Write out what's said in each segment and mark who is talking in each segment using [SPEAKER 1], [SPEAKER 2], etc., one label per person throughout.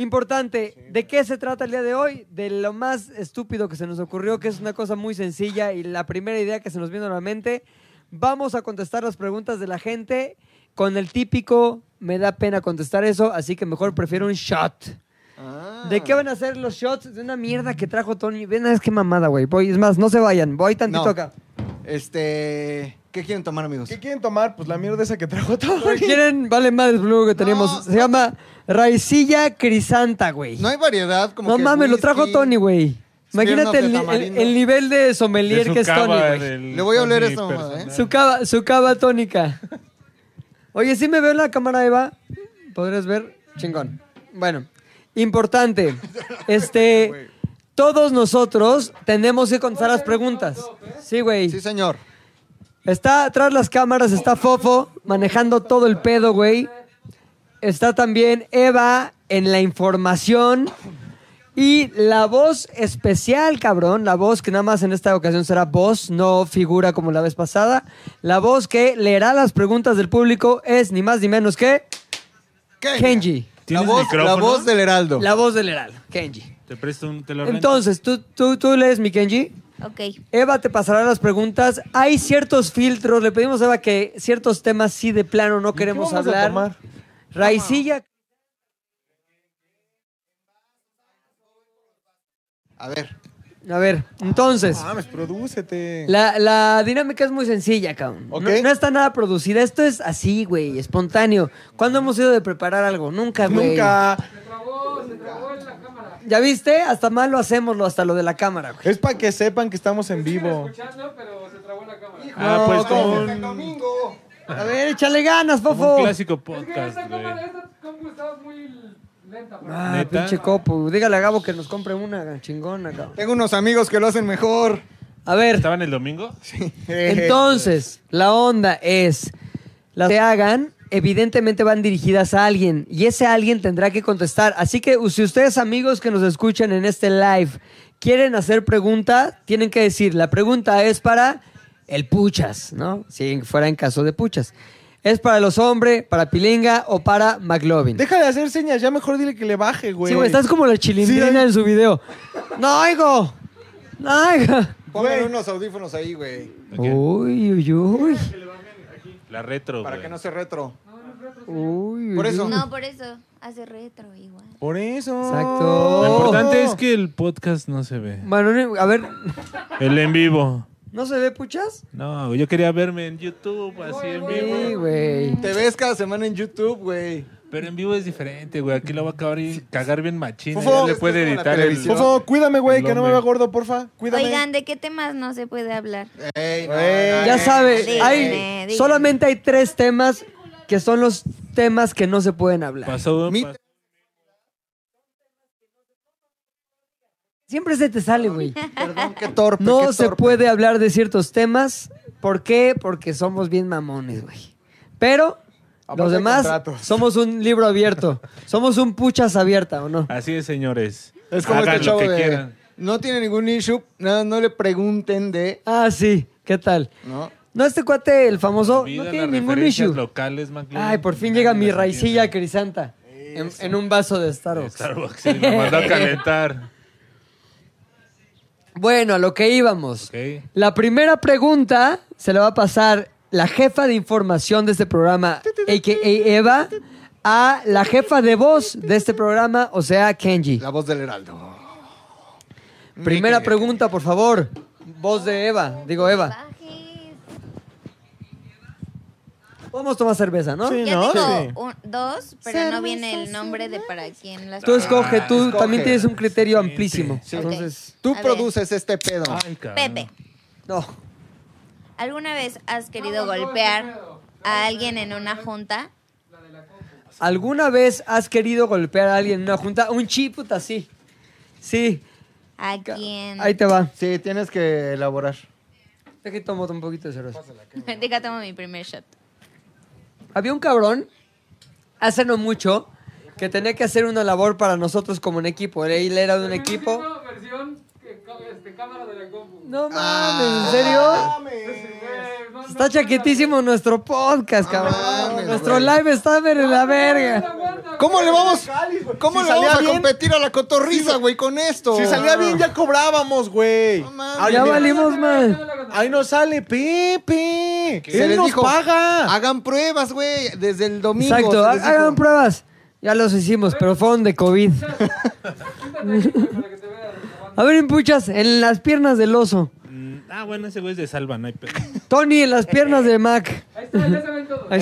[SPEAKER 1] Importante, ¿de qué se trata el día de hoy? De lo más estúpido que se nos ocurrió, que es una cosa muy sencilla y la primera idea que se nos vino a la mente. Vamos a contestar las preguntas de la gente con el típico, me da pena contestar eso, así que mejor prefiero un shot.
[SPEAKER 2] Ah.
[SPEAKER 1] ¿De qué van a ser los shots? De una mierda que trajo Tony. Ven, es que mamada, güey. Voy- Es más, no se vayan. Voy tantito
[SPEAKER 2] No.
[SPEAKER 1] acá.
[SPEAKER 2] Este. ¿Qué quieren tomar, amigos?
[SPEAKER 3] ¿Qué quieren tomar? Pues la mierda esa que trajo todo.
[SPEAKER 1] Pero quieren, vale madre luego que tenemos. se llama Raicilla Crisanta, güey.
[SPEAKER 2] No hay variedad como
[SPEAKER 1] No
[SPEAKER 2] que
[SPEAKER 1] mames, lo trajo
[SPEAKER 2] whisky.
[SPEAKER 1] Tony, güey. Imagínate
[SPEAKER 2] Smirnoff de
[SPEAKER 1] el, ni- el-
[SPEAKER 2] tamarindo.
[SPEAKER 1] el nivel de sommelier que es Tony, güey.
[SPEAKER 2] Le voy a oler esta mamada, ¿eh?
[SPEAKER 1] Su cava, su cava tónica. Oye, ¿sí me veo en la cámara, Eva? ¿Podrías ver? Chingón. Bueno, importante. Este, todos nosotros tenemos que contestar las preguntas. Sí, güey.
[SPEAKER 2] Sí, señor.
[SPEAKER 1] Está atrás las cámaras, está Fofo manejando todo el pedo, güey. Está también Eva en la información. Y la voz especial, cabrón, la voz que nada más en esta ocasión será voz, no figura como la vez pasada. La voz que leerá las preguntas del público es ni más ni menos que Kenji.
[SPEAKER 2] La
[SPEAKER 4] ¿Tienes
[SPEAKER 2] voz, la
[SPEAKER 4] micrófono?
[SPEAKER 2] voz del Heraldo.
[SPEAKER 1] La voz del Heraldo, Kenji.
[SPEAKER 4] Te presto un te lo rento.
[SPEAKER 1] Entonces, ¿tú, tú, tú lees mi Kenji?
[SPEAKER 5] Ok.
[SPEAKER 1] Eva te pasará las preguntas. Hay ciertos filtros. Le pedimos a Eva que ciertos temas sí de plano no queremos
[SPEAKER 3] vamos a
[SPEAKER 1] hablar.
[SPEAKER 3] tomar?
[SPEAKER 1] Raicilla.
[SPEAKER 2] A ver.
[SPEAKER 1] A ver, entonces,
[SPEAKER 3] Ah,
[SPEAKER 2] Pues
[SPEAKER 3] Mames, prodúcete.
[SPEAKER 1] la, la dinámica es muy sencilla, cabrón.
[SPEAKER 3] Ok.
[SPEAKER 1] No, no está nada producida. Esto es así, güey, espontáneo. ¿Cuándo hemos ido de preparar algo? Nunca, güey.
[SPEAKER 3] Nunca.
[SPEAKER 1] ¿Ya viste? Hasta mal lo hacemos, lo- hasta lo de la cámara, güey.
[SPEAKER 3] Es para que sepan que estamos en vivo.
[SPEAKER 4] Ah,
[SPEAKER 1] No,
[SPEAKER 4] pues
[SPEAKER 1] como-
[SPEAKER 4] como
[SPEAKER 2] Este
[SPEAKER 4] un,
[SPEAKER 1] A ver, échale ganas,
[SPEAKER 4] como
[SPEAKER 1] fofo.
[SPEAKER 4] un clásico podcast, güey.
[SPEAKER 1] Ah,
[SPEAKER 4] ¿Neta?
[SPEAKER 1] pinche copo. Dígale a Gabo que nos compre una chingona, cabrón.
[SPEAKER 2] Tengo unos amigos que lo hacen mejor. Eh,
[SPEAKER 1] A ver.
[SPEAKER 4] ¿Estaban el domingo?
[SPEAKER 1] Entonces, la onda es, las que hagan, evidentemente van dirigidas a alguien y ese alguien tendrá que contestar. Así que u- si ustedes amigos que nos escuchan en este live quieren hacer pregunta, tienen que decir, la pregunta es para el puchas, ¿no? Si fuera en caso de puchas. Es para los hombres, para Pilinga o para McLovin.
[SPEAKER 3] Deja de hacer señas, ya mejor dile que le baje, güey.
[SPEAKER 1] Sí, güey, estás como la chilindrina
[SPEAKER 3] Sí, ahí-
[SPEAKER 1] en su video. ¡No oigo! ¡No oigo!
[SPEAKER 2] Pongan unos audífonos ahí, güey.
[SPEAKER 1] Uy, uy, uy.
[SPEAKER 4] La retro,
[SPEAKER 2] Para
[SPEAKER 4] güey.
[SPEAKER 2] que no se retro.
[SPEAKER 1] Uy, uy,
[SPEAKER 2] Por eso.
[SPEAKER 5] No, por eso. Hace retro igual.
[SPEAKER 3] Por eso.
[SPEAKER 1] Exacto.
[SPEAKER 4] Lo importante
[SPEAKER 3] No.
[SPEAKER 4] es que el podcast no se ve.
[SPEAKER 1] Bueno, ni- a ver,
[SPEAKER 4] El en vivo.
[SPEAKER 1] ¿no se ve puchas?
[SPEAKER 4] No, yo quería verme en YouTube, así en
[SPEAKER 1] Sí,
[SPEAKER 4] vivo.
[SPEAKER 1] güey.
[SPEAKER 2] Te ves cada semana en YouTube, güey.
[SPEAKER 4] Pero en vivo es diferente, güey. Aquí lo va a acabar y cagar bien machín.
[SPEAKER 2] Fofo,
[SPEAKER 4] Ya le
[SPEAKER 2] esto
[SPEAKER 4] puede
[SPEAKER 2] es como la
[SPEAKER 4] editar el...
[SPEAKER 2] televisión.
[SPEAKER 3] Fofo, cuídame, güey,
[SPEAKER 4] El
[SPEAKER 3] que no me
[SPEAKER 4] hombre.
[SPEAKER 3] vea gordo, porfa. Cuídame.
[SPEAKER 5] Oigan, ¿de qué temas no se puede hablar?
[SPEAKER 2] Ey, no,
[SPEAKER 3] Güey.
[SPEAKER 2] no,
[SPEAKER 1] Ya
[SPEAKER 2] no,
[SPEAKER 1] sabes,
[SPEAKER 2] no, no,
[SPEAKER 1] hay,
[SPEAKER 5] díganme.
[SPEAKER 1] solamente hay tres temas que son los temas que no se pueden hablar.
[SPEAKER 4] Pasó,
[SPEAKER 2] Mi-
[SPEAKER 4] pasó-
[SPEAKER 1] Siempre se te sale, güey.
[SPEAKER 2] Perdón, qué torpe.
[SPEAKER 1] No
[SPEAKER 2] qué
[SPEAKER 1] se
[SPEAKER 2] torpe.
[SPEAKER 1] puede hablar de ciertos temas. ¿Por qué? Porque somos bien mamones, güey. Pero los
[SPEAKER 2] Aparte de
[SPEAKER 1] demás
[SPEAKER 2] contratos.
[SPEAKER 1] somos un libro abierto. Somos un puchas abierta, ¿o no?
[SPEAKER 4] Así es, señores.
[SPEAKER 2] Es como
[SPEAKER 4] Hagan
[SPEAKER 2] este chavo
[SPEAKER 4] lo que
[SPEAKER 2] de-
[SPEAKER 4] quieran.
[SPEAKER 2] No tiene ningún issue. No, no le pregunten de.
[SPEAKER 1] Ah, sí. ¿Qué tal?
[SPEAKER 2] No.
[SPEAKER 1] No, este cuate, el famoso, no
[SPEAKER 4] Olvida
[SPEAKER 1] tiene
[SPEAKER 4] las
[SPEAKER 1] ningún
[SPEAKER 4] referencias
[SPEAKER 1] issue.
[SPEAKER 4] locales, McLovin.
[SPEAKER 1] Ay, por fin llega
[SPEAKER 4] Nadie
[SPEAKER 1] mi
[SPEAKER 4] las
[SPEAKER 1] raicilla
[SPEAKER 4] entiende.
[SPEAKER 1] crisanta. En, en un vaso de Starbucks.
[SPEAKER 4] Starbucks, sí, lo mandó a calentar.
[SPEAKER 1] Bueno, a lo que íbamos.
[SPEAKER 4] Ok.
[SPEAKER 1] La primera pregunta se la va a pasar la jefa de información de este programa, a.k.a. Eva, a la jefa de voz de este programa, o sea, Kenji.
[SPEAKER 2] La voz del Heraldo.
[SPEAKER 1] Primera pregunta, por favor. Voz de Eva, digo Eva.
[SPEAKER 5] Bajes.
[SPEAKER 1] Podemos tomar cerveza, ¿no?
[SPEAKER 3] Sí.
[SPEAKER 5] Ya
[SPEAKER 3] ¿No?
[SPEAKER 5] tengo
[SPEAKER 3] Sí.
[SPEAKER 5] un- dos, pero no viene el nombre de para quién las
[SPEAKER 1] Tú escoge, tú
[SPEAKER 2] escoge.
[SPEAKER 1] también tienes un criterio amplísimo.
[SPEAKER 5] Sí.
[SPEAKER 1] Entonces,
[SPEAKER 2] Tú
[SPEAKER 5] A ver.
[SPEAKER 2] produces este pedo.
[SPEAKER 4] Ay, cabrón.
[SPEAKER 5] Pepe,
[SPEAKER 1] no.
[SPEAKER 5] ¿alguna vez has querido golpear a alguien en una junta?
[SPEAKER 1] ¿Alguna vez has querido golpear a alguien en una junta? Un chiputa, sí. Sí.
[SPEAKER 5] ¿A quién?
[SPEAKER 1] Ahí te va.
[SPEAKER 2] Sí, tienes que elaborar.
[SPEAKER 1] Deja que tomo un poquito de cerveza.
[SPEAKER 5] Deja, tomo mi primer shot.
[SPEAKER 1] Había un cabrón, hace no mucho, que tenía que hacer una labor para nosotros como un equipo. Él era de un equipo.
[SPEAKER 6] este, cámara de la compu.
[SPEAKER 1] No mames, ¿en
[SPEAKER 2] Ah,
[SPEAKER 1] serio? Está chaquetísimo nuestro podcast, cabrón.
[SPEAKER 2] Ah, mames,
[SPEAKER 1] nuestro
[SPEAKER 2] güey.
[SPEAKER 1] live está en la verga.
[SPEAKER 2] ¿Cómo le vamos, ¿cómo
[SPEAKER 3] Si
[SPEAKER 2] le vamos
[SPEAKER 3] salía
[SPEAKER 2] a
[SPEAKER 3] bien-
[SPEAKER 2] competir a la cotorriza, güey, con esto?
[SPEAKER 3] Si salía bien, ya cobrábamos, güey.
[SPEAKER 2] No mames.
[SPEAKER 3] Ahora
[SPEAKER 1] Ya
[SPEAKER 3] mira,
[SPEAKER 1] valimos mal.
[SPEAKER 3] Ahí no sale, Pepe.
[SPEAKER 2] Se
[SPEAKER 3] Él
[SPEAKER 2] les
[SPEAKER 3] nos
[SPEAKER 2] dijo,
[SPEAKER 3] paga.
[SPEAKER 2] Hagan pruebas, güey, desde el domingo.
[SPEAKER 1] Exacto,
[SPEAKER 2] se
[SPEAKER 1] ha-
[SPEAKER 2] les dijo.
[SPEAKER 1] hagan pruebas. Ya los hicimos, pero fueron de COVID.
[SPEAKER 6] Quítate ahí, güey, para que te vea.
[SPEAKER 1] A ver, impuchas, en las piernas del oso.
[SPEAKER 4] Mm, Ah, bueno, ese güey es de salva, no hay pedo.
[SPEAKER 1] Tony, en las piernas de Mac.
[SPEAKER 6] Ahí está, ya se ven todos.
[SPEAKER 1] Ahí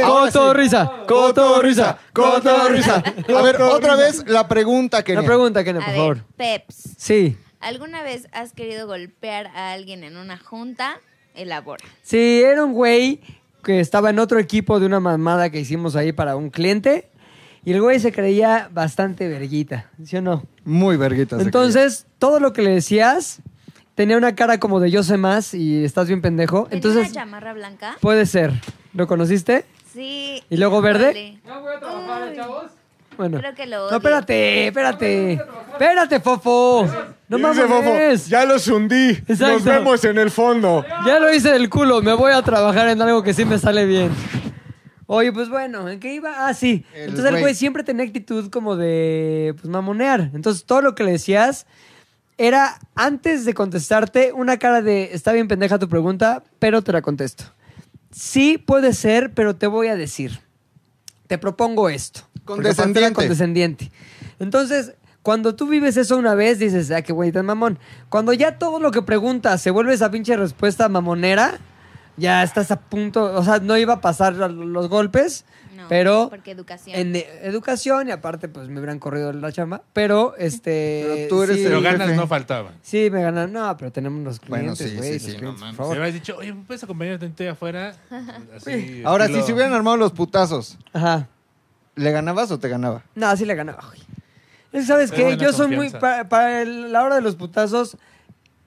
[SPEAKER 1] estamos
[SPEAKER 2] eh, ahora
[SPEAKER 1] todos.
[SPEAKER 2] sí.
[SPEAKER 1] Cotorrisa, cotorrisa, cotorrisa.
[SPEAKER 2] A ver, otra vez la pregunta, que
[SPEAKER 1] Una pregunta, Kenia,
[SPEAKER 5] A
[SPEAKER 1] por
[SPEAKER 5] ver,
[SPEAKER 1] favor.
[SPEAKER 5] Peps,
[SPEAKER 1] Sí,
[SPEAKER 5] ¿alguna vez has querido golpear a alguien en una junta? Elabora.
[SPEAKER 1] sí, era un güey que estaba en otro equipo de una mamada que hicimos ahí para un cliente. Y el güey se creía bastante verguita, ¿sí o no?
[SPEAKER 2] Muy verguitas.
[SPEAKER 1] Entonces, todo lo que le decías tenía una cara como de yo sé más y estás bien pendejo.
[SPEAKER 5] ¿Tenía
[SPEAKER 1] Entonces,
[SPEAKER 5] una chamarra blanca?
[SPEAKER 1] puede ser. ¿Lo conociste?
[SPEAKER 5] Sí.
[SPEAKER 1] ¿Y luego verde?
[SPEAKER 5] Híjole.
[SPEAKER 6] Ya voy a trabajar,
[SPEAKER 5] Ay.
[SPEAKER 6] chavos.
[SPEAKER 1] Bueno.
[SPEAKER 5] Creo que lo
[SPEAKER 1] No,
[SPEAKER 5] odio.
[SPEAKER 1] espérate, espérate. Espérate, fofo. No
[SPEAKER 3] Dice Fofo,
[SPEAKER 1] mames.
[SPEAKER 3] Ya los hundí.
[SPEAKER 1] Exacto.
[SPEAKER 3] Nos vemos en el fondo.
[SPEAKER 1] Ya lo hice del culo, me voy a trabajar en algo que sí me sale bien. Oye, pues bueno, ¿en qué iba? Ah, sí.
[SPEAKER 2] El
[SPEAKER 1] Entonces el güey
[SPEAKER 2] güey.
[SPEAKER 1] siempre tenía actitud como de pues mamonear. Entonces todo lo que le decías era antes de contestarte una cara de está bien pendeja tu pregunta, pero te la contesto. Sí, puede ser, pero te voy a decir. Te propongo esto. Porque aparte era
[SPEAKER 2] Condescendiente.
[SPEAKER 1] condescendiente. Entonces, cuando tú vives eso una vez, dices, ah, qué güey tan mamón. Cuando ya todo lo que preguntas se vuelve esa pinche respuesta mamonera, ya estás a punto, o sea, no iba a pasar a los golpes,
[SPEAKER 5] No,
[SPEAKER 1] pero
[SPEAKER 5] Porque educación.
[SPEAKER 1] en eh, educación y aparte pues me hubieran corrido la chamba, pero este...
[SPEAKER 2] Pero tú eres
[SPEAKER 1] sí,
[SPEAKER 4] Pero
[SPEAKER 2] el-
[SPEAKER 4] ganas
[SPEAKER 2] jefe.
[SPEAKER 4] no faltaban.
[SPEAKER 1] Sí, me ganan. No, pero tenemos los
[SPEAKER 2] Bueno,
[SPEAKER 1] clientes, güey.
[SPEAKER 2] sí, sí,
[SPEAKER 1] los
[SPEAKER 2] sí,
[SPEAKER 1] clientes,
[SPEAKER 2] no
[SPEAKER 1] por
[SPEAKER 2] mames.
[SPEAKER 4] Se
[SPEAKER 1] favor.
[SPEAKER 4] habías dicho, oye, ¿puedes acompañarte en té afuera? Así,
[SPEAKER 2] Ahora,
[SPEAKER 4] estilo-
[SPEAKER 2] si se hubieran armado los putazos,
[SPEAKER 1] Ajá.
[SPEAKER 2] ¿le ganabas o te ganaba?
[SPEAKER 1] No, sí le ganaba. güey. Es que, ¿Sabes
[SPEAKER 4] Qué
[SPEAKER 1] qué?
[SPEAKER 4] buena
[SPEAKER 1] Yo soy muy...
[SPEAKER 4] confianza.
[SPEAKER 1] Para, para el- la hora de los putazos,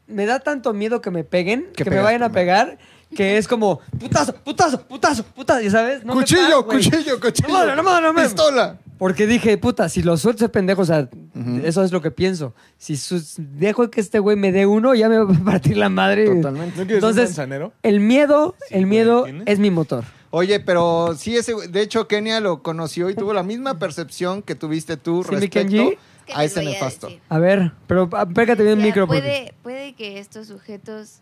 [SPEAKER 1] me da tanto miedo que me peguen,
[SPEAKER 2] Que
[SPEAKER 1] que me
[SPEAKER 2] pegas
[SPEAKER 1] vayan a
[SPEAKER 2] primero.
[SPEAKER 1] pegar, que es como, putazo, putazo, putazo, putazo, ¿ya sabes? No me paro,
[SPEAKER 2] cuchillo,
[SPEAKER 1] güey.
[SPEAKER 2] cuchillo, cuchillo.
[SPEAKER 1] No, no, no, no, no, no.
[SPEAKER 2] Pistola.
[SPEAKER 1] Porque dije, puta, si lo suelto ese pendejo, o sea, eso es lo que pienso. Si sus- dejo que este güey me dé uno, ya me va a partir la madre.
[SPEAKER 3] ¿No
[SPEAKER 2] Totalmente.
[SPEAKER 3] quieres
[SPEAKER 1] Entonces-
[SPEAKER 3] un manzanero?
[SPEAKER 1] El miedo,
[SPEAKER 4] Sí,
[SPEAKER 1] el
[SPEAKER 4] güey,
[SPEAKER 1] miedo
[SPEAKER 4] ¿tienes?
[SPEAKER 1] es mi motor.
[SPEAKER 2] Oye, pero sí, ese, güey- de hecho, Kenia lo conoció y tuvo la misma percepción que tuviste tú
[SPEAKER 1] ¿Sí, mi
[SPEAKER 2] respecto
[SPEAKER 1] Kenji?
[SPEAKER 5] que
[SPEAKER 2] a
[SPEAKER 5] les
[SPEAKER 2] ese
[SPEAKER 5] voy a
[SPEAKER 2] nefasto.
[SPEAKER 5] decir.
[SPEAKER 1] A ver, pero ah, pégate bien el
[SPEAKER 5] Decía,
[SPEAKER 1] micro, porque...
[SPEAKER 5] puede, puede que estos sujetos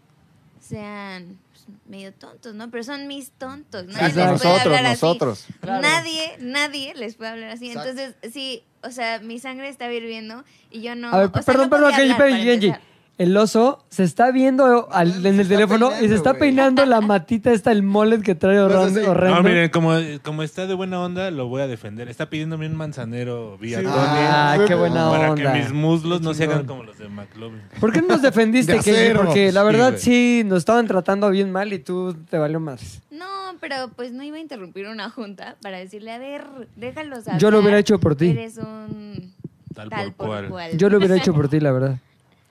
[SPEAKER 5] sean pues, medio tontos, ¿no? Pero son mis tontos. Nadie les puede
[SPEAKER 1] Exacto.
[SPEAKER 2] Nosotros,
[SPEAKER 5] hablar así.
[SPEAKER 2] nosotros.
[SPEAKER 1] Claro.
[SPEAKER 5] Nadie, nadie les puede hablar así.
[SPEAKER 2] Exacto.
[SPEAKER 5] Entonces, sí, o sea, mi sangre está hirviendo y yo no.
[SPEAKER 1] A ver,
[SPEAKER 5] o sea,
[SPEAKER 1] perdón,
[SPEAKER 5] no
[SPEAKER 1] perdón,
[SPEAKER 5] podía
[SPEAKER 1] Kenji,
[SPEAKER 5] hablar para
[SPEAKER 1] Kenji, Kenji.
[SPEAKER 5] empezar.
[SPEAKER 1] El oso se está viendo al-
[SPEAKER 2] mames,
[SPEAKER 1] en
[SPEAKER 2] se
[SPEAKER 1] el
[SPEAKER 2] está
[SPEAKER 1] teléfono y se está
[SPEAKER 2] peinando, güey. Pues
[SPEAKER 1] peinando la matita, está el mullet que trae
[SPEAKER 2] No,
[SPEAKER 1] horror-
[SPEAKER 2] sí.
[SPEAKER 1] horrendo.
[SPEAKER 4] No, miren, como, como está de buena onda, lo voy a defender. Está pidiéndome un manzanero vía
[SPEAKER 3] Sí.
[SPEAKER 4] Tony
[SPEAKER 1] ah, qué buena
[SPEAKER 4] para
[SPEAKER 1] onda.
[SPEAKER 4] que mis muslos no se hagan como los de McLovin.
[SPEAKER 1] ¿Por qué no nos defendiste,
[SPEAKER 2] De
[SPEAKER 1] Kenji?
[SPEAKER 2] acero.
[SPEAKER 1] Porque la
[SPEAKER 4] Sí,
[SPEAKER 1] verdad
[SPEAKER 4] güey.
[SPEAKER 1] sí, nos estaban tratando bien mal y tú te valió más.
[SPEAKER 5] No, pero pues no iba a interrumpir una junta para decirle, a ver, déjalos hablar.
[SPEAKER 1] Yo lo hubiera hecho por ti.
[SPEAKER 5] Eres un
[SPEAKER 4] Tal
[SPEAKER 5] tal,
[SPEAKER 4] por
[SPEAKER 5] por
[SPEAKER 4] cual.
[SPEAKER 5] cual.
[SPEAKER 1] Yo lo hubiera hecho por ti, la verdad.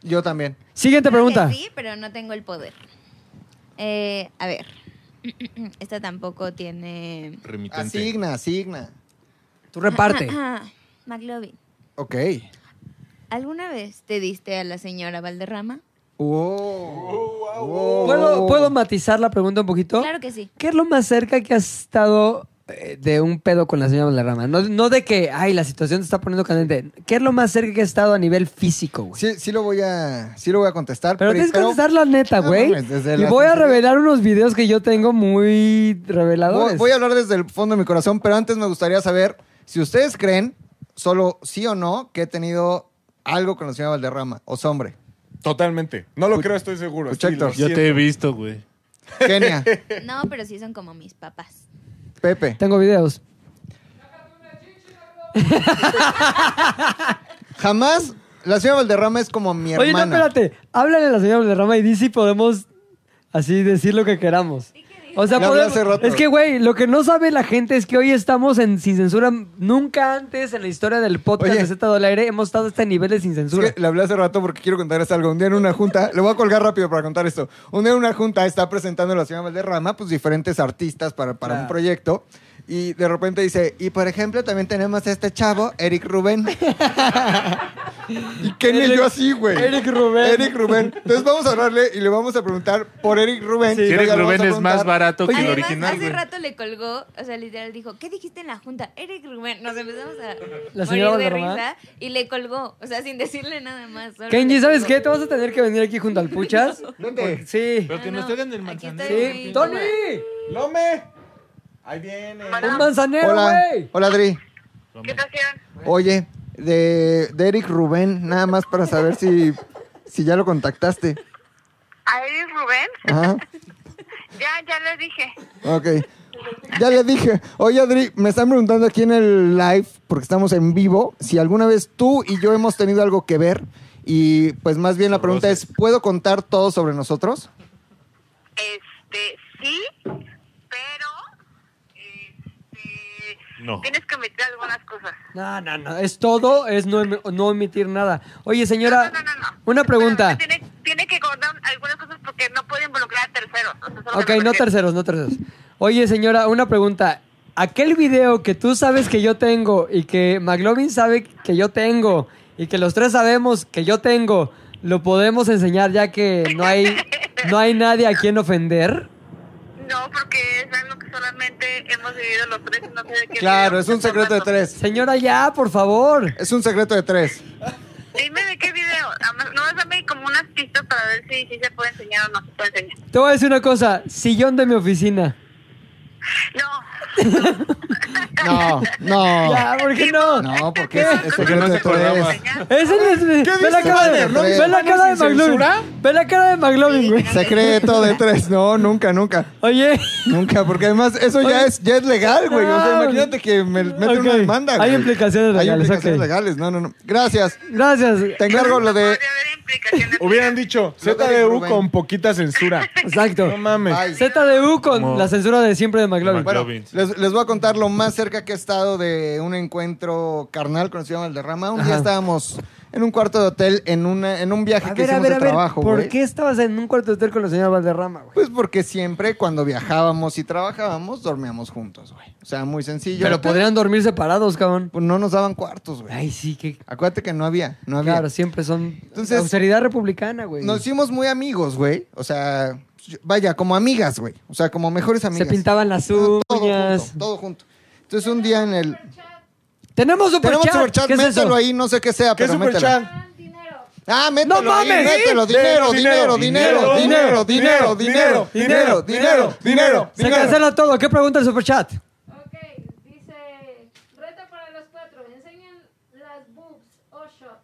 [SPEAKER 2] Yo también.
[SPEAKER 1] Siguiente
[SPEAKER 5] Creo Pues, eh, que
[SPEAKER 1] pregunta.
[SPEAKER 5] Sí, pero no tengo el poder. Eh, a ver. Esta tampoco tiene.
[SPEAKER 4] Remitente.
[SPEAKER 2] Asigna, asigna.
[SPEAKER 1] Tú reparte.
[SPEAKER 5] McLovin,
[SPEAKER 2] Ok.
[SPEAKER 5] ¿alguna vez te diste a la señora Valderrama?
[SPEAKER 3] Oh.
[SPEAKER 2] Wow. Wow.
[SPEAKER 1] ¿Puedo, ¿Puedo matizar la pregunta un poquito?
[SPEAKER 5] Claro que sí.
[SPEAKER 1] ¿Qué es lo más cerca que has estado eh, de un pedo con la señora Valderrama? No, no de que, ay, la situación te está poniendo candente. ¿Qué es lo más cerca que has estado a nivel físico, güey?
[SPEAKER 2] Sí, sí lo voy a, sí lo voy a contestar.
[SPEAKER 1] Pero tienes que contestar la neta,
[SPEAKER 2] No
[SPEAKER 1] güey.
[SPEAKER 2] mames, desde
[SPEAKER 1] y
[SPEAKER 2] la
[SPEAKER 1] voy a
[SPEAKER 2] sinceridad.
[SPEAKER 1] revelar unos videos que yo tengo muy
[SPEAKER 2] Voy,
[SPEAKER 1] reveladores.
[SPEAKER 2] voy a hablar desde el fondo de mi corazón, pero antes me gustaría saber si ustedes creen, solo sí o no, que he tenido algo con la señora Valderrama, o hombre.
[SPEAKER 3] Totalmente. No lo creo, estoy seguro.
[SPEAKER 2] Escucha,
[SPEAKER 3] Ah, Sí, lo
[SPEAKER 2] Héctor.
[SPEAKER 4] Yo
[SPEAKER 3] siento.
[SPEAKER 4] te he visto, güey.
[SPEAKER 2] Kenia,
[SPEAKER 5] No, pero sí son como mis papás.
[SPEAKER 2] Pepe.
[SPEAKER 1] Tengo videos.
[SPEAKER 2] Jamás la señora Valderrama es como mi
[SPEAKER 1] Oye, no,
[SPEAKER 2] hermana.
[SPEAKER 1] espérate. Háblale a la señora Valderrama y di si podemos así decir lo que queramos. O sea,
[SPEAKER 2] Le hablé
[SPEAKER 1] podemos-
[SPEAKER 2] hace rato.
[SPEAKER 1] es que, güey, lo que no sabe la gente es que hoy estamos en Sin Censura. Nunca antes en la historia del podcast
[SPEAKER 2] Oye.
[SPEAKER 1] de Z del Aire hemos estado a este nivel de Sin
[SPEAKER 2] Es
[SPEAKER 1] Censura.
[SPEAKER 2] que le hablé hace rato porque quiero contarles algo. Un día en una junta, le voy a colgar rápido para contar esto. Un día en una junta está presentando la señora Valderrama, pues diferentes artistas para, para
[SPEAKER 1] Claro.
[SPEAKER 2] un proyecto. Y de repente dice, y por ejemplo, también tenemos a este chavo, Eric Rubén. Y Kenny y yo así, güey.
[SPEAKER 1] Eric Rubén.
[SPEAKER 2] Eric Rubén. Entonces vamos a hablarle y le vamos a preguntar por Eric Rubén.
[SPEAKER 1] Sí.
[SPEAKER 2] Y
[SPEAKER 1] Si
[SPEAKER 2] luego
[SPEAKER 4] Eric
[SPEAKER 2] le vamos
[SPEAKER 4] Rubén
[SPEAKER 2] a
[SPEAKER 4] es más
[SPEAKER 2] preguntar-
[SPEAKER 4] barato que el
[SPEAKER 5] Además,
[SPEAKER 4] original,
[SPEAKER 5] hace
[SPEAKER 4] güey.
[SPEAKER 5] rato le colgó, o sea, literal dijo, ¿qué dijiste en la junta? Eric Rubén. Nos empezamos a
[SPEAKER 1] La señora
[SPEAKER 5] morir de
[SPEAKER 1] Valderrama.
[SPEAKER 5] risa y le colgó, o sea, sin decirle nada más. solo
[SPEAKER 1] Kenji,
[SPEAKER 5] le
[SPEAKER 1] ¿sabes
[SPEAKER 5] colgó.
[SPEAKER 1] qué? Te vas a tener que venir aquí junto al Puchas.
[SPEAKER 2] Vente.
[SPEAKER 1] Sí.
[SPEAKER 4] Pero que
[SPEAKER 5] Ah,
[SPEAKER 4] nos
[SPEAKER 5] no.
[SPEAKER 4] traigan el
[SPEAKER 5] Aquí está el
[SPEAKER 4] manzanero.
[SPEAKER 1] Sí.
[SPEAKER 5] güey.
[SPEAKER 1] ¡Tony!
[SPEAKER 3] ¡Lome! Ahí viene.
[SPEAKER 1] ¡Un manzanero,
[SPEAKER 2] Hola.
[SPEAKER 1] güey!
[SPEAKER 2] Hola, Adri.
[SPEAKER 7] ¿Qué estación?
[SPEAKER 2] Oye, de, de Eric Rubén, nada más para saber si, si ya lo contactaste.
[SPEAKER 7] ¿A Eric Rubén?
[SPEAKER 2] Ajá.
[SPEAKER 7] Ya, ya les dije.
[SPEAKER 2] Ok. Ya le dije. Oye, Adri, me están preguntando aquí en el live, porque estamos en vivo, si alguna vez tú y yo hemos tenido algo que ver. Y pues más bien la pregunta es, ¿puedo contar todo sobre nosotros?
[SPEAKER 7] Este, sí, pero este,
[SPEAKER 4] No.
[SPEAKER 7] tienes que meter algunas cosas.
[SPEAKER 1] No, no, no. Es todo, es no, em- no omitir nada. Oye, señora,
[SPEAKER 7] No, no, no, no, no.
[SPEAKER 1] una pregunta.
[SPEAKER 7] Pero Tiene, tiene que contar algunas cosas porque no puede involucrar a terceros. o sea, solo
[SPEAKER 1] Ok,
[SPEAKER 7] me refiero.
[SPEAKER 1] no terceros, no terceros. Oye, señora, una pregunta. Aquel video que tú sabes que yo tengo y que McLovin sabe que yo tengo y que los tres sabemos que yo tengo, ¿lo podemos enseñar ya que no hay, no hay nadie a quien ofender?
[SPEAKER 7] No, porque es algo que solamente hemos vivido los tres. No sé de qué
[SPEAKER 2] Claro,
[SPEAKER 7] video
[SPEAKER 2] es un
[SPEAKER 7] estás
[SPEAKER 2] secreto de
[SPEAKER 7] hablando.
[SPEAKER 2] tres.
[SPEAKER 1] Señora, ya, por favor.
[SPEAKER 2] Es un secreto de tres.
[SPEAKER 7] Dime de qué video. Además, No, dame como unas pistas para ver si, si se puede enseñar o no se puede enseñar.
[SPEAKER 1] Te voy a decir una cosa, sillón de mi oficina.
[SPEAKER 7] No,
[SPEAKER 2] No, no.
[SPEAKER 1] Ya, ¿por qué no?
[SPEAKER 2] No, porque es, es
[SPEAKER 4] Porque no
[SPEAKER 2] secreto
[SPEAKER 4] se
[SPEAKER 2] de
[SPEAKER 4] acordaba.
[SPEAKER 2] tres.
[SPEAKER 1] Ese es ve la
[SPEAKER 2] dice,
[SPEAKER 1] cara de,
[SPEAKER 2] Banner? ¿No
[SPEAKER 1] ve
[SPEAKER 2] dice
[SPEAKER 1] la
[SPEAKER 2] Banner
[SPEAKER 1] cara de
[SPEAKER 2] sin
[SPEAKER 1] McLovin.
[SPEAKER 2] censura?
[SPEAKER 1] Ve la cara de McLovin, güey.
[SPEAKER 2] Secreto de tres. No, nunca, nunca.
[SPEAKER 1] Oye.
[SPEAKER 2] Nunca, porque además eso ya es, ya es legal, güey. O sea,
[SPEAKER 1] No.
[SPEAKER 2] imagínate que me meten
[SPEAKER 1] Ok.
[SPEAKER 2] una demanda,
[SPEAKER 1] Hay
[SPEAKER 2] güey.
[SPEAKER 1] implicaciones
[SPEAKER 2] Hay
[SPEAKER 1] legales,
[SPEAKER 2] implicaciones
[SPEAKER 1] ok.
[SPEAKER 2] legales, no, no, no. Gracias.
[SPEAKER 1] Gracias.
[SPEAKER 2] Te encargo lo de...
[SPEAKER 7] podría haber implicaciones.
[SPEAKER 3] Hubieran dicho
[SPEAKER 2] de
[SPEAKER 3] ZDU
[SPEAKER 2] Rubén.
[SPEAKER 3] con poquita censura.
[SPEAKER 1] Exacto.
[SPEAKER 3] No mames.
[SPEAKER 2] Ay.
[SPEAKER 1] ZDU con
[SPEAKER 4] Como-
[SPEAKER 1] la censura de siempre de McLovin.
[SPEAKER 4] Bueno,
[SPEAKER 2] Bueno,
[SPEAKER 4] Robin.
[SPEAKER 2] les, les voy a contar lo más cerca que he estado de un encuentro carnal con el señor Valderrama. Un
[SPEAKER 1] Ajá.
[SPEAKER 2] día estábamos en un cuarto de hotel en, una, en un viaje
[SPEAKER 1] A
[SPEAKER 2] que
[SPEAKER 1] ver, a
[SPEAKER 2] hicimos
[SPEAKER 1] ver, a
[SPEAKER 2] de
[SPEAKER 1] ver.
[SPEAKER 2] trabajo,
[SPEAKER 1] ¿Por
[SPEAKER 2] güey.
[SPEAKER 1] qué estabas en un cuarto de hotel con la señora Valderrama, güey?
[SPEAKER 2] Pues porque siempre cuando viajábamos y trabajábamos, dormíamos juntos, güey. O sea, muy sencillo.
[SPEAKER 1] Pero podrían dormir separados, cabrón.
[SPEAKER 2] Pues no nos daban cuartos, güey.
[SPEAKER 1] Ay, sí, que.
[SPEAKER 2] Acuérdate que no había, no había.
[SPEAKER 1] Claro, siempre son.
[SPEAKER 2] Entonces-
[SPEAKER 1] austeridad republicana, güey.
[SPEAKER 2] Nos hicimos muy amigos, güey. O sea, yo- vaya, como amigas, güey. O sea, como mejores
[SPEAKER 1] Se
[SPEAKER 2] amigas.
[SPEAKER 1] pintaban las
[SPEAKER 2] todo,
[SPEAKER 1] uñas.
[SPEAKER 2] junto, todo junto. Entonces un día en el...
[SPEAKER 1] Tenemos superchat.
[SPEAKER 2] Tenemos superchat,
[SPEAKER 1] ¿Qué es
[SPEAKER 2] mételo
[SPEAKER 1] eso?
[SPEAKER 2] ahí, no sé qué sea,
[SPEAKER 3] ¿Qué
[SPEAKER 2] pero mételo.
[SPEAKER 3] superchat?
[SPEAKER 2] Ah, mételo
[SPEAKER 1] ¡No
[SPEAKER 2] ahí,
[SPEAKER 1] mames!
[SPEAKER 2] mételo. Dinero, dinero, dinero, dinero, dinero, dinero, dinero, dinero, dinero,
[SPEAKER 1] Se
[SPEAKER 2] dinero.
[SPEAKER 1] cancela todo. ¿Qué pregunta el superchat?
[SPEAKER 8] Ok, dice, reto para los cuatro, enseñen las boobs o shot.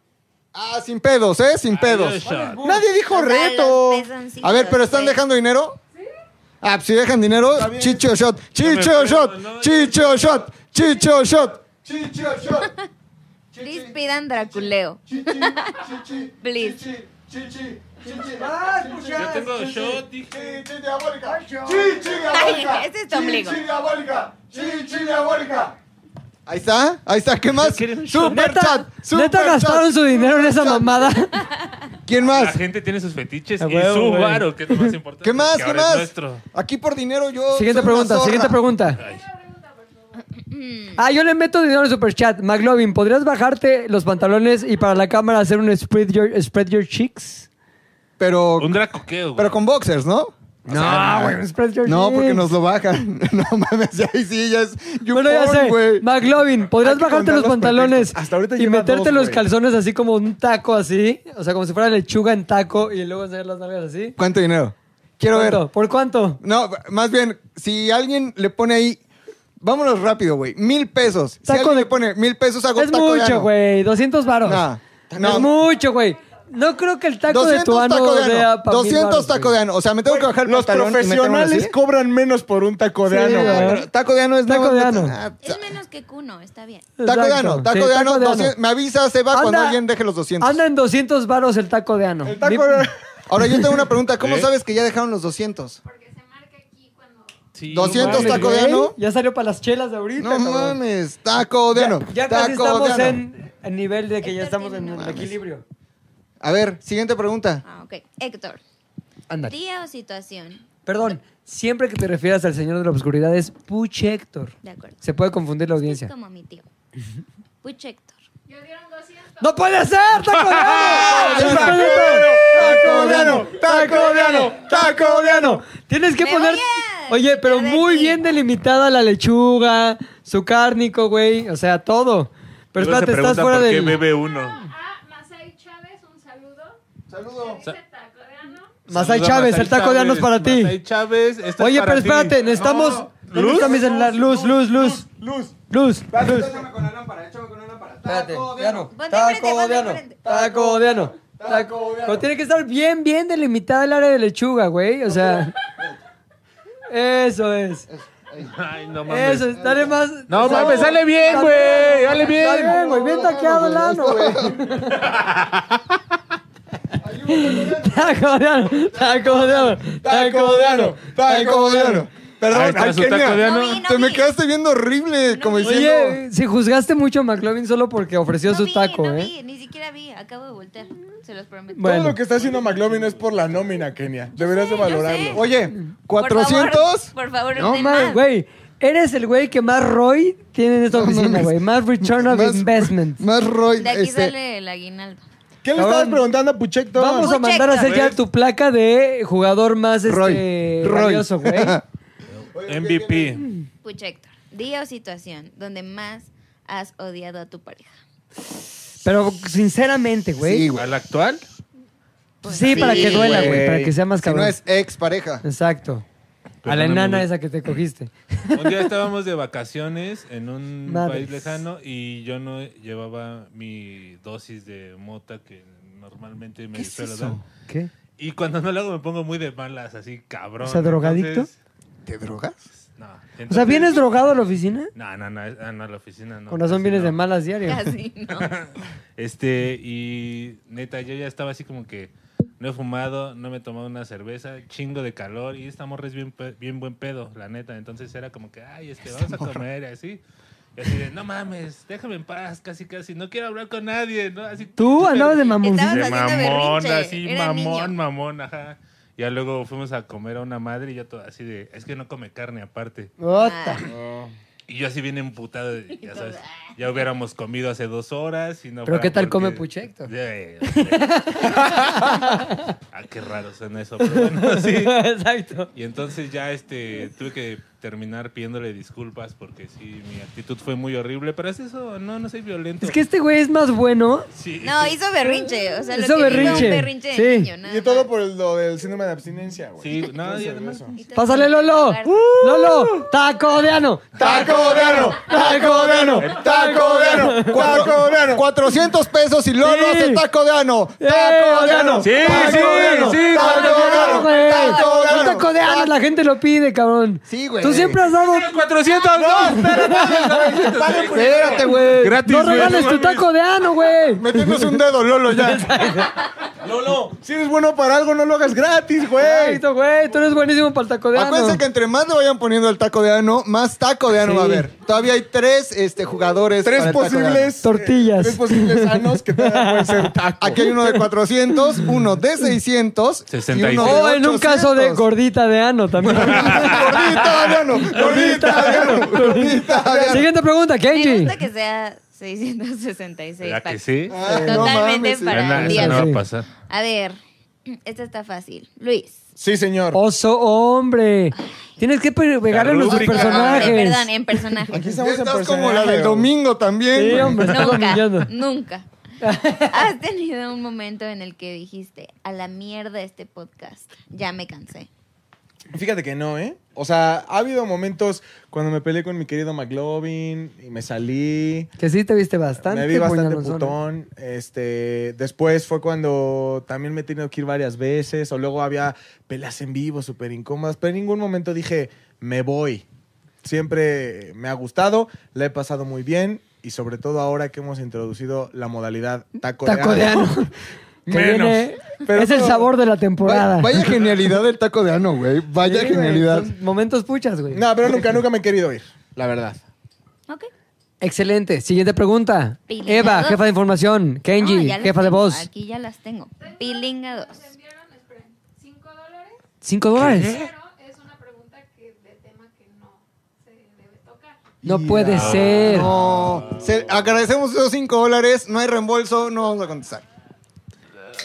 [SPEAKER 2] Ah, sin pedos, ¿eh? Sin pedos.
[SPEAKER 4] Shot.
[SPEAKER 2] Nadie dijo
[SPEAKER 5] O sea,
[SPEAKER 2] reto.
[SPEAKER 5] los pezoncitos,
[SPEAKER 2] A ver, pero ¿están
[SPEAKER 5] güey.
[SPEAKER 2] dejando dinero? Ah, pues si dejan dinero, chicho shot, chicho
[SPEAKER 4] pedo,
[SPEAKER 2] shot,
[SPEAKER 4] no,
[SPEAKER 2] chicho shot, chicho shot, chicho shot.
[SPEAKER 5] Please pidan Draculeo. Please.
[SPEAKER 2] Chichi, chichi, chichi.
[SPEAKER 4] Yo tengo shot, dije.
[SPEAKER 2] Chichi diabólica. Chichi diabólica.
[SPEAKER 5] Ese es tu ombligo.
[SPEAKER 2] Chichi diabólica. Chichi diabólica. Ahí está, ahí está, ¿qué más? Super
[SPEAKER 1] neta,
[SPEAKER 2] chat, super
[SPEAKER 1] neta
[SPEAKER 2] chat.
[SPEAKER 1] gastaron su dinero en esa
[SPEAKER 2] Superchat.
[SPEAKER 1] mamada.
[SPEAKER 2] ¿Quién
[SPEAKER 4] La
[SPEAKER 2] más?
[SPEAKER 4] gente tiene sus fetiches
[SPEAKER 1] A
[SPEAKER 4] y
[SPEAKER 1] huevo,
[SPEAKER 4] su
[SPEAKER 1] güey.
[SPEAKER 4] varo, que es lo más importante.
[SPEAKER 2] ¿Qué más?
[SPEAKER 4] que
[SPEAKER 2] ¿Qué
[SPEAKER 4] ahora es
[SPEAKER 2] más?
[SPEAKER 4] nuestro.
[SPEAKER 2] Aquí por dinero yo.
[SPEAKER 1] siguiente
[SPEAKER 2] soy una
[SPEAKER 1] pregunta,
[SPEAKER 2] zorra.
[SPEAKER 1] siguiente pregunta. Ah, yo le meto dinero al superchat. McLovin, ¿podrías bajarte los pantalones y para la cámara hacer un spread your, spread your cheeks?
[SPEAKER 2] Pero,
[SPEAKER 4] Un dracoqueo, güey.
[SPEAKER 2] pero con boxers, ¿no?
[SPEAKER 1] No, güey, un Ah, spread your
[SPEAKER 2] Ah, No,
[SPEAKER 1] cheeks.
[SPEAKER 2] porque nos lo bajan. No mames, ya ahí sí, ya es. You
[SPEAKER 1] Bueno, ya
[SPEAKER 2] porn,
[SPEAKER 1] sé.
[SPEAKER 2] güey.
[SPEAKER 1] McLovin, ¿podrías
[SPEAKER 2] Hay que
[SPEAKER 1] bajarte
[SPEAKER 2] contar
[SPEAKER 1] los
[SPEAKER 2] los
[SPEAKER 1] pantalones
[SPEAKER 3] pretextos. Hasta ahorita
[SPEAKER 1] y
[SPEAKER 3] lleva
[SPEAKER 1] meterte
[SPEAKER 3] dos,
[SPEAKER 1] los
[SPEAKER 3] güey.
[SPEAKER 1] calzones así como un taco así? O sea, como si fuera lechuga en taco y luego enseñar las nalgas así.
[SPEAKER 2] ¿Cuánto dinero? Quiero ver.
[SPEAKER 1] ¿Cuánto? ¿Por cuánto?
[SPEAKER 2] No, más bien, si alguien le pone ahí, vámonos rápido, güey, mil pesos. si
[SPEAKER 1] Taco
[SPEAKER 2] alguien
[SPEAKER 1] de-
[SPEAKER 2] le pone mil pesos, hago
[SPEAKER 1] Es
[SPEAKER 2] taco de ano.
[SPEAKER 1] mucho, güey. 200 varos.
[SPEAKER 2] No,
[SPEAKER 1] Es
[SPEAKER 2] no.
[SPEAKER 1] mucho, güey. No creo que el taco de
[SPEAKER 2] 200
[SPEAKER 1] tu ano
[SPEAKER 2] taco de
[SPEAKER 1] sea
[SPEAKER 2] ano.
[SPEAKER 1] para
[SPEAKER 2] 200 taco de ano. O sea, me tengo que bajar el
[SPEAKER 3] Los
[SPEAKER 2] pantalón y meter uno
[SPEAKER 3] profesionales
[SPEAKER 2] así.
[SPEAKER 3] cobran menos por un taco de
[SPEAKER 1] Sí,
[SPEAKER 3] ano,
[SPEAKER 1] güey.
[SPEAKER 3] güey.
[SPEAKER 2] Ah, pero Taco de ano es
[SPEAKER 1] Taco
[SPEAKER 2] nada
[SPEAKER 1] de
[SPEAKER 2] más-
[SPEAKER 1] ano.
[SPEAKER 2] Ah,
[SPEAKER 5] Es menos que cuno, está bien.
[SPEAKER 2] Taco de ano, taco de ano, 200. me avisa, se va cuando
[SPEAKER 1] Anda-
[SPEAKER 2] alguien deje los 200.
[SPEAKER 1] Anda en 200 varos el taco de ano.
[SPEAKER 3] El taco de ano.
[SPEAKER 2] Ahora yo tengo una pregunta, ¿cómo sabes que ya dejaron los 200?
[SPEAKER 8] Porque se marca aquí cuando...
[SPEAKER 4] Sí,
[SPEAKER 2] 200
[SPEAKER 4] mames,
[SPEAKER 2] taco de
[SPEAKER 1] Güey,
[SPEAKER 2] ano.
[SPEAKER 1] Ya salió para las chelas de ahorita.
[SPEAKER 2] No
[SPEAKER 1] cabrón.
[SPEAKER 2] mames, taco de ano.
[SPEAKER 1] Ya, ya
[SPEAKER 2] taco
[SPEAKER 1] casi estamos
[SPEAKER 2] de ano.
[SPEAKER 1] en en nivel de que ya estamos en el
[SPEAKER 5] Mames.
[SPEAKER 1] equilibrio.
[SPEAKER 2] A ver, siguiente pregunta.
[SPEAKER 5] Ah, ok. Héctor,
[SPEAKER 1] Anda.
[SPEAKER 5] día o situación.
[SPEAKER 1] Perdón, siempre que te refieras al señor de la obscuridad es Puch Héctor.
[SPEAKER 5] De acuerdo.
[SPEAKER 1] Se puede confundir la
[SPEAKER 5] Es
[SPEAKER 1] audiencia.
[SPEAKER 5] como mi tío. Puch Héctor.
[SPEAKER 8] Ya dieron 200.
[SPEAKER 1] ¡No puede ser! ¡Taco de ano!
[SPEAKER 2] ¡Taco
[SPEAKER 1] ¡Taco de ano! ¡Taco de ano! ¡Taco de ano! Tienes que
[SPEAKER 5] Me
[SPEAKER 1] poner.
[SPEAKER 5] voy a
[SPEAKER 1] Oye, pero
[SPEAKER 5] quitar de
[SPEAKER 1] muy
[SPEAKER 5] aquí.
[SPEAKER 1] bien delimitada la lechuga, su cárnico, güey. O sea, todo. Pero
[SPEAKER 4] Luego se
[SPEAKER 1] espérate, estás
[SPEAKER 4] pregunta
[SPEAKER 1] fuera
[SPEAKER 4] por qué
[SPEAKER 1] del.
[SPEAKER 4] bebe uno.
[SPEAKER 8] A Masai Chávez, un saludo.
[SPEAKER 2] Saludos.
[SPEAKER 8] Dice taco de ano.
[SPEAKER 1] Masai
[SPEAKER 4] Saluda a
[SPEAKER 1] Chávez, el taco de ano es
[SPEAKER 4] Chávez.
[SPEAKER 1] para ti.
[SPEAKER 4] Masai Chávez, esto es
[SPEAKER 1] Oye,
[SPEAKER 4] para
[SPEAKER 1] pero
[SPEAKER 4] ti.
[SPEAKER 1] espérate, necesitamos.
[SPEAKER 4] No,
[SPEAKER 1] ¿Dónde
[SPEAKER 4] ¿Luz?
[SPEAKER 1] está mi celular? Luz, luz, luz.
[SPEAKER 3] Luz.
[SPEAKER 1] Luz.
[SPEAKER 3] Échame con la lámpara, échame con la lámpara.
[SPEAKER 1] Espérate,
[SPEAKER 3] Taco de
[SPEAKER 1] ya
[SPEAKER 3] ano.
[SPEAKER 1] no.
[SPEAKER 5] Ponte enfrente,
[SPEAKER 1] Taco
[SPEAKER 5] ponte
[SPEAKER 1] de ano.
[SPEAKER 5] enfrente.
[SPEAKER 1] Taco de ano.
[SPEAKER 3] Taco de ano.
[SPEAKER 1] Pero tiene que estar bien, bien delimitada el área de lechuga, güey. O sea. Eso es.
[SPEAKER 4] Ay, no mames.
[SPEAKER 1] Eso es. Dale más.
[SPEAKER 4] No mames, sale bien, güey. Sale bien.
[SPEAKER 1] Sale bien, güey. Bien taqueado el ano, güey. Taco de ano. Taco de ano. Taco de ano.
[SPEAKER 2] Taco de ano.
[SPEAKER 4] Ahí
[SPEAKER 2] Perdón,
[SPEAKER 4] está
[SPEAKER 2] ay,
[SPEAKER 4] su
[SPEAKER 2] Kenia,
[SPEAKER 4] taco de ano.
[SPEAKER 5] No vi, no
[SPEAKER 2] Te me
[SPEAKER 5] vi.
[SPEAKER 2] quedaste viendo horrible, como diciendo.
[SPEAKER 1] Oye, si juzgaste mucho a McLovin solo porque ofreció
[SPEAKER 5] No
[SPEAKER 1] su
[SPEAKER 5] vi,
[SPEAKER 1] taco,
[SPEAKER 5] no
[SPEAKER 1] ¿eh?
[SPEAKER 5] vi, ni siquiera vi. Acabo de voltear. Se los prometo.
[SPEAKER 1] Bueno.
[SPEAKER 3] Todo lo que está haciendo McLovin es por la nómina, Kenia. Deberías de
[SPEAKER 5] sé, yo
[SPEAKER 3] valorarlo.
[SPEAKER 5] sé.
[SPEAKER 2] Oye,
[SPEAKER 5] Por favor,
[SPEAKER 2] 400.
[SPEAKER 5] Por favor, este,
[SPEAKER 1] No
[SPEAKER 5] den
[SPEAKER 1] mames,
[SPEAKER 5] más.
[SPEAKER 1] güey. Eres el güey que más ROI tiene en esta
[SPEAKER 2] No
[SPEAKER 1] oficina,
[SPEAKER 2] mames.
[SPEAKER 1] güey. Más return of
[SPEAKER 2] Más-
[SPEAKER 1] investment.
[SPEAKER 2] Más Roy.
[SPEAKER 5] De aquí
[SPEAKER 2] este,
[SPEAKER 5] sale el aguinaldo.
[SPEAKER 3] ¿Qué le
[SPEAKER 1] Cabrón.
[SPEAKER 3] estabas preguntando a Puchecto?
[SPEAKER 1] Vamos a
[SPEAKER 5] Muchector.
[SPEAKER 1] mandar a hacer ya tu placa de jugador más este,
[SPEAKER 2] Roy. Roy.
[SPEAKER 1] valioso, güey.
[SPEAKER 4] MVP.
[SPEAKER 5] Pucha, Héctor. Día o situación donde más has odiado a tu pareja.
[SPEAKER 1] Pero sinceramente, güey.
[SPEAKER 2] Sí,
[SPEAKER 1] Sí,
[SPEAKER 2] güey.
[SPEAKER 4] ¿Al actual?
[SPEAKER 1] para que
[SPEAKER 2] Sí,
[SPEAKER 1] duela, güey. Para que sea más
[SPEAKER 2] Si
[SPEAKER 1] cabrón.
[SPEAKER 2] no es ex pareja.
[SPEAKER 1] Exacto. A la
[SPEAKER 4] Perdóname,
[SPEAKER 1] enana
[SPEAKER 4] güey.
[SPEAKER 1] esa que te cogiste.
[SPEAKER 4] Un día estábamos de vacaciones en un
[SPEAKER 1] Madres.
[SPEAKER 4] país lejano y yo no llevaba mi dosis de mota que normalmente me suelo dar.
[SPEAKER 1] ¿Qué?
[SPEAKER 4] Y cuando no lo hago me pongo muy de malas, así cabrón.
[SPEAKER 1] O sea, ¿drogadicto?
[SPEAKER 4] Entonces,
[SPEAKER 2] ¿Te drogas?
[SPEAKER 4] no.
[SPEAKER 1] O sea,
[SPEAKER 4] Entonces-
[SPEAKER 1] ¿vienes drogado a la oficina?
[SPEAKER 4] No, no, no, ah, no, a la oficina no.
[SPEAKER 1] Con razón
[SPEAKER 4] Así
[SPEAKER 1] vienes
[SPEAKER 4] no.
[SPEAKER 1] de malas diarias.
[SPEAKER 5] Casi, ¿no?
[SPEAKER 4] Este, y neta, yo ya estaba así como que no he fumado, no me he tomado una cerveza, chingo de calor y esta morra es bien, pe- bien buen pedo, la neta. Entonces era como que, ay, este, vamos a comer y así. Y así de, no mames, déjame en paz, casi, casi, no quiero hablar con nadie, ¿no? Así,
[SPEAKER 1] Tú
[SPEAKER 4] súper-
[SPEAKER 1] andabas de
[SPEAKER 5] Estabas-
[SPEAKER 1] mamoncito.
[SPEAKER 4] de
[SPEAKER 5] haciendo
[SPEAKER 4] mamón,
[SPEAKER 5] berrinche,
[SPEAKER 4] así,
[SPEAKER 5] era
[SPEAKER 4] mamón,
[SPEAKER 5] niño.
[SPEAKER 4] mamón, ajá. Ya luego fuimos a comer a una madre y yo todo así de, es que no come carne aparte.
[SPEAKER 1] Ota.
[SPEAKER 4] Y yo así bien emputado, de- ya sabes, ya hubiéramos comido hace dos horas y no
[SPEAKER 1] Pero
[SPEAKER 4] fuera
[SPEAKER 1] ¿qué tal
[SPEAKER 4] porque-
[SPEAKER 1] come Puchector?
[SPEAKER 4] Ya, ya, ya. ah, qué raro suena eso, pero bueno, sí.
[SPEAKER 1] Exacto.
[SPEAKER 4] Y entonces ya este tuve que terminar pidiéndole disculpas porque sí, mi actitud fue muy horrible, pero es eso, no, no soy violento.
[SPEAKER 1] Es que este güey es más bueno.
[SPEAKER 4] Sí.
[SPEAKER 5] No, hizo berrinche. O sea, lo
[SPEAKER 1] Hizo
[SPEAKER 5] que digo,
[SPEAKER 1] berrinche,
[SPEAKER 5] un berrinche de
[SPEAKER 1] sí.
[SPEAKER 5] niño, nada
[SPEAKER 3] Y todo
[SPEAKER 5] más.
[SPEAKER 3] por el- lo del síndrome de abstinencia, güey.
[SPEAKER 4] Sí, no, y
[SPEAKER 3] Entonces,
[SPEAKER 4] además-
[SPEAKER 3] eso.
[SPEAKER 5] Y todo
[SPEAKER 1] Pásale,
[SPEAKER 5] por
[SPEAKER 1] Lolo. Uh,
[SPEAKER 5] jugar.
[SPEAKER 1] Lolo, taco de ano.
[SPEAKER 2] ¡Taco de ano! ¡Taco de ano! ¡Taco de ano! ¡Taco de ano! 400 pesos y Lolo
[SPEAKER 1] Sí.
[SPEAKER 2] hace taco de ano. ¡Taco
[SPEAKER 1] ¡Eh,
[SPEAKER 2] de ano!
[SPEAKER 1] sí,
[SPEAKER 2] ¡Taco
[SPEAKER 4] sí,
[SPEAKER 2] de ano!
[SPEAKER 4] sí,
[SPEAKER 2] ¡Taco de ano!
[SPEAKER 1] güey.
[SPEAKER 2] ¡Taco de ano!
[SPEAKER 1] Un taco de ano, la gente lo pide, cabrón.
[SPEAKER 2] Sí, güey.
[SPEAKER 1] Tú siempre has dado.
[SPEAKER 4] 400 no,
[SPEAKER 2] Espérate, güey.
[SPEAKER 4] gratis.
[SPEAKER 1] No
[SPEAKER 4] güey,
[SPEAKER 1] regales
[SPEAKER 4] no
[SPEAKER 1] tu
[SPEAKER 4] mames.
[SPEAKER 1] taco de ano, güey.
[SPEAKER 2] Meternos un dedo, Lolo, ya.
[SPEAKER 3] Lolo, si eres bueno para algo, no lo hagas gratis, güey.
[SPEAKER 1] Perfecto, güey. Tú eres buenísimo para el taco de ano.
[SPEAKER 2] Acuérdense que entre más le vayan poniendo el taco de ano, más taco de ano
[SPEAKER 1] Sí.
[SPEAKER 2] va a haber. Todavía hay tres este, jugadores.
[SPEAKER 3] Tres
[SPEAKER 2] para el taco de ano.
[SPEAKER 3] posibles. eh,
[SPEAKER 1] Tortillas.
[SPEAKER 3] Tres
[SPEAKER 2] pues,
[SPEAKER 3] posibles sanos que te pueden ser taco.
[SPEAKER 2] Aquí hay uno de 400, uno de 600 y
[SPEAKER 4] 66.
[SPEAKER 2] uno de
[SPEAKER 1] O Oh, en un
[SPEAKER 2] 800.
[SPEAKER 1] caso de gordita de ano también.
[SPEAKER 2] gordita de ano, gordita de ano, gordita de ano.
[SPEAKER 1] Siguiente pregunta,
[SPEAKER 5] Me
[SPEAKER 1] Kenji.
[SPEAKER 5] gusta que sea 666.
[SPEAKER 4] ¿Verdad
[SPEAKER 5] para-
[SPEAKER 4] que sí?
[SPEAKER 2] Ay, no
[SPEAKER 5] Totalmente
[SPEAKER 2] mames, sí.
[SPEAKER 5] para
[SPEAKER 4] Ana,
[SPEAKER 5] el
[SPEAKER 4] eso
[SPEAKER 5] día.
[SPEAKER 4] no va
[SPEAKER 1] Sí.
[SPEAKER 4] a pasar.
[SPEAKER 5] A ver, esta está fácil. Luis.
[SPEAKER 3] Sí, señor.
[SPEAKER 2] Oh.
[SPEAKER 1] Oso, hombre. Tienes que pe- pegarle a los
[SPEAKER 4] rúbrica.
[SPEAKER 5] Hombre,
[SPEAKER 1] personajes.
[SPEAKER 5] perdón, eh, en personaje.
[SPEAKER 3] Aquí
[SPEAKER 2] Ya
[SPEAKER 3] estamos en
[SPEAKER 2] Estás
[SPEAKER 3] personaje,
[SPEAKER 2] como la del
[SPEAKER 3] güey.
[SPEAKER 2] domingo también.
[SPEAKER 1] Sí,
[SPEAKER 2] güey.
[SPEAKER 1] hombre, estás humillando.
[SPEAKER 5] eh. Nunca, nunca. ¿Has tenido un momento en el que dijiste, a la mierda este podcast, ya me cansé?
[SPEAKER 3] Fíjate que no, ¿eh? O sea, ha habido momentos cuando me peleé con mi querido McLovin y me salí.
[SPEAKER 1] Que sí te viste bastante.
[SPEAKER 3] me vi bastante
[SPEAKER 1] puñalonzona.
[SPEAKER 3] putón. Este, después fue cuando también me he tenido que ir varias veces. O luego había pelas en vivo súper incómodas. Pero en ningún momento dije, me voy. Siempre me ha gustado, la he pasado muy bien. Y sobre todo ahora que hemos introducido la modalidad taco,
[SPEAKER 1] Taco de ano. Que
[SPEAKER 3] Menos.
[SPEAKER 1] viene-
[SPEAKER 3] Pero
[SPEAKER 1] es el
[SPEAKER 3] todo-
[SPEAKER 1] sabor de la temporada.
[SPEAKER 2] Va- Vaya genialidad el taco de ano, güey. Vaya
[SPEAKER 1] Sí, güey,
[SPEAKER 2] genialidad.
[SPEAKER 1] son Momentos puchas, güey.
[SPEAKER 3] No, pero nunca, nunca me he querido ir, la verdad.
[SPEAKER 5] Ok.
[SPEAKER 1] Excelente. Siguiente pregunta.
[SPEAKER 5] Pilinga
[SPEAKER 1] Eva,
[SPEAKER 5] dos.
[SPEAKER 1] jefa de información.
[SPEAKER 5] No,
[SPEAKER 1] Kenji,
[SPEAKER 5] ya las
[SPEAKER 1] jefa de
[SPEAKER 5] tengo,
[SPEAKER 1] voz.
[SPEAKER 5] Aquí ya las tengo. Pilinga 2.
[SPEAKER 8] Nos enviaron, esperen, 5 dólares,
[SPEAKER 1] Cinco dólares.
[SPEAKER 8] pero es una pregunta que de tema que no se debe tocar.
[SPEAKER 1] No
[SPEAKER 3] Ya.
[SPEAKER 1] puede ser.
[SPEAKER 2] No, se- agradecemos esos 5 dólares, no hay reembolso, no vamos a contestar.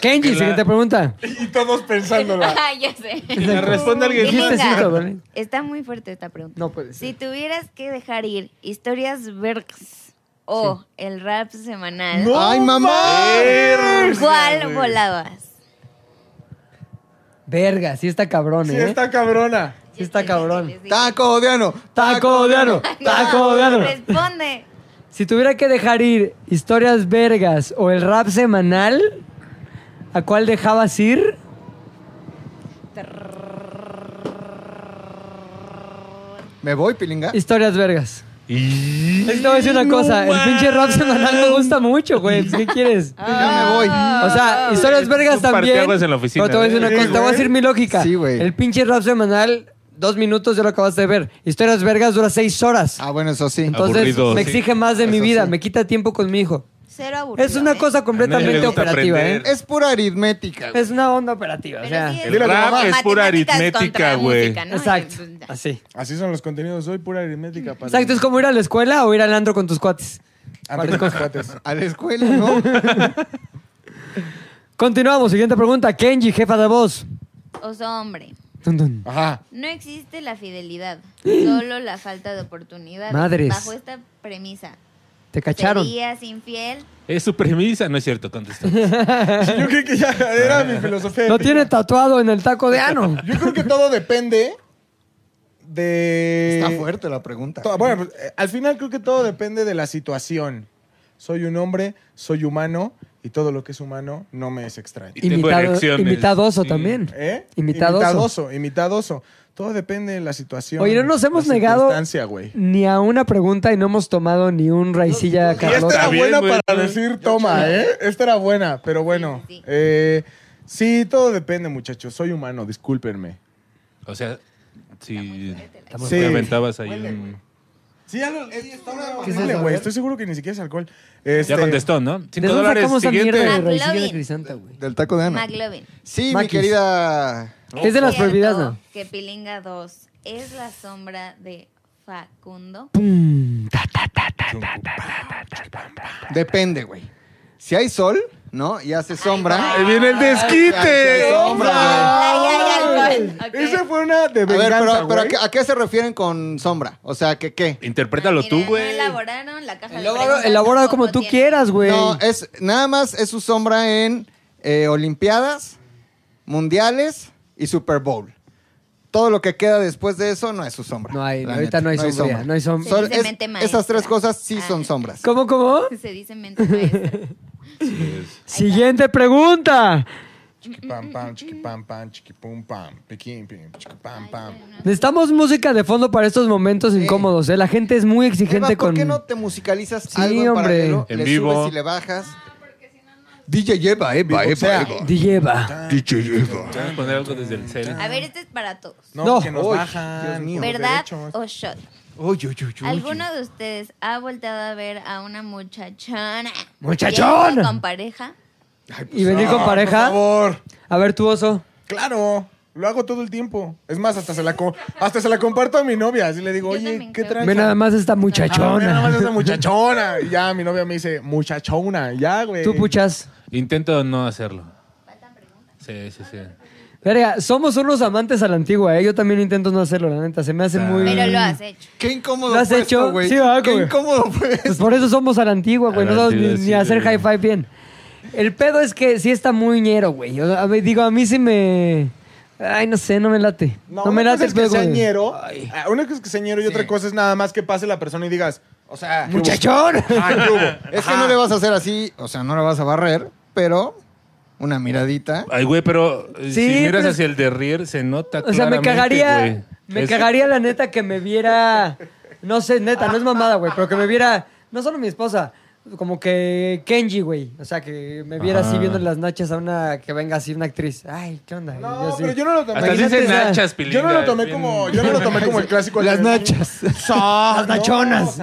[SPEAKER 1] Kenji,
[SPEAKER 4] Claro.
[SPEAKER 1] siguiente pregunta.
[SPEAKER 3] Y todos pensándola.
[SPEAKER 5] Ah, ya sé.
[SPEAKER 3] Y le responde alguien.
[SPEAKER 1] Dijiste
[SPEAKER 5] Venga.
[SPEAKER 1] cinco, ¿verdad?
[SPEAKER 5] Está muy fuerte esta pregunta.
[SPEAKER 1] No puede
[SPEAKER 5] Si
[SPEAKER 1] ser.
[SPEAKER 5] tuvieras que dejar ir historias vergs o el rap semanal,
[SPEAKER 3] ¡No
[SPEAKER 2] ¡Ay, mamá!
[SPEAKER 3] mames!
[SPEAKER 5] ¿cuál volabas?
[SPEAKER 1] Verga, sí está cabrón,
[SPEAKER 3] Sí,
[SPEAKER 1] ¿eh?
[SPEAKER 3] está cabrona.
[SPEAKER 1] Sí está cabrón.
[SPEAKER 2] Taco odiano,
[SPEAKER 1] Taco de ano, taco de ano.
[SPEAKER 5] Responde.
[SPEAKER 1] Si tuviera que dejar ir historias vergas o el rap semanal, ¿a cuál dejabas ir?
[SPEAKER 2] Me voy, pilinga.
[SPEAKER 1] Historias vergas.
[SPEAKER 4] Y...
[SPEAKER 1] Es que te voy a decir una cosa, el pinche rap semanal me gusta mucho, güey. pues, ¿Qué quieres?
[SPEAKER 2] Ya
[SPEAKER 1] Ah.
[SPEAKER 2] me voy.
[SPEAKER 1] O
[SPEAKER 4] Ah,
[SPEAKER 1] sea, historias vergas
[SPEAKER 4] un
[SPEAKER 1] también.
[SPEAKER 4] parteaguas en la oficina,
[SPEAKER 1] pero te voy a decir una
[SPEAKER 3] ¿eh?
[SPEAKER 1] cosa, te
[SPEAKER 3] Sí,
[SPEAKER 1] voy a
[SPEAKER 3] güey.
[SPEAKER 1] decir mi lógica.
[SPEAKER 2] Sí, güey.
[SPEAKER 1] El pinche rap semanal, dos minutos ya lo acabas de ver. Historias vergas dura seis horas.
[SPEAKER 2] Ah, bueno, eso sí.
[SPEAKER 1] Entonces
[SPEAKER 4] aburrido,
[SPEAKER 1] me
[SPEAKER 4] sí.
[SPEAKER 1] exige más de mi
[SPEAKER 2] Eso
[SPEAKER 1] vida,
[SPEAKER 2] sí.
[SPEAKER 1] me quita tiempo con mi hijo.
[SPEAKER 5] Cero aburrido.
[SPEAKER 1] Es una
[SPEAKER 5] ¿eh?
[SPEAKER 1] cosa completamente
[SPEAKER 4] le gusta
[SPEAKER 1] operativa, ¿eh?
[SPEAKER 4] aprender.
[SPEAKER 2] Es pura aritmética. güey.
[SPEAKER 1] Es una onda operativa, o
[SPEAKER 5] Pero
[SPEAKER 1] sea.
[SPEAKER 5] sí es-
[SPEAKER 4] El
[SPEAKER 3] Dile a tu
[SPEAKER 4] rap
[SPEAKER 3] mamá.
[SPEAKER 4] es pura
[SPEAKER 5] Matemáticas
[SPEAKER 4] aritmética,
[SPEAKER 5] contra
[SPEAKER 4] güey.
[SPEAKER 5] música, ¿no?
[SPEAKER 1] Exacto.
[SPEAKER 5] Y, pues,
[SPEAKER 1] Así.
[SPEAKER 3] Así son los contenidos. Soy pura aritmética. padre.
[SPEAKER 1] Exacto, es como ir a la escuela o ir al andro con tus cuates.
[SPEAKER 3] Antes de los cuates.
[SPEAKER 2] A la escuela, ¿no?
[SPEAKER 1] Continuamos, siguiente pregunta. Kenji, jefa de voz.
[SPEAKER 5] Oso hombre.
[SPEAKER 1] Dun, dun.
[SPEAKER 3] Ajá.
[SPEAKER 5] No existe la fidelidad, solo la falta de oportunidad.
[SPEAKER 1] Madres.
[SPEAKER 5] Bajo esta premisa,
[SPEAKER 1] Te cacharon.
[SPEAKER 5] ¿serías infiel?
[SPEAKER 4] Es su premisa, no es cierto, contestó. Yo
[SPEAKER 3] Yo creo que ya era mi filosofía. de
[SPEAKER 1] Lo
[SPEAKER 3] vida.
[SPEAKER 1] tiene tatuado en el taco de ano.
[SPEAKER 3] Yo creo que todo depende de.
[SPEAKER 2] Está fuerte la pregunta.
[SPEAKER 3] To- Bueno, pues, eh, al final creo que todo depende de la situación. Soy un hombre, soy humano y todo lo que es humano no me es extraño.
[SPEAKER 4] Y tengo erecciones.
[SPEAKER 1] imitadoso
[SPEAKER 4] Sí.
[SPEAKER 1] también.
[SPEAKER 3] ¿Eh?
[SPEAKER 1] Imitadoso.
[SPEAKER 3] Imitadoso, imitadoso. Todo depende de la situación.
[SPEAKER 1] Oye, no nos hemos
[SPEAKER 3] la
[SPEAKER 1] negado-
[SPEAKER 3] circunstancia, güey.
[SPEAKER 1] Ni a una pregunta y no hemos tomado ni un raicilla
[SPEAKER 3] Y esta
[SPEAKER 1] Carlota.
[SPEAKER 3] era
[SPEAKER 4] Está bien,
[SPEAKER 3] buena
[SPEAKER 4] güey,
[SPEAKER 3] para
[SPEAKER 4] tú-
[SPEAKER 3] decir toma, ¿eh? Esta era buena, pero bueno.
[SPEAKER 5] Sí, sí, sí.
[SPEAKER 3] eh, sí, todo depende, muchachos. Soy humano, discúlpenme.
[SPEAKER 4] O sea, si
[SPEAKER 3] Sí.
[SPEAKER 4] te aventabas ahí un...
[SPEAKER 3] Sí, ya lo. Está
[SPEAKER 1] ¿Qué es
[SPEAKER 3] horrible,
[SPEAKER 1] eso?
[SPEAKER 3] güey. Estoy seguro que ni siquiera es alcohol.
[SPEAKER 4] Ya
[SPEAKER 3] Este-
[SPEAKER 4] contestó, ¿no? Cinco
[SPEAKER 1] ¿De dónde
[SPEAKER 4] dólares,
[SPEAKER 1] sacamos esa mierda de
[SPEAKER 4] siguiente.
[SPEAKER 1] raicilla de
[SPEAKER 5] McLovin.
[SPEAKER 1] crisanta, güey?
[SPEAKER 2] Del taco de ano.
[SPEAKER 5] McLovin.
[SPEAKER 2] Sí, mi
[SPEAKER 1] Maquis.
[SPEAKER 2] querida.
[SPEAKER 1] Es de las
[SPEAKER 5] Cierto
[SPEAKER 1] prohibidas, ¿no?
[SPEAKER 5] Que Pilinga 2 es la sombra de Facundo.
[SPEAKER 2] Depende, güey. Si hay sol, ¿no? Y hace sombra.
[SPEAKER 4] Ahí viene el desquite.
[SPEAKER 2] Ay, sombra, güey.
[SPEAKER 5] Ay, ay, ay, ay.
[SPEAKER 3] Esa fue una de
[SPEAKER 2] A ver,
[SPEAKER 3] venganza,
[SPEAKER 2] pero, pero ¿a,
[SPEAKER 3] güey.
[SPEAKER 2] qué, a qué se refieren con sombra? O sea, ¿que qué?
[SPEAKER 4] Interprétalo
[SPEAKER 5] Ah, mira,
[SPEAKER 4] tú,
[SPEAKER 5] No
[SPEAKER 4] güey.
[SPEAKER 5] elaboraron la caja de
[SPEAKER 1] Elabora,
[SPEAKER 5] preguntas,
[SPEAKER 1] elabora
[SPEAKER 5] tampoco
[SPEAKER 1] como tú
[SPEAKER 5] tiene.
[SPEAKER 1] quieras, güey.
[SPEAKER 2] No, es, nada más es su sombra en eh, Olimpiadas, Mundiales y Super Bowl. Todo lo que queda después de eso no es su sombra.
[SPEAKER 1] No hay,
[SPEAKER 2] la
[SPEAKER 1] ahorita
[SPEAKER 2] neta,
[SPEAKER 1] no hay sombría, no hay som-
[SPEAKER 5] Sí,
[SPEAKER 2] Sol-
[SPEAKER 5] se
[SPEAKER 2] es-
[SPEAKER 5] mente maestra.
[SPEAKER 2] esas tres cosas sí
[SPEAKER 5] Ah.
[SPEAKER 2] son sombras.
[SPEAKER 1] ¿Cómo, cómo?
[SPEAKER 5] Se dice mente maestra.
[SPEAKER 1] Siguiente pregunta.
[SPEAKER 3] Pam, pam, chiqui, pam, pam, chiqui, pum, pam, piquín, pim, chiqui, pam, pam.
[SPEAKER 1] Necesitamos música de fondo para estos momentos incómodos, ¿eh? La gente es muy
[SPEAKER 2] Eva,
[SPEAKER 1] exigente
[SPEAKER 2] ¿Por
[SPEAKER 1] con...
[SPEAKER 2] qué no te musicalizas
[SPEAKER 1] Sí,
[SPEAKER 2] algo en
[SPEAKER 1] hombre.
[SPEAKER 2] paralelo?
[SPEAKER 4] En
[SPEAKER 2] le
[SPEAKER 4] vivo.
[SPEAKER 2] subes y le bajas. DJ Eva, Eva,
[SPEAKER 3] Eva, Eva.
[SPEAKER 1] Lleva.
[SPEAKER 2] DJ Eva.
[SPEAKER 4] Te van a poner algo desde el cel.
[SPEAKER 5] A ver, este es para todos.
[SPEAKER 3] No,
[SPEAKER 1] No,
[SPEAKER 3] porque nos
[SPEAKER 2] uy,
[SPEAKER 3] bajan.
[SPEAKER 2] Dios mío.
[SPEAKER 3] los
[SPEAKER 5] ¿Verdad
[SPEAKER 3] derechos.
[SPEAKER 5] o shot?
[SPEAKER 2] Uy, uy, uy, uy.
[SPEAKER 5] ¿Alguno de ustedes ha volteado a ver a una muchachona?
[SPEAKER 1] ¡Muchachona!
[SPEAKER 5] yendo ¿Con pareja?
[SPEAKER 1] ¿Y venir con
[SPEAKER 3] Ah,
[SPEAKER 1] pareja?
[SPEAKER 3] Por favor.
[SPEAKER 1] A ver, tu oso.
[SPEAKER 3] Claro. Lo hago todo el tiempo. Es más, hasta se la, co- hasta se la comparto a mi novia. Así le digo,
[SPEAKER 5] Yo
[SPEAKER 3] oye,
[SPEAKER 5] también
[SPEAKER 3] ¿qué
[SPEAKER 5] creo.
[SPEAKER 3] tranza?
[SPEAKER 1] Ve nada más esta
[SPEAKER 3] Ah, ve nada más
[SPEAKER 1] muchachona.
[SPEAKER 3] esa muchachona. Y ya mi novia me dice, muchachona. Ya, güey.
[SPEAKER 1] Tú puchas.
[SPEAKER 4] Intento no hacerlo. Sí, sí, sí.
[SPEAKER 1] Verga, somos unos amantes a la antigua, ¿eh? Yo también intento no hacerlo, la neta. Se me hace muy...
[SPEAKER 5] Pero lo has hecho.
[SPEAKER 2] Qué incómodo
[SPEAKER 1] ¿Lo has
[SPEAKER 2] fue
[SPEAKER 1] hecho?
[SPEAKER 2] esto, güey.
[SPEAKER 1] Sí, ¿verdad,
[SPEAKER 2] Qué
[SPEAKER 1] güey?
[SPEAKER 2] incómodo fue esto.
[SPEAKER 1] Pues por eso somos a la antigua, güey.
[SPEAKER 4] A la
[SPEAKER 1] No sabemos ni,
[SPEAKER 4] antigua,
[SPEAKER 1] ni
[SPEAKER 4] sí,
[SPEAKER 1] hacer
[SPEAKER 4] güey.
[SPEAKER 1] high five bien. El pedo es que sí está muy ñero, güey. O- a ver, digo, a mí sí me... Ay, no sé, no me late. No, me
[SPEAKER 3] una
[SPEAKER 1] late
[SPEAKER 3] cosa
[SPEAKER 1] el
[SPEAKER 3] es que
[SPEAKER 1] pedo.
[SPEAKER 3] sea
[SPEAKER 1] güey.
[SPEAKER 3] ñero. Ah, Una cosa es que sea ñero y otra cosa es nada más que pase la persona y digas, o sea... ¿qué hubo?
[SPEAKER 1] ¡Muchachón!
[SPEAKER 3] Ah, ¿qué hubo?
[SPEAKER 2] pues, Es que no le vas a hacer así, o sea, no la vas a barrer, pero una miradita.
[SPEAKER 4] Ay, güey, pero eh,
[SPEAKER 1] Sí,
[SPEAKER 4] si miras
[SPEAKER 1] pero-
[SPEAKER 4] hacia el derrier, se nota
[SPEAKER 1] O sea, me
[SPEAKER 4] claramente,
[SPEAKER 1] cagaría.
[SPEAKER 4] güey.
[SPEAKER 1] Me
[SPEAKER 4] Es-
[SPEAKER 1] cagaría la neta que me viera. No sé, neta, no es mamada, güey, pero que me viera. No solo mi esposa, como que Kenji, güey. O sea, que me viera así
[SPEAKER 4] Ajá.
[SPEAKER 1] viendo las nachas a una que venga así una actriz. Ay, ¿qué onda? Y
[SPEAKER 3] No,
[SPEAKER 1] así.
[SPEAKER 3] pero yo no lo tomé.
[SPEAKER 4] Hasta
[SPEAKER 1] Imagínate
[SPEAKER 4] dicen
[SPEAKER 1] esa-
[SPEAKER 4] nachas, pilinga.
[SPEAKER 3] Yo no lo tomé
[SPEAKER 4] bien-
[SPEAKER 3] como, yo no lo tomé como el clásico.
[SPEAKER 2] Las
[SPEAKER 3] de-
[SPEAKER 2] nachas.
[SPEAKER 1] Las nachonas.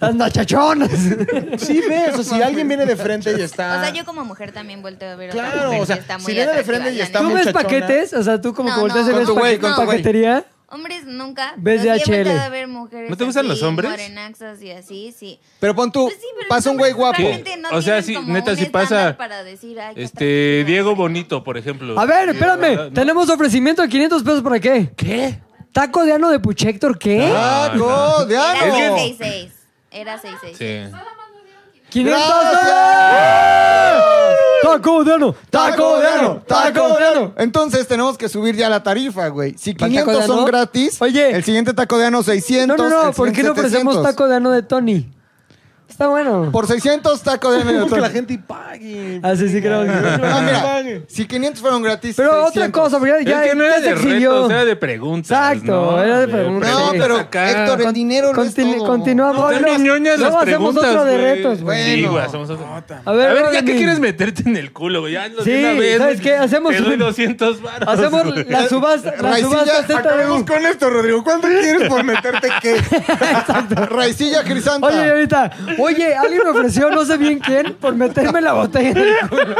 [SPEAKER 1] Las nachachonas.
[SPEAKER 3] Sí ves, o si alguien viene de frente y está.
[SPEAKER 5] O sea, yo como mujer también volteo a ver a
[SPEAKER 3] Ah. Claro,
[SPEAKER 5] otra mujer
[SPEAKER 3] o sea,
[SPEAKER 5] que está muy
[SPEAKER 3] si viene de
[SPEAKER 5] atractiva,
[SPEAKER 3] frente y
[SPEAKER 5] la
[SPEAKER 3] está
[SPEAKER 1] ¿Tú
[SPEAKER 5] neta.
[SPEAKER 1] ves
[SPEAKER 3] muchachona.
[SPEAKER 1] paquetes? O sea, tú como
[SPEAKER 5] No,
[SPEAKER 1] que volteas
[SPEAKER 5] no.
[SPEAKER 1] y
[SPEAKER 5] Con
[SPEAKER 1] ves
[SPEAKER 5] tu güey,
[SPEAKER 1] paquete-
[SPEAKER 5] con tu güey.
[SPEAKER 1] paquetería.
[SPEAKER 5] Hombres nunca.
[SPEAKER 1] Ves
[SPEAKER 5] pero sí he
[SPEAKER 1] DHL.
[SPEAKER 5] volteado a ver mujeres
[SPEAKER 4] ¿No te gustan
[SPEAKER 5] así,
[SPEAKER 4] los hombres?
[SPEAKER 5] morenaxas y así, sí.
[SPEAKER 2] Pero pon tú,
[SPEAKER 5] Pues sí, pero
[SPEAKER 2] pasa
[SPEAKER 5] los
[SPEAKER 2] un güey
[SPEAKER 5] hombres
[SPEAKER 2] guapo.
[SPEAKER 5] realmente no
[SPEAKER 4] O sea,
[SPEAKER 5] tienen
[SPEAKER 4] sí,
[SPEAKER 5] como
[SPEAKER 4] neta,
[SPEAKER 5] un
[SPEAKER 4] sí
[SPEAKER 5] estándar
[SPEAKER 4] pasa,
[SPEAKER 5] Para decir, ay, qué
[SPEAKER 4] Este,
[SPEAKER 5] atractivo.
[SPEAKER 4] Diego Bonito, por ejemplo.
[SPEAKER 1] A ver,
[SPEAKER 4] Sí,
[SPEAKER 1] espérame.
[SPEAKER 4] la verdad, ¿no?
[SPEAKER 1] Tenemos ofrecimiento de 500 pesos para qué.
[SPEAKER 4] ¿Qué? Ah.
[SPEAKER 1] ¿Taco de ano de Puchector qué?
[SPEAKER 2] Ah, ¡Taco de
[SPEAKER 5] Era
[SPEAKER 2] ano!
[SPEAKER 5] 666. Era 666.
[SPEAKER 4] Sí.
[SPEAKER 1] ¡500
[SPEAKER 2] ¡Gracias!
[SPEAKER 1] dólares! ¡Taco de ano! ¡Taco de ano! ¡Taco de ano!
[SPEAKER 2] Entonces tenemos que subir ya la tarifa, güey. Si
[SPEAKER 1] ¿Para el taco de
[SPEAKER 2] 500 son
[SPEAKER 1] ano?
[SPEAKER 2] gratis,
[SPEAKER 1] Oye.
[SPEAKER 2] el siguiente taco de ano 600.
[SPEAKER 1] No, no, no.
[SPEAKER 2] el
[SPEAKER 1] ¿Por qué no
[SPEAKER 2] siguiente
[SPEAKER 1] ofrecemos
[SPEAKER 2] 700.
[SPEAKER 1] taco de ano de Tony? Está bueno.
[SPEAKER 2] Por 600 taco de ano.
[SPEAKER 3] Queremos que la gente pague.
[SPEAKER 1] Ah, sí, sí, creo que-
[SPEAKER 2] Ah, mira,
[SPEAKER 3] pague.
[SPEAKER 2] si 500 fueron gratis.
[SPEAKER 1] Pero otra
[SPEAKER 2] 600.
[SPEAKER 1] cosa, porque ya, ya,
[SPEAKER 4] es que no
[SPEAKER 1] ya
[SPEAKER 4] era
[SPEAKER 1] se
[SPEAKER 4] de
[SPEAKER 1] exhibió.
[SPEAKER 4] retos, era de preguntas.
[SPEAKER 1] Exacto, era de preguntas.
[SPEAKER 2] No,
[SPEAKER 1] Sí.
[SPEAKER 2] pero
[SPEAKER 4] acá.
[SPEAKER 2] Héctor, el
[SPEAKER 1] Con-
[SPEAKER 2] dinero no es
[SPEAKER 1] continu-
[SPEAKER 2] todo.
[SPEAKER 1] Continuamos.
[SPEAKER 4] Están
[SPEAKER 1] Luego-
[SPEAKER 4] bien ñoñas
[SPEAKER 1] luego
[SPEAKER 4] las
[SPEAKER 1] hacemos
[SPEAKER 4] preguntas,
[SPEAKER 1] otro de
[SPEAKER 4] güey.
[SPEAKER 1] retos, güey.
[SPEAKER 4] Sí,
[SPEAKER 2] Bueno.
[SPEAKER 4] güey, hacemos otro.
[SPEAKER 1] A
[SPEAKER 4] A
[SPEAKER 1] ver,
[SPEAKER 4] ver,
[SPEAKER 1] órale.
[SPEAKER 4] ya que quieres meterte en el culo, güey. Hazlo
[SPEAKER 1] Sí,
[SPEAKER 4] de una vez.
[SPEAKER 1] ¿sabes
[SPEAKER 4] güey.
[SPEAKER 1] qué? Hacemos
[SPEAKER 4] Te doy
[SPEAKER 1] un-
[SPEAKER 4] 200 varos.
[SPEAKER 1] Hacemos
[SPEAKER 4] güey.
[SPEAKER 1] la subasta, la
[SPEAKER 2] Raicilla,
[SPEAKER 1] subasta ZDU.
[SPEAKER 3] Acabemos con esto, Rodrigo. ¿Cuánto quieres por meterte qué?
[SPEAKER 2] Raicilla Crisanta.
[SPEAKER 1] Oye, y ahorita, oye, alguien me ofreció, no sé bien quién, por meterme la botella en el culo.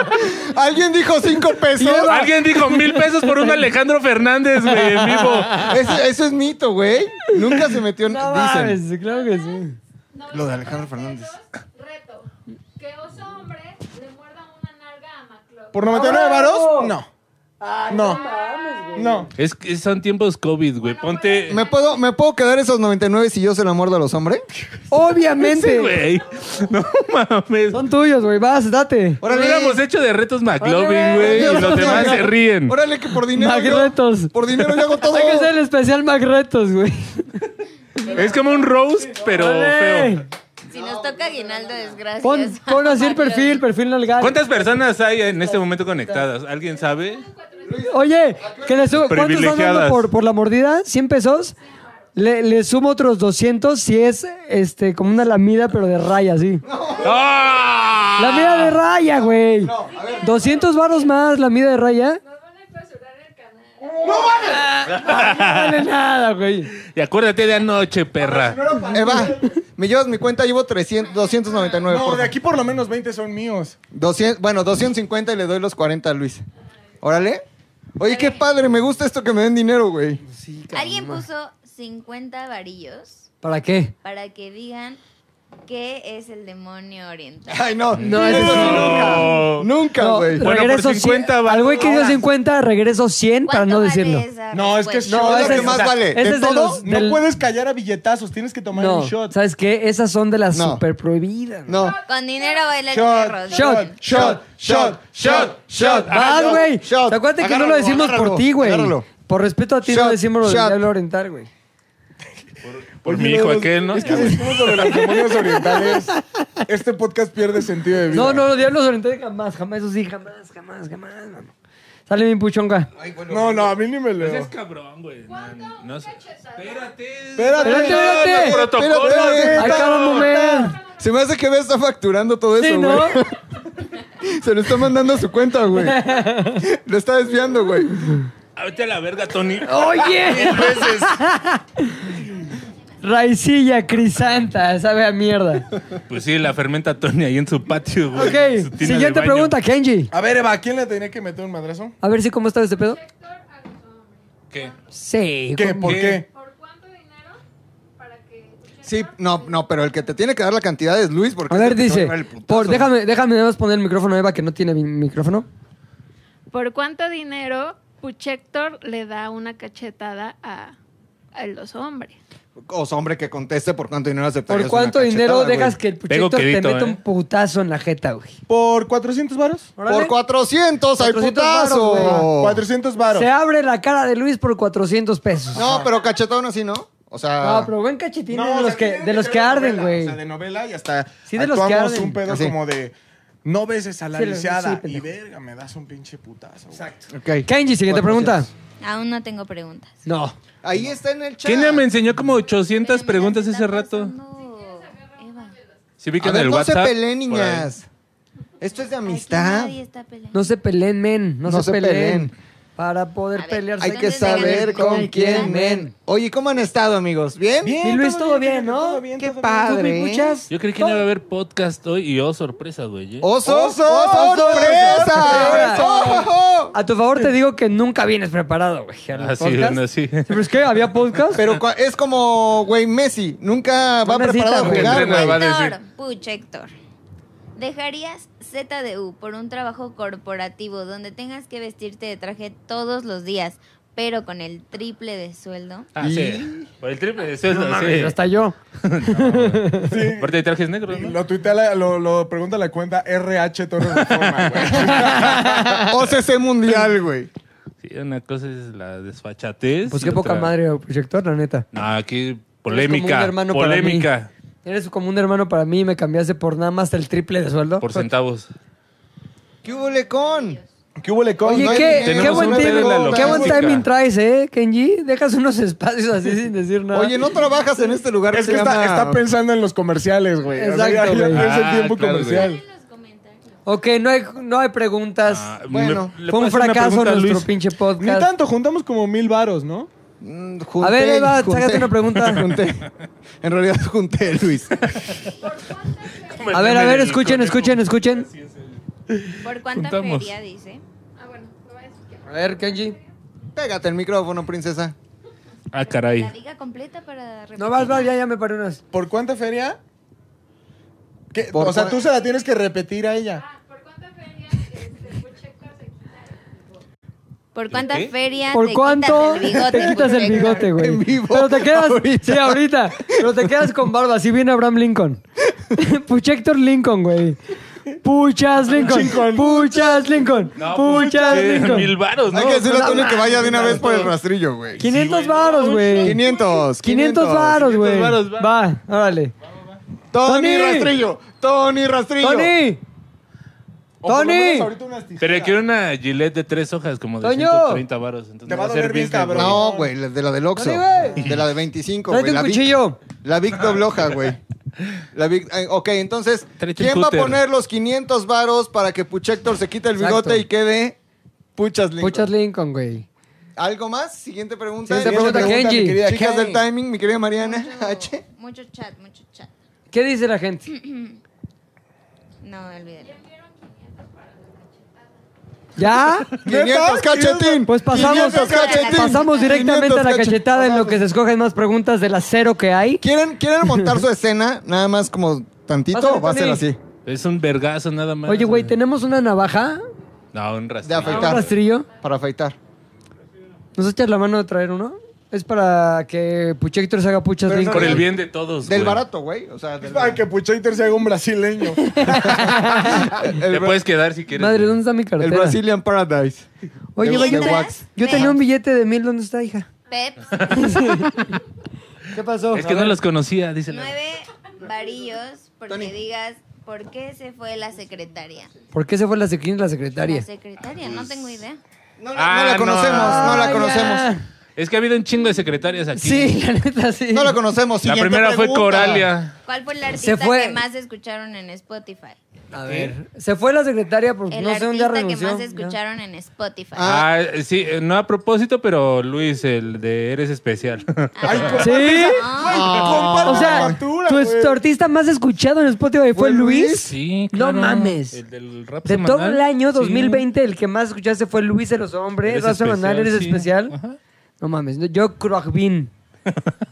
[SPEAKER 2] Alguien dijo 5 pesos.
[SPEAKER 1] Lleva-
[SPEAKER 4] Alguien dijo mil pesos por un Alejandro Fernández, güey, en vivo.
[SPEAKER 2] Eso, eso es mito, güey. Nunca se metió en.
[SPEAKER 1] No
[SPEAKER 2] dicen.
[SPEAKER 1] mames, claro que sí.
[SPEAKER 2] Lo de Alejandro Fernández.
[SPEAKER 8] Reto. Que dos hombres le muerdan una narga a Maclov.
[SPEAKER 3] ¿Por 99 varos? No. No. No.
[SPEAKER 4] Es que son tiempos COVID, güey. Ponte.
[SPEAKER 2] ¿Me puedo, ¿Me puedo quedar esos 99 si yo se la muerdo a los hombres?
[SPEAKER 4] Sí,
[SPEAKER 1] Obviamente.
[SPEAKER 4] güey. No mames.
[SPEAKER 1] Son tuyos, güey, vas, date.
[SPEAKER 4] Lo hubiéramos hecho de retos McLovin, güey. Y los demás se ríen.
[SPEAKER 2] Órale, que por dinero. yo-
[SPEAKER 1] Magretos.
[SPEAKER 2] por dinero yo hago todo.
[SPEAKER 1] Hay que hacer el especial Magretos, güey.
[SPEAKER 4] Es como un roast, pero
[SPEAKER 1] Órale.
[SPEAKER 4] feo.
[SPEAKER 5] Si nos toca Guinaldo, desgracias.
[SPEAKER 1] Pon, pon así el perfil, perfil nalgado.
[SPEAKER 4] ¿Cuántas personas hay en este momento conectadas? ¿Alguien sabe?
[SPEAKER 1] Oye, que le subo, ¿cuánto están dando
[SPEAKER 4] Privilegiadas.
[SPEAKER 1] por, por la mordida? ¿100 pesos? Le, le sumo otros 200 si es este como una lamida, pero de raya, sí.
[SPEAKER 4] ¡Ah!
[SPEAKER 1] Lamida de raya, güey. 200 varos más, lamida de raya.
[SPEAKER 8] Nos van a clausurar el canal.
[SPEAKER 1] No vale nada, güey.
[SPEAKER 4] Y acuérdate de anoche, perra.
[SPEAKER 2] Eva, Eh, me llevas mi cuenta, llevo 300, 299.
[SPEAKER 3] No,
[SPEAKER 2] por
[SPEAKER 3] de aquí por lo menos 20 son míos.
[SPEAKER 2] 200, bueno, 250 y le doy los 40 a Luis. Órale. Oye, qué padre, me gusta esto que me den dinero, güey.
[SPEAKER 5] Alguien puso 50 varillos
[SPEAKER 1] ¿Para qué?
[SPEAKER 5] para que digan qué es el demonio oriental.
[SPEAKER 2] Ay, no.
[SPEAKER 1] No,
[SPEAKER 2] eso
[SPEAKER 1] eso
[SPEAKER 2] sí,
[SPEAKER 4] No.
[SPEAKER 2] Nunca,
[SPEAKER 1] No,
[SPEAKER 2] güey.
[SPEAKER 4] Bueno, por
[SPEAKER 1] regreso
[SPEAKER 4] 50
[SPEAKER 1] 100. Al
[SPEAKER 4] varos.
[SPEAKER 1] güey que dio 50, regreso 100 para no
[SPEAKER 5] ¿Cuánto vale
[SPEAKER 1] decirlo.
[SPEAKER 5] esa
[SPEAKER 3] No, es que
[SPEAKER 5] respuesta?
[SPEAKER 2] No,
[SPEAKER 3] yo
[SPEAKER 2] es
[SPEAKER 3] lo
[SPEAKER 2] lo
[SPEAKER 3] que
[SPEAKER 2] que más
[SPEAKER 1] esa-
[SPEAKER 2] vale.
[SPEAKER 1] ese
[SPEAKER 2] De
[SPEAKER 1] es de
[SPEAKER 2] todo,
[SPEAKER 1] los-
[SPEAKER 3] No
[SPEAKER 1] Del-
[SPEAKER 3] puedes callar a billetazos, tienes que tomar
[SPEAKER 1] No,
[SPEAKER 3] un shot.
[SPEAKER 1] ¿sabes qué? Esas son de las
[SPEAKER 2] No.
[SPEAKER 1] super prohibidas. güey.
[SPEAKER 2] no.
[SPEAKER 5] Con dinero baila el
[SPEAKER 3] Shot,
[SPEAKER 5] perro.
[SPEAKER 1] Shot.
[SPEAKER 5] dicen.
[SPEAKER 2] Shot, shot, shot, shot.
[SPEAKER 1] Vas,
[SPEAKER 2] Agárralo,
[SPEAKER 1] güey.
[SPEAKER 2] Ah, shot.
[SPEAKER 1] Acuérdate que no
[SPEAKER 2] Agárralo,
[SPEAKER 1] lo decimos
[SPEAKER 2] agárralo,
[SPEAKER 1] por ti, güey.
[SPEAKER 2] agárralo.
[SPEAKER 1] Por respeto a ti no
[SPEAKER 2] Shot,
[SPEAKER 1] decimos lo del
[SPEAKER 2] shot.
[SPEAKER 1] diablo oriental, güey.
[SPEAKER 4] Por mi hijo aquel, ¿no?
[SPEAKER 3] Es que si decimos lo de los demonios orientales, este podcast pierde sentido de vida.
[SPEAKER 1] No, no, los diablos orientales jamás, jamás, eso sí, jamás, jamás, jamás, mano. Sale mi puchonga.
[SPEAKER 3] No, no, a mí ni me
[SPEAKER 4] Pues
[SPEAKER 3] leo.
[SPEAKER 4] es cabrón, güey. No, no, no sé. Espérate.
[SPEAKER 3] Espérate.
[SPEAKER 1] Espérate, espérate.
[SPEAKER 4] No, no, protocolo.
[SPEAKER 2] Espérate.
[SPEAKER 1] Acaba un momento.
[SPEAKER 2] Se me hace que me está facturando todo
[SPEAKER 1] Sí,
[SPEAKER 2] eso,
[SPEAKER 1] ¿no?
[SPEAKER 2] güey. Se lo está mandando a su cuenta, güey. Lo está desviando, güey.
[SPEAKER 4] Ah, vete a la verga, Tony.
[SPEAKER 1] Oye. Raicilla, crisanta, sabe a mierda.
[SPEAKER 4] Pues sí, la fermenta Tony ahí en su patio, güey. en su
[SPEAKER 1] Ok,
[SPEAKER 4] tina de
[SPEAKER 1] siguiente
[SPEAKER 4] baño.
[SPEAKER 1] pregunta, Kenji.
[SPEAKER 3] A ver, Eva, ¿a quién le tenía que meter un madrazo?
[SPEAKER 1] A ver si cómo está este pedo.
[SPEAKER 4] ¿Qué?
[SPEAKER 1] Sí.
[SPEAKER 3] ¿Qué?
[SPEAKER 1] ¿cómo?
[SPEAKER 3] ¿Por qué?
[SPEAKER 8] ¿Por cuánto dinero? Para que.
[SPEAKER 2] Sí, no, no, pero el que te tiene que dar la cantidad es Luis, porque.
[SPEAKER 1] A
[SPEAKER 2] es
[SPEAKER 1] ver,
[SPEAKER 2] el que te va
[SPEAKER 1] dice,
[SPEAKER 2] llevar el putazo.
[SPEAKER 1] por, déjame, déjame nada más poner el micrófono a Eva, que no tiene mi- micrófono.
[SPEAKER 8] ¿Por cuánto dinero Puchector le da una cachetada a, a los hombres?
[SPEAKER 2] O sea, hombre que conteste por cuánto dinero aceptarías.
[SPEAKER 1] ¿Por cuánto
[SPEAKER 2] una
[SPEAKER 1] dinero
[SPEAKER 2] cachetada,
[SPEAKER 1] dejas
[SPEAKER 2] güey?
[SPEAKER 1] que el puchito te
[SPEAKER 4] quedito,
[SPEAKER 1] meta
[SPEAKER 4] ¿eh?
[SPEAKER 1] un putazo en la jeta, güey?
[SPEAKER 3] ¿Por 400 varos?
[SPEAKER 1] Órale.
[SPEAKER 2] Por 400, hay
[SPEAKER 1] 400
[SPEAKER 2] putazo.
[SPEAKER 1] varos, güey.
[SPEAKER 3] 400 varos.
[SPEAKER 1] Oh. Se abre la cara de Luis por 400 pesos.
[SPEAKER 2] No, pero cachetón así, ¿no? O sea.
[SPEAKER 1] No, Ah, pero buen cachetín
[SPEAKER 3] No,
[SPEAKER 1] de
[SPEAKER 3] o
[SPEAKER 1] los
[SPEAKER 3] sea,
[SPEAKER 1] que,
[SPEAKER 3] tiene
[SPEAKER 1] de los
[SPEAKER 3] ser
[SPEAKER 1] que arden,
[SPEAKER 3] novela,
[SPEAKER 1] güey.
[SPEAKER 3] O sea, de novela y hasta
[SPEAKER 1] Sí, de los que
[SPEAKER 3] actuamos
[SPEAKER 1] arden.
[SPEAKER 3] un pedo
[SPEAKER 2] Así.
[SPEAKER 3] como de no beses a la
[SPEAKER 1] Sí, lo- sí,
[SPEAKER 3] lisiada y
[SPEAKER 1] pendejo.
[SPEAKER 3] verga, me das un pinche putazo. Exacto.
[SPEAKER 2] Ok.
[SPEAKER 1] Kenji, siguiente pregunta.
[SPEAKER 5] Aún no tengo preguntas.
[SPEAKER 1] No.
[SPEAKER 2] Ahí está en el chat.
[SPEAKER 4] Kenia me enseñó como 800
[SPEAKER 5] Pero mira,
[SPEAKER 4] preguntas
[SPEAKER 5] se
[SPEAKER 4] ese
[SPEAKER 5] está
[SPEAKER 4] rato.
[SPEAKER 5] pasando, Eva.
[SPEAKER 4] Sí, vi que
[SPEAKER 2] A
[SPEAKER 4] en
[SPEAKER 2] ver,
[SPEAKER 4] el
[SPEAKER 2] no se
[SPEAKER 4] WhatsApp.
[SPEAKER 2] peleen,
[SPEAKER 4] por ahí.
[SPEAKER 2] niñas. Esto es de
[SPEAKER 5] Aquí
[SPEAKER 2] amistad.
[SPEAKER 5] nadie está peleando.
[SPEAKER 1] No se peleen, men. No, se, peleen. Para poder
[SPEAKER 5] A ver,
[SPEAKER 1] pelearse.
[SPEAKER 2] Hay que
[SPEAKER 5] Entonces,
[SPEAKER 2] saber
[SPEAKER 5] digan,
[SPEAKER 2] con quién, men. Oye, ¿cómo han estado, amigos? ¿Bien?
[SPEAKER 1] Mi Luis, todo bien, ¿no?
[SPEAKER 3] todo bien,
[SPEAKER 2] Qué
[SPEAKER 3] todo bien.
[SPEAKER 1] ¿Tú,
[SPEAKER 2] padre.
[SPEAKER 1] mi
[SPEAKER 2] ¿eh?
[SPEAKER 1] puchas?
[SPEAKER 4] Yo creí que no iba a haber podcast hoy y oh, sorpresa, güey. ¿eh?
[SPEAKER 2] ¡Osos!
[SPEAKER 3] ¡Osos!
[SPEAKER 2] ¡Sorpresa! ¡Oh!
[SPEAKER 1] A tu favor te digo que nunca vienes preparado, güey. a los
[SPEAKER 4] Así,
[SPEAKER 1] podcasts.
[SPEAKER 4] bueno, Ah, sí.
[SPEAKER 1] ¿Pero es que había podcast?
[SPEAKER 2] Pero cua- es como, güey, Messi. Nunca va
[SPEAKER 1] Una
[SPEAKER 2] preparado
[SPEAKER 1] cita,
[SPEAKER 2] a
[SPEAKER 1] güey.
[SPEAKER 2] jugar,
[SPEAKER 4] Entrena,
[SPEAKER 2] güey.
[SPEAKER 4] va. a
[SPEAKER 5] Héctor, pucha, Héctor. ¿Dejarías ZDU por un trabajo corporativo donde tengas que vestirte de traje todos los días, pero con el triple de sueldo?
[SPEAKER 4] Ah, sí. Por el triple de sueldo,
[SPEAKER 1] No mames,
[SPEAKER 4] sí.
[SPEAKER 1] hasta yo.
[SPEAKER 4] Aparte de trajes negros, ¿no?
[SPEAKER 3] Lo tuitea, la- lo, lo pregunta la cuenta RH Torres Reforma, güey.
[SPEAKER 2] OCC Mundial, güey.
[SPEAKER 4] Sí, una cosa es la desfachatez.
[SPEAKER 1] Pues
[SPEAKER 4] y
[SPEAKER 1] qué poca
[SPEAKER 4] otra-
[SPEAKER 1] madre, güey, proyector, la neta.
[SPEAKER 4] No, aquí
[SPEAKER 1] Eres como un
[SPEAKER 4] polémica.
[SPEAKER 1] hermano para
[SPEAKER 4] Polémica.
[SPEAKER 1] mí. Eres como un hermano para mí y me cambiaste por nada más el triple de sueldo.
[SPEAKER 4] Por centavos.
[SPEAKER 2] ¿Qué hubo, Lecón?
[SPEAKER 3] ¿Qué hubo, Lecón?
[SPEAKER 1] Oye,
[SPEAKER 2] no hay
[SPEAKER 1] qué,
[SPEAKER 2] dinero,
[SPEAKER 1] qué
[SPEAKER 4] tenemos
[SPEAKER 1] buen,
[SPEAKER 4] una
[SPEAKER 1] tim-
[SPEAKER 4] tele en la
[SPEAKER 1] qué buen
[SPEAKER 4] logística.
[SPEAKER 1] timing traes, ¿eh, Kenji? Dejas unos espacios así sin decir nada.
[SPEAKER 2] Oye, ¿no trabajas en este lugar?
[SPEAKER 3] Es
[SPEAKER 2] se
[SPEAKER 3] que está,
[SPEAKER 2] llama-
[SPEAKER 3] está pensando en los comerciales, güey. O sea,
[SPEAKER 1] Exacto,
[SPEAKER 3] ya- ya
[SPEAKER 1] güey.
[SPEAKER 3] piensa en
[SPEAKER 4] Ah,
[SPEAKER 3] tiempo
[SPEAKER 4] claro,
[SPEAKER 3] comercial.
[SPEAKER 1] Ok, no hay, no hay preguntas.
[SPEAKER 4] Ah,
[SPEAKER 2] Bueno,
[SPEAKER 4] ¿le
[SPEAKER 1] Fue
[SPEAKER 4] puedo
[SPEAKER 1] un
[SPEAKER 4] hacer una
[SPEAKER 1] fracaso
[SPEAKER 4] pregunta a
[SPEAKER 1] nuestro
[SPEAKER 4] Luis?
[SPEAKER 1] pinche
[SPEAKER 3] Ni
[SPEAKER 1] podcast.
[SPEAKER 3] tanto, juntamos como mil varos, ¿no?
[SPEAKER 2] Mm, junté,
[SPEAKER 1] A ver, Eva,
[SPEAKER 2] junté,
[SPEAKER 1] sácate una pregunta.
[SPEAKER 2] junté. En realidad junté, Luis.
[SPEAKER 1] A ver, a ver, escuchen, escuchen, escuchen.
[SPEAKER 5] ¿Por cuánta
[SPEAKER 4] Juntamos.
[SPEAKER 5] feria dice?
[SPEAKER 8] Ah, bueno, lo voy a explicar.
[SPEAKER 1] A ver, Kenji.
[SPEAKER 2] Pégate el micrófono, princesa.
[SPEAKER 4] Ah, caray.
[SPEAKER 5] La diga completa para repetir.
[SPEAKER 1] No, vas, vas, ya, ya me paré unas.
[SPEAKER 3] ¿Por cuánta feria? ¿Qué?
[SPEAKER 2] Por
[SPEAKER 3] o sea,
[SPEAKER 2] cua-
[SPEAKER 3] tú se la tienes que repetir a ella.
[SPEAKER 8] Ah, ¿por cuánta feria este, Puchector se quita?
[SPEAKER 5] ¿Por cuánta
[SPEAKER 4] ¿Qué?
[SPEAKER 5] feria
[SPEAKER 1] ¿Por
[SPEAKER 5] te
[SPEAKER 1] cuánto
[SPEAKER 5] quitas el bigote?
[SPEAKER 1] te quitas el
[SPEAKER 5] Puchector?
[SPEAKER 1] bigote, güey?
[SPEAKER 2] En vivo,
[SPEAKER 1] Pero te quedas,
[SPEAKER 2] ahorita.
[SPEAKER 1] sí, ahorita. Pero te quedas con barba, así viene Abraham Lincoln. Puchector Lincoln, güey. Puchas Lincoln. Puchas Lincoln. Puchas
[SPEAKER 4] pues Mil
[SPEAKER 1] Lincoln.
[SPEAKER 4] varos, ¿no?
[SPEAKER 2] Hay que decirle a
[SPEAKER 1] no,
[SPEAKER 2] Tony
[SPEAKER 1] no,
[SPEAKER 2] que vaya de una
[SPEAKER 1] no,
[SPEAKER 2] vez por el
[SPEAKER 1] no.
[SPEAKER 2] rastrillo, güey.
[SPEAKER 1] 500 varos, güey.
[SPEAKER 2] 500.
[SPEAKER 1] 500 varos, güey.
[SPEAKER 4] 500 varos, va.
[SPEAKER 1] Va, órale.
[SPEAKER 2] Tony
[SPEAKER 1] Tony.
[SPEAKER 2] Rastrillo. Tony Rastrillo.
[SPEAKER 1] ¡Tony!
[SPEAKER 3] O por lo
[SPEAKER 1] ¡Tony!
[SPEAKER 3] menos ahorita unas tijeras.
[SPEAKER 4] Pero quiero una gilet de tres hojas, como de
[SPEAKER 1] ¡Toño!
[SPEAKER 4] 130 varos. Entonces
[SPEAKER 3] Te
[SPEAKER 4] me
[SPEAKER 3] va a doler bien,
[SPEAKER 4] business,
[SPEAKER 3] cabrón.
[SPEAKER 4] güey.
[SPEAKER 2] No, güey, la de la del Oxxo.
[SPEAKER 1] Tony, güey.
[SPEAKER 2] De la de 25, güey.
[SPEAKER 1] Tráete un
[SPEAKER 2] La Vic-
[SPEAKER 1] cuchillo.
[SPEAKER 2] La Vic Dobloja, güey. La Vic, eh, ok, entonces,
[SPEAKER 4] Tráete un
[SPEAKER 2] ¿quién va a
[SPEAKER 4] cúter.
[SPEAKER 2] poner los 500 varos para que Puchector se quite el bigote
[SPEAKER 1] Exacto.
[SPEAKER 2] y quede Puchas Lincoln?
[SPEAKER 1] Puchas Lincoln, güey.
[SPEAKER 2] ¿Algo más? Siguiente pregunta.
[SPEAKER 1] Siguiente
[SPEAKER 2] Siguiente
[SPEAKER 1] pregunta,
[SPEAKER 2] pregunta,
[SPEAKER 1] Kenji.
[SPEAKER 2] mi querida Chicas
[SPEAKER 3] Kenji.
[SPEAKER 2] del timing, mi querida Mariana H.
[SPEAKER 5] Mucho, mucho chat, mucho chat.
[SPEAKER 1] ¿Qué dice la gente?
[SPEAKER 5] No, olvídalo.
[SPEAKER 1] ¿Ya?
[SPEAKER 2] 500 cachetín.
[SPEAKER 1] Pues pasamos,
[SPEAKER 2] 500 cachetín.
[SPEAKER 1] pasamos directamente a
[SPEAKER 2] 500
[SPEAKER 1] la
[SPEAKER 2] cachet-
[SPEAKER 1] cachetada en lo que se escogen más preguntas de las cero que hay.
[SPEAKER 2] ¿Quieren, ¿Quieren montar su escena? Nada más como tantito
[SPEAKER 1] Pásale,
[SPEAKER 2] o va a ser
[SPEAKER 1] Tony.
[SPEAKER 2] así.
[SPEAKER 4] Es un vergazo nada más.
[SPEAKER 1] Oye, güey, ¿tenemos una navaja?
[SPEAKER 4] No, un
[SPEAKER 2] De
[SPEAKER 4] rastrillo.
[SPEAKER 1] ¿Un
[SPEAKER 2] afeitar.
[SPEAKER 1] rastrillo?
[SPEAKER 2] Para afeitar.
[SPEAKER 1] ¿Nos echas la mano de traer uno? Es para que Puchector se haga puchas
[SPEAKER 2] Pero no,
[SPEAKER 4] Por
[SPEAKER 1] Lincoln.
[SPEAKER 4] el bien de
[SPEAKER 2] Del
[SPEAKER 4] todos, Pues, güey.
[SPEAKER 2] barato, güey. O sea, del
[SPEAKER 3] Ay, que Puchator se haga un brasileño.
[SPEAKER 2] el,
[SPEAKER 4] Te
[SPEAKER 2] el-
[SPEAKER 4] puedes quedar si quieres.
[SPEAKER 1] Madre,
[SPEAKER 4] güey.
[SPEAKER 1] ¿dónde está mi
[SPEAKER 2] el
[SPEAKER 1] cartera?
[SPEAKER 2] Brazilian Paradise.
[SPEAKER 1] Oye,
[SPEAKER 2] de-
[SPEAKER 1] güey, yo,
[SPEAKER 2] de
[SPEAKER 1] te-
[SPEAKER 2] wax.
[SPEAKER 1] yo tenía un billete de mil. ¿Dónde está, hija?
[SPEAKER 5] Peps,
[SPEAKER 1] ¿Qué pasó?
[SPEAKER 4] Es que no los conocía, dice la-
[SPEAKER 5] nueve varillos porque
[SPEAKER 2] Tony.
[SPEAKER 5] digas por qué se fue la secretaria.
[SPEAKER 1] ¿Por qué se fue la, sec- la
[SPEAKER 5] La
[SPEAKER 1] secretaria?
[SPEAKER 5] secretaria, no tengo idea.
[SPEAKER 2] No, la-
[SPEAKER 4] Ah,
[SPEAKER 2] no la
[SPEAKER 4] no.
[SPEAKER 2] conocemos, no la
[SPEAKER 1] Ay,
[SPEAKER 2] conocemos.
[SPEAKER 1] Ah, ya.
[SPEAKER 4] Es que ha habido un chingo de secretarias aquí.
[SPEAKER 1] Sí, la neta, sí.
[SPEAKER 2] No la conocemos.
[SPEAKER 4] La
[SPEAKER 2] Siguiente
[SPEAKER 4] primera fue
[SPEAKER 2] pregunta.
[SPEAKER 4] Coralia.
[SPEAKER 5] ¿Cuál fue el
[SPEAKER 1] Se
[SPEAKER 5] artista
[SPEAKER 1] fue.
[SPEAKER 5] que más escucharon en Spotify?
[SPEAKER 1] A ver, se fue la secretaria porque
[SPEAKER 5] El
[SPEAKER 1] Pues no sé dónde
[SPEAKER 5] artista que
[SPEAKER 1] renunció.
[SPEAKER 5] más escucharon en Spotify.
[SPEAKER 4] Ah, sí, eh, no a propósito, pero Luis, el de Eres Especial.
[SPEAKER 3] Ay,
[SPEAKER 5] Ah.
[SPEAKER 3] por-
[SPEAKER 1] pues, ¿Sí?
[SPEAKER 3] Comparte
[SPEAKER 1] O sea,
[SPEAKER 3] la factura,
[SPEAKER 1] tu,
[SPEAKER 3] güey.
[SPEAKER 1] tu artista más escuchado en Spotify fue
[SPEAKER 2] ¿Fue Luis?
[SPEAKER 1] Luis.
[SPEAKER 4] Sí,
[SPEAKER 1] No
[SPEAKER 4] claro.
[SPEAKER 1] mames.
[SPEAKER 4] El del rap
[SPEAKER 1] De
[SPEAKER 4] semanal.
[SPEAKER 1] todo el año
[SPEAKER 4] Sí.
[SPEAKER 1] 2020, el que más escuchaste fue Luis de los Hombres.
[SPEAKER 4] Eres
[SPEAKER 1] Vas a mandar,
[SPEAKER 4] especial,
[SPEAKER 1] eres
[SPEAKER 4] sí.
[SPEAKER 1] especial.
[SPEAKER 4] Ajá.
[SPEAKER 1] No mames, no, yo Croagbin.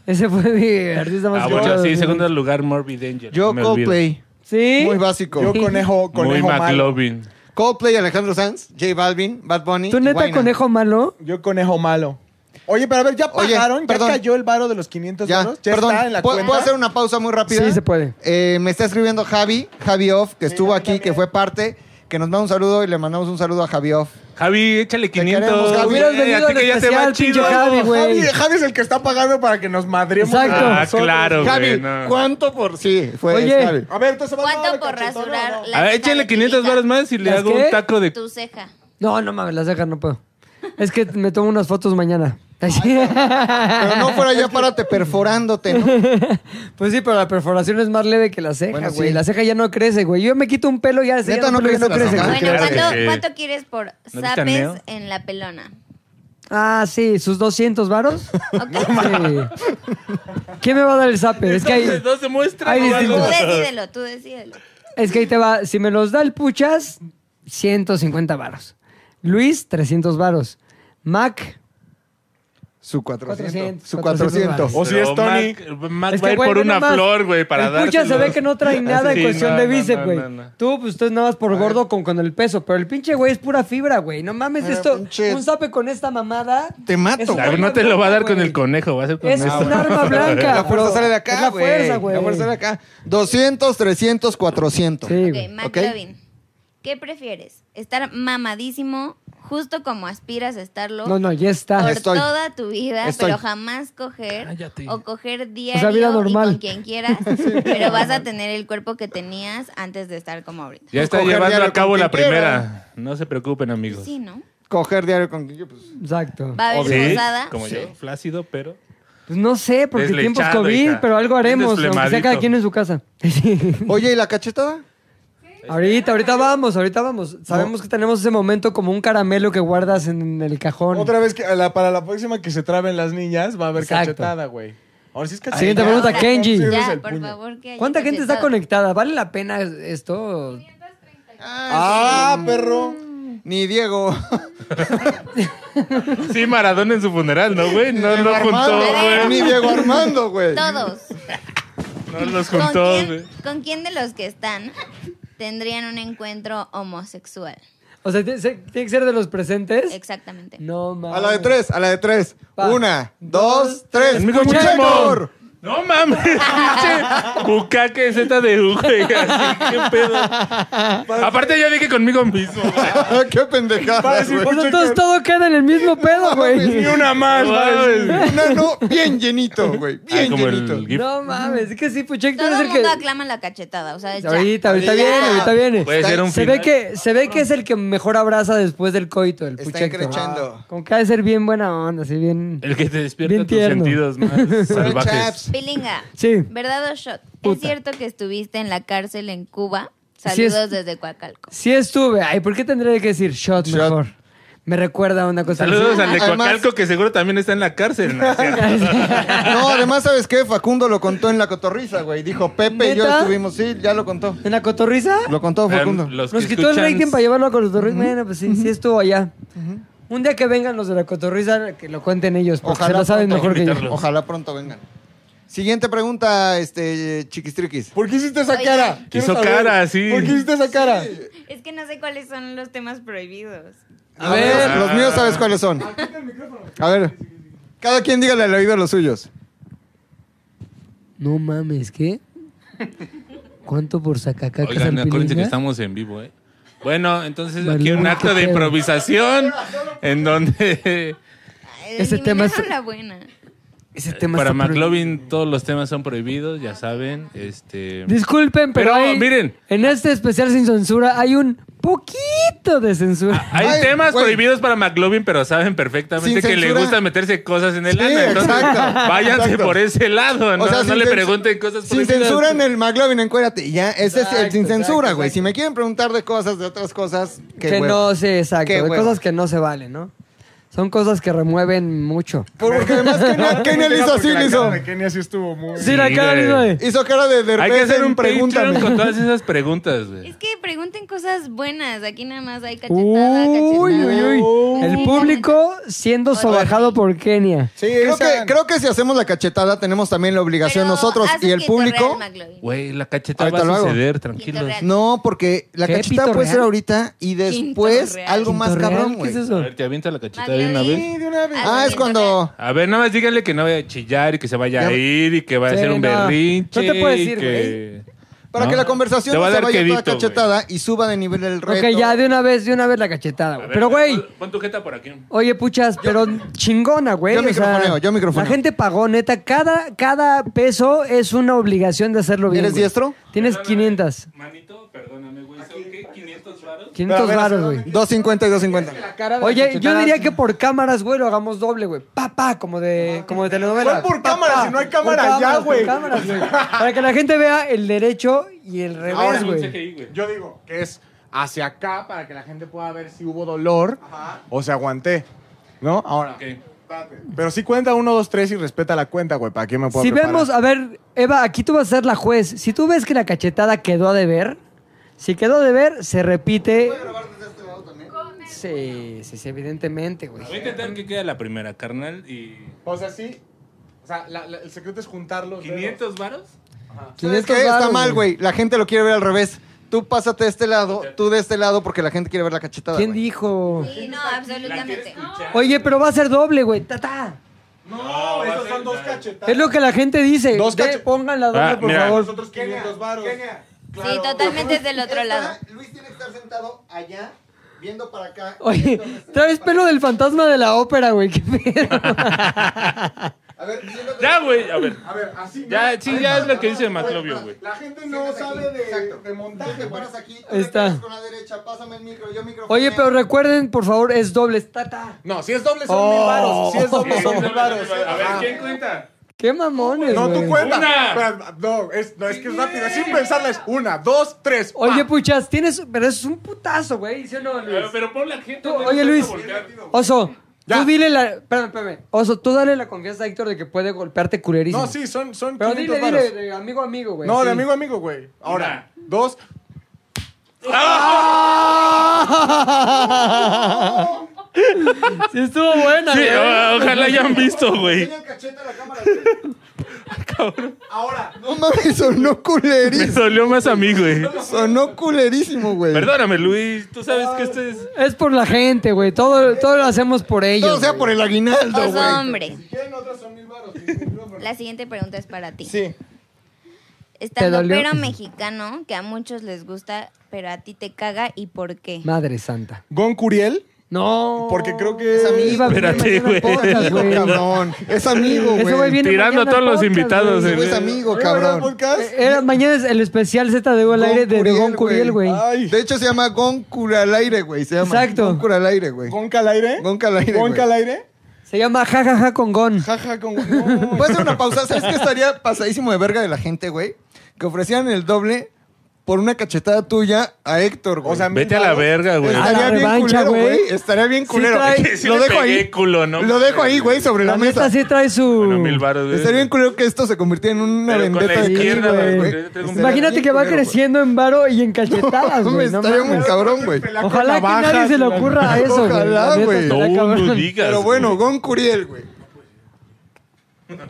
[SPEAKER 1] Ese fue mi artista más
[SPEAKER 4] Ah,
[SPEAKER 1] escuchado.
[SPEAKER 4] bueno, sí,
[SPEAKER 1] en
[SPEAKER 4] segundo lugar, Morbid Angel.
[SPEAKER 2] Yo
[SPEAKER 4] me olvido.
[SPEAKER 2] Coldplay.
[SPEAKER 1] Sí.
[SPEAKER 2] Muy básico.
[SPEAKER 3] Yo conejo,
[SPEAKER 4] Muy
[SPEAKER 3] conejo malo.
[SPEAKER 4] McLovin.
[SPEAKER 2] Coldplay, Alejandro Sanz, J Balvin, Bad Bunny.
[SPEAKER 1] ¿Tú
[SPEAKER 2] y
[SPEAKER 1] neta
[SPEAKER 2] Guayna.
[SPEAKER 1] conejo malo?
[SPEAKER 3] Yo conejo malo. Oye, pero a ver, ya
[SPEAKER 2] Oye,
[SPEAKER 3] pagaron, ya
[SPEAKER 2] perdón.
[SPEAKER 3] cayó el varo de los 500
[SPEAKER 2] Ya,
[SPEAKER 3] varos? ya
[SPEAKER 2] perdón.
[SPEAKER 3] está en la
[SPEAKER 2] ¿puedo-
[SPEAKER 3] cuenta.
[SPEAKER 2] ¿Puedo hacer una pausa muy rápida?
[SPEAKER 1] Sí, se puede.
[SPEAKER 2] Eh, me está escribiendo Javi, Javi Off, que estuvo aquí, que fue parte, que nos manda un saludo y le mandamos un saludo a Javi Off.
[SPEAKER 4] Javi, échale 500.
[SPEAKER 2] queremos, Javi.
[SPEAKER 4] güey,
[SPEAKER 1] Hubieras
[SPEAKER 4] a
[SPEAKER 1] venido
[SPEAKER 4] ti
[SPEAKER 1] al
[SPEAKER 4] que ya te va
[SPEAKER 1] especial, pinche
[SPEAKER 4] chido.
[SPEAKER 1] Javi,
[SPEAKER 3] Javi,
[SPEAKER 1] güey.
[SPEAKER 3] Javi es el que está pagando para que nos madriemos.
[SPEAKER 1] Exacto.
[SPEAKER 4] Ah, claro,
[SPEAKER 2] Javi,
[SPEAKER 4] güey. no.
[SPEAKER 2] ¿cuánto por...? Sí, fue este
[SPEAKER 1] Oye.
[SPEAKER 2] Javi.
[SPEAKER 3] A ver, entonces van a
[SPEAKER 5] ¿Cuánto
[SPEAKER 3] dar
[SPEAKER 5] por
[SPEAKER 3] cachetón,
[SPEAKER 5] rasurar
[SPEAKER 3] ¿o no?
[SPEAKER 5] la
[SPEAKER 4] A ver,
[SPEAKER 5] ceja
[SPEAKER 4] échale
[SPEAKER 5] de
[SPEAKER 4] 500
[SPEAKER 5] Tita?
[SPEAKER 4] varos más y le
[SPEAKER 1] ¿Las
[SPEAKER 4] hago
[SPEAKER 1] qué?
[SPEAKER 4] un taco de...
[SPEAKER 5] Tu ceja.
[SPEAKER 1] No, no mames, las cejas no puedo. Es que me tomo unas fotos mañana.
[SPEAKER 2] Pero no fuera ya párate perforándote, ¿no?
[SPEAKER 1] Pues sí, pero la perforación es más leve que la ceja,
[SPEAKER 2] Bueno,
[SPEAKER 1] güey.
[SPEAKER 2] sí.
[SPEAKER 1] La ceja ya no crece, güey. Yo me quito un pelo ya, la ceja
[SPEAKER 2] Neta,
[SPEAKER 1] no,
[SPEAKER 2] no
[SPEAKER 1] crece,
[SPEAKER 2] crece
[SPEAKER 1] no crece,
[SPEAKER 2] la ceja.
[SPEAKER 1] güey.
[SPEAKER 5] Bueno,
[SPEAKER 4] claro que
[SPEAKER 5] ¿cuánto,
[SPEAKER 4] sí.
[SPEAKER 5] cuánto quieres por
[SPEAKER 4] viste a
[SPEAKER 5] zapes
[SPEAKER 4] Neo?
[SPEAKER 5] en la pelona?
[SPEAKER 1] Ah, sí, sus 200 varos. Sí. ¿Quién me va a dar el zape? Es que ahí,
[SPEAKER 4] no se muestra.
[SPEAKER 1] hay
[SPEAKER 4] no,
[SPEAKER 5] Tú
[SPEAKER 1] distintos.
[SPEAKER 5] decídelo, tú decídelo.
[SPEAKER 1] es que ahí te va. Si me los da el Puchas, 150 varos. Luis, 300 varos. Mac,
[SPEAKER 2] Su
[SPEAKER 1] 400,
[SPEAKER 2] 400. su
[SPEAKER 1] 400 varos.
[SPEAKER 2] 400
[SPEAKER 3] O si Oh, es Tony.
[SPEAKER 4] Mac, Mac
[SPEAKER 1] Es que,
[SPEAKER 4] va a ir
[SPEAKER 1] güey,
[SPEAKER 4] por
[SPEAKER 1] ve
[SPEAKER 4] una
[SPEAKER 1] nomás.
[SPEAKER 4] flor, güey, para
[SPEAKER 1] el
[SPEAKER 4] dar.
[SPEAKER 1] Puchas se ve que no trae nada en
[SPEAKER 4] Sí,
[SPEAKER 1] cuestión
[SPEAKER 4] no,
[SPEAKER 1] de
[SPEAKER 4] no,
[SPEAKER 1] bíceps,
[SPEAKER 4] no,
[SPEAKER 1] güey.
[SPEAKER 4] no, no.
[SPEAKER 1] Tú, pues tú es nada más por gordo con, con el peso, pero el pinche güey es pura fibra, güey. No mames,
[SPEAKER 2] Ah,
[SPEAKER 1] esto,
[SPEAKER 2] pinche-
[SPEAKER 1] un zape con esta mamada.
[SPEAKER 2] Te mato,
[SPEAKER 1] es un
[SPEAKER 2] güey.
[SPEAKER 1] arma
[SPEAKER 4] No te lo va a dar
[SPEAKER 1] blanca,
[SPEAKER 4] con el
[SPEAKER 1] güey.
[SPEAKER 4] conejo, va a ser con
[SPEAKER 1] Es
[SPEAKER 4] eso.
[SPEAKER 1] un arma blanca.
[SPEAKER 2] La fuerza
[SPEAKER 1] pero
[SPEAKER 2] sale de
[SPEAKER 1] es la
[SPEAKER 2] acá, güey.
[SPEAKER 1] fuerza, güey.
[SPEAKER 2] La fuerza sale de acá. 200, 300, 400.
[SPEAKER 1] Sí,
[SPEAKER 5] Ok,
[SPEAKER 1] güey.
[SPEAKER 5] Mac
[SPEAKER 2] Ok.
[SPEAKER 5] Levin, ¿qué prefieres? ¿Estar mamadísimo justo como aspiras a estarlo?
[SPEAKER 1] No, no, ya
[SPEAKER 5] Por
[SPEAKER 1] está.
[SPEAKER 2] Estoy.
[SPEAKER 5] toda tu vida,
[SPEAKER 2] Estoy.
[SPEAKER 5] pero jamás coger o coger diario
[SPEAKER 1] vida normal.
[SPEAKER 5] y con quien quieras, pero vas a tener el cuerpo que tenías antes de estar como ahorita.
[SPEAKER 4] Ya está
[SPEAKER 2] Coger
[SPEAKER 4] llevando
[SPEAKER 2] diario
[SPEAKER 4] a cabo
[SPEAKER 2] con
[SPEAKER 4] la
[SPEAKER 2] quien quiera.
[SPEAKER 4] primera. No se preocupen, amigos.
[SPEAKER 5] Sí, ¿no?
[SPEAKER 2] Coger diario con yo, pues,
[SPEAKER 1] Exacto.
[SPEAKER 5] Va a haber
[SPEAKER 4] Sí,
[SPEAKER 5] posada.
[SPEAKER 4] como yo, flácido, pero.
[SPEAKER 1] Pues no sé, porque
[SPEAKER 4] Deslechado,
[SPEAKER 1] tiempos COVID,
[SPEAKER 4] hija.
[SPEAKER 1] pero algo haremos, aunque sea
[SPEAKER 4] Desplemadito.
[SPEAKER 1] cada quien en su casa.
[SPEAKER 2] Oye, ¿y la cachetada?
[SPEAKER 1] ahorita, ahorita vamos, ahorita vamos. Sabemos que tenemos ese momento como un caramelo que guardas en el cajón.
[SPEAKER 3] Otra vez, que, a la- para la próxima que se traben las niñas, va a haber
[SPEAKER 1] Exacto.
[SPEAKER 3] cachetada, güey. Ahora sí es cachetada.
[SPEAKER 1] Siguiente pregunta,
[SPEAKER 5] Ahora,
[SPEAKER 1] Kenji.
[SPEAKER 3] Sirves
[SPEAKER 5] Ya,
[SPEAKER 3] el
[SPEAKER 5] por
[SPEAKER 3] puño.
[SPEAKER 5] favor, que haya
[SPEAKER 1] ¿Cuánta gente está
[SPEAKER 5] contestado.
[SPEAKER 1] conectada? ¿Vale la pena esto?
[SPEAKER 2] Ah, perro. Ni Diego.
[SPEAKER 4] Sí, Maradona en su funeral, ¿no, güey? No lo juntó,
[SPEAKER 2] Ni
[SPEAKER 4] güey.
[SPEAKER 2] Diego Armando, güey.
[SPEAKER 5] Todos.
[SPEAKER 4] No los
[SPEAKER 5] ¿Con
[SPEAKER 4] juntó, güey.
[SPEAKER 5] quién, con quién de los que están tendrían un encuentro homosexual?
[SPEAKER 1] O sea, ¿tiene se- tiene que ser de los presentes?
[SPEAKER 5] Exactamente.
[SPEAKER 1] No, mames.
[SPEAKER 2] A la de tres, a la de tres.
[SPEAKER 1] Va.
[SPEAKER 2] Una, dos, tres.
[SPEAKER 4] Amigo
[SPEAKER 2] ¡Puchector!
[SPEAKER 4] Chemo. No mames, pinche bucaque Z de U, güey. Así, qué pedo. Aparte, yo dije conmigo mismo, güey.
[SPEAKER 2] ¡Qué pendejada,
[SPEAKER 3] Parece
[SPEAKER 2] güey!
[SPEAKER 1] Pues entonces todo queda en el mismo pedo,
[SPEAKER 3] Ni
[SPEAKER 1] güey.
[SPEAKER 3] una más,
[SPEAKER 4] No
[SPEAKER 3] güey.
[SPEAKER 4] mames.
[SPEAKER 2] Un ano bien llenito, güey.
[SPEAKER 4] Ah,
[SPEAKER 2] Bien
[SPEAKER 4] como
[SPEAKER 2] llenito.
[SPEAKER 4] el GIF.
[SPEAKER 1] No mames, es que sí, Puchector
[SPEAKER 5] Todo
[SPEAKER 1] es
[SPEAKER 5] el
[SPEAKER 1] el que...
[SPEAKER 5] mundo aclama la cachetada, o sea, ya.
[SPEAKER 1] Ahorita, ahorita
[SPEAKER 2] Ya.
[SPEAKER 1] viene, ahorita viene.
[SPEAKER 4] Puede ser un
[SPEAKER 1] Se
[SPEAKER 4] final.
[SPEAKER 1] ve, que, se ve que es el que mejor abraza después del coito, el
[SPEAKER 2] Está
[SPEAKER 1] puchector.
[SPEAKER 2] encrechando.
[SPEAKER 4] ah,
[SPEAKER 1] Como que ha de ser bien buena onda, así bien...
[SPEAKER 4] El que te despierta
[SPEAKER 1] Bien
[SPEAKER 4] tus
[SPEAKER 1] tierno.
[SPEAKER 4] sentidos más
[SPEAKER 2] Pero
[SPEAKER 4] salvajes.
[SPEAKER 2] chaps.
[SPEAKER 5] Pilinga.
[SPEAKER 1] Sí.
[SPEAKER 5] ¿Verdad o shot? ¿Es
[SPEAKER 1] Puta.
[SPEAKER 5] cierto que estuviste en la cárcel en Cuba?
[SPEAKER 1] Sí es-
[SPEAKER 5] Saludos desde Coacalco.
[SPEAKER 1] Sí estuve. Ay, ¿por qué tendré que decir shot
[SPEAKER 2] Shot.
[SPEAKER 1] mejor? Me recuerda a una cosa.
[SPEAKER 4] Saludos
[SPEAKER 1] así.
[SPEAKER 4] al de
[SPEAKER 2] Además-
[SPEAKER 4] Coacalco, que seguro también está en la cárcel. ¿no?
[SPEAKER 2] No, además, ¿sabes qué? Facundo lo contó en La Cotorriza, güey. Dijo, Pepe y yo
[SPEAKER 1] ¿Neta?
[SPEAKER 2] estuvimos... Sí, ya lo contó.
[SPEAKER 1] ¿En la cotorriza?
[SPEAKER 2] Lo contó Facundo.
[SPEAKER 4] Los que
[SPEAKER 1] Nos quitó el
[SPEAKER 4] escuchan-
[SPEAKER 1] rating para llevarlo a cotorriza. Bueno, pues sí, sí estuvo allá. Un día que vengan los de la cotorriza, que lo cuenten ellos, porque
[SPEAKER 2] Ojalá
[SPEAKER 1] se lo saben
[SPEAKER 2] pronto.
[SPEAKER 1] mejor que yo.
[SPEAKER 4] Invitarlos.
[SPEAKER 2] Ojalá pronto vengan. Siguiente pregunta, este, chiquistriquis.
[SPEAKER 3] ¿Por qué hiciste esa cara? Quiero
[SPEAKER 4] Hizo
[SPEAKER 3] saber.
[SPEAKER 4] cara, sí.
[SPEAKER 3] ¿Por qué hiciste esa cara?
[SPEAKER 5] Es que no sé cuáles son los temas prohibidos.
[SPEAKER 2] A ver,
[SPEAKER 4] ver.
[SPEAKER 2] los míos sabes cuáles son. A ver, cada quien dígale al oído los suyos.
[SPEAKER 1] No mames, ¿qué? ¿Cuánto por sacacacas
[SPEAKER 4] Oigan,
[SPEAKER 1] al
[SPEAKER 4] acuérdense que
[SPEAKER 1] Pilinga?
[SPEAKER 4] estamos en vivo, ¿eh? Bueno, entonces
[SPEAKER 1] Vale,
[SPEAKER 4] aquí un
[SPEAKER 1] qué
[SPEAKER 4] acto de
[SPEAKER 1] pedo.
[SPEAKER 4] improvisación en donde
[SPEAKER 5] Ay,
[SPEAKER 1] Ese tema es-
[SPEAKER 5] eliminaron la buena.
[SPEAKER 1] Ese tema
[SPEAKER 4] para
[SPEAKER 1] está prohibido.
[SPEAKER 4] McLovin todos los temas son prohibidos, ya saben. Este,
[SPEAKER 1] Disculpen, pero,
[SPEAKER 4] Pero,
[SPEAKER 1] hay-
[SPEAKER 4] miren.
[SPEAKER 1] en este especial sin censura hay un poquito de censura.
[SPEAKER 4] hay
[SPEAKER 2] Ay,
[SPEAKER 4] temas
[SPEAKER 2] güey.
[SPEAKER 4] prohibidos para McLovin, pero saben
[SPEAKER 2] Sin
[SPEAKER 4] perfectamente que le
[SPEAKER 2] censura.
[SPEAKER 4] gusta meterse cosas en el
[SPEAKER 2] Sí,
[SPEAKER 4] ano, Entonces,
[SPEAKER 2] exacto,
[SPEAKER 4] váyanse
[SPEAKER 2] exacto.
[SPEAKER 4] por ese lado, ¿no?
[SPEAKER 2] sin
[SPEAKER 4] no le
[SPEAKER 2] cens-
[SPEAKER 4] pregunten cosas
[SPEAKER 2] Sin
[SPEAKER 4] prohibidas.
[SPEAKER 2] censura en el McLovin, encuérdate. Ya, ese es el
[SPEAKER 1] Exacto,
[SPEAKER 2] sin censura,
[SPEAKER 1] exacto,
[SPEAKER 2] güey.
[SPEAKER 1] exacto.
[SPEAKER 2] Si me quieren preguntar de cosas, de otras cosas, qué
[SPEAKER 1] que
[SPEAKER 2] hueva.
[SPEAKER 1] no sé, exacto.
[SPEAKER 2] Qué
[SPEAKER 1] de
[SPEAKER 2] hueva.
[SPEAKER 1] cosas que no se valen, ¿no? Son cosas que remueven mucho.
[SPEAKER 2] Porque además Kenia, Kenia le hizo así, le hizo.
[SPEAKER 3] Porque Kenia sí estuvo muy...
[SPEAKER 1] Sí, la cara
[SPEAKER 4] güey.
[SPEAKER 1] misma de-
[SPEAKER 2] Hizo cara de de
[SPEAKER 4] Hay que hacer un
[SPEAKER 2] pregúntame.
[SPEAKER 4] Patreon con todas esas preguntas, güey.
[SPEAKER 5] Es que pregunten cosas buenas. Aquí nada más hay cachetada,
[SPEAKER 1] Uy, uy,
[SPEAKER 5] cachetada.
[SPEAKER 1] uy. El público siendo
[SPEAKER 5] Oye.
[SPEAKER 1] sobajado por Kenia.
[SPEAKER 3] Sí,
[SPEAKER 2] Creo
[SPEAKER 3] esa-
[SPEAKER 2] que, creo que si hacemos la cachetada, tenemos también la obligación
[SPEAKER 5] Pero
[SPEAKER 2] nosotros
[SPEAKER 5] haz
[SPEAKER 2] y
[SPEAKER 5] un
[SPEAKER 2] el
[SPEAKER 5] pitorreal,
[SPEAKER 2] público.
[SPEAKER 5] McLovin.
[SPEAKER 4] Güey, la cachetada
[SPEAKER 2] Ahorita
[SPEAKER 4] va a
[SPEAKER 2] lo hago.
[SPEAKER 4] sucreer, tranquilos.
[SPEAKER 5] Quinto
[SPEAKER 2] No, porque la
[SPEAKER 1] ¿Qué?
[SPEAKER 2] cachetada
[SPEAKER 1] ¿Pito
[SPEAKER 2] puede ser
[SPEAKER 1] real?
[SPEAKER 2] ahorita y después
[SPEAKER 5] real.
[SPEAKER 2] algo más
[SPEAKER 1] ¿Real?
[SPEAKER 2] cabrón,
[SPEAKER 1] ¿Qué
[SPEAKER 2] güey.
[SPEAKER 1] es
[SPEAKER 4] A
[SPEAKER 1] eso?
[SPEAKER 4] ver, te avienta la cachetada de una
[SPEAKER 5] McLovin.
[SPEAKER 4] vez.
[SPEAKER 3] Sí, de una vez.
[SPEAKER 5] Haz
[SPEAKER 2] Ah,
[SPEAKER 5] un
[SPEAKER 2] es cuando.
[SPEAKER 4] A ver, nada más díganle que no vaya a chillar y que se vaya
[SPEAKER 2] Ya-
[SPEAKER 4] a ir y que va a
[SPEAKER 1] Sí,
[SPEAKER 4] hacer un
[SPEAKER 1] no.
[SPEAKER 4] berrinche.
[SPEAKER 1] No te puedes
[SPEAKER 4] y
[SPEAKER 1] ir,
[SPEAKER 4] que-
[SPEAKER 2] Para
[SPEAKER 4] No.
[SPEAKER 2] que la conversación
[SPEAKER 4] Te
[SPEAKER 2] no
[SPEAKER 4] va a
[SPEAKER 2] se
[SPEAKER 4] dar
[SPEAKER 2] vaya
[SPEAKER 4] quedito,
[SPEAKER 2] toda cachetada y suba de nivel el reto.
[SPEAKER 1] Ok, ya, de una vez, de una vez la cachetada, güey.
[SPEAKER 4] güey. A ver,
[SPEAKER 1] Pero, güey,
[SPEAKER 4] pon- Pon tu jeta por aquí.
[SPEAKER 1] oye, puchas, pero chingona, güey.
[SPEAKER 2] Yo
[SPEAKER 1] o sea,
[SPEAKER 2] microfoneo, yo microfoneo.
[SPEAKER 1] La gente pagó, neta. Cada, cada peso es una obligación de hacerlo bien.
[SPEAKER 2] ¿Eres
[SPEAKER 1] güey.
[SPEAKER 2] diestro?
[SPEAKER 1] Tienes 500.
[SPEAKER 4] Manito, perdóname, güey. ¿Son qué? ¿500 varos?
[SPEAKER 1] 500 varos, güey.
[SPEAKER 2] 250 y 250.
[SPEAKER 1] Oye, yo diría que por cámaras, güey, lo hagamos doble, güey. Pa, pa, como de, como de telenovela.
[SPEAKER 3] ¿Cuál por
[SPEAKER 1] Pa,
[SPEAKER 3] cámaras?
[SPEAKER 1] pa.
[SPEAKER 3] Si no hay cámara
[SPEAKER 1] Por
[SPEAKER 3] ya,
[SPEAKER 1] cámaras, por
[SPEAKER 3] güey.
[SPEAKER 1] cámaras, güey. Para que la gente vea el derecho y el revés, güey.
[SPEAKER 3] Yo digo que es hacia acá para que la gente pueda ver si hubo dolor o se aguanté. ¿No? Ahora.
[SPEAKER 4] Ok.
[SPEAKER 3] Pero sí cuenta uno, dos, tres y respeta la cuenta, güey. ¿Para qué me puedo
[SPEAKER 1] Si
[SPEAKER 3] preparar?
[SPEAKER 1] vemos, a ver, Eva, aquí tú vas a ser la juez. Si tú ves que la cachetada quedó a deber, si quedó a deber, se repite.
[SPEAKER 3] este
[SPEAKER 1] Sí, sí, sí, evidentemente, güey.
[SPEAKER 4] Voy a intentar que quede la primera, carnal. y
[SPEAKER 3] O sea, sí. O sea, la- la- el secreto es juntarlos.
[SPEAKER 4] ¿500 varos?
[SPEAKER 2] ¿Sabes
[SPEAKER 1] 500
[SPEAKER 2] qué?
[SPEAKER 1] varos,
[SPEAKER 2] Está mal, güey. La gente lo quiere ver al revés. Tú pásate de este lado, tú de este lado, porque la gente quiere ver la cachetada.
[SPEAKER 1] ¿Quién
[SPEAKER 2] güey.
[SPEAKER 1] dijo?
[SPEAKER 5] Sí, no,
[SPEAKER 4] ¿La quieres
[SPEAKER 5] absolutamente.
[SPEAKER 4] escuchar?
[SPEAKER 1] Oye, pero va a ser doble, güey. Ta, ta.
[SPEAKER 3] No,
[SPEAKER 4] va a
[SPEAKER 3] esos
[SPEAKER 4] ser-
[SPEAKER 3] son dos cachetadas.
[SPEAKER 1] Es lo que la gente dice.
[SPEAKER 3] Dos
[SPEAKER 1] Ve,
[SPEAKER 3] cachet-
[SPEAKER 1] Pónganla doble,
[SPEAKER 4] Ah,
[SPEAKER 1] por
[SPEAKER 4] mira.
[SPEAKER 1] favor.
[SPEAKER 3] Nosotros 500 varos.
[SPEAKER 5] Sí, totalmente es del otro lado.
[SPEAKER 2] Luis tiene que estar sentado allá, viendo para acá.
[SPEAKER 1] Oye, traes pelo del fantasma de la ópera, güey. Qué pedo.
[SPEAKER 2] A ver, siéntate.
[SPEAKER 4] Ya, güey, a ver.
[SPEAKER 3] A ver, así.
[SPEAKER 4] Ya,
[SPEAKER 3] ¿no?
[SPEAKER 4] sí, ya es lo que dice Maclovio, güey.
[SPEAKER 3] La gente no sabe de, de montaje,
[SPEAKER 2] Te
[SPEAKER 3] güey.
[SPEAKER 2] paras aquí, tú
[SPEAKER 1] Ahí
[SPEAKER 2] le
[SPEAKER 1] está.
[SPEAKER 2] pegas con la derecha, pásame el micro, yo micro.
[SPEAKER 1] Oye, pero recuerden, por favor, es doble. Ta, ta.
[SPEAKER 3] No, si es doble son
[SPEAKER 1] Oh.
[SPEAKER 3] mil varos. Si es doble son
[SPEAKER 4] Sí,
[SPEAKER 3] mil varos.
[SPEAKER 4] A ver,
[SPEAKER 3] Ajá.
[SPEAKER 4] ¿quién cuenta?
[SPEAKER 1] Qué mamones,
[SPEAKER 3] No,
[SPEAKER 1] güey.
[SPEAKER 3] tú cuenta.
[SPEAKER 4] Una.
[SPEAKER 3] Espera, no, es, no, es que es rápido. Sin pensarla es una, dos, tres. pa.
[SPEAKER 1] Oye, puchas, tienes. Pero es un putazo, güey. ¿Sí o no, Luis?
[SPEAKER 3] Pues,
[SPEAKER 4] Pero, pero pon la gente.
[SPEAKER 1] Tú,
[SPEAKER 4] güey,
[SPEAKER 1] oye,
[SPEAKER 4] no
[SPEAKER 1] Luis.
[SPEAKER 4] vas a voltear.
[SPEAKER 1] Oso,
[SPEAKER 3] Ya.
[SPEAKER 1] tú dile la. Espérame, espérame. Oso, tú dale la confianza a Héctor de que puede golpearte culerísimo.
[SPEAKER 3] No, sí, son, son
[SPEAKER 1] Pero
[SPEAKER 3] 500
[SPEAKER 1] dile,
[SPEAKER 3] varos.
[SPEAKER 1] dile, de amigo a amigo, güey.
[SPEAKER 3] no, de
[SPEAKER 1] sí.
[SPEAKER 3] amigo a amigo, güey. Ahora, dos.
[SPEAKER 1] Sí, estuvo buena,
[SPEAKER 4] Sí, ah.
[SPEAKER 1] güey.
[SPEAKER 4] o- ojalá hayan visto, güey.
[SPEAKER 2] Tiene el cachete a la cámara.
[SPEAKER 4] Cabrón.
[SPEAKER 3] Ahora.
[SPEAKER 2] No mames, sonó
[SPEAKER 4] Me
[SPEAKER 2] culerísimo.
[SPEAKER 4] dolió más a mí, güey.
[SPEAKER 2] Sonó culerísimo, güey.
[SPEAKER 4] Perdóname, Luis. Tú sabes que esto es.
[SPEAKER 1] Es por la gente, güey. Todo, todo lo hacemos por ellos.
[SPEAKER 2] Todo sea
[SPEAKER 1] güey.
[SPEAKER 2] por el aguinaldo,
[SPEAKER 5] Pues
[SPEAKER 2] güey.
[SPEAKER 5] hombre,
[SPEAKER 3] ¿Quién otras son mil varos?
[SPEAKER 5] la siguiente pregunta es para ti.
[SPEAKER 3] Sí.
[SPEAKER 5] Estandopero
[SPEAKER 1] dolió?
[SPEAKER 5] mexicano que a muchos les gusta, pero a ti te caga y por qué.
[SPEAKER 1] Madre santa.
[SPEAKER 3] Gon Curiel.
[SPEAKER 1] No.
[SPEAKER 3] Porque creo que-
[SPEAKER 1] es amigo.
[SPEAKER 4] Espérate, güey.
[SPEAKER 2] Es amigo, cabrón. Es amigo, güey.
[SPEAKER 1] Ese güey viene
[SPEAKER 4] Tirando
[SPEAKER 1] mañana
[SPEAKER 4] a todos
[SPEAKER 1] al
[SPEAKER 4] los
[SPEAKER 1] podcast,
[SPEAKER 4] invitados,
[SPEAKER 1] güey.
[SPEAKER 4] eh.
[SPEAKER 2] Es amigo, cabrón.
[SPEAKER 1] Eh, Era mañana es el especial ZDU al
[SPEAKER 2] Gon
[SPEAKER 1] aire de, de
[SPEAKER 2] Curiel,
[SPEAKER 1] Gon Curiel, güey.
[SPEAKER 3] Ay.
[SPEAKER 2] De hecho, se llama Goncura al aire, güey. Se llama
[SPEAKER 1] Exacto.
[SPEAKER 2] Goncura al aire, güey.
[SPEAKER 3] ¿Gon Calaire?
[SPEAKER 2] Gon Calaire,
[SPEAKER 3] ¿Gon
[SPEAKER 2] güey.
[SPEAKER 3] Calaire?
[SPEAKER 1] Se llama Jajaja con Gon.
[SPEAKER 3] Jaja, con. no.
[SPEAKER 2] Voy a hacer una pausa. ¿Sabes qué estaría pasadísimo de verga de la gente, güey? Que ofrecieran el doble por una cachetada tuya a Héctor, güey.
[SPEAKER 3] O sea,
[SPEAKER 4] Vete a la verga, güey.
[SPEAKER 1] Ah,
[SPEAKER 2] estaría
[SPEAKER 1] A la
[SPEAKER 2] bien
[SPEAKER 1] revancha,
[SPEAKER 2] culero, güey.
[SPEAKER 1] güey.
[SPEAKER 2] Estaría bien
[SPEAKER 1] Sí
[SPEAKER 2] culero.
[SPEAKER 1] trae-
[SPEAKER 4] Que sí
[SPEAKER 2] lo
[SPEAKER 4] le
[SPEAKER 2] dejo
[SPEAKER 4] pegué,
[SPEAKER 2] ahí.
[SPEAKER 4] culo, ¿no?
[SPEAKER 2] Lo dejo ahí, güey, sobre la,
[SPEAKER 1] La
[SPEAKER 2] mesa.
[SPEAKER 1] neta sí trae su.
[SPEAKER 4] Bueno, mil varos, güey.
[SPEAKER 2] Estaría bien culero que esto se convirtiera en una
[SPEAKER 4] Pero con la
[SPEAKER 2] vendetta de
[SPEAKER 4] izquierda,
[SPEAKER 2] Sí,
[SPEAKER 4] güey, porque yo tengo un-
[SPEAKER 2] Estaría
[SPEAKER 1] Imagínate
[SPEAKER 2] bien
[SPEAKER 1] que va
[SPEAKER 2] culero, güey.
[SPEAKER 1] creciendo en varo y en cachetadas,
[SPEAKER 2] No,
[SPEAKER 1] güey.
[SPEAKER 2] mames,
[SPEAKER 1] No
[SPEAKER 2] estaría
[SPEAKER 1] mames.
[SPEAKER 2] muy cabrón, güey.
[SPEAKER 1] Ojalá que nadie se le ocurra a eso, güey.
[SPEAKER 2] Ojalá,
[SPEAKER 1] La neta,
[SPEAKER 2] güey.
[SPEAKER 1] estaría
[SPEAKER 4] No,
[SPEAKER 1] cabrón.
[SPEAKER 4] no digas.
[SPEAKER 2] Pero bueno,
[SPEAKER 4] güey.
[SPEAKER 2] Gon Curiel, güey.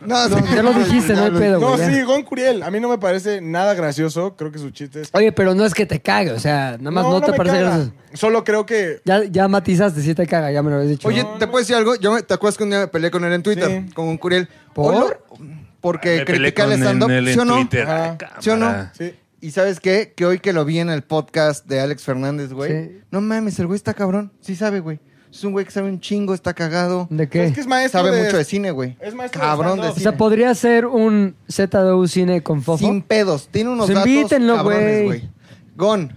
[SPEAKER 2] No, sí,
[SPEAKER 1] ya lo dijiste, no hay
[SPEAKER 2] lo-
[SPEAKER 1] pedo, güey.
[SPEAKER 3] No,
[SPEAKER 1] ya.
[SPEAKER 3] sí, Gon Curiel. A mí no me parece nada gracioso. Creo que su chiste es.
[SPEAKER 1] Oye, pero no es que te cague, o sea, nada más no, te
[SPEAKER 3] me
[SPEAKER 1] parece
[SPEAKER 3] caga.
[SPEAKER 1] gracioso.
[SPEAKER 3] Solo creo que.
[SPEAKER 1] Ya, ya matizaste, sí te caga, ya me lo habías dicho.
[SPEAKER 2] Oye,
[SPEAKER 1] No.
[SPEAKER 2] ¿te puedo decir algo? Yo me- ¿Te acuerdas que un día me peleé con él en Twitter?
[SPEAKER 3] Sí.
[SPEAKER 2] Con Curiel.
[SPEAKER 1] ¿Por?
[SPEAKER 2] Hoy lo- Porque
[SPEAKER 4] Me peleé
[SPEAKER 2] critica
[SPEAKER 4] con
[SPEAKER 2] el
[SPEAKER 4] él
[SPEAKER 2] stand-up.
[SPEAKER 4] en
[SPEAKER 2] ¿Sí o no?
[SPEAKER 4] Twitter.
[SPEAKER 3] Ajá.
[SPEAKER 4] Ay, cámara.
[SPEAKER 2] ¿Sí o no?
[SPEAKER 3] Sí.
[SPEAKER 2] Y ¿sabes qué? Que hoy que lo vi en el podcast de Alex Fernández, güey.
[SPEAKER 1] Sí.
[SPEAKER 2] No mames, el güey está cabrón. Sí sabe, güey. Es un güey que sabe un chingo, está cagado.
[SPEAKER 1] ¿De
[SPEAKER 3] Es
[SPEAKER 1] qué?
[SPEAKER 3] que es maestro.
[SPEAKER 2] Sabe
[SPEAKER 3] de-
[SPEAKER 2] mucho de cine, güey.
[SPEAKER 3] Es maestro de
[SPEAKER 2] Cabrón de
[SPEAKER 3] stand-up.
[SPEAKER 1] O
[SPEAKER 2] cine.
[SPEAKER 1] sea, podría ser un ZDU cine con Fofo.
[SPEAKER 2] Sin pedos. Tiene unos
[SPEAKER 1] Pues
[SPEAKER 2] datos
[SPEAKER 1] invítenlo,
[SPEAKER 2] cabrones,
[SPEAKER 1] güey.
[SPEAKER 2] güey. Gon,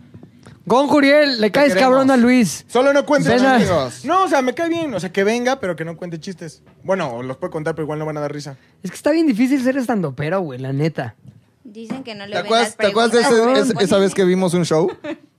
[SPEAKER 1] Gon Juriel, le caes
[SPEAKER 2] queremos.
[SPEAKER 1] cabrón a Luis.
[SPEAKER 3] Solo no cuente
[SPEAKER 1] Ven a-
[SPEAKER 3] chistes. No, o sea, me cae bien. O sea, que venga, pero que no cuente chistes. Bueno, o los puede contar, pero igual no van a dar risa.
[SPEAKER 1] Es que está bien difícil ser estandopero, güey, la neta.
[SPEAKER 5] Dicen que no le
[SPEAKER 2] ¿Te
[SPEAKER 5] ven
[SPEAKER 2] acuerdas,
[SPEAKER 5] las
[SPEAKER 2] ¿te acuerdas de
[SPEAKER 5] preguntas.
[SPEAKER 2] ese- ese- esa vez que vimos un show?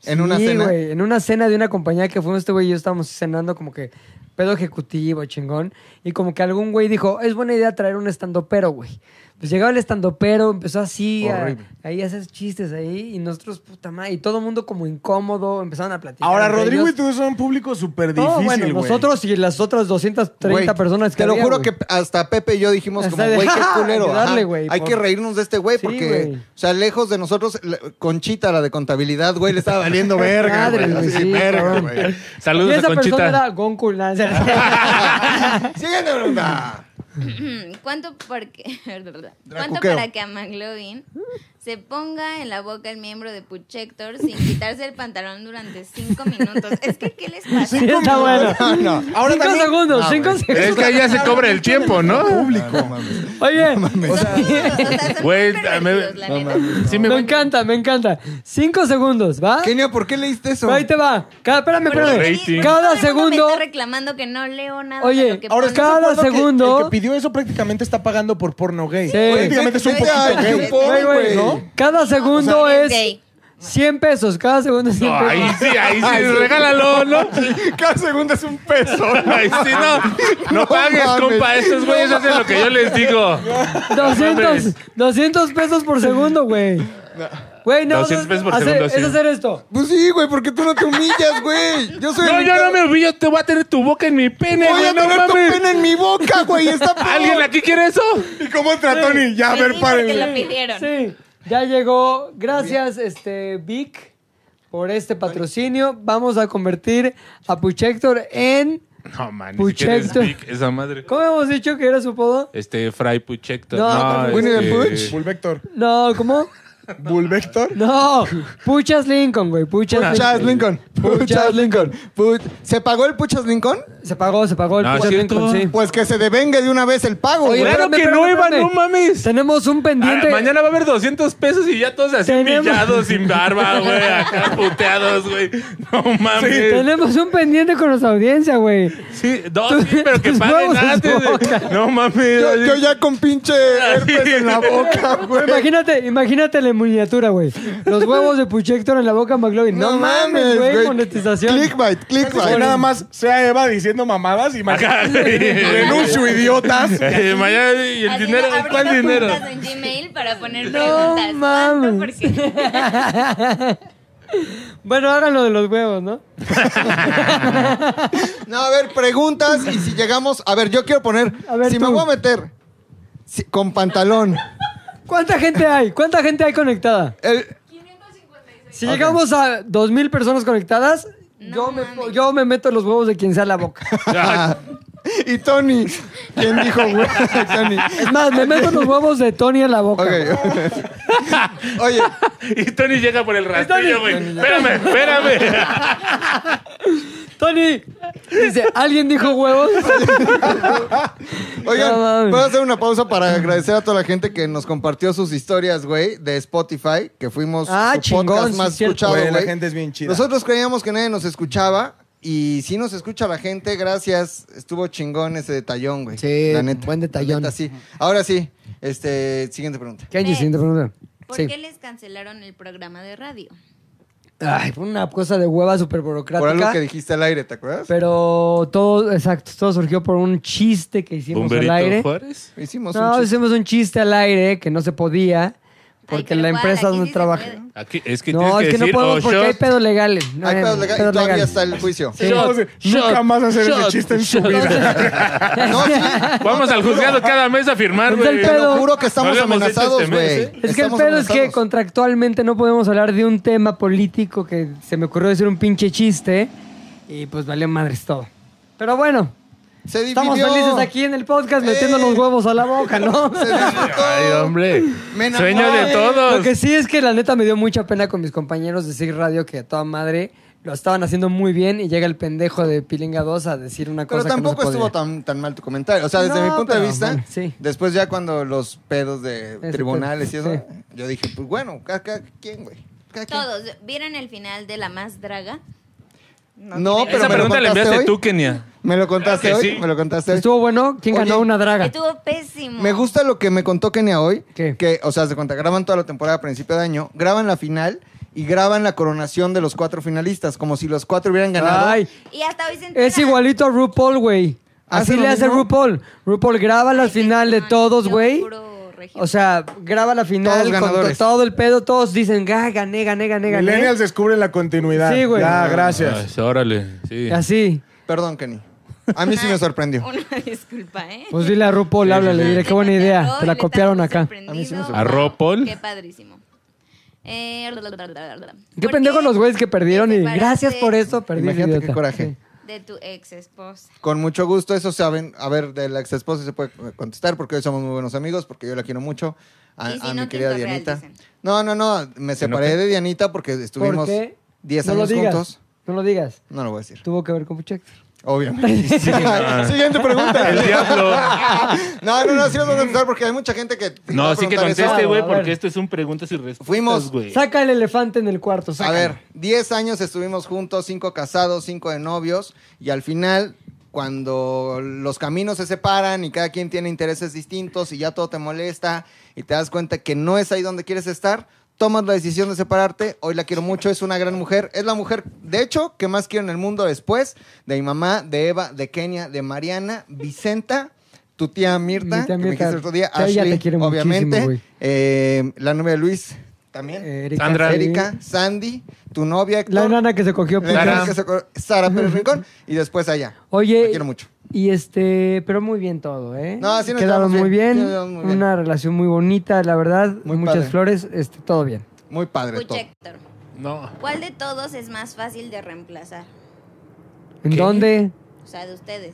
[SPEAKER 2] En una
[SPEAKER 1] Sí,
[SPEAKER 2] cena.
[SPEAKER 1] güey, en una cena de una compañía que fuimos este güey y yo estábamos cenando como que pedo ejecutivo, chingón. Y como que algún güey dijo, es buena idea traer un estandopero, güey. Pues llegaba el estandopero, empezó así, a-
[SPEAKER 2] Horrible.
[SPEAKER 1] ahí a hacer chistes ahí, y nosotros, puta madre, y todo el mundo como incómodo, empezaron a platicar.
[SPEAKER 3] Ahora,
[SPEAKER 1] entre
[SPEAKER 3] Rodrigo y
[SPEAKER 1] ellos.
[SPEAKER 3] tú son un público súper
[SPEAKER 1] No,
[SPEAKER 3] difícil, güey.
[SPEAKER 1] bueno, nosotros y las otras 230
[SPEAKER 2] Güey,
[SPEAKER 1] personas que
[SPEAKER 2] Te lo
[SPEAKER 1] había,
[SPEAKER 2] juro
[SPEAKER 1] güey.
[SPEAKER 2] que hasta Pepe y yo dijimos
[SPEAKER 1] Hasta
[SPEAKER 2] como,
[SPEAKER 1] de-
[SPEAKER 2] güey, qué
[SPEAKER 1] ¡Ja!
[SPEAKER 2] culero.
[SPEAKER 1] Hay que darle,
[SPEAKER 2] ajá.
[SPEAKER 1] güey,
[SPEAKER 2] Hay
[SPEAKER 1] por-
[SPEAKER 2] que reírnos de este güey
[SPEAKER 1] Sí,
[SPEAKER 2] porque,
[SPEAKER 1] güey.
[SPEAKER 2] o sea, lejos de nosotros, la- Conchita, la de contabilidad, güey, le estaba valiendo verga,
[SPEAKER 1] Madre,
[SPEAKER 2] güey.
[SPEAKER 1] güey,
[SPEAKER 2] así,
[SPEAKER 1] sí,
[SPEAKER 2] verga,
[SPEAKER 1] cabrón.
[SPEAKER 2] güey.
[SPEAKER 1] Y
[SPEAKER 4] Saludos a
[SPEAKER 1] esa persona
[SPEAKER 4] Conchita.
[SPEAKER 1] era Goncul, ¿no? O sea,
[SPEAKER 2] Siguiente pregunta.
[SPEAKER 5] ¿Cuánto, porque, ¿Cuánto
[SPEAKER 2] Dracuqueo.
[SPEAKER 5] para que a McLovin se ponga en la boca el miembro de Puchector sin quitarse el pantalón durante cinco minutos? Es que, ¿qué les pasa?
[SPEAKER 1] Sí, está bueno.
[SPEAKER 2] No, no.
[SPEAKER 1] Ahora cinco
[SPEAKER 3] también-
[SPEAKER 1] segundos,
[SPEAKER 2] No,
[SPEAKER 1] cinco
[SPEAKER 2] güey.
[SPEAKER 1] segundos.
[SPEAKER 4] Es que allá se cobra el tiempo, ¿no?
[SPEAKER 2] Público, mames.
[SPEAKER 1] Oye,
[SPEAKER 5] Son todos, o sea, son
[SPEAKER 4] Güey,
[SPEAKER 5] pervertidos,
[SPEAKER 4] a mí-
[SPEAKER 5] la
[SPEAKER 2] No
[SPEAKER 5] neta.
[SPEAKER 2] mames.
[SPEAKER 4] Sí, me
[SPEAKER 1] me
[SPEAKER 4] voy-
[SPEAKER 1] encanta, me encanta. Cinco segundos, ¿va?
[SPEAKER 2] Kenia, ¿por qué leíste eso?
[SPEAKER 1] Ahí te va. Cada, espérame,
[SPEAKER 5] Porque
[SPEAKER 1] espérame.
[SPEAKER 5] sí,
[SPEAKER 4] Rating.
[SPEAKER 1] Cada
[SPEAKER 5] todo el mundo
[SPEAKER 1] segundo.
[SPEAKER 5] Me está reclamando que no leo nada.
[SPEAKER 1] Oye,
[SPEAKER 5] de lo que
[SPEAKER 1] ahora
[SPEAKER 5] ponen.
[SPEAKER 1] está- Cada
[SPEAKER 3] ¿Estás de acuerdo que
[SPEAKER 1] segundo-
[SPEAKER 3] El que pidió eso prácticamente está pagando por porno gay.
[SPEAKER 1] Sí.
[SPEAKER 3] Prácticamente es un
[SPEAKER 5] Sí,
[SPEAKER 3] poquito
[SPEAKER 5] ya,
[SPEAKER 3] gay.
[SPEAKER 5] sí,
[SPEAKER 1] Güey, güey,
[SPEAKER 2] ¿no?
[SPEAKER 1] Cada segundo
[SPEAKER 5] O sea,
[SPEAKER 1] es.
[SPEAKER 5] gay.
[SPEAKER 1] 100 pesos, cada segundo 100
[SPEAKER 4] No,
[SPEAKER 1] pesos.
[SPEAKER 4] ahí sí, ahí sí, regálalo, ¿no?
[SPEAKER 3] Cada segundo es un peso.
[SPEAKER 4] Ahí sí, no. No pagues,
[SPEAKER 2] mames.
[SPEAKER 4] compa. Esos güeyes hacen lo que yo les digo.
[SPEAKER 1] 200,
[SPEAKER 4] mames.
[SPEAKER 1] 200 pesos por segundo, güey. Güey, no,
[SPEAKER 4] 200 pesos por
[SPEAKER 1] hacer-
[SPEAKER 4] segundo,
[SPEAKER 1] es
[SPEAKER 4] sí.
[SPEAKER 1] hacer esto.
[SPEAKER 2] Pues sí, güey, porque tú no te humillas, güey. Yo soy
[SPEAKER 4] No,
[SPEAKER 2] el-
[SPEAKER 4] yo no me humillo, te voy a tener tu boca en mi pene,
[SPEAKER 2] Voy
[SPEAKER 4] güey,
[SPEAKER 2] a
[SPEAKER 4] no
[SPEAKER 2] tener tu
[SPEAKER 4] mames.
[SPEAKER 2] pene en mi boca, güey. Está peor.
[SPEAKER 4] ¿Alguien aquí quiere eso?
[SPEAKER 3] ¿Y cómo entra Tony? Ya, a
[SPEAKER 5] Sí,
[SPEAKER 3] ver,
[SPEAKER 5] porque lo
[SPEAKER 3] párenle.
[SPEAKER 5] pidieron.
[SPEAKER 1] Sí, ya llegó. Gracias, este Vic, por este patrocinio. Vamos a convertir a Puchector en.
[SPEAKER 4] No, man, ni siquiera es
[SPEAKER 1] Puchector.
[SPEAKER 4] Vic, esa madre.
[SPEAKER 1] ¿Cómo hemos dicho que era su apodo?
[SPEAKER 4] Este, Fry Puchector.
[SPEAKER 1] No,
[SPEAKER 4] No,
[SPEAKER 1] no,
[SPEAKER 2] Winnie
[SPEAKER 4] este,
[SPEAKER 2] the Pooh.
[SPEAKER 3] Bulvector.
[SPEAKER 1] No, ¿cómo?
[SPEAKER 3] Bulvector.
[SPEAKER 1] No, Puchas Lincoln, güey. Puchas,
[SPEAKER 2] Puchas
[SPEAKER 1] Lincoln.
[SPEAKER 2] Lincoln. Puchas Lincoln. Puch- ¿Se pagó el Puchas Lincoln?
[SPEAKER 1] Se pagó, se pagó el
[SPEAKER 4] No,
[SPEAKER 1] Puchas
[SPEAKER 4] ¿cierto?
[SPEAKER 1] Lincoln, sí.
[SPEAKER 2] Pues que se devenga de una vez el pago,
[SPEAKER 1] Oye,
[SPEAKER 2] güey.
[SPEAKER 1] espérame,
[SPEAKER 4] Claro que
[SPEAKER 1] espérame,
[SPEAKER 4] no, Eva,
[SPEAKER 1] espérame.
[SPEAKER 4] no mames.
[SPEAKER 1] Tenemos un pendiente.
[SPEAKER 4] Ah, mañana va a haber 200 pesos y ya todos así
[SPEAKER 1] Tenemos-
[SPEAKER 4] humillados, sin barba, güey, acá puteados, güey. No mames.
[SPEAKER 1] Tenemos un pendiente con nuestra audiencia, güey.
[SPEAKER 4] Sí, dos, sí, pero que
[SPEAKER 1] Tus huevos en
[SPEAKER 4] paguen antes.
[SPEAKER 1] su
[SPEAKER 4] güey.
[SPEAKER 1] boca.
[SPEAKER 4] No mames.
[SPEAKER 2] Yo,
[SPEAKER 4] oye.
[SPEAKER 2] yo ya con pinche herpes en la boca, güey.
[SPEAKER 1] Imagínate, imagínate la miniatura, güey. Los huevos de Puchector en la boca de McLovin. No, mames, güey. Monetización.
[SPEAKER 2] Clickbait,
[SPEAKER 3] Que
[SPEAKER 2] clickbait.
[SPEAKER 3] nada más sea Eva diciendo mamadas y
[SPEAKER 4] Acá,
[SPEAKER 3] mañana.
[SPEAKER 4] güey.
[SPEAKER 3] Renuncio, idiotas.
[SPEAKER 4] Eh, mañana, ¿y el
[SPEAKER 5] Así,
[SPEAKER 4] dinero?
[SPEAKER 5] abriendo
[SPEAKER 4] ¿Cuál dinero?
[SPEAKER 5] cuentas en Gmail para poner
[SPEAKER 1] No
[SPEAKER 5] preguntas. ¿Cuánto?
[SPEAKER 1] mames.
[SPEAKER 5] Porque
[SPEAKER 1] Bueno, hagan lo de los huevos, ¿no?
[SPEAKER 2] No, a ver, preguntas y si llegamos. A ver, yo quiero poner.
[SPEAKER 1] A ver,
[SPEAKER 2] si me
[SPEAKER 1] tú.
[SPEAKER 2] voy a meter si- con pantalón.
[SPEAKER 1] ¿Cuánta gente hay? ¿Cuánta gente hay conectada?
[SPEAKER 2] El,
[SPEAKER 1] Si llegamos a 2.000 personas conectadas, yo, me, po- yo me meto los huevos de quien sea la boca.
[SPEAKER 4] Ah,
[SPEAKER 2] y Tony. ¿Quién dijo, güey? Tony.
[SPEAKER 1] Es más, me meto los huevos de Tony en la boca.
[SPEAKER 2] Ok. Oye,
[SPEAKER 4] y Tony llega por el
[SPEAKER 1] Tony-
[SPEAKER 4] rastrillo, güey. Espérame, espérame.
[SPEAKER 1] Tony, dice, ¿alguien dijo huevos?
[SPEAKER 2] Oigan,
[SPEAKER 1] No mames.
[SPEAKER 2] puedo hacer una pausa para agradecer a toda la gente que nos compartió sus historias, güey, de Spotify, que fuimos
[SPEAKER 1] Ah,
[SPEAKER 2] su
[SPEAKER 1] chingón,
[SPEAKER 2] podcast
[SPEAKER 1] sí,
[SPEAKER 2] más
[SPEAKER 1] cierto.
[SPEAKER 2] escuchado,
[SPEAKER 3] Güey,
[SPEAKER 2] güey.
[SPEAKER 3] la gente es bien chida.
[SPEAKER 2] Nosotros creíamos que nadie nos escuchaba y si nos escucha la gente, gracias. Estuvo chingón ese detallón, güey.
[SPEAKER 1] Sí,
[SPEAKER 2] la neta.
[SPEAKER 1] buen detallón.
[SPEAKER 2] La neta, sí. Ahora sí, este, siguiente pregunta.
[SPEAKER 1] Kenji, siguiente pregunta.
[SPEAKER 5] ¿Por
[SPEAKER 1] Sí.
[SPEAKER 5] qué les cancelaron el programa de radio?
[SPEAKER 1] Ay, fue una cosa de hueva súper
[SPEAKER 2] Por algo que
[SPEAKER 1] burocrática.
[SPEAKER 2] dijiste al aire, ¿te acuerdas?
[SPEAKER 1] Pero todo, exacto, todo surgió por un chiste que hicimos al aire.
[SPEAKER 4] ¿Bomberito Juárez?
[SPEAKER 2] Hicimos un
[SPEAKER 1] No,
[SPEAKER 2] chiste.
[SPEAKER 1] hicimos un chiste al aire que no se podía porque
[SPEAKER 5] pero
[SPEAKER 1] la
[SPEAKER 5] ¿cuál?
[SPEAKER 1] empresa
[SPEAKER 5] Aquí
[SPEAKER 1] donde
[SPEAKER 5] sí se
[SPEAKER 1] trabaja.
[SPEAKER 5] puede.
[SPEAKER 4] Aquí, es que
[SPEAKER 1] No,
[SPEAKER 4] tienes
[SPEAKER 1] es que,
[SPEAKER 4] que,
[SPEAKER 1] no
[SPEAKER 4] decir, oh,
[SPEAKER 1] podemos
[SPEAKER 4] o
[SPEAKER 1] porque hay
[SPEAKER 4] shorts.
[SPEAKER 1] pedos legales. No,
[SPEAKER 2] Hay pedos
[SPEAKER 1] no,
[SPEAKER 2] legales y
[SPEAKER 1] pedos
[SPEAKER 2] todavía
[SPEAKER 1] legales.
[SPEAKER 2] está el juicio.
[SPEAKER 1] Sí.
[SPEAKER 3] Vamos a- Nunca más hacer ese chiste en su vida.
[SPEAKER 2] No, sí,
[SPEAKER 4] Vamos al juzgado cada mes a firmar,
[SPEAKER 1] Pues el
[SPEAKER 4] güey.
[SPEAKER 2] te lo
[SPEAKER 1] Pero-
[SPEAKER 2] juro que estamos
[SPEAKER 4] No habíamos
[SPEAKER 2] amenazados,
[SPEAKER 4] hecho
[SPEAKER 2] güey.
[SPEAKER 4] este mes, ¿eh?
[SPEAKER 1] Es que el
[SPEAKER 2] Estamos
[SPEAKER 1] pedo es que
[SPEAKER 2] amenazados.
[SPEAKER 1] contractualmente no podemos hablar de un tema político que se me ocurrió decir un pinche chiste y pues valió madres todo. Pero bueno,
[SPEAKER 2] Se
[SPEAKER 1] estamos
[SPEAKER 2] dividió.
[SPEAKER 1] felices aquí en el podcast
[SPEAKER 2] Eh.
[SPEAKER 1] metiendo los huevos a la boca, ¿no?
[SPEAKER 2] Se disfrutó.
[SPEAKER 4] Ay, hombre.
[SPEAKER 2] Me enamoré.
[SPEAKER 4] Sueño de
[SPEAKER 1] Lo
[SPEAKER 4] todos.
[SPEAKER 1] que sí es que la neta me dio mucha pena con mis compañeros de Sig Radio que a toda madre lo estaban haciendo muy bien y llega el pendejo de Pilinga 2 a decir una
[SPEAKER 2] Pero
[SPEAKER 1] cosa que no
[SPEAKER 2] tampoco
[SPEAKER 1] se podía.
[SPEAKER 2] estuvo tan, tan mal tu comentario. O sea, desde
[SPEAKER 1] No,
[SPEAKER 2] mi punto de
[SPEAKER 1] pero,
[SPEAKER 2] vista,
[SPEAKER 1] bueno, sí.
[SPEAKER 2] después ya cuando los pedos de
[SPEAKER 1] Ese
[SPEAKER 2] tribunales
[SPEAKER 1] pedo,
[SPEAKER 2] y eso, yo dije, pues bueno, cada, cada quien, güey. Cada quien.
[SPEAKER 5] Todos. ¿Vieron el final de La Más Draga?
[SPEAKER 2] No,
[SPEAKER 5] creo.
[SPEAKER 2] pero me
[SPEAKER 4] Esa
[SPEAKER 2] lo
[SPEAKER 4] pregunta la
[SPEAKER 2] contaste
[SPEAKER 4] enviaste
[SPEAKER 2] hoy.
[SPEAKER 4] tú, Kenia.
[SPEAKER 2] Me lo contaste
[SPEAKER 4] Claro
[SPEAKER 2] hoy,
[SPEAKER 4] que sí.
[SPEAKER 2] me lo contaste hoy.
[SPEAKER 1] Estuvo bueno. ¿Quién
[SPEAKER 2] ¿eh? Oye,
[SPEAKER 1] ganó una draga?
[SPEAKER 5] Estuvo pésimo.
[SPEAKER 2] Me gusta lo que me contó Kenia hoy.
[SPEAKER 1] ¿Qué?
[SPEAKER 2] Que, o sea, se cuenta, graban toda la temporada a principio de año, graban la final y graban la coronación de los cuatro finalistas, como si los cuatro hubieran ganado.
[SPEAKER 1] Ay,
[SPEAKER 5] Y hasta hoy se entera.
[SPEAKER 1] es igualito a RuPaul, güey.
[SPEAKER 2] ¿Hace
[SPEAKER 1] Así
[SPEAKER 2] lo
[SPEAKER 1] le hace
[SPEAKER 2] mismo?
[SPEAKER 1] RuPaul. RuPaul graba la
[SPEAKER 5] Ay,
[SPEAKER 1] final de
[SPEAKER 5] no,
[SPEAKER 1] todos,
[SPEAKER 5] yo
[SPEAKER 1] güey.
[SPEAKER 5] puro regio.
[SPEAKER 1] O sea, graba la
[SPEAKER 2] Todos
[SPEAKER 1] final con to-
[SPEAKER 2] ganadores.
[SPEAKER 1] todo el pedo. Todos dicen, "Ah, gané, gané, gané, gané.
[SPEAKER 3] Millennials descubren la continuidad.
[SPEAKER 1] Sí, güey.
[SPEAKER 3] Ya, gracias.
[SPEAKER 4] Ay, órale, Ah, sí.
[SPEAKER 1] Así.
[SPEAKER 2] Perdón, Kenny. A mí sí me sorprendió.
[SPEAKER 5] Una disculpa, ¿eh?
[SPEAKER 1] Pues dile a RuPaul,
[SPEAKER 4] Sí, sí,
[SPEAKER 1] háblale,
[SPEAKER 4] sí.
[SPEAKER 1] dile, qué buena idea. Te la copiaron acá.
[SPEAKER 2] A mí sí me sorprendió.
[SPEAKER 5] A
[SPEAKER 4] Arropol.
[SPEAKER 5] Qué padrísimo. Eh,
[SPEAKER 1] Qué
[SPEAKER 5] ¿por
[SPEAKER 1] pendejos
[SPEAKER 5] qué
[SPEAKER 1] los güeyes que perdieron y
[SPEAKER 5] te separaste
[SPEAKER 1] gracias por eso, perdí.
[SPEAKER 2] Imagínate
[SPEAKER 1] idiota.
[SPEAKER 2] qué coraje.
[SPEAKER 5] De tu ex esposa.
[SPEAKER 2] Con mucho gusto, eso saben. A ver, de la ex esposa se puede contestar porque hoy somos muy buenos amigos, porque yo la quiero mucho. A,
[SPEAKER 5] Y si
[SPEAKER 2] a
[SPEAKER 5] no,
[SPEAKER 2] mi querida
[SPEAKER 5] quinto real,
[SPEAKER 2] Dianita.
[SPEAKER 5] dicen.
[SPEAKER 2] no, no, no. Me separé
[SPEAKER 4] qué?
[SPEAKER 2] de Dianita porque
[SPEAKER 1] ¿Por
[SPEAKER 2] estuvimos
[SPEAKER 1] qué?
[SPEAKER 2] 10
[SPEAKER 1] No lo
[SPEAKER 2] años
[SPEAKER 1] digas,
[SPEAKER 2] juntos.
[SPEAKER 1] No lo digas.
[SPEAKER 2] No lo voy a decir.
[SPEAKER 1] Tuvo que ver con Puchector.
[SPEAKER 2] Obviamente. Siguiente pregunta.
[SPEAKER 4] El diablo.
[SPEAKER 2] No, no, no, sí los voy a contestar porque hay mucha gente que. te va
[SPEAKER 4] No,
[SPEAKER 2] a
[SPEAKER 4] sí que
[SPEAKER 2] preguntar eso.
[SPEAKER 4] conteste,
[SPEAKER 1] A
[SPEAKER 4] güey,
[SPEAKER 1] ver.
[SPEAKER 4] porque esto es un preguntas y respuestas,
[SPEAKER 2] Fuimos.
[SPEAKER 4] güey.
[SPEAKER 1] Saca el elefante en el cuarto,
[SPEAKER 2] A
[SPEAKER 1] sácalo.
[SPEAKER 2] ver, 10 años estuvimos juntos, 5 casados, 5 de novios, y al final, cuando los caminos se separan y cada quien tiene intereses distintos y ya todo te molesta y te das cuenta que no es ahí donde quieres estar, tomas la decisión de separarte. Hoy la quiero mucho, es una gran mujer. Es la mujer, de hecho, que más quiero en el mundo después de mi mamá, de Eva, de Kenia, de Mariana, Vicenta, tu tía Mirta,
[SPEAKER 1] Mi tía
[SPEAKER 2] que
[SPEAKER 1] Mirta.
[SPEAKER 2] me dijiste el otro día,
[SPEAKER 1] Sí, ella
[SPEAKER 2] Ashley,
[SPEAKER 1] te quiere muchísimo,
[SPEAKER 2] obviamente,
[SPEAKER 1] güey.
[SPEAKER 2] eh, la novia de Luis también,
[SPEAKER 1] Eh, Erika,
[SPEAKER 4] Sandra.
[SPEAKER 2] Erika, Sandy, tu novia, Héctor,
[SPEAKER 1] La nana que se cogió.
[SPEAKER 2] la
[SPEAKER 4] Sara.
[SPEAKER 2] nana que se cor- Sara Pérez Rincón, y después allá.
[SPEAKER 1] Oye,
[SPEAKER 2] La quiero mucho.
[SPEAKER 1] Y este, pero muy bien todo, ¿eh?
[SPEAKER 2] No, sí nos
[SPEAKER 1] Quedaron
[SPEAKER 2] llevamos
[SPEAKER 1] muy
[SPEAKER 2] bien,
[SPEAKER 1] bien,
[SPEAKER 2] sí nos llevamos muy bien.
[SPEAKER 1] una relación muy bonita, la verdad,
[SPEAKER 2] Muy
[SPEAKER 1] muchas
[SPEAKER 2] padre.
[SPEAKER 1] flores, este, todo bien.
[SPEAKER 2] Muy padre todo.
[SPEAKER 5] Escucha, Héctor.
[SPEAKER 4] No.
[SPEAKER 5] ¿Cuál de todos es más fácil de reemplazar?
[SPEAKER 1] ¿En
[SPEAKER 4] ¿Qué?
[SPEAKER 1] dónde?
[SPEAKER 5] O sea, de ustedes.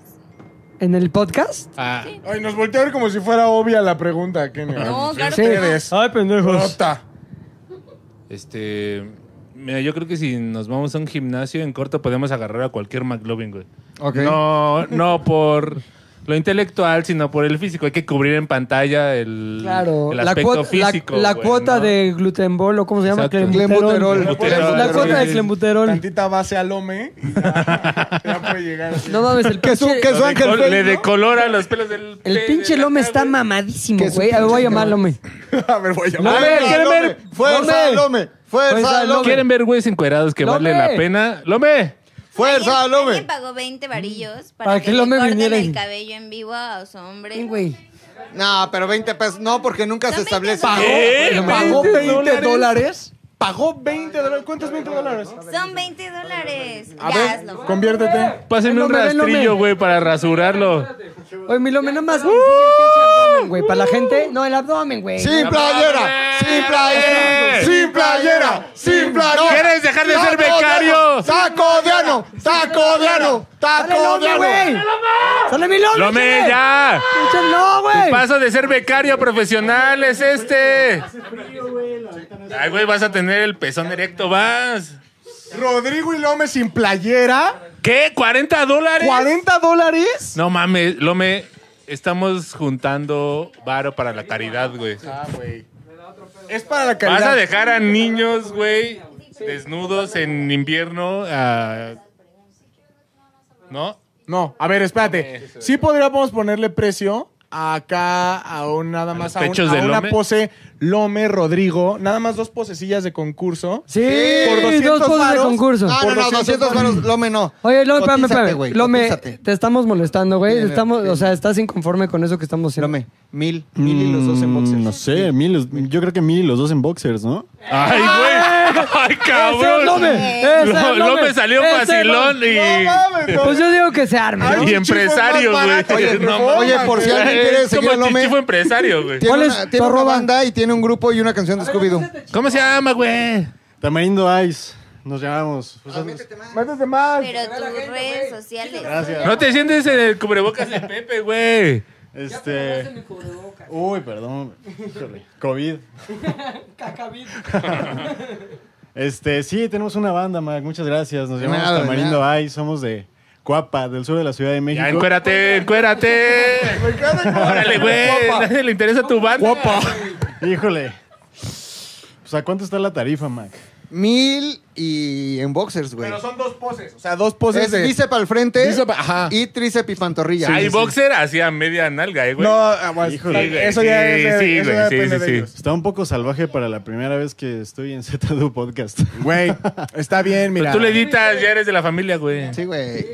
[SPEAKER 1] ¿En el podcast?
[SPEAKER 4] Ah,
[SPEAKER 3] Ay, nos volteó a ver como si fuera obvia la pregunta, Kenia.
[SPEAKER 1] Ah,
[SPEAKER 5] No, claro
[SPEAKER 1] Sí.
[SPEAKER 5] que no.
[SPEAKER 1] Ay, pendejos.
[SPEAKER 3] Nota.
[SPEAKER 4] este. Mira, yo creo que si nos vamos a un gimnasio en corto podemos agarrar a cualquier McLovin, güey.
[SPEAKER 2] Ok.
[SPEAKER 4] No, no por lo intelectual, sino por el físico. Hay que cubrir en pantalla el,
[SPEAKER 1] Claro,
[SPEAKER 4] el
[SPEAKER 1] la,
[SPEAKER 4] aspecto
[SPEAKER 1] cuota- la-
[SPEAKER 4] físico.
[SPEAKER 1] la
[SPEAKER 4] güey,
[SPEAKER 1] cuota
[SPEAKER 4] ¿no?
[SPEAKER 1] de glutenbol o cómo se llama,
[SPEAKER 4] Exacto.
[SPEAKER 3] Pues,
[SPEAKER 1] clenbuterol.
[SPEAKER 4] Clenbuterol.
[SPEAKER 1] La cuota de
[SPEAKER 4] Sí.
[SPEAKER 1] clenbuterol.
[SPEAKER 3] Tantita base al home y ya, ya puede llegar. así.
[SPEAKER 1] No mames, el
[SPEAKER 2] Que su,
[SPEAKER 1] pinche-
[SPEAKER 2] que su
[SPEAKER 4] Lo
[SPEAKER 2] ángel
[SPEAKER 4] decol-
[SPEAKER 2] Fey,
[SPEAKER 4] le
[SPEAKER 2] ¿no?
[SPEAKER 4] decolora los pelos del.
[SPEAKER 1] El
[SPEAKER 4] pe-
[SPEAKER 1] pinche
[SPEAKER 4] de la
[SPEAKER 1] Lome
[SPEAKER 4] cara,
[SPEAKER 1] está
[SPEAKER 4] güey.
[SPEAKER 1] mamadísimo,
[SPEAKER 2] Que su
[SPEAKER 1] güey. A ver, voy a llamar Lome.
[SPEAKER 3] A ver, voy a
[SPEAKER 1] No,
[SPEAKER 3] llamar.
[SPEAKER 1] hombre,
[SPEAKER 2] ¡Fuerza,
[SPEAKER 1] ¿quieren
[SPEAKER 2] Lome!
[SPEAKER 1] ver?
[SPEAKER 2] ¡Fuerza,
[SPEAKER 1] ¡Lome!
[SPEAKER 2] Lome! ¡Fuerza,
[SPEAKER 1] ¡Fuerza,
[SPEAKER 2] Lome!
[SPEAKER 4] ¿Quieren ver güeyes encuerados que
[SPEAKER 1] ¡Lome!
[SPEAKER 4] vale la pena? ¡Lome!
[SPEAKER 2] ¡Fuerza,
[SPEAKER 5] Alguien-
[SPEAKER 2] Lome!
[SPEAKER 5] alguien pagó 20 varillos para,
[SPEAKER 1] Mm. Para
[SPEAKER 5] que,
[SPEAKER 1] que
[SPEAKER 5] le
[SPEAKER 1] no me
[SPEAKER 5] corten
[SPEAKER 1] viniera y-
[SPEAKER 5] el cabello en vivo a su hombre.
[SPEAKER 1] Güey,
[SPEAKER 2] No, pero 20 pesos. No, porque nunca se
[SPEAKER 5] Son 20
[SPEAKER 2] establece.
[SPEAKER 5] dólares.
[SPEAKER 4] ¿Eh?
[SPEAKER 1] ¿Pagó 20 dólares?
[SPEAKER 3] Pagó 20 dólares. ¿Cuántos 20 dólares?
[SPEAKER 5] Son 20 dólares.
[SPEAKER 3] A
[SPEAKER 5] Ya
[SPEAKER 3] ver,
[SPEAKER 5] hazlo.
[SPEAKER 3] conviértete.
[SPEAKER 4] Pásenme un
[SPEAKER 1] Lome, ven, Lome.
[SPEAKER 4] rastrillo, güey, para rasurarlo.
[SPEAKER 1] Oye, mi Lome, nomás. enseña el pinche abdomen, Güey, para la gente, no, el abdomen, güey.
[SPEAKER 2] ¡Sin playera! ¡Sin playera!
[SPEAKER 4] ¡Eh!
[SPEAKER 2] ¡Sin playera! ¡Sin playera!
[SPEAKER 4] ¿Quieres dejar de ser
[SPEAKER 2] ¡Taco ano!
[SPEAKER 4] becario?
[SPEAKER 2] ¡Taco de ano! ¡Taco de ano!
[SPEAKER 1] ¡Sale
[SPEAKER 2] ¡Taco de
[SPEAKER 1] Lome,
[SPEAKER 2] ano!
[SPEAKER 1] güey! ¡Sale mi Lome!
[SPEAKER 4] ¡Lome,
[SPEAKER 1] chale!
[SPEAKER 4] ya!
[SPEAKER 1] Pinche No, güey.
[SPEAKER 4] Paso de ser becario a profesional es este. Ay, güey, vas a tener el pezón directo, vas.
[SPEAKER 3] Rodrigo y Lome sin playera.
[SPEAKER 4] ¿Qué? ¿40 dólares?
[SPEAKER 3] ¿40 dólares?
[SPEAKER 4] No mames, Lome, estamos juntando varo para la caridad, güey.
[SPEAKER 3] Ah, güey. Es para la
[SPEAKER 4] Vas a
[SPEAKER 3] calidad.
[SPEAKER 4] dejar a niños, güey, desnudos en invierno a... ¿No?
[SPEAKER 3] No, a ver, espérate. Sí podríamos ponerle precio acá a un nada más
[SPEAKER 4] los
[SPEAKER 3] a, un-
[SPEAKER 4] pechos
[SPEAKER 3] a
[SPEAKER 4] de
[SPEAKER 3] una
[SPEAKER 4] Lome?
[SPEAKER 3] pose Lome Rodrigo, nada más dos posecillas de concurso.
[SPEAKER 1] Sí,
[SPEAKER 3] Por
[SPEAKER 1] dos
[SPEAKER 3] 200
[SPEAKER 1] pozos de
[SPEAKER 3] varos.
[SPEAKER 1] concurso.
[SPEAKER 2] Ah, No, no, no, 200 varos, Lome no.
[SPEAKER 1] Oye, Lome, espérame,
[SPEAKER 2] Cotízate,
[SPEAKER 1] espérame.
[SPEAKER 2] güey,
[SPEAKER 1] Lome,
[SPEAKER 2] cotízate.
[SPEAKER 1] te estamos molestando, güey.
[SPEAKER 2] Bien,
[SPEAKER 1] Estamos,
[SPEAKER 2] bien.
[SPEAKER 1] o sea, estás inconforme con eso que estamos haciendo.
[SPEAKER 2] Lome, mil, mil y los dos en
[SPEAKER 9] Mm,
[SPEAKER 2] boxers.
[SPEAKER 9] No sé, mil, los- yo creo que mil y los dos en boxers, ¿no?
[SPEAKER 4] ¡Ay, güey!
[SPEAKER 1] ¡Ese
[SPEAKER 4] ¡Ay,
[SPEAKER 1] es
[SPEAKER 4] cabrón!
[SPEAKER 1] Lome! ¡Ese es
[SPEAKER 4] Lo-
[SPEAKER 1] Lome!
[SPEAKER 4] Lome salió
[SPEAKER 1] ¡Ese es
[SPEAKER 4] facilón
[SPEAKER 1] Lome!
[SPEAKER 4] y...
[SPEAKER 3] No mames, no.
[SPEAKER 1] Pues yo digo que se arme, ¿no?
[SPEAKER 3] Ay,
[SPEAKER 4] Y
[SPEAKER 3] un chichifo
[SPEAKER 4] empresario,
[SPEAKER 3] más
[SPEAKER 4] güey.
[SPEAKER 3] barato. Oye,
[SPEAKER 4] No
[SPEAKER 3] por-
[SPEAKER 4] mames.
[SPEAKER 2] oye, por si alguien quiere
[SPEAKER 4] Es
[SPEAKER 2] seguir a
[SPEAKER 4] como
[SPEAKER 2] Lome-
[SPEAKER 4] chichifo empresario, güey.
[SPEAKER 2] Tiene
[SPEAKER 1] ¿Cuál
[SPEAKER 2] una,
[SPEAKER 1] es tu
[SPEAKER 2] tiene una
[SPEAKER 1] arroba?
[SPEAKER 2] banda y tiene un grupo y una canción de Scooby-Doo.
[SPEAKER 4] ¿Cómo se llama, güey?
[SPEAKER 9] Tamarindo Ice, nos llamamos. Pues,
[SPEAKER 3] Métete más.
[SPEAKER 5] Pero tus redes sociales.
[SPEAKER 9] Gracias.
[SPEAKER 4] No te sientes en el cubrebocas de Pepe, güey.
[SPEAKER 9] Este. Uy, perdón. Híjole. COVID. Este, sí, tenemos una banda, Mac. Muchas gracias. Nos
[SPEAKER 2] De
[SPEAKER 9] llamamos
[SPEAKER 2] nada, de
[SPEAKER 9] Tamarindo Ice. Somos de Cuapa, del sur de la Ciudad de
[SPEAKER 4] Ya,
[SPEAKER 9] México.
[SPEAKER 4] encuérate, encuérate. Órale, güey. Nadie le interesa tu banda.
[SPEAKER 9] Híjole. Pues, ¿a cuánto está la tarifa, Mac?
[SPEAKER 2] Mil y en boxers, güey.
[SPEAKER 3] Pero son dos poses. O sea, dos
[SPEAKER 2] Es
[SPEAKER 3] poses de.
[SPEAKER 2] bíceps al frente
[SPEAKER 3] Bíceps, ajá.
[SPEAKER 2] y tríceps y pantorrilla.
[SPEAKER 4] Hay boxer hacía media nalga, eh, güey.
[SPEAKER 3] No, ah, bueno,
[SPEAKER 9] Híjole.
[SPEAKER 3] está- eso ya
[SPEAKER 4] Sí,
[SPEAKER 3] es.
[SPEAKER 4] sí,
[SPEAKER 3] eso
[SPEAKER 4] güey,
[SPEAKER 3] ya
[SPEAKER 4] sí,
[SPEAKER 3] depende
[SPEAKER 4] sí,
[SPEAKER 3] de
[SPEAKER 4] sí.
[SPEAKER 3] ellos.
[SPEAKER 9] Está un poco salvaje para la primera vez que estoy en ZDU Podcast.
[SPEAKER 3] Güey, está bien,
[SPEAKER 4] Pero
[SPEAKER 3] mira.
[SPEAKER 4] tú le editas, ya eres de la familia, güey.
[SPEAKER 2] Sí, güey.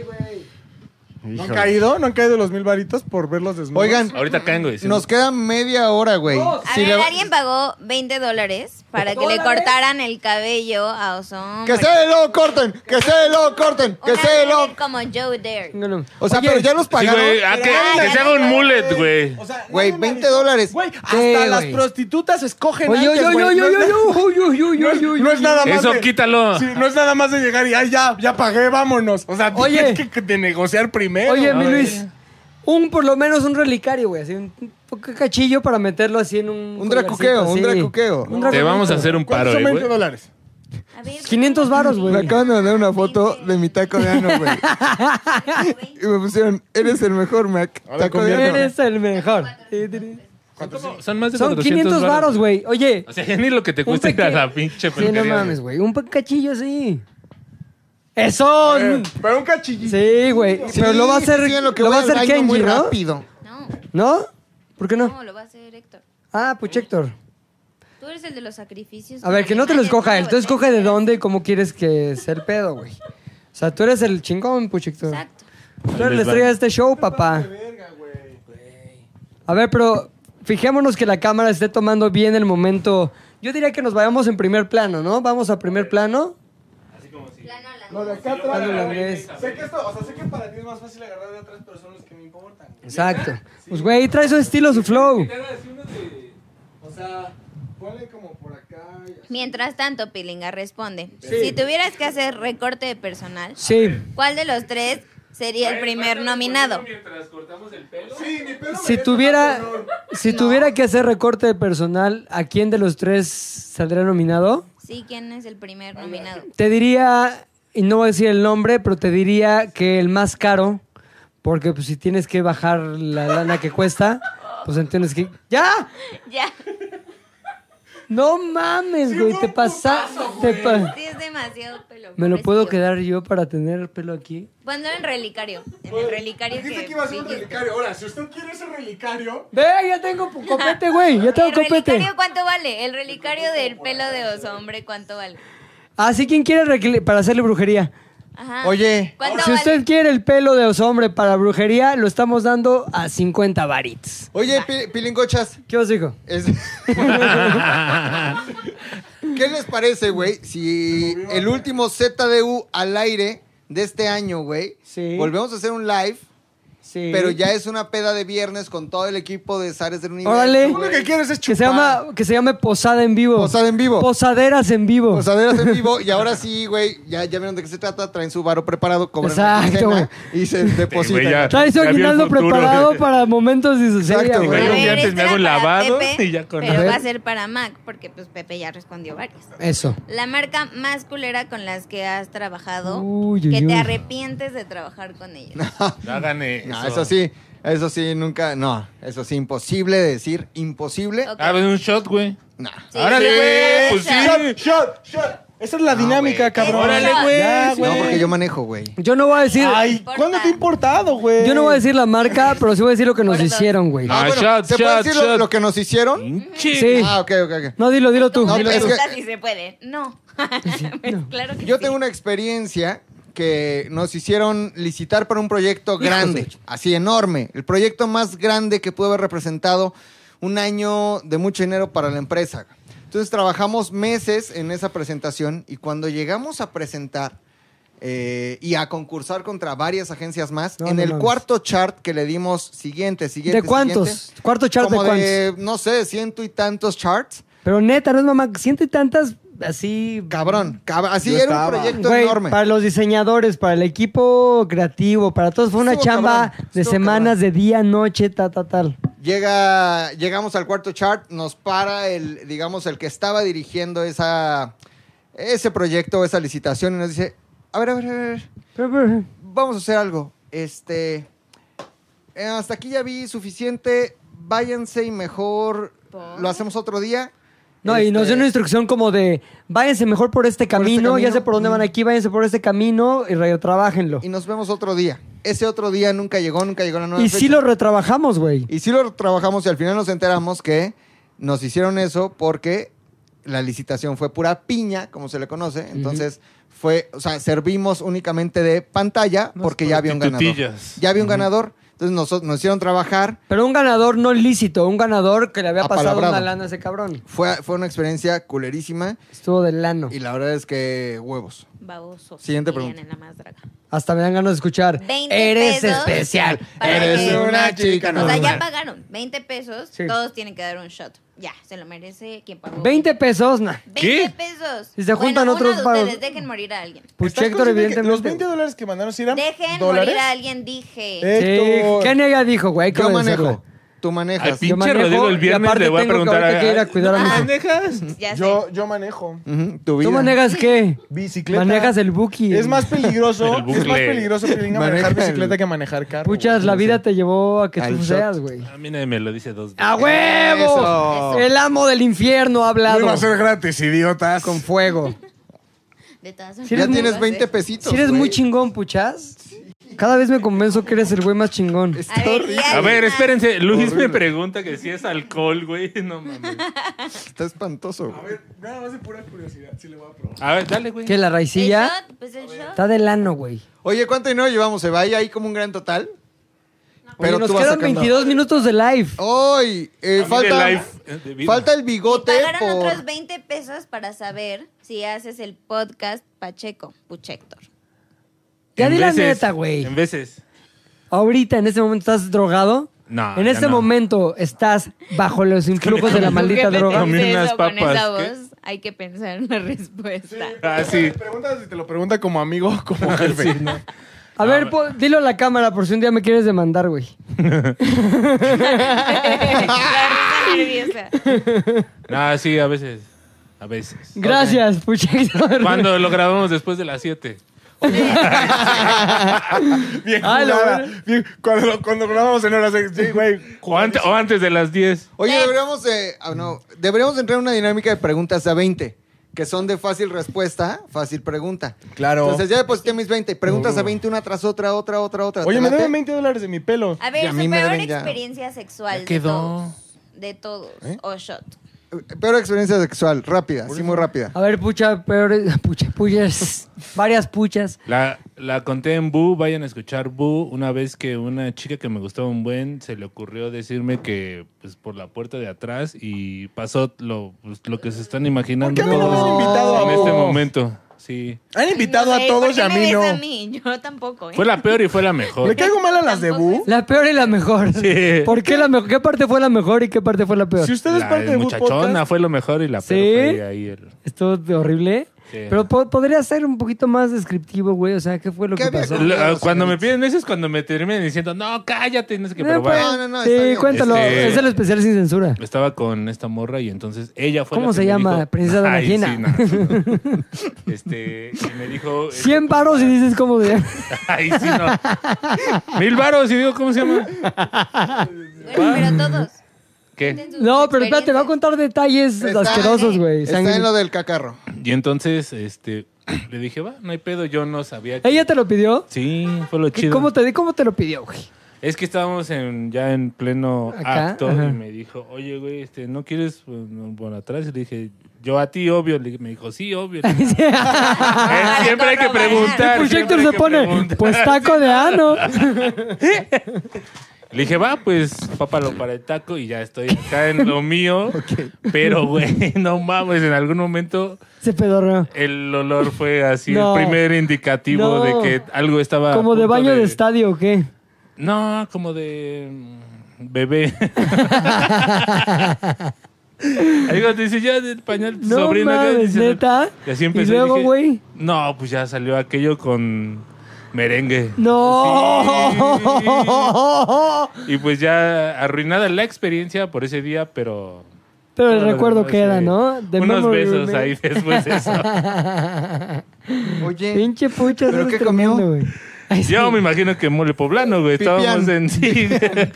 [SPEAKER 3] ¿No han
[SPEAKER 9] Híjole.
[SPEAKER 3] caído? ¿No han caído los mil varitos por ver los desnudos?
[SPEAKER 2] Oigan,
[SPEAKER 4] Ahorita caen, güey. sí.
[SPEAKER 2] nos queda media hora, güey.
[SPEAKER 5] Oh, A
[SPEAKER 2] Si
[SPEAKER 5] ver,
[SPEAKER 2] le-
[SPEAKER 5] alguien pagó 20 dólares para que le cortaran el cabello a Osón.
[SPEAKER 2] Que se lo corten, que se lo corten, que se lo...
[SPEAKER 5] Como Joe Dare.
[SPEAKER 1] No, no.
[SPEAKER 2] O sea,
[SPEAKER 1] Oye,
[SPEAKER 2] pero ya los
[SPEAKER 4] Sí,
[SPEAKER 2] pagaron.
[SPEAKER 4] güey. ah, que, que se haga un mullet, güey.
[SPEAKER 3] O sea,
[SPEAKER 2] Güey,
[SPEAKER 3] nadie
[SPEAKER 2] 20
[SPEAKER 3] analizó-
[SPEAKER 2] dólares.
[SPEAKER 3] Güey, hasta
[SPEAKER 1] Sí,
[SPEAKER 3] las
[SPEAKER 1] güey.
[SPEAKER 3] prostitutas escogen
[SPEAKER 1] Oye, oye,
[SPEAKER 3] antes,
[SPEAKER 1] oye,
[SPEAKER 3] güey.
[SPEAKER 1] oye,
[SPEAKER 3] No es
[SPEAKER 1] oye,
[SPEAKER 3] na-
[SPEAKER 1] oye, oye,
[SPEAKER 3] no es-
[SPEAKER 1] oye, oye.
[SPEAKER 3] No es nada más
[SPEAKER 4] Eso,
[SPEAKER 3] de-
[SPEAKER 4] quítalo.
[SPEAKER 3] Sí, no es nada más de llegar y, ay, ya, ya pagué, vámonos. O sea,
[SPEAKER 1] Oye.
[SPEAKER 3] tienes que, que de negociar primero.
[SPEAKER 1] Oye,
[SPEAKER 3] ¿no?
[SPEAKER 1] mi Luis, un por lo menos un relicario, güey, así un un poco cachillo para meterlo así en un
[SPEAKER 2] Un dracuqueo, un dracuqueo.
[SPEAKER 4] Te vamos a hacer un
[SPEAKER 3] ¿Cuántos
[SPEAKER 4] paro,
[SPEAKER 3] son
[SPEAKER 4] eh,
[SPEAKER 3] 20
[SPEAKER 4] güey.
[SPEAKER 3] dólares?
[SPEAKER 5] A ver,
[SPEAKER 1] 500 varos,
[SPEAKER 2] Me
[SPEAKER 1] güey.
[SPEAKER 2] acaban de mandar una foto de mi taco de ano, güey. Y me pusieron, eres el mejor, Mac.
[SPEAKER 3] Ahora
[SPEAKER 2] Taco de ano.
[SPEAKER 1] Eres el mejor.
[SPEAKER 4] Son más de
[SPEAKER 1] Son
[SPEAKER 4] 400
[SPEAKER 1] 500 varos, güey. Oye,
[SPEAKER 4] O sea, ya ni lo que te
[SPEAKER 1] Un
[SPEAKER 4] cuesta ir a
[SPEAKER 1] peque-
[SPEAKER 4] la pinche
[SPEAKER 1] sí, no
[SPEAKER 4] peluquería,
[SPEAKER 1] mames,
[SPEAKER 4] güey.
[SPEAKER 1] güey. Un cachillo así. Eso.
[SPEAKER 3] Eh, Pero un cachillito.
[SPEAKER 1] Sí, güey. Pero lo va a
[SPEAKER 2] Sí,
[SPEAKER 1] hacer,
[SPEAKER 2] sí, en
[SPEAKER 1] lo
[SPEAKER 2] voy
[SPEAKER 1] va a
[SPEAKER 2] al
[SPEAKER 1] hacer
[SPEAKER 2] baño
[SPEAKER 1] Kenji,
[SPEAKER 2] muy
[SPEAKER 1] ¿no?
[SPEAKER 2] rápido.
[SPEAKER 5] No,
[SPEAKER 1] ¿No? ¿Por qué no?
[SPEAKER 5] no, lo va a hacer Héctor.
[SPEAKER 1] Ah, pues Héctor.
[SPEAKER 5] Tú eres el de los sacrificios.
[SPEAKER 1] A ver, que no te lo escoja él. Tú escoge de
[SPEAKER 5] dónde.
[SPEAKER 1] dónde y cómo quieres que sea el pedo, güey. O sea, tú eres el chingón, pues, Puchito.
[SPEAKER 5] Exacto.
[SPEAKER 1] Tú eres la estrella de este show, papá. A ver, pero fijémonos que la cámara esté tomando bien el momento. Yo diría que nos vayamos en primer plano, ¿no? Vamos a primer plano.
[SPEAKER 3] Lo de acá
[SPEAKER 1] Dale la vez.
[SPEAKER 3] Sé que esto, o sea, sé que para ti es más fácil agarrar de otras personas que me importan. güey.
[SPEAKER 1] Exacto. Pues, güey, trae su estilo, su flow.
[SPEAKER 6] Te hagas uno de.
[SPEAKER 3] O sea, ponle como por acá y así.
[SPEAKER 5] Mientras tanto, Pilinga responde.
[SPEAKER 1] Sí.
[SPEAKER 5] Si tuvieras que hacer recorte de personal,
[SPEAKER 1] Sí.
[SPEAKER 5] ¿cuál de los tres sería el primer nominado?
[SPEAKER 6] Mientras cortamos el pelo.
[SPEAKER 3] Sí, mi pelo
[SPEAKER 1] Si
[SPEAKER 3] merece
[SPEAKER 1] tuviera,
[SPEAKER 3] más honor.
[SPEAKER 1] si tuviera que hacer recorte de personal, ¿a quién de los tres saldría nominado?
[SPEAKER 5] Sí, ¿quién es el primer nominado?
[SPEAKER 1] Te diría, y no voy a decir el nombre, pero te diría que el más caro, porque pues, si tienes que bajar la lana que cuesta, pues entiendes que... ¡Ya!
[SPEAKER 5] Ya,
[SPEAKER 1] No mames, güey, te pasa... te pa-
[SPEAKER 5] sí es demasiado pelo.
[SPEAKER 1] ¿Me lo puedo
[SPEAKER 5] pobrecillo.
[SPEAKER 1] quedar yo para tener pelo aquí?
[SPEAKER 5] Ponlo en relicario. En el relicario
[SPEAKER 3] Dijiste
[SPEAKER 5] que.
[SPEAKER 3] que iba a ser un
[SPEAKER 5] dijiste.
[SPEAKER 3] relicario. Ahora, si usted quiere ese relicario,
[SPEAKER 1] Ve, ya tengo pu- copete, güey, ya tengo
[SPEAKER 5] ¿El
[SPEAKER 1] copete.
[SPEAKER 5] relicario cuánto vale? El relicario del pelo de oso, hombre, ¿cuánto vale?
[SPEAKER 1] Así quien Ah, quiere recli- para hacerle brujería.
[SPEAKER 5] Ajá.
[SPEAKER 2] Oye,
[SPEAKER 5] ¿cuánto
[SPEAKER 1] Si
[SPEAKER 5] vale?
[SPEAKER 1] usted quiere el pelo de hombre para brujería, lo estamos dando a 50 varits.
[SPEAKER 2] Oye, Pi- Pilingochas,
[SPEAKER 1] ¿Qué os digo?
[SPEAKER 2] es- ¿qué les parece, güey? Si el último ZDU al aire de este año, güey,
[SPEAKER 1] Sí.
[SPEAKER 2] volvemos a hacer un live,
[SPEAKER 1] Sí.
[SPEAKER 2] pero ya es una peda de viernes con todo el equipo de Zares del Universo.
[SPEAKER 1] Órale.
[SPEAKER 2] güey.
[SPEAKER 3] lo que quieres es
[SPEAKER 1] Que
[SPEAKER 3] chupar.
[SPEAKER 1] se, llama, que se llame Posada en Vivo.
[SPEAKER 2] Posada en vivo.
[SPEAKER 1] Posaderas en Vivo.
[SPEAKER 2] Posaderas en vivo. Y ahora sí, güey, ya, ya vieron de qué se trata. Traen su varo preparado, cobran la
[SPEAKER 1] Exacto,
[SPEAKER 2] quincena y se
[SPEAKER 4] güey,
[SPEAKER 2] depositan.
[SPEAKER 4] ya.
[SPEAKER 1] Trae su
[SPEAKER 4] Ya vi el
[SPEAKER 1] aguinaldo
[SPEAKER 4] futuro.
[SPEAKER 1] preparado para momentos de
[SPEAKER 2] Exacto,
[SPEAKER 4] güey.
[SPEAKER 5] A
[SPEAKER 4] Yo un día
[SPEAKER 5] ver,
[SPEAKER 4] antes
[SPEAKER 5] este
[SPEAKER 4] me
[SPEAKER 5] era
[SPEAKER 4] hago un
[SPEAKER 5] para
[SPEAKER 4] lavado
[SPEAKER 5] Pepe,
[SPEAKER 4] y ya con-
[SPEAKER 1] A
[SPEAKER 5] Pero
[SPEAKER 1] ver.
[SPEAKER 5] va a ser para Mac, porque pues Pepe ya respondió varias.
[SPEAKER 1] Eso.
[SPEAKER 5] La marca más culera con las que has trabajado,
[SPEAKER 1] Uy, uy,
[SPEAKER 5] que
[SPEAKER 1] uy.
[SPEAKER 5] te arrepientes de trabajar con ellas.
[SPEAKER 4] No hagan eso.
[SPEAKER 2] No, eso sí, eso sí, nunca, no, eso sí, imposible decir, imposible.
[SPEAKER 5] Ok.
[SPEAKER 4] Ah, pues un shot, güey.
[SPEAKER 2] No.
[SPEAKER 1] Ah,
[SPEAKER 5] Sí,
[SPEAKER 4] Árale,
[SPEAKER 5] sí,
[SPEAKER 4] güey, pues
[SPEAKER 5] esa.
[SPEAKER 3] Shot, shot, shot. Esa
[SPEAKER 1] Ah,
[SPEAKER 3] es la dinámica,
[SPEAKER 2] güey.
[SPEAKER 3] cabrón.
[SPEAKER 5] Órale,
[SPEAKER 3] güey. Ya,
[SPEAKER 2] No, porque
[SPEAKER 3] güey.
[SPEAKER 2] yo manejo, güey.
[SPEAKER 1] Yo no voy a decir.
[SPEAKER 3] Ay,
[SPEAKER 5] No
[SPEAKER 3] ¿cuándo te ha
[SPEAKER 5] importa.
[SPEAKER 3] importado, güey?
[SPEAKER 1] Yo no voy a decir la marca, pero sí voy a decir lo que nos
[SPEAKER 5] Perdón.
[SPEAKER 1] hicieron, güey.
[SPEAKER 4] No. Ah, shot,
[SPEAKER 2] ¿Se puede
[SPEAKER 4] shot,
[SPEAKER 2] decir lo,
[SPEAKER 4] shot.
[SPEAKER 2] lo que nos hicieron?
[SPEAKER 1] Sí.
[SPEAKER 2] Ah, ok, ok, ok.
[SPEAKER 1] No, dilo, dilo tú.
[SPEAKER 5] ¿Cómo
[SPEAKER 2] No,
[SPEAKER 5] me
[SPEAKER 2] es que-
[SPEAKER 5] preguntas si se puede? No. Pues claro que
[SPEAKER 2] Yo
[SPEAKER 5] sí.
[SPEAKER 2] tengo una experiencia que nos hicieron licitar para un proyecto
[SPEAKER 1] de
[SPEAKER 2] grande,
[SPEAKER 1] ch-
[SPEAKER 2] así enorme. El proyecto más grande que pudo haber representado un año de mucho dinero para la empresa. Entonces trabajamos meses en esa presentación y cuando llegamos a presentar eh, y a concursar contra varias agencias más,
[SPEAKER 1] No,
[SPEAKER 2] en
[SPEAKER 1] no
[SPEAKER 2] el
[SPEAKER 1] mames.
[SPEAKER 2] cuarto chart que le dimos siguiente, siguiente.
[SPEAKER 1] ¿De cuántos?
[SPEAKER 2] siguiente,
[SPEAKER 1] ¿Cuarto chart de
[SPEAKER 2] como
[SPEAKER 1] cuántos?
[SPEAKER 2] de, no sé, ciento y tantos charts.
[SPEAKER 1] Pero neta, no es mamá. Siente tantas así.
[SPEAKER 2] Cabrón, cab- así
[SPEAKER 3] Yo
[SPEAKER 2] era
[SPEAKER 3] estaba.
[SPEAKER 2] un proyecto
[SPEAKER 1] Güey,
[SPEAKER 2] enorme.
[SPEAKER 1] para los diseñadores, para el equipo creativo, para todos. Fue una
[SPEAKER 2] Estuvo
[SPEAKER 1] chamba
[SPEAKER 2] cabrón,
[SPEAKER 1] de
[SPEAKER 2] estuvo
[SPEAKER 1] semanas, de día, noche, ta, ta, tal.
[SPEAKER 2] Llega, llegamos al cuarto chart, nos para el, digamos, el que estaba dirigiendo esa, ese proyecto, esa licitación, y nos dice, a ver, a ver, a ver,
[SPEAKER 1] Pero, pero,
[SPEAKER 2] vamos a hacer algo. Este, eh, hasta aquí ya vi suficiente, váyanse y mejor
[SPEAKER 5] ¿Por?
[SPEAKER 2] lo hacemos otro día. Este,
[SPEAKER 1] No, y nos dio una instrucción como de váyanse mejor por este
[SPEAKER 2] Por este
[SPEAKER 1] camino, ya
[SPEAKER 2] camino.
[SPEAKER 1] sé por dónde van
[SPEAKER 2] Mm.
[SPEAKER 1] aquí, váyanse por este camino y retrabájenlo.
[SPEAKER 2] Y nos vemos otro día. Ese otro día nunca llegó, nunca llegó la nueva
[SPEAKER 1] Y
[SPEAKER 2] fecha.
[SPEAKER 1] sí lo retrabajamos, güey.
[SPEAKER 2] Y sí lo trabajamos y al final nos enteramos que nos hicieron eso porque la licitación fue pura piña, como se le conoce. Entonces fue, o sea, servimos únicamente de pantalla porque ya había un ganador.
[SPEAKER 4] prostitutillas.
[SPEAKER 2] Ya había un ganador. Entonces nos, nos hicieron trabajar.
[SPEAKER 1] Pero un ganador no lícito, un ganador que le había pasado
[SPEAKER 2] Apalabrado.
[SPEAKER 1] una lana a ese cabrón.
[SPEAKER 2] Fue, fue una experiencia culerísima
[SPEAKER 1] Estuvo del lano.
[SPEAKER 2] y la verdad es que huevos.
[SPEAKER 5] Baboso.
[SPEAKER 2] Siguiente
[SPEAKER 5] Vivían
[SPEAKER 2] pregunta.
[SPEAKER 5] en la más draga.
[SPEAKER 1] Hasta me dan ganas de escuchar.
[SPEAKER 5] 20
[SPEAKER 1] Eres
[SPEAKER 5] pesos
[SPEAKER 1] especial.
[SPEAKER 5] para que-
[SPEAKER 2] chica
[SPEAKER 5] O sea,
[SPEAKER 2] normal.
[SPEAKER 5] ya pagaron 20 pesos,
[SPEAKER 1] Sí.
[SPEAKER 5] todos tienen que dar un shot. Ya, se lo merece quien pagó.
[SPEAKER 1] 20 pesos, nah.
[SPEAKER 5] 20
[SPEAKER 4] ¿Qué?
[SPEAKER 5] pesos.
[SPEAKER 1] Si se juntan
[SPEAKER 5] Bueno, uno
[SPEAKER 1] otros
[SPEAKER 5] de
[SPEAKER 1] para-
[SPEAKER 5] ustedes, dejen morir a alguien.
[SPEAKER 1] Pues
[SPEAKER 3] ¿Estás
[SPEAKER 1] Héctor,
[SPEAKER 3] consciente que
[SPEAKER 1] evidentemente.
[SPEAKER 3] Los 20 dólares que mandaron, ¿sí eran
[SPEAKER 5] Dejen
[SPEAKER 3] dólares?
[SPEAKER 5] morir a alguien, dije.
[SPEAKER 3] Eh,
[SPEAKER 1] Sí,
[SPEAKER 3] Héctor.
[SPEAKER 1] ¿qué nega dijo, güey? Hay que
[SPEAKER 2] Yo
[SPEAKER 1] obedecerla.
[SPEAKER 2] manejo. Tú
[SPEAKER 4] Al
[SPEAKER 2] manejas.
[SPEAKER 1] pi-
[SPEAKER 4] pinche
[SPEAKER 1] manejo
[SPEAKER 4] Rodrigo el
[SPEAKER 1] y
[SPEAKER 4] viernes
[SPEAKER 1] aparte
[SPEAKER 4] le voy a
[SPEAKER 1] tengo que
[SPEAKER 4] preguntar.
[SPEAKER 1] ahorita que ir a cuidar a mi-
[SPEAKER 4] ¿Manejas?
[SPEAKER 5] Ah. Ya
[SPEAKER 3] Yo, yo manejo
[SPEAKER 2] Ujú, tu vida.
[SPEAKER 1] ¿Tú manejas qué?
[SPEAKER 3] bicicleta.
[SPEAKER 1] Manejas el buki.
[SPEAKER 3] Es más peligroso,
[SPEAKER 4] El
[SPEAKER 3] es más
[SPEAKER 4] bucle.
[SPEAKER 3] peligroso
[SPEAKER 2] Maneja
[SPEAKER 3] Pilinga, manejar
[SPEAKER 2] el-
[SPEAKER 3] bicicleta que manejar carro.
[SPEAKER 1] Puchas,
[SPEAKER 3] güey.
[SPEAKER 1] la vida te llevó a que
[SPEAKER 2] Al
[SPEAKER 1] tú
[SPEAKER 2] shot.
[SPEAKER 1] seas, güey.
[SPEAKER 4] sé. A mí nadie me lo dice dos veces.
[SPEAKER 1] ¡A huevo!
[SPEAKER 2] Eso.
[SPEAKER 1] El amo del infierno ha
[SPEAKER 3] No
[SPEAKER 1] hablado
[SPEAKER 3] iba a ser gratis, idiotas.
[SPEAKER 1] con fuego.
[SPEAKER 5] sé. De todas
[SPEAKER 1] Si
[SPEAKER 2] Ya
[SPEAKER 1] eres muy-
[SPEAKER 2] tienes 20 pesitos.
[SPEAKER 1] Si eres
[SPEAKER 2] güey.
[SPEAKER 1] muy chingón, puchas. Cada vez me convenzo que eres el güey más chingón.
[SPEAKER 5] A ver,
[SPEAKER 2] horrible.
[SPEAKER 5] y hay
[SPEAKER 4] A ver,
[SPEAKER 5] una-
[SPEAKER 4] espérense. Luis me
[SPEAKER 2] Horrible.
[SPEAKER 4] pregunta que si es alcohol, güey. No mames.
[SPEAKER 2] Está espantoso. güey.
[SPEAKER 3] A ver, nada más de pura curiosidad, sí le voy a probar.
[SPEAKER 4] A ver, dale, güey.
[SPEAKER 1] ¿Qué, la
[SPEAKER 5] ¿El
[SPEAKER 1] raicilla?
[SPEAKER 5] shot? Pues el shot.
[SPEAKER 1] Está de lano, güey.
[SPEAKER 2] Oye, ¿cuánto dinero llevamos? ¿Se va ahí, ahí como un gran total?
[SPEAKER 1] Oye, nos
[SPEAKER 2] tú vas
[SPEAKER 1] quedan
[SPEAKER 2] sacando.
[SPEAKER 1] 22 minutos de live.
[SPEAKER 2] ¡Ay! eh,
[SPEAKER 4] A mí de
[SPEAKER 2] falta,
[SPEAKER 4] live, de vida.
[SPEAKER 2] falta el
[SPEAKER 5] Y
[SPEAKER 2] bigote
[SPEAKER 5] pagaron
[SPEAKER 2] por...
[SPEAKER 5] otros 20 pesos para saber si haces el podcast Pacheco, Puchector.
[SPEAKER 1] Ya
[SPEAKER 4] En
[SPEAKER 1] di la
[SPEAKER 4] veces,
[SPEAKER 1] neta, güey.
[SPEAKER 4] En veces.
[SPEAKER 1] Ahorita, en este momento, ¿estás drogado?
[SPEAKER 4] No,
[SPEAKER 1] En
[SPEAKER 4] ya
[SPEAKER 1] este
[SPEAKER 4] no.
[SPEAKER 1] momento, ¿estás bajo los influjos de la maldita
[SPEAKER 5] ¿Por qué
[SPEAKER 1] droga?
[SPEAKER 4] Comí
[SPEAKER 5] pensaste
[SPEAKER 4] unas
[SPEAKER 5] eso con
[SPEAKER 4] papas,
[SPEAKER 5] esa
[SPEAKER 4] ¿qué?
[SPEAKER 5] voz? Hay que pensar en la respuesta.
[SPEAKER 4] Ah, sí.
[SPEAKER 3] Preguntas si te lo pregunta como amigo o como jefe.
[SPEAKER 1] A ver, po- dilo a la cámara por si un día me quieres demandar, güey.
[SPEAKER 5] la risa nerviosa.
[SPEAKER 4] Ah, sí, a veces. A veces.
[SPEAKER 1] Gracias, Puchector.
[SPEAKER 4] Cuando lo grabamos después de las 7.
[SPEAKER 3] Bien
[SPEAKER 1] Ay, lo
[SPEAKER 3] jugada.
[SPEAKER 1] bueno.
[SPEAKER 3] Bien- cuando, cuando grabamos en horas extras, sí, güey.
[SPEAKER 4] O ante- o antes, de las 10.
[SPEAKER 2] Oye, deberíamos, eh, ah, no, deberíamos entrar en una dinámica de preguntas a 20, que son de fácil respuesta, fácil pregunta.
[SPEAKER 3] Claro.
[SPEAKER 2] Entonces ya deposité mis 20, preguntas a 20 una tras otra, otra, otra, otra.
[SPEAKER 3] Oye,
[SPEAKER 2] ¿Te
[SPEAKER 3] me
[SPEAKER 2] late?
[SPEAKER 3] deben 20 dólares de mi pelo.
[SPEAKER 5] A
[SPEAKER 2] Y
[SPEAKER 5] ver,
[SPEAKER 2] a
[SPEAKER 5] su
[SPEAKER 2] mí me
[SPEAKER 5] peor
[SPEAKER 2] deben ya.
[SPEAKER 5] experiencia sexual de
[SPEAKER 4] quedó.
[SPEAKER 5] todos. De todos. O shot.
[SPEAKER 2] Eh, Peor experiencia sexual, rápida, sí, muy rápida.
[SPEAKER 1] A ver, pucha, peor, pucha, puchas, varias puchas.
[SPEAKER 4] La, la conté en Boo, vayan a escuchar Boo. Una vez que una chica que me gustaba un buen se le ocurrió decirme que pues por la puerta de atrás y pasó lo, pues, lo que se están imaginando
[SPEAKER 3] ¿Por qué no
[SPEAKER 4] todos
[SPEAKER 3] nos han invitado a
[SPEAKER 4] en este
[SPEAKER 3] Boo?
[SPEAKER 4] momento. Sí.
[SPEAKER 3] Han invitado
[SPEAKER 5] No
[SPEAKER 3] a
[SPEAKER 5] sé, ¿por
[SPEAKER 3] todos
[SPEAKER 5] qué
[SPEAKER 3] y a
[SPEAKER 5] me
[SPEAKER 3] mí
[SPEAKER 5] ves
[SPEAKER 3] no.
[SPEAKER 5] a mí? Yo tampoco, ¿eh?
[SPEAKER 4] Fue la peor y fue la
[SPEAKER 3] ¿Le
[SPEAKER 4] mejor.
[SPEAKER 3] caigo mal a las de Bu?
[SPEAKER 1] La peor y la mejor.
[SPEAKER 4] Sí.
[SPEAKER 1] ¿Por qué la mejor? ¿Qué parte fue la mejor y qué parte fue la peor?
[SPEAKER 3] Si usted es
[SPEAKER 4] La
[SPEAKER 3] parte de Bu
[SPEAKER 4] muchachona
[SPEAKER 3] Podcast,
[SPEAKER 4] fue lo mejor y la
[SPEAKER 1] ¿Sí?
[SPEAKER 4] peor fue ahí el-
[SPEAKER 1] Estuvo de horrible.
[SPEAKER 4] Sí.
[SPEAKER 1] Pero po- podría ser un poquito más descriptivo, güey. O sea, ¿qué fue lo
[SPEAKER 2] ¿Qué
[SPEAKER 1] que
[SPEAKER 2] había
[SPEAKER 1] pasó?
[SPEAKER 2] con-
[SPEAKER 4] Lo-
[SPEAKER 2] Claro,
[SPEAKER 4] Cuando me
[SPEAKER 2] señorita.
[SPEAKER 4] piden eso es cuando me terminan diciendo, no, cállate, no sé qué,
[SPEAKER 1] Eh,
[SPEAKER 4] pero
[SPEAKER 1] pues,
[SPEAKER 4] bueno.
[SPEAKER 2] No, no, no,
[SPEAKER 1] sí,
[SPEAKER 2] está bien.
[SPEAKER 1] cuéntalo.
[SPEAKER 4] Este-
[SPEAKER 1] Es el especial sin censura.
[SPEAKER 4] Estaba con esta morra y entonces ella fue la
[SPEAKER 1] ¿Cómo
[SPEAKER 4] que
[SPEAKER 1] se
[SPEAKER 4] me
[SPEAKER 1] llama?
[SPEAKER 4] dijo-
[SPEAKER 1] Princesa
[SPEAKER 4] Ay, sí,
[SPEAKER 1] Danagina.
[SPEAKER 4] no, no. Este, y me dijo... este,
[SPEAKER 1] 100 paros y dices cómo se llama.
[SPEAKER 4] Ay, sí, no. Mil varos y digo, ¿cómo se llama?
[SPEAKER 5] Bueno, pero todos.
[SPEAKER 4] ¿Qué?
[SPEAKER 5] cuenten sus
[SPEAKER 1] No, pero espérate, va a
[SPEAKER 5] experiencias.
[SPEAKER 1] contar detalles
[SPEAKER 2] Está-
[SPEAKER 1] asquerosos, güey.
[SPEAKER 2] Está
[SPEAKER 1] Sangre-
[SPEAKER 2] en lo del cacarro.
[SPEAKER 4] Y entonces, este, le dije, va, no hay pedo, yo no sabía. que-
[SPEAKER 1] ¿Ella te lo pidió?
[SPEAKER 4] Sí, fue lo
[SPEAKER 1] ¿Qué-
[SPEAKER 4] chido.
[SPEAKER 1] ¿Cómo te, ¿Cómo te lo pidió, güey?
[SPEAKER 4] Es que estábamos en, ya en pleno
[SPEAKER 1] Acá,
[SPEAKER 4] acto
[SPEAKER 1] ajá.
[SPEAKER 4] y me dijo, oye, güey, este, ¿no quieres bueno, bueno, atrás? Y le dije, yo a ti, obvio. Le- me dijo, sí, obvio. Le dije, "Eh, siempre hay que
[SPEAKER 5] corroborar.
[SPEAKER 4] preguntar.
[SPEAKER 1] El
[SPEAKER 4] siempre
[SPEAKER 1] proyector
[SPEAKER 4] hay
[SPEAKER 1] se
[SPEAKER 4] que
[SPEAKER 1] pone,
[SPEAKER 4] preguntar".
[SPEAKER 1] pues taco de ano.
[SPEAKER 4] Le dije, va, pues, pápalo para el taco y ya estoy acá en lo mío. Pero, güey, no mames, en algún momento
[SPEAKER 1] Se pedorreó.
[SPEAKER 4] el olor fue así
[SPEAKER 1] No.
[SPEAKER 4] el primer indicativo
[SPEAKER 1] No.
[SPEAKER 4] de que algo estaba... a
[SPEAKER 1] Como de
[SPEAKER 4] punto
[SPEAKER 1] baño de estadio, ¿o qué?
[SPEAKER 4] No, como de mm, bebé. Algo te dice, ya del pañal tu
[SPEAKER 1] No
[SPEAKER 4] sobrino. ya",
[SPEAKER 1] mames,
[SPEAKER 4] dice,
[SPEAKER 1] ¿neta?
[SPEAKER 4] Y así
[SPEAKER 1] ¿Y
[SPEAKER 4] empezó.
[SPEAKER 1] luego,
[SPEAKER 4] dije,
[SPEAKER 1] güey?
[SPEAKER 4] No, pues ya salió aquello con merengue.
[SPEAKER 1] No.
[SPEAKER 4] Y pues ya arruinada la experiencia por ese día, pero...
[SPEAKER 1] Pero el
[SPEAKER 4] todo lo
[SPEAKER 1] recuerdo
[SPEAKER 4] demás,
[SPEAKER 1] queda,
[SPEAKER 4] sí.
[SPEAKER 1] ¿no? The
[SPEAKER 4] Unos
[SPEAKER 1] memory
[SPEAKER 4] besos
[SPEAKER 1] remains.
[SPEAKER 4] ahí después de eso.
[SPEAKER 2] Oye,
[SPEAKER 1] Pinche pucha.
[SPEAKER 2] ¿Pero
[SPEAKER 1] eres
[SPEAKER 2] qué comió?
[SPEAKER 1] tremendo, güey. Ay, sí.
[SPEAKER 4] Yo me imagino que mole poblano, güey.
[SPEAKER 2] Pipián.
[SPEAKER 4] Estábamos en sí.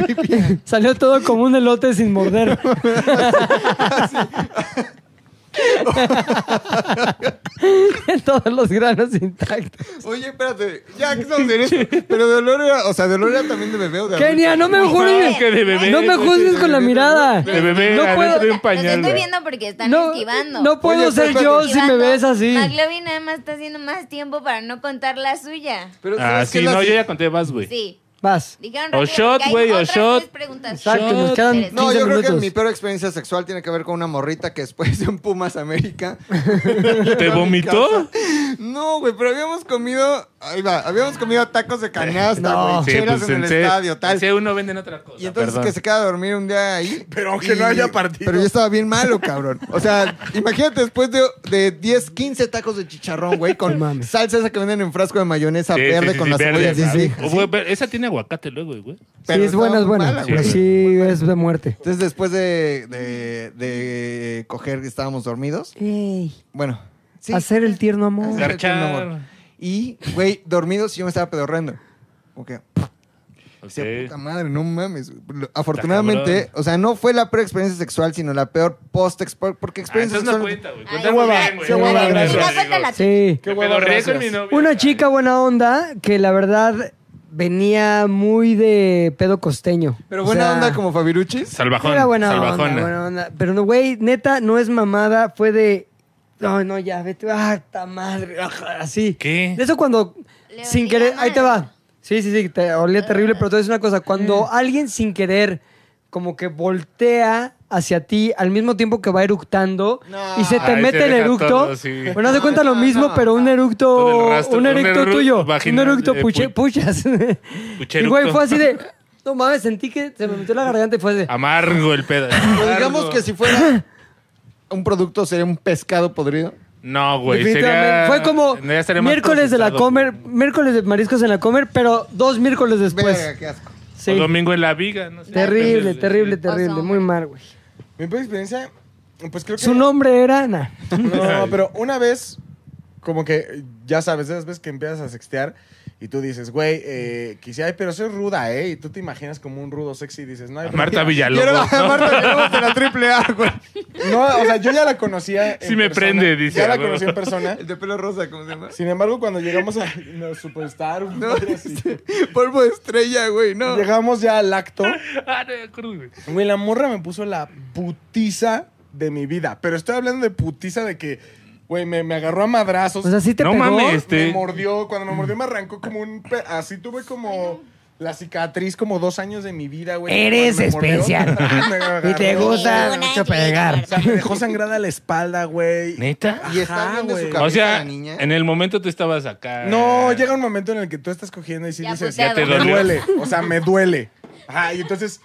[SPEAKER 1] Salió todo como un elote sin morder. Todos los granos intactos.
[SPEAKER 2] oye, espérate, ya que estamos en esto, pero de olor era, o sea, de olor era también de bebé o de adulto?
[SPEAKER 1] Kenia, no me juzgues.
[SPEAKER 4] que de bebé.
[SPEAKER 1] No me juzgues con la mirada.
[SPEAKER 4] De bebé,
[SPEAKER 1] No
[SPEAKER 4] adentro
[SPEAKER 1] puedo-
[SPEAKER 4] de un
[SPEAKER 5] Los
[SPEAKER 4] pañal.
[SPEAKER 5] estoy
[SPEAKER 4] güey.
[SPEAKER 5] viendo porque están
[SPEAKER 1] No,
[SPEAKER 5] esquivando.
[SPEAKER 1] no puedo
[SPEAKER 2] Oye,
[SPEAKER 1] ser
[SPEAKER 2] espérate.
[SPEAKER 1] yo si me
[SPEAKER 5] Esquivando.
[SPEAKER 1] ves así.
[SPEAKER 5] McLovin Pues, nada más está haciendo más tiempo para no contar la suya.
[SPEAKER 2] Pero
[SPEAKER 4] Ah,
[SPEAKER 2] ¿sabes qué
[SPEAKER 4] sí,
[SPEAKER 2] es la-
[SPEAKER 4] no, yo ya conté más, güey.
[SPEAKER 5] Sí.
[SPEAKER 1] Vas.
[SPEAKER 5] Dijeron
[SPEAKER 4] O
[SPEAKER 5] rápido
[SPEAKER 4] shot,
[SPEAKER 5] porque hay
[SPEAKER 4] güey, o
[SPEAKER 5] otras
[SPEAKER 4] shot.
[SPEAKER 5] tres preguntas.
[SPEAKER 1] Exacto,
[SPEAKER 4] Shot.
[SPEAKER 1] nos quedan
[SPEAKER 5] Interesante.
[SPEAKER 2] No,
[SPEAKER 1] 15
[SPEAKER 2] yo creo que
[SPEAKER 1] minutos.
[SPEAKER 2] mi peor experiencia sexual tiene que ver con una morrita que después en Pumas América.
[SPEAKER 4] ¿Te vomitó?
[SPEAKER 2] No, güey, pero habíamos comido, ahí va, habíamos comido tacos de canasta,
[SPEAKER 1] No.
[SPEAKER 2] güey,
[SPEAKER 4] Sí,
[SPEAKER 2] chelas
[SPEAKER 4] pues,
[SPEAKER 2] en el
[SPEAKER 4] C-
[SPEAKER 2] estadio, tal.
[SPEAKER 4] en C uno venden otra cosa.
[SPEAKER 2] Y entonces
[SPEAKER 4] perdón.
[SPEAKER 2] que se queda a dormir un día ahí.
[SPEAKER 3] Pero aunque no haya partido.
[SPEAKER 2] Pero yo estaba bien malo, cabrón. O sea, imagínate después de, de 10, 15 tacos de chicharrón, güey, con
[SPEAKER 1] No mames.
[SPEAKER 2] salsa esa que venden en frasco de mayonesa
[SPEAKER 4] Sí, sí,
[SPEAKER 2] verde
[SPEAKER 4] sí,
[SPEAKER 2] con
[SPEAKER 4] sí,
[SPEAKER 2] las
[SPEAKER 4] verde,
[SPEAKER 2] cebollas.
[SPEAKER 4] claro.
[SPEAKER 2] Sí, sí.
[SPEAKER 4] O, güey, pero esa tiene aguacate luego, güey.
[SPEAKER 1] Sí, es buena, es buena.
[SPEAKER 4] güey.
[SPEAKER 1] Pero sí, es de muerte.
[SPEAKER 2] Entonces, después de, de, de coger, estábamos dormidos. Bueno, sí.
[SPEAKER 1] Hacer el tierno amor.
[SPEAKER 2] Hacer-
[SPEAKER 4] Garchar.
[SPEAKER 2] Y, güey, dormidos y yo me estaba pedorrando. Como que, decía,
[SPEAKER 4] Ok.
[SPEAKER 2] puta madre, no mames. Lo- Afortunadamente,
[SPEAKER 4] cabrón.
[SPEAKER 2] o sea, no fue la peor experiencia sexual, sino la peor post-experiencia. Porque
[SPEAKER 4] Ah,
[SPEAKER 2] experiencia
[SPEAKER 4] entonces no
[SPEAKER 2] sexual.
[SPEAKER 4] cuenta, güey.
[SPEAKER 5] Ay,
[SPEAKER 4] Cuenta
[SPEAKER 5] qué
[SPEAKER 4] muy
[SPEAKER 3] hueva,
[SPEAKER 4] bien, güey.
[SPEAKER 3] qué hueva,
[SPEAKER 4] Cuenta muy bien,
[SPEAKER 3] gracias.
[SPEAKER 4] amigos.
[SPEAKER 5] Cuéntala.
[SPEAKER 1] Sí.
[SPEAKER 3] Qué
[SPEAKER 4] Me
[SPEAKER 3] hueva,
[SPEAKER 4] pedorreé con
[SPEAKER 3] gracias.
[SPEAKER 4] mi novia.
[SPEAKER 1] Una chica buena onda que la verdad venía muy de pedo costeño.
[SPEAKER 2] Pero
[SPEAKER 1] O
[SPEAKER 2] buena
[SPEAKER 1] sea,
[SPEAKER 2] onda como Fabiruchis.
[SPEAKER 4] Salvajón. eh.
[SPEAKER 1] Era buena
[SPEAKER 4] salvajona.
[SPEAKER 1] onda, buena onda. Pero, no, güey, neta, no es mamada. Fue de... No, no, ya, vete. ¡Ah, ta madre! ah, Así.
[SPEAKER 4] ¿Qué?
[SPEAKER 1] De eso cuando...
[SPEAKER 5] Le
[SPEAKER 1] sin
[SPEAKER 5] olía Ah.
[SPEAKER 1] querer...
[SPEAKER 5] mal.
[SPEAKER 1] Ahí te va. Sí, sí, sí, te olía terrible. Pero te voy a decir una cosa. Cuando alguien sin querer como que voltea hacia ti al mismo tiempo que va eructando y se te
[SPEAKER 4] Ay,
[SPEAKER 1] mete
[SPEAKER 4] te
[SPEAKER 1] el
[SPEAKER 4] deja
[SPEAKER 1] eructo.
[SPEAKER 4] todo, sí.
[SPEAKER 1] Bueno, haz de cuenta lo mismo, pero un eructo,
[SPEAKER 4] Todo el rastro,
[SPEAKER 1] un
[SPEAKER 4] un
[SPEAKER 1] eructo
[SPEAKER 4] eructo
[SPEAKER 1] tuyo,
[SPEAKER 4] vaginal,
[SPEAKER 1] un eructo
[SPEAKER 4] eh,
[SPEAKER 1] puche-
[SPEAKER 4] pu-
[SPEAKER 1] puchas. Y
[SPEAKER 4] Pucheructo.
[SPEAKER 1] güey, fue así de, no mames, sentí que se me metió la garganta y fue así de,
[SPEAKER 4] Amargo el pedo.
[SPEAKER 2] Pero
[SPEAKER 1] Pues
[SPEAKER 2] digamos
[SPEAKER 4] Amargo.
[SPEAKER 2] que si fuera un producto, sería un pescado podrido.
[SPEAKER 4] No, güey.
[SPEAKER 1] definitivamente.
[SPEAKER 4] Sería...
[SPEAKER 1] fue como
[SPEAKER 4] ya estaría más
[SPEAKER 1] miércoles de la
[SPEAKER 4] procesado,
[SPEAKER 1] comer,
[SPEAKER 4] güey.
[SPEAKER 1] miércoles de mariscos en la comer, pero dos miércoles después.
[SPEAKER 2] Verga, qué asco.
[SPEAKER 1] Sí.
[SPEAKER 4] O domingo en la viga. No sé.
[SPEAKER 1] Terrible, terrible, terrible,
[SPEAKER 5] Oso.
[SPEAKER 1] muy mal, güey.
[SPEAKER 3] Mi peor experiencia, pues creo que...
[SPEAKER 1] Su nombre era Ana.
[SPEAKER 3] No, pero una vez, como que, ya sabes, de esas veces que empiezas a sextear y tú dices, güey, eh, quisiera, pero soy ruda, ¿eh? Y tú te imaginas como un rudo sexy y dices, no, hay
[SPEAKER 4] Marta
[SPEAKER 3] problema.
[SPEAKER 2] Y ahora
[SPEAKER 4] Villalobos. ¿no?
[SPEAKER 2] Marta Villalobos de la triple A, güey.
[SPEAKER 3] No, o sea, yo ya la conocía. en
[SPEAKER 4] Sí me prende, dice,
[SPEAKER 3] Ya la
[SPEAKER 4] a huevo.
[SPEAKER 3] conocí en persona.
[SPEAKER 2] El de pelo rosa, ¿cómo se llama?
[SPEAKER 3] Sin embargo, cuando llegamos a no, Superstar, un
[SPEAKER 2] No,
[SPEAKER 3] madre así,
[SPEAKER 2] Polvo de estrella, güey, no.
[SPEAKER 3] llegamos ya al acto.
[SPEAKER 4] Ah, no, me acuerdo, güey.
[SPEAKER 3] Güey, la morra me puso la putiza de mi vida. Pero estoy hablando de putiza de que, güey, me, me agarró a madrazos.
[SPEAKER 1] O sea, sí te
[SPEAKER 4] No
[SPEAKER 1] pegó.
[SPEAKER 4] mames.
[SPEAKER 3] Me
[SPEAKER 4] Este-
[SPEAKER 3] mordió, cuando me mordió me arrancó como un... pe- Así tuve como la cicatriz como dos años de mi vida, güey.
[SPEAKER 1] Eres
[SPEAKER 3] Cuando me mordió,
[SPEAKER 1] especial.
[SPEAKER 3] me agarró.
[SPEAKER 1] Y te gusta
[SPEAKER 5] Una
[SPEAKER 1] mucho
[SPEAKER 5] que
[SPEAKER 1] pegar.
[SPEAKER 3] O sea, me dejó sangrada la espalda, güey.
[SPEAKER 4] ¿Neta?
[SPEAKER 2] Y está
[SPEAKER 3] Ajá,
[SPEAKER 2] viendo su
[SPEAKER 3] güey.
[SPEAKER 2] cabeza
[SPEAKER 4] O sea,
[SPEAKER 2] la niña.
[SPEAKER 4] en el momento tú estabas acá.
[SPEAKER 3] No, llega un momento en el que tú estás cogiendo y sí
[SPEAKER 5] Ya
[SPEAKER 3] dices,
[SPEAKER 4] Ya
[SPEAKER 5] puteado.
[SPEAKER 4] te
[SPEAKER 3] me
[SPEAKER 4] dolió.
[SPEAKER 3] duele. O sea, me duele. Ajá, y entonces,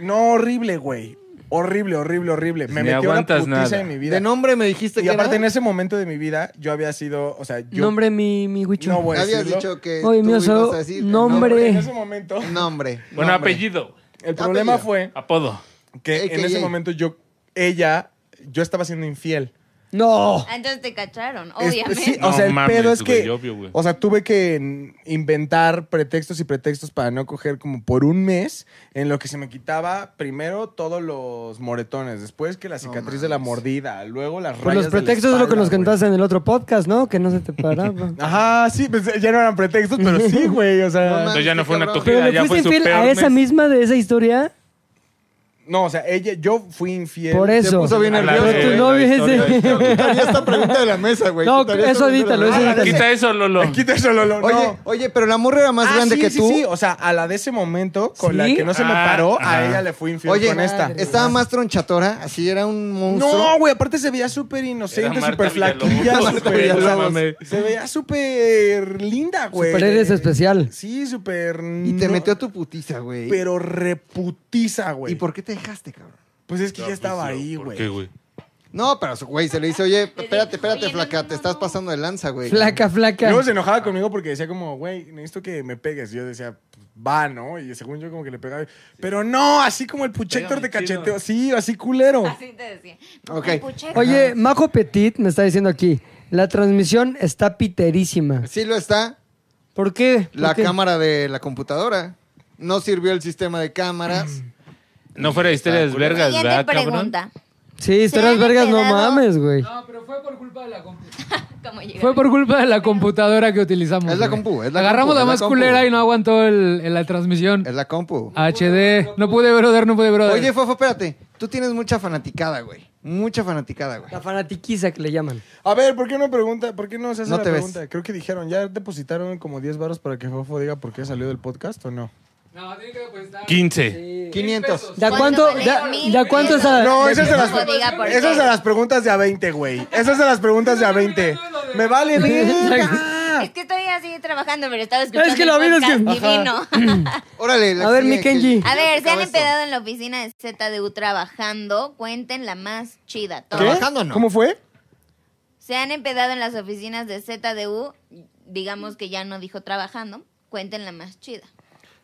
[SPEAKER 3] no, horrible, güey. Horrible, horrible, horrible. Me
[SPEAKER 4] Ni
[SPEAKER 3] metió la
[SPEAKER 4] aguantas
[SPEAKER 3] putiza
[SPEAKER 4] nada.
[SPEAKER 3] de mi vida.
[SPEAKER 2] De nombre me dijiste
[SPEAKER 3] y
[SPEAKER 2] que
[SPEAKER 3] aparte, en
[SPEAKER 2] era.
[SPEAKER 3] ese momento de mi vida, yo había sido, o sea, yo
[SPEAKER 1] Nombre mi, mi huicho.
[SPEAKER 3] no voy a
[SPEAKER 2] Habías
[SPEAKER 3] decirlo.
[SPEAKER 2] dicho que
[SPEAKER 1] Oye,
[SPEAKER 2] tú
[SPEAKER 1] mío,
[SPEAKER 2] ibas
[SPEAKER 1] solo
[SPEAKER 2] a decir
[SPEAKER 1] nombre.
[SPEAKER 3] En ese momento,
[SPEAKER 2] Nombre.
[SPEAKER 4] Bueno,
[SPEAKER 2] nombre.
[SPEAKER 4] apellido.
[SPEAKER 3] el problema
[SPEAKER 2] Apellido.
[SPEAKER 3] fue
[SPEAKER 4] Apodo.
[SPEAKER 3] que en
[SPEAKER 2] AKA.
[SPEAKER 3] ese momento yo, ella, yo estaba siendo infiel.
[SPEAKER 1] No.
[SPEAKER 5] Ah, entonces te cacharon,
[SPEAKER 1] Este,
[SPEAKER 3] Es-
[SPEAKER 5] obviamente.
[SPEAKER 3] sí, o
[SPEAKER 4] No
[SPEAKER 3] sea, el
[SPEAKER 4] mames,
[SPEAKER 3] pedo es
[SPEAKER 4] güey,
[SPEAKER 3] que,
[SPEAKER 4] obvio, güey.
[SPEAKER 3] o sea, tuve que mm, inventar pretextos y pretextos para no coger como por un mes, en lo que se me quitaba primero todos los moretones, después que la cicatriz de la mordida, luego las
[SPEAKER 1] Pues los
[SPEAKER 3] rayas de la
[SPEAKER 1] pretextos es lo que
[SPEAKER 3] espalda,
[SPEAKER 1] nos
[SPEAKER 3] güey.
[SPEAKER 1] contaste en el otro podcast, ¿no? Que no se te paraba.
[SPEAKER 3] Ajá, sí, pues, ya no eran pretextos, pero sí, güey, o
[SPEAKER 2] No
[SPEAKER 3] sea,
[SPEAKER 2] mames,
[SPEAKER 4] Entonces ya no
[SPEAKER 2] qué
[SPEAKER 4] fue una
[SPEAKER 2] cabrón.
[SPEAKER 4] tujera,
[SPEAKER 1] Pero le
[SPEAKER 4] ya
[SPEAKER 1] fuiste
[SPEAKER 4] fue su
[SPEAKER 1] infiel
[SPEAKER 4] peor
[SPEAKER 1] a esa
[SPEAKER 4] mes.
[SPEAKER 1] misma de esa historia.
[SPEAKER 3] no, o sea, ella, yo fui infiel.
[SPEAKER 1] Por eso.
[SPEAKER 2] puso bien
[SPEAKER 4] A la
[SPEAKER 2] nervioso,
[SPEAKER 4] de-
[SPEAKER 1] Pero tu
[SPEAKER 4] la
[SPEAKER 1] novio es
[SPEAKER 4] historia
[SPEAKER 1] de-
[SPEAKER 4] de-
[SPEAKER 2] Quitaría esta pregunta de la mesa, güey.
[SPEAKER 1] No,
[SPEAKER 2] Quitaría esta
[SPEAKER 1] eso
[SPEAKER 2] pregunta de
[SPEAKER 1] edítalo,
[SPEAKER 2] la
[SPEAKER 1] eso edítalo.
[SPEAKER 2] mesa.
[SPEAKER 4] Ah, Quita eso, Lolo.
[SPEAKER 3] Quita eso, Lolo, no.
[SPEAKER 2] Oye, oye, pero la morra era más
[SPEAKER 3] Ah,
[SPEAKER 2] grande
[SPEAKER 3] sí,
[SPEAKER 2] que
[SPEAKER 3] sí,
[SPEAKER 2] tú.
[SPEAKER 3] Sí, o sea, a la de ese momento, con
[SPEAKER 1] ¿Sí?
[SPEAKER 3] la que no se me
[SPEAKER 4] Ah,
[SPEAKER 3] paró, a
[SPEAKER 4] ajá.
[SPEAKER 3] ella le fui infiel
[SPEAKER 2] Oye,
[SPEAKER 3] con esta.
[SPEAKER 2] estaba más tronchatora, así era un monstruo.
[SPEAKER 3] No, güey, aparte se veía súper
[SPEAKER 4] Era
[SPEAKER 3] inocente,
[SPEAKER 4] Marta
[SPEAKER 3] súper flaquilla,
[SPEAKER 2] güey,
[SPEAKER 4] Villalobos,
[SPEAKER 3] súper...
[SPEAKER 2] no
[SPEAKER 3] o sea,
[SPEAKER 4] mames.
[SPEAKER 3] Se veía súper linda, güey.
[SPEAKER 1] Super eres especial.
[SPEAKER 3] Sí, súper...
[SPEAKER 2] Y te
[SPEAKER 3] no,
[SPEAKER 2] metió a tu putiza, güey.
[SPEAKER 3] Pero reputiza, güey.
[SPEAKER 2] ¿Y por qué te dejaste, cabrón?
[SPEAKER 3] Pues es que
[SPEAKER 4] No,
[SPEAKER 3] ya
[SPEAKER 4] pues,
[SPEAKER 3] estaba
[SPEAKER 4] no,
[SPEAKER 3] ahí,
[SPEAKER 4] ¿por qué,
[SPEAKER 3] güey.
[SPEAKER 2] No, pero su güey se le dice, oye, espérate, espérate,
[SPEAKER 5] Oye, no,
[SPEAKER 2] flaca,
[SPEAKER 5] no,
[SPEAKER 2] te
[SPEAKER 5] no,
[SPEAKER 2] estás
[SPEAKER 5] no.
[SPEAKER 2] pasando de lanza, güey.
[SPEAKER 1] Flaca, flaca.
[SPEAKER 3] Luego se enojaba conmigo porque decía como, güey, necesito que me pegues. Yo decía, "Pues, va, ¿no? Y según yo como que le pegaba. Pero no, así como el puchector de
[SPEAKER 4] Pégame chido.
[SPEAKER 3] cacheteo. Sí, así culero.
[SPEAKER 5] Así te decía.
[SPEAKER 2] Ok.
[SPEAKER 5] Ay, pucheca.
[SPEAKER 1] Oye, Majo Petit me está diciendo aquí. La transmisión está piterísima.
[SPEAKER 2] Sí lo está,
[SPEAKER 1] ¿Por qué? ¿Por
[SPEAKER 2] la
[SPEAKER 1] qué?
[SPEAKER 2] cámara de la computadora. No sirvió el sistema de cámaras.
[SPEAKER 4] No fuera historias vergas,
[SPEAKER 5] Siguiente
[SPEAKER 4] ¿verdad, cabrón?
[SPEAKER 5] pregunta.
[SPEAKER 1] Sí, historias
[SPEAKER 5] han
[SPEAKER 1] vergas, no
[SPEAKER 5] quedado-
[SPEAKER 1] mames, güey.
[SPEAKER 6] No, pero fue por culpa de la computadora.
[SPEAKER 5] ¿Cómo llegaron?
[SPEAKER 6] Fue por culpa de la computadora que utilizamos.
[SPEAKER 2] Es la
[SPEAKER 6] güey.
[SPEAKER 2] compu, es la
[SPEAKER 6] Agarramos
[SPEAKER 2] compu,
[SPEAKER 6] la
[SPEAKER 2] es la
[SPEAKER 6] más
[SPEAKER 2] compu.
[SPEAKER 6] culera y no aguantó el, el- la transmisión.
[SPEAKER 2] Es la compu.
[SPEAKER 6] HD. No pude brother, no pude brother.
[SPEAKER 2] Oye, Fofo, espérate. Tú tienes mucha fanaticada, güey. Mucha fanaticada, güey.
[SPEAKER 1] La fanatiquiza que le llaman.
[SPEAKER 3] A ver, ¿por qué no pregunta? ¿Por qué no se hace
[SPEAKER 2] No
[SPEAKER 3] la
[SPEAKER 2] te ves.
[SPEAKER 3] pregunta? Creo que dijeron, ¿ya depositaron como 10 varos para que Fofo diga por qué salió del podcast o no?
[SPEAKER 6] no, tiene que depositar
[SPEAKER 4] 15.
[SPEAKER 2] 500.
[SPEAKER 1] ¿De a
[SPEAKER 5] Cuando
[SPEAKER 1] cuánto,
[SPEAKER 5] valieron
[SPEAKER 1] de, a-
[SPEAKER 5] mil
[SPEAKER 1] de a cuánto es
[SPEAKER 5] pesos.
[SPEAKER 1] a-
[SPEAKER 3] No, esas de las,
[SPEAKER 5] Fofo diga por qué.
[SPEAKER 3] esas de las preguntas de a 20, güey. Esas de las preguntas de a 20. Me vale verga.
[SPEAKER 5] Es que estoy así trabajando, pero estaba escuchando.
[SPEAKER 1] Es que lo
[SPEAKER 5] el
[SPEAKER 1] vi, es que-
[SPEAKER 5] podcast divino.
[SPEAKER 2] Órale. la
[SPEAKER 1] A ver,
[SPEAKER 2] que
[SPEAKER 1] mi
[SPEAKER 2] sigue,
[SPEAKER 1] Kenji.
[SPEAKER 2] que-
[SPEAKER 5] A ver,
[SPEAKER 2] que
[SPEAKER 5] se han
[SPEAKER 2] acaba esto.
[SPEAKER 5] empedado en la oficina de ZDU trabajando. Cuenten la más chida.
[SPEAKER 2] ¿Qué?
[SPEAKER 5] todos.
[SPEAKER 2] ¿Trabajando o no?
[SPEAKER 3] ¿Cómo fue?
[SPEAKER 5] Se han empedado en las oficinas de ZDU. Digamos que ya no dijo trabajando. Cuenten la más chida.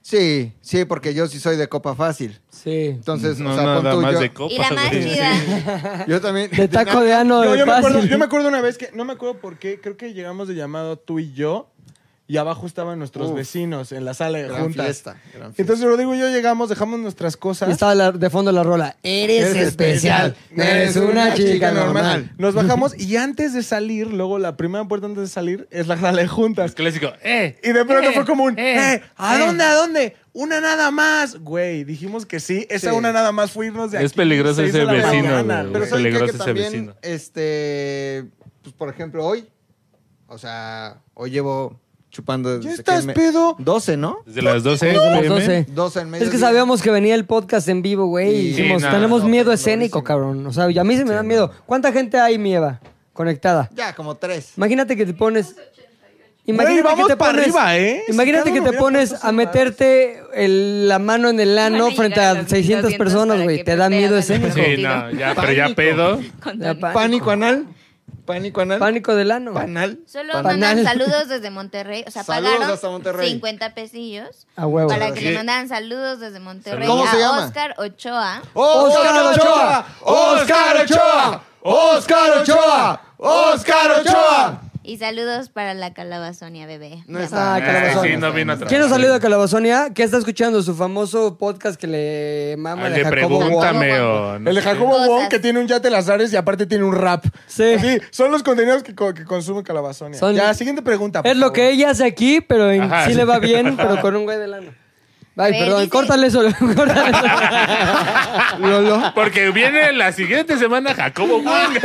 [SPEAKER 2] Sí, sí, porque yo sí soy de copa fácil.
[SPEAKER 1] Sí.
[SPEAKER 2] Entonces,
[SPEAKER 4] No,
[SPEAKER 2] o sea, pon
[SPEAKER 4] nada
[SPEAKER 2] tú,
[SPEAKER 4] más
[SPEAKER 2] yo,
[SPEAKER 4] de copa,
[SPEAKER 5] y la más
[SPEAKER 4] güey.
[SPEAKER 5] chida.
[SPEAKER 2] yo también.
[SPEAKER 1] De taco de ano,
[SPEAKER 3] Yo,
[SPEAKER 1] de
[SPEAKER 3] yo me acuerdo,
[SPEAKER 1] fácil.
[SPEAKER 3] yo me acuerdo una vez que, no me acuerdo por qué, creo que llegamos de llamado tú y yo. y abajo estaban nuestros
[SPEAKER 2] Uf.
[SPEAKER 3] vecinos en la sala de
[SPEAKER 2] Gran
[SPEAKER 3] juntas.
[SPEAKER 2] fiesta, gran fiesta.
[SPEAKER 3] Entonces Rodrigo y yo llegamos, dejamos nuestras cosas.
[SPEAKER 1] Y estaba la- de fondo la rola. Eres especial, eres una chica normal.
[SPEAKER 3] Nos bajamos y antes de salir, luego la primera puerta antes de salir es la sala de juntas.
[SPEAKER 4] El clásico, ¡eh!
[SPEAKER 3] Y de pronto
[SPEAKER 4] eh,
[SPEAKER 3] fue como un,
[SPEAKER 4] eh,
[SPEAKER 3] "Eh, ¿A
[SPEAKER 4] eh".
[SPEAKER 3] dónde? ¿A dónde? Una nada más. Güey, dijimos que sí. Esa
[SPEAKER 2] Sí.
[SPEAKER 3] una nada más fue irnos de aquí.
[SPEAKER 4] Es peligroso
[SPEAKER 3] seis
[SPEAKER 4] ese
[SPEAKER 3] de la
[SPEAKER 4] vecino,
[SPEAKER 3] mañana,
[SPEAKER 4] güey.
[SPEAKER 2] Pero
[SPEAKER 3] güey.
[SPEAKER 2] ¿saben qué?
[SPEAKER 4] peligroso
[SPEAKER 2] que
[SPEAKER 4] ese
[SPEAKER 2] también,
[SPEAKER 4] vecino.
[SPEAKER 2] este, pues por ejemplo, hoy, o sea, hoy llevo chupando desde
[SPEAKER 3] ¿Ya
[SPEAKER 2] que
[SPEAKER 3] estás
[SPEAKER 2] me-
[SPEAKER 3] pedo?
[SPEAKER 2] 12, ¿no?
[SPEAKER 4] Desde las 12
[SPEAKER 1] Las
[SPEAKER 4] pm.
[SPEAKER 1] 12.
[SPEAKER 2] 12 en medio.
[SPEAKER 1] Es que sabíamos que venía el podcast en vivo, güey. Y
[SPEAKER 2] Sí,
[SPEAKER 1] dijimos,
[SPEAKER 4] no,
[SPEAKER 1] tenemos
[SPEAKER 2] no,
[SPEAKER 1] miedo
[SPEAKER 2] no,
[SPEAKER 1] escénico,
[SPEAKER 2] no.
[SPEAKER 1] cabrón. O sea, y a mí se me da miedo. ¿Cuánta gente hay, mi Eva, conectada?
[SPEAKER 2] Ya, como 3.
[SPEAKER 1] Imagínate que te pones.
[SPEAKER 3] Güey, vamos pa' arriba, ¿eh? Si
[SPEAKER 1] Imagínate
[SPEAKER 3] cada
[SPEAKER 1] que te
[SPEAKER 3] uno hubiera puesto
[SPEAKER 1] pones a
[SPEAKER 3] sus
[SPEAKER 1] meterte el- la mano en el
[SPEAKER 5] Van a
[SPEAKER 1] ano
[SPEAKER 5] llegar
[SPEAKER 1] frente
[SPEAKER 5] a
[SPEAKER 1] a
[SPEAKER 5] las
[SPEAKER 1] 600
[SPEAKER 5] 1200
[SPEAKER 1] personas,
[SPEAKER 5] para
[SPEAKER 1] güey.
[SPEAKER 5] que
[SPEAKER 1] Te da
[SPEAKER 5] pepearan
[SPEAKER 1] miedo
[SPEAKER 5] el
[SPEAKER 1] escénico.
[SPEAKER 5] mejor.
[SPEAKER 4] Sí, no, ya, pero ya
[SPEAKER 2] Pánico.
[SPEAKER 4] pedo.
[SPEAKER 5] Con
[SPEAKER 1] La
[SPEAKER 5] Dani.
[SPEAKER 1] pa-
[SPEAKER 2] Pánico anal. Pánico anal.
[SPEAKER 1] Pánico del ano.
[SPEAKER 2] Panal.
[SPEAKER 5] Solo
[SPEAKER 1] Panal.
[SPEAKER 5] mandan saludos desde Monterrey. O sea,
[SPEAKER 2] Saludos
[SPEAKER 5] pagaron
[SPEAKER 2] hasta Monterrey.
[SPEAKER 5] 50 pesillos
[SPEAKER 1] A huevo.
[SPEAKER 5] para que
[SPEAKER 4] Sí.
[SPEAKER 5] le mandaran saludos desde Monterrey
[SPEAKER 2] ¿Cómo
[SPEAKER 5] a
[SPEAKER 2] se llama?
[SPEAKER 5] Oscar Ochoa.
[SPEAKER 1] ¡Óscar Ochoa!
[SPEAKER 2] Oscar Ochoa, Oscar Ochoa, Oscar Ochoa.
[SPEAKER 5] Y saludos para la calabazonia bebé.
[SPEAKER 2] No
[SPEAKER 5] La
[SPEAKER 2] está.
[SPEAKER 1] Ah, calabazón.
[SPEAKER 4] Eh, Sí, no vino a
[SPEAKER 1] ¿Quién nos salió de Calabazonia? ¿Qué está escuchando? Su famoso podcast que le mama
[SPEAKER 4] El
[SPEAKER 1] de
[SPEAKER 4] de
[SPEAKER 1] Jacobo Wong.
[SPEAKER 4] pregúntame o no
[SPEAKER 3] El de
[SPEAKER 4] sé.
[SPEAKER 3] Jacobo
[SPEAKER 5] Cosas.
[SPEAKER 3] Wong que tiene un yate Lazares y aparte tiene un rap.
[SPEAKER 1] Sí.
[SPEAKER 3] Sí, son los contenidos que, co- que consume Calabazonia.
[SPEAKER 1] Son-
[SPEAKER 3] Ya, siguiente pregunta. por
[SPEAKER 1] Es lo
[SPEAKER 3] favor.
[SPEAKER 1] que ella hace aquí, pero en-
[SPEAKER 4] Ajá,
[SPEAKER 1] sí
[SPEAKER 4] sí.
[SPEAKER 1] le va bien, pero con un güey de lana. Ay,
[SPEAKER 5] Pero
[SPEAKER 1] perdón,
[SPEAKER 5] dice-
[SPEAKER 1] córtale eso, córtale eso.
[SPEAKER 2] Lolo.
[SPEAKER 4] Porque viene la siguiente semana Jacobo Wong.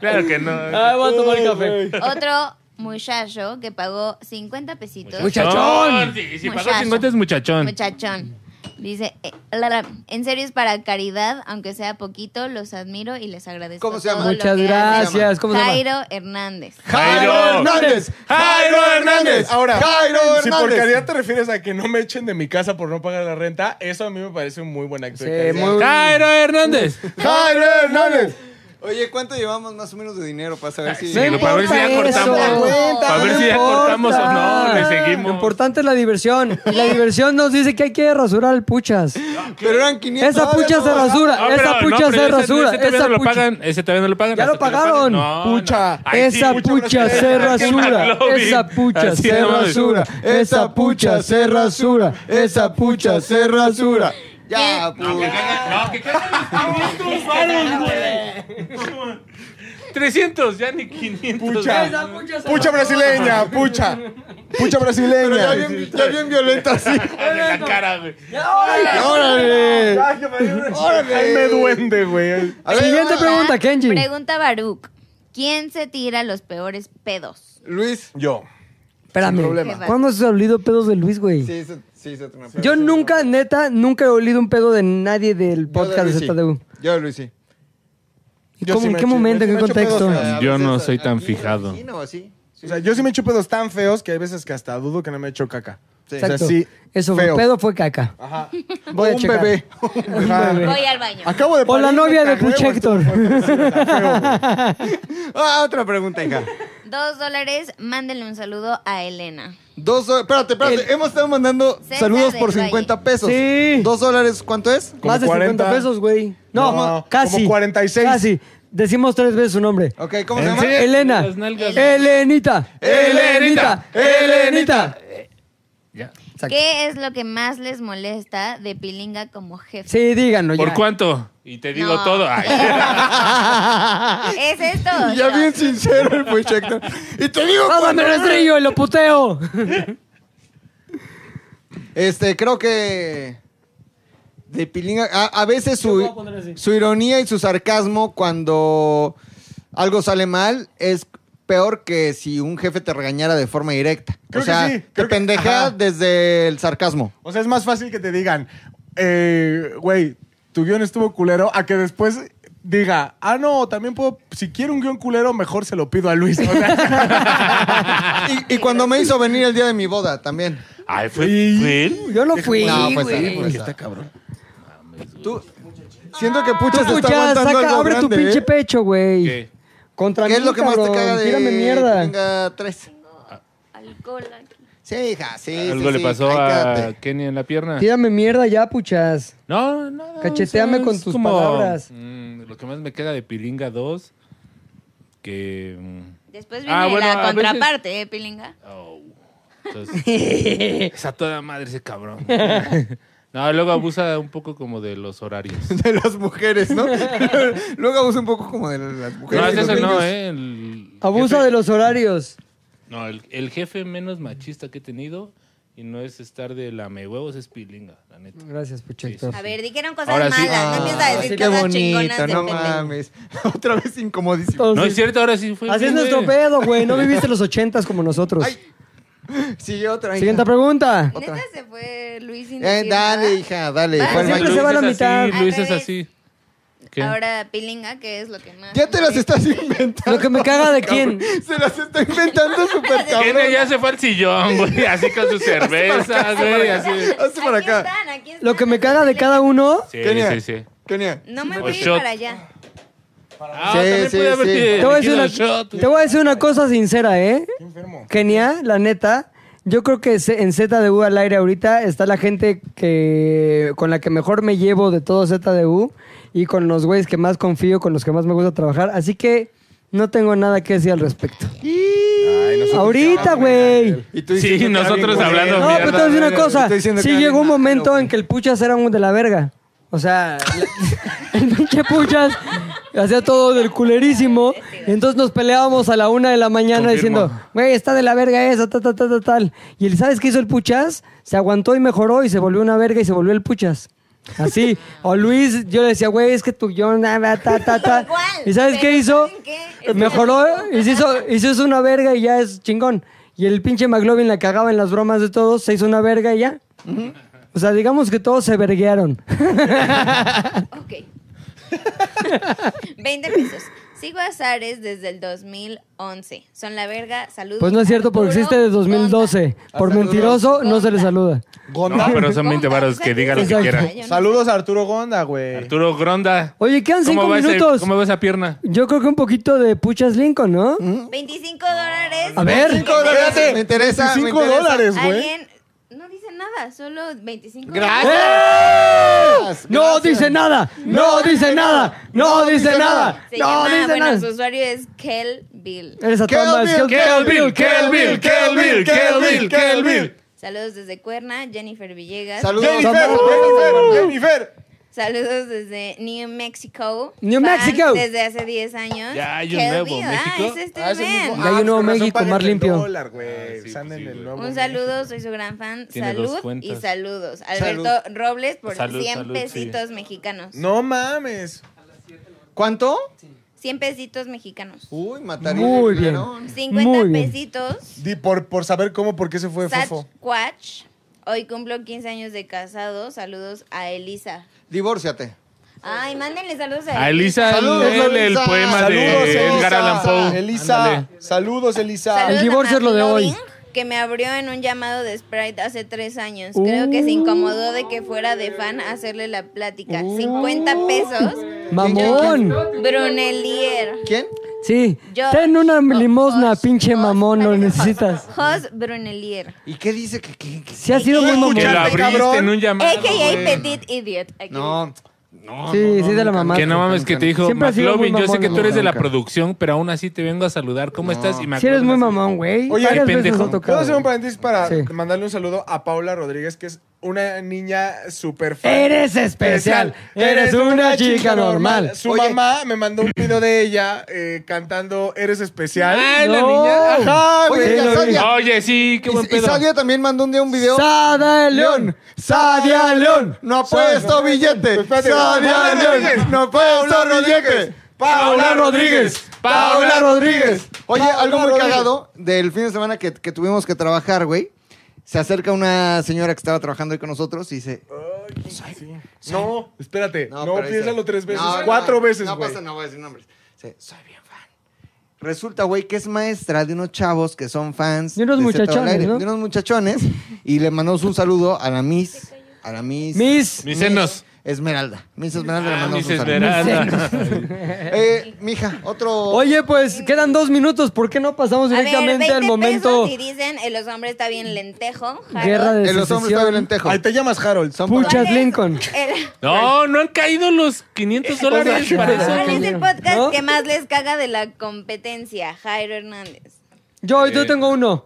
[SPEAKER 4] claro que no.
[SPEAKER 1] Ay, voy a tomar café.
[SPEAKER 5] Otro muchacho que pagó 50 pesitos.
[SPEAKER 1] Muchachón.
[SPEAKER 4] Sí, si pagó
[SPEAKER 5] Muchacho.
[SPEAKER 4] 50 es muchachón.
[SPEAKER 5] Muchachón. Dice, eh, la, la, en serio es para caridad, aunque sea poquito, los admiro y les agradezco.
[SPEAKER 2] ¿Cómo se llama?
[SPEAKER 5] todo lo
[SPEAKER 1] Muchas
[SPEAKER 5] que hacen".
[SPEAKER 1] gracias. ¿Cómo se llama?
[SPEAKER 5] Jairo Hernández.
[SPEAKER 4] Jairo
[SPEAKER 2] Hernández.
[SPEAKER 4] Jairo
[SPEAKER 2] Hernández.
[SPEAKER 3] Ahora,
[SPEAKER 2] Jairo
[SPEAKER 3] si
[SPEAKER 2] Hernández.
[SPEAKER 3] por caridad te refieres a que no me echen de mi casa por no pagar la renta, eso a mí me parece un muy buen acto.
[SPEAKER 1] Sí,
[SPEAKER 3] de caridad.
[SPEAKER 1] muy-
[SPEAKER 4] Jairo Hernández.
[SPEAKER 2] Jairo Hernández. Oye, ¿cuánto llevamos más o menos de dinero para saber si
[SPEAKER 4] Sí, pero para ver si ya
[SPEAKER 1] importa eso.
[SPEAKER 4] cortamos.
[SPEAKER 5] Cuenta,
[SPEAKER 4] Para ver
[SPEAKER 1] no
[SPEAKER 4] si ya
[SPEAKER 1] importa.
[SPEAKER 4] cortamos o no. Le seguimos.
[SPEAKER 1] Lo importante es la diversión. Y la diversión nos dice que hay que rasurar el puchas.
[SPEAKER 2] Pero eran 500.
[SPEAKER 1] Esa pucha se rasura.
[SPEAKER 4] No, Ah, pero-
[SPEAKER 1] Ah, esa pucha
[SPEAKER 4] no, pero
[SPEAKER 1] se
[SPEAKER 4] ese-
[SPEAKER 1] rasura.
[SPEAKER 4] Ese, todavía
[SPEAKER 1] esa
[SPEAKER 4] no lo
[SPEAKER 1] pucha.
[SPEAKER 4] pagan. Ese todavía no lo pagan.
[SPEAKER 1] Ya lo
[SPEAKER 4] hasta que
[SPEAKER 1] pagaron.
[SPEAKER 4] paguen. No,
[SPEAKER 1] Pucha.
[SPEAKER 4] no. Ay,
[SPEAKER 1] esa
[SPEAKER 4] sí,
[SPEAKER 1] pucha se
[SPEAKER 4] brasileña, qué
[SPEAKER 1] rasura.
[SPEAKER 4] mal lobby.
[SPEAKER 1] Esa pucha
[SPEAKER 4] Así
[SPEAKER 1] se
[SPEAKER 4] no mames.
[SPEAKER 1] rasura. Esa pucha se rasura. Esa pucha se rasura.
[SPEAKER 2] Ya, pues.
[SPEAKER 4] No, que caigan 500 varos, güey. 300, ya ni 500.
[SPEAKER 3] Pucha. Pucha brasileña, pucha. Pucha
[SPEAKER 2] Pero ya
[SPEAKER 3] brasileña.
[SPEAKER 2] bien, ya bien violenta así.
[SPEAKER 4] La cara, güey.
[SPEAKER 2] Órale. Órale.
[SPEAKER 3] Ay, me duende, güey.
[SPEAKER 2] A ver, ah,
[SPEAKER 1] Siguiente
[SPEAKER 2] va.
[SPEAKER 1] pregunta, Kenji.
[SPEAKER 5] Pregunta Baruch. ¿Quién se tira los peores pedos?
[SPEAKER 2] Luis.
[SPEAKER 3] Yo.
[SPEAKER 1] Espérame.
[SPEAKER 2] problema.
[SPEAKER 1] ¿Cuándo has olido pedos de Luis, güey?
[SPEAKER 2] Sí, se- sí, se te
[SPEAKER 1] Yo nunca, neta, nunca he olido un pedo de nadie del podcast de,
[SPEAKER 2] Luisi.
[SPEAKER 1] ZDU.
[SPEAKER 2] Yo de Luis, sí.
[SPEAKER 1] ¿Y
[SPEAKER 3] Yo
[SPEAKER 1] cómo-
[SPEAKER 3] sí
[SPEAKER 1] ¿En
[SPEAKER 3] me
[SPEAKER 1] qué
[SPEAKER 3] he hecho-
[SPEAKER 1] momento?
[SPEAKER 3] yo sí
[SPEAKER 1] ¿En qué
[SPEAKER 3] me he hecho pedos
[SPEAKER 1] contexto?
[SPEAKER 3] feos.
[SPEAKER 2] A
[SPEAKER 4] Yo
[SPEAKER 2] veces
[SPEAKER 4] no soy
[SPEAKER 2] aquí
[SPEAKER 4] tan
[SPEAKER 2] en la
[SPEAKER 4] fijado.
[SPEAKER 2] oficina o así.
[SPEAKER 3] O sea, yo sí me echo pedos tan feos que hay veces que hasta dudo que no me echo caca.
[SPEAKER 2] Sí. Ah,
[SPEAKER 3] O sea,
[SPEAKER 1] Exacto.
[SPEAKER 3] sí,
[SPEAKER 1] Eso fue
[SPEAKER 3] feo.
[SPEAKER 1] pedo, fue caca.
[SPEAKER 3] Ajá.
[SPEAKER 1] Voy a
[SPEAKER 3] un
[SPEAKER 1] checar.
[SPEAKER 3] bebé. Ajá.
[SPEAKER 1] bebé.
[SPEAKER 5] Voy al baño.
[SPEAKER 3] Acabo de
[SPEAKER 1] O la
[SPEAKER 3] parir, me
[SPEAKER 1] novia de
[SPEAKER 3] cagué, güey,
[SPEAKER 1] Puchector.
[SPEAKER 3] estuvo fuerte, sí, está feo, güey.
[SPEAKER 2] Ah, otra pregunta, hija.
[SPEAKER 5] Dos dólares, mándenle un saludo a Elena.
[SPEAKER 2] Dos do- Espérate, espérate. Hemos estado mandando
[SPEAKER 5] César
[SPEAKER 2] saludos
[SPEAKER 5] del
[SPEAKER 2] por
[SPEAKER 5] Valle.
[SPEAKER 2] 50 pesos.
[SPEAKER 1] Sí.
[SPEAKER 2] Dos dólares, ¿cuánto es?
[SPEAKER 3] Como
[SPEAKER 1] Más de 50
[SPEAKER 3] 40.
[SPEAKER 1] pesos, güey. No,
[SPEAKER 3] No,
[SPEAKER 1] ma- casi.
[SPEAKER 3] como 46.
[SPEAKER 1] Casi. Decimos tres veces su nombre.
[SPEAKER 2] Ok, ¿cómo se llama?
[SPEAKER 4] Sí.
[SPEAKER 1] Elena.
[SPEAKER 4] Las nalgas.
[SPEAKER 1] Elenita. Elenita.
[SPEAKER 4] Elenita.
[SPEAKER 1] Elenita.
[SPEAKER 4] Ya.
[SPEAKER 5] ¿Qué es lo que más les molesta de Pilinga como jefe?
[SPEAKER 1] Sí, díganlo
[SPEAKER 4] ¿Por
[SPEAKER 1] ya.
[SPEAKER 4] cuánto? Y te digo
[SPEAKER 5] No.
[SPEAKER 4] todo. Ay.
[SPEAKER 5] ¿Es esto?
[SPEAKER 2] Ya
[SPEAKER 5] No.
[SPEAKER 2] bien sincero el proyecto. Y te digo
[SPEAKER 1] Págame
[SPEAKER 2] cuándo-
[SPEAKER 1] el estrello y lo puteo.
[SPEAKER 2] Este, creo que. De Pilinga. A, a veces
[SPEAKER 1] Yo voy a
[SPEAKER 2] su,
[SPEAKER 1] poner así.
[SPEAKER 2] su ironía y su sarcasmo cuando algo sale mal es peor que si un jefe te regañara de forma directa.
[SPEAKER 3] Creo
[SPEAKER 2] o
[SPEAKER 3] que
[SPEAKER 2] sea,
[SPEAKER 3] sí,
[SPEAKER 2] te
[SPEAKER 3] creo que-
[SPEAKER 2] pendeja
[SPEAKER 3] ajá.
[SPEAKER 2] desde el sarcasmo.
[SPEAKER 3] O sea, es más fácil que te digan, eh, güey, tu guión estuvo culero, a que después diga, ah, no, también puedo, si quiero un guión culero, mejor se lo pido a Luis. O sea,
[SPEAKER 2] Y, y cuando me hizo venir el día de mi boda también.
[SPEAKER 4] Ay, fue fue él.
[SPEAKER 1] Yo no fui.
[SPEAKER 2] No, pues
[SPEAKER 1] güey.
[SPEAKER 2] sí, pues está cabrón. Tú, siento que Puchas
[SPEAKER 1] Tú,
[SPEAKER 2] está
[SPEAKER 1] ya,
[SPEAKER 2] aguantando
[SPEAKER 1] saca,
[SPEAKER 2] algo
[SPEAKER 1] abre tu
[SPEAKER 2] grande,
[SPEAKER 1] pinche
[SPEAKER 2] ¿eh?
[SPEAKER 1] pecho, güey.
[SPEAKER 4] ¿Qué?
[SPEAKER 1] Contra
[SPEAKER 2] ¿Qué
[SPEAKER 1] mí,
[SPEAKER 2] es lo que más te
[SPEAKER 1] cabrón?
[SPEAKER 2] caga de
[SPEAKER 1] Tírame mierda.
[SPEAKER 2] Venga, tres.
[SPEAKER 5] Alcohol aquí.
[SPEAKER 2] Sí, hija, sí, sí,
[SPEAKER 4] Algo le
[SPEAKER 2] sí.
[SPEAKER 4] pasó
[SPEAKER 2] Ahí
[SPEAKER 4] a
[SPEAKER 2] quédate.
[SPEAKER 4] Kenny en la pierna.
[SPEAKER 1] Tírame mierda ya, puchas.
[SPEAKER 4] No, nada.
[SPEAKER 1] Cacheteame con
[SPEAKER 4] es
[SPEAKER 1] tus palabras.
[SPEAKER 4] mm, lo que más me queda de Pilinga 2 que... mm,
[SPEAKER 5] Después viene
[SPEAKER 4] Ah, bueno,
[SPEAKER 5] la
[SPEAKER 4] a veces-
[SPEAKER 5] contraparte, ¿eh, Pilinga?
[SPEAKER 4] oh, entonces, es a toda madre ese cabrón. No, luego abusa un poco como de los horarios.
[SPEAKER 2] De las mujeres, ¿no? Luego abusa un poco como de las mujeres.
[SPEAKER 4] No,
[SPEAKER 2] y
[SPEAKER 4] es
[SPEAKER 2] los
[SPEAKER 4] eso no,
[SPEAKER 2] niños.
[SPEAKER 4] ¿eh? El
[SPEAKER 1] Abusa
[SPEAKER 4] jefe-
[SPEAKER 1] de los horarios.
[SPEAKER 4] No, el, el jefe menos machista que he tenido y no es estar de lamehuevos, es pilinga, la neta.
[SPEAKER 1] Gracias,
[SPEAKER 4] Sí,
[SPEAKER 1] Puchector.
[SPEAKER 5] A ver, dijeron cosas
[SPEAKER 4] Ahora sí.
[SPEAKER 5] malas.
[SPEAKER 4] Ah,
[SPEAKER 5] no empieza a
[SPEAKER 1] sí,
[SPEAKER 5] decir
[SPEAKER 1] qué
[SPEAKER 5] cosas chingonas de
[SPEAKER 2] no
[SPEAKER 5] pendejo.
[SPEAKER 2] mames. Otra vez incomodísimo.
[SPEAKER 4] No es
[SPEAKER 1] Entonces,
[SPEAKER 4] cierto, ahora sí fue.
[SPEAKER 1] así es
[SPEAKER 4] bien,
[SPEAKER 1] nuestro
[SPEAKER 4] güey.
[SPEAKER 1] pedo, güey. No viviste los ochentas como nosotros.
[SPEAKER 2] Ay. Sigue otra. hija.
[SPEAKER 1] Siguiente pregunta.
[SPEAKER 5] Neta
[SPEAKER 2] Otra.
[SPEAKER 5] se fue Luis sin
[SPEAKER 2] Eh,
[SPEAKER 5] decir nada?
[SPEAKER 2] dale, hija, dale.
[SPEAKER 5] Ah,
[SPEAKER 2] ¿Cuál
[SPEAKER 1] siempre
[SPEAKER 2] más?
[SPEAKER 1] se va a la
[SPEAKER 4] Luis es así,
[SPEAKER 1] mitad.
[SPEAKER 4] Luis
[SPEAKER 5] Al
[SPEAKER 4] es
[SPEAKER 5] revés.
[SPEAKER 4] así. ¿Qué?
[SPEAKER 5] Ahora Pilinga, que es lo que más.
[SPEAKER 2] Ya te las estás inventando.
[SPEAKER 1] Lo que me caga de quién.
[SPEAKER 2] Se las está inventando súper cabrón.
[SPEAKER 4] Kenia ya se fue al sillón, güey, así con su cerveza, güey, así.
[SPEAKER 2] Hazte para
[SPEAKER 5] Aquí
[SPEAKER 2] acá.
[SPEAKER 5] están, aquí
[SPEAKER 1] Lo
[SPEAKER 5] están,
[SPEAKER 1] que me
[SPEAKER 5] aquí
[SPEAKER 1] caga de
[SPEAKER 5] están.
[SPEAKER 1] cada uno.
[SPEAKER 4] Sí,
[SPEAKER 2] Kenia.
[SPEAKER 4] sí, sí.
[SPEAKER 2] Kenia.
[SPEAKER 5] No me
[SPEAKER 4] O
[SPEAKER 5] voy a ir
[SPEAKER 4] Pues shot.
[SPEAKER 5] para allá.
[SPEAKER 4] Ah,
[SPEAKER 2] Sí,
[SPEAKER 4] también
[SPEAKER 2] sí, sí.
[SPEAKER 4] puede haber
[SPEAKER 1] Te voy, a decir una, te voy a decir una cosa sincera, ¿eh?
[SPEAKER 3] Qué enfermo.
[SPEAKER 1] Kenia, la neta, yo creo que se- en ZDU al aire ahorita está la gente que con la que mejor me llevo de todo ZDU y con los güeyes que más confío, con los que más me gusta trabajar. Así que no tengo nada que decir al respecto.
[SPEAKER 3] Ay, nosotros
[SPEAKER 1] Ahorita,
[SPEAKER 3] hablamos,
[SPEAKER 1] güey.
[SPEAKER 3] Gabriel.
[SPEAKER 2] Y tú
[SPEAKER 4] Sí,
[SPEAKER 2] diciendo que
[SPEAKER 4] nosotros
[SPEAKER 2] alguien-
[SPEAKER 4] hablando
[SPEAKER 1] No, pero te voy a decir
[SPEAKER 4] mierda.
[SPEAKER 1] una cosa.
[SPEAKER 2] Estoy diciendo que
[SPEAKER 1] Sí
[SPEAKER 2] alguien
[SPEAKER 1] llegó un
[SPEAKER 2] malo,
[SPEAKER 1] momento
[SPEAKER 2] güey.
[SPEAKER 1] en que el Puchas era un de la verga. O sea, el pinche Puchas hacía todo del culerísimo. Y entonces nos peleábamos a la una de la mañana
[SPEAKER 4] Confirmo.
[SPEAKER 1] diciendo, güey, está de la verga esa, tal, tal, tal, tal, tal. Y él, ¿sabes qué hizo el Puchas? Se aguantó y mejoró y se volvió una verga y se volvió el Puchas. Así. O Luis, yo le decía, güey, es que tú, yo, nada, ta, ta, ta.
[SPEAKER 5] Igual,
[SPEAKER 1] ¿Y sabes qué
[SPEAKER 5] pero
[SPEAKER 1] hizo?
[SPEAKER 5] ¿saben qué? Es
[SPEAKER 1] Mejoró
[SPEAKER 5] que-
[SPEAKER 1] y se hizo, y se hizo una verga y ya es chingón. Y el pinche McLovin la cagaba en las bromas de todos, se hizo una verga y ya. O sea, digamos que todos se verguearon.
[SPEAKER 5] Ok. 20 pesos. Sigo a Zares desde el 2011. Son la verga, saludos.
[SPEAKER 1] Pues no es cierto, porque
[SPEAKER 5] Arturo
[SPEAKER 1] existe desde 2012. Por
[SPEAKER 2] Hasta
[SPEAKER 1] mentiroso, no se le saluda.
[SPEAKER 4] No,
[SPEAKER 3] Gonda.
[SPEAKER 4] pero son 20 varos que diga lo que
[SPEAKER 1] Exacto.
[SPEAKER 4] quiera.
[SPEAKER 5] Ah, Yo no sé.
[SPEAKER 3] Saludos a Arturo Gonda, güey.
[SPEAKER 4] Arturo Gronda.
[SPEAKER 1] Oye, quedan cinco
[SPEAKER 4] va ese-
[SPEAKER 1] minutos.
[SPEAKER 4] ¿Cómo va esa pierna?
[SPEAKER 1] Yo creo que un poquito de Puchas Lincoln, ¿no? ¡Eh!
[SPEAKER 5] 25 dólares.
[SPEAKER 1] A ver.
[SPEAKER 5] 25
[SPEAKER 2] Espérate, me interesa.
[SPEAKER 3] 25
[SPEAKER 2] me interesa.
[SPEAKER 3] dólares, güey.
[SPEAKER 5] Alguien no dice nada, solo 25
[SPEAKER 1] ¡Eh! No dice nada, no dice nada, no dice nada,
[SPEAKER 5] Se
[SPEAKER 1] no
[SPEAKER 5] llama,
[SPEAKER 1] dice
[SPEAKER 5] bueno, su
[SPEAKER 1] nada.
[SPEAKER 5] usuario es Kel Bill.
[SPEAKER 1] Eres a toda madre.
[SPEAKER 2] Kelvin,
[SPEAKER 4] Kelvin, Kelvin, Kelvin, Kelvin, Kelvin.
[SPEAKER 5] Saludos desde Cuerna, Jennifer Villegas.
[SPEAKER 2] Saludos.
[SPEAKER 3] Jennifer,
[SPEAKER 1] Saludos.
[SPEAKER 3] Jennifer, Jennifer.
[SPEAKER 5] Saludos desde New Mexico.
[SPEAKER 1] New
[SPEAKER 5] Fan
[SPEAKER 1] Mexico.
[SPEAKER 5] Desde hace 10 años.
[SPEAKER 4] Ya hay un
[SPEAKER 5] Kel
[SPEAKER 4] nuevo
[SPEAKER 5] Bill,
[SPEAKER 4] México.
[SPEAKER 5] Ah, es este
[SPEAKER 3] Ah, ese
[SPEAKER 5] men.
[SPEAKER 3] mismo.
[SPEAKER 1] Ya hay un
[SPEAKER 3] pues
[SPEAKER 1] nuevo
[SPEAKER 3] con razón
[SPEAKER 1] México
[SPEAKER 3] pagan
[SPEAKER 1] más
[SPEAKER 3] el
[SPEAKER 1] limpio.
[SPEAKER 3] dólar, güey.
[SPEAKER 4] Ah, sí,
[SPEAKER 3] Están
[SPEAKER 4] pues sí,
[SPEAKER 3] en el
[SPEAKER 4] güey.
[SPEAKER 3] nuevo
[SPEAKER 5] Un
[SPEAKER 3] México.
[SPEAKER 5] saludo, soy su gran fan.
[SPEAKER 4] Tiene dos
[SPEAKER 5] Salud y
[SPEAKER 4] cuentas.
[SPEAKER 5] saludos.
[SPEAKER 2] Salud.
[SPEAKER 5] Alberto Robles por
[SPEAKER 4] Salud,
[SPEAKER 5] 100
[SPEAKER 4] salud,
[SPEAKER 5] pesitos mexicanos.
[SPEAKER 3] No mames.
[SPEAKER 2] ¿Cuánto?
[SPEAKER 5] 100 pesitos mexicanos.
[SPEAKER 2] Uy, mataría.
[SPEAKER 1] Muy
[SPEAKER 2] el
[SPEAKER 1] bien.
[SPEAKER 2] cabrón.
[SPEAKER 5] 50
[SPEAKER 1] bien.
[SPEAKER 5] pesitos.
[SPEAKER 3] Di por, por saber cómo, por qué se fue Fofo.
[SPEAKER 5] Satchquatch. Hoy cumplo 15 años de casado. Saludos a Elisa.
[SPEAKER 2] Divórciate.
[SPEAKER 5] Ay, mándenle saludos a
[SPEAKER 4] A Elisa,
[SPEAKER 2] Saludos,
[SPEAKER 4] el, el
[SPEAKER 2] Elisa.
[SPEAKER 4] poema
[SPEAKER 3] Saludos,
[SPEAKER 4] de
[SPEAKER 3] Elisa.
[SPEAKER 4] Edgar Allan Poe.
[SPEAKER 3] Elisa.
[SPEAKER 4] Ándale.
[SPEAKER 3] Saludos, Elisa.
[SPEAKER 5] Saludos
[SPEAKER 1] El divorcio
[SPEAKER 5] a
[SPEAKER 1] es lo de hoy.
[SPEAKER 5] McLovin, Que me abrió en un llamado de Sprite hace tres años. Creo que se incomodó de que fuera de fan hacerle la plática.
[SPEAKER 1] Oh.
[SPEAKER 5] 50 pesos.
[SPEAKER 1] Mamón.
[SPEAKER 5] Brunelier.
[SPEAKER 2] ¿Quién?
[SPEAKER 1] Sí.
[SPEAKER 5] Yo-
[SPEAKER 1] Ten una
[SPEAKER 5] Jos-
[SPEAKER 1] limosna,
[SPEAKER 5] Jos-
[SPEAKER 1] pinche
[SPEAKER 5] Jos-
[SPEAKER 1] mamón, lo
[SPEAKER 5] Jos-
[SPEAKER 1] necesitas.
[SPEAKER 5] Jos Brunelier.
[SPEAKER 2] ¿Y qué dice que, que- que-
[SPEAKER 1] Sí, ha sido muy mamón.
[SPEAKER 4] Que lo abriste
[SPEAKER 3] cabrón.
[SPEAKER 4] en un llamado.
[SPEAKER 5] AKA
[SPEAKER 4] güey.
[SPEAKER 5] Petit Idiot. Aquí.
[SPEAKER 2] No, no.
[SPEAKER 1] Sí,
[SPEAKER 2] no,
[SPEAKER 1] sí, de la
[SPEAKER 2] nunca,
[SPEAKER 1] mamá.
[SPEAKER 4] Que no mames, que te dijo,
[SPEAKER 1] Siempre ha sido muy
[SPEAKER 4] McLovin, yo sé
[SPEAKER 1] mamón,
[SPEAKER 4] que tú eres de la
[SPEAKER 2] nunca.
[SPEAKER 4] producción, pero aún así te vengo a saludar. ¿Cómo estás? Y
[SPEAKER 1] Si eres
[SPEAKER 4] McLovin
[SPEAKER 1] muy
[SPEAKER 4] así-
[SPEAKER 1] mamón, güey.
[SPEAKER 3] Oye,
[SPEAKER 1] Varias
[SPEAKER 4] qué
[SPEAKER 1] veces
[SPEAKER 4] pendejo.
[SPEAKER 1] nos ha tocado.
[SPEAKER 3] Puedo hacer un paréntesis para
[SPEAKER 1] Sí.
[SPEAKER 3] mandarle un saludo a Paula Rodríguez, que es una niña súper fan.
[SPEAKER 1] Eres especial. Eres una chica normal.
[SPEAKER 3] Su
[SPEAKER 2] Oye.
[SPEAKER 3] mamá me mandó un video de ella eh, cantando Eres especial.
[SPEAKER 4] Ay, la
[SPEAKER 1] No.
[SPEAKER 4] niña.
[SPEAKER 3] Ajá,
[SPEAKER 2] Oye,
[SPEAKER 3] güey.
[SPEAKER 2] ya
[SPEAKER 1] lo
[SPEAKER 2] sabía.
[SPEAKER 4] Oye, sí, qué buen
[SPEAKER 2] Y, y
[SPEAKER 4] pedo.
[SPEAKER 2] Sadia también mandó un día un video.
[SPEAKER 1] Sada el León. Sada el León.
[SPEAKER 2] No ha puesto billete.
[SPEAKER 3] Espérate.
[SPEAKER 2] Sadia
[SPEAKER 3] Paula
[SPEAKER 2] León.
[SPEAKER 3] Rodríguez.
[SPEAKER 2] Pues, No ha puesto
[SPEAKER 3] Paula
[SPEAKER 2] billete.
[SPEAKER 3] Rodríguez.
[SPEAKER 2] Paula Rodríguez.
[SPEAKER 4] Paula
[SPEAKER 2] Rodríguez. Oye,
[SPEAKER 3] Paula
[SPEAKER 2] algo muy
[SPEAKER 3] Rodríguez.
[SPEAKER 2] cagado del fin de semana que, que tuvimos que trabajar, güey. Se acerca una señora que estaba trabajando ahí con nosotros y dice...
[SPEAKER 3] No, espérate. No,
[SPEAKER 2] pero dice-
[SPEAKER 3] piénsalo tres veces.
[SPEAKER 2] No, no,
[SPEAKER 3] cuatro veces,
[SPEAKER 2] No
[SPEAKER 3] güey.
[SPEAKER 2] pasa, no voy a decir nombres. Dice, soy bien fan. Resulta, güey, que es maestra de unos chavos que son fans.
[SPEAKER 1] De unos
[SPEAKER 2] Z al
[SPEAKER 1] muchachones,
[SPEAKER 2] aire,
[SPEAKER 1] ¿no?
[SPEAKER 2] De unos muchachones. Y le mandamos un saludo a la Miss. A la Miss.
[SPEAKER 1] Miss.
[SPEAKER 4] Mis senos.
[SPEAKER 2] Esmeralda. Miss Esmeralda le
[SPEAKER 4] Ah,
[SPEAKER 2] mandamos
[SPEAKER 4] Miss
[SPEAKER 2] un saludo.
[SPEAKER 4] Esmeralda.
[SPEAKER 2] Eh, mija, otro.
[SPEAKER 1] Oye, pues quedan dos minutos. ¿por qué no pasamos
[SPEAKER 5] A ver,
[SPEAKER 1] directamente
[SPEAKER 5] 20
[SPEAKER 1] al momento
[SPEAKER 5] pesos y dicen, eh, los hombres está bien lentejo. Harold.
[SPEAKER 1] guerra de
[SPEAKER 2] en los hombres está
[SPEAKER 1] secesión?
[SPEAKER 2] violentejo.
[SPEAKER 3] Ahí te llamas Harold.
[SPEAKER 2] Son
[SPEAKER 1] Pucha.
[SPEAKER 5] ¿Cuál
[SPEAKER 1] Muchas
[SPEAKER 5] es
[SPEAKER 1] Lincoln.
[SPEAKER 5] el-
[SPEAKER 4] No, no han caído los 500 dólares
[SPEAKER 2] sea,
[SPEAKER 4] para
[SPEAKER 1] que-
[SPEAKER 4] eso.
[SPEAKER 5] ¿Cuál es el
[SPEAKER 1] cañón,
[SPEAKER 5] podcast
[SPEAKER 1] ¿no?
[SPEAKER 5] que más les caga de la competencia? Jairo Hernández.
[SPEAKER 1] Yo hoy yo
[SPEAKER 4] Eh.
[SPEAKER 1] tengo uno.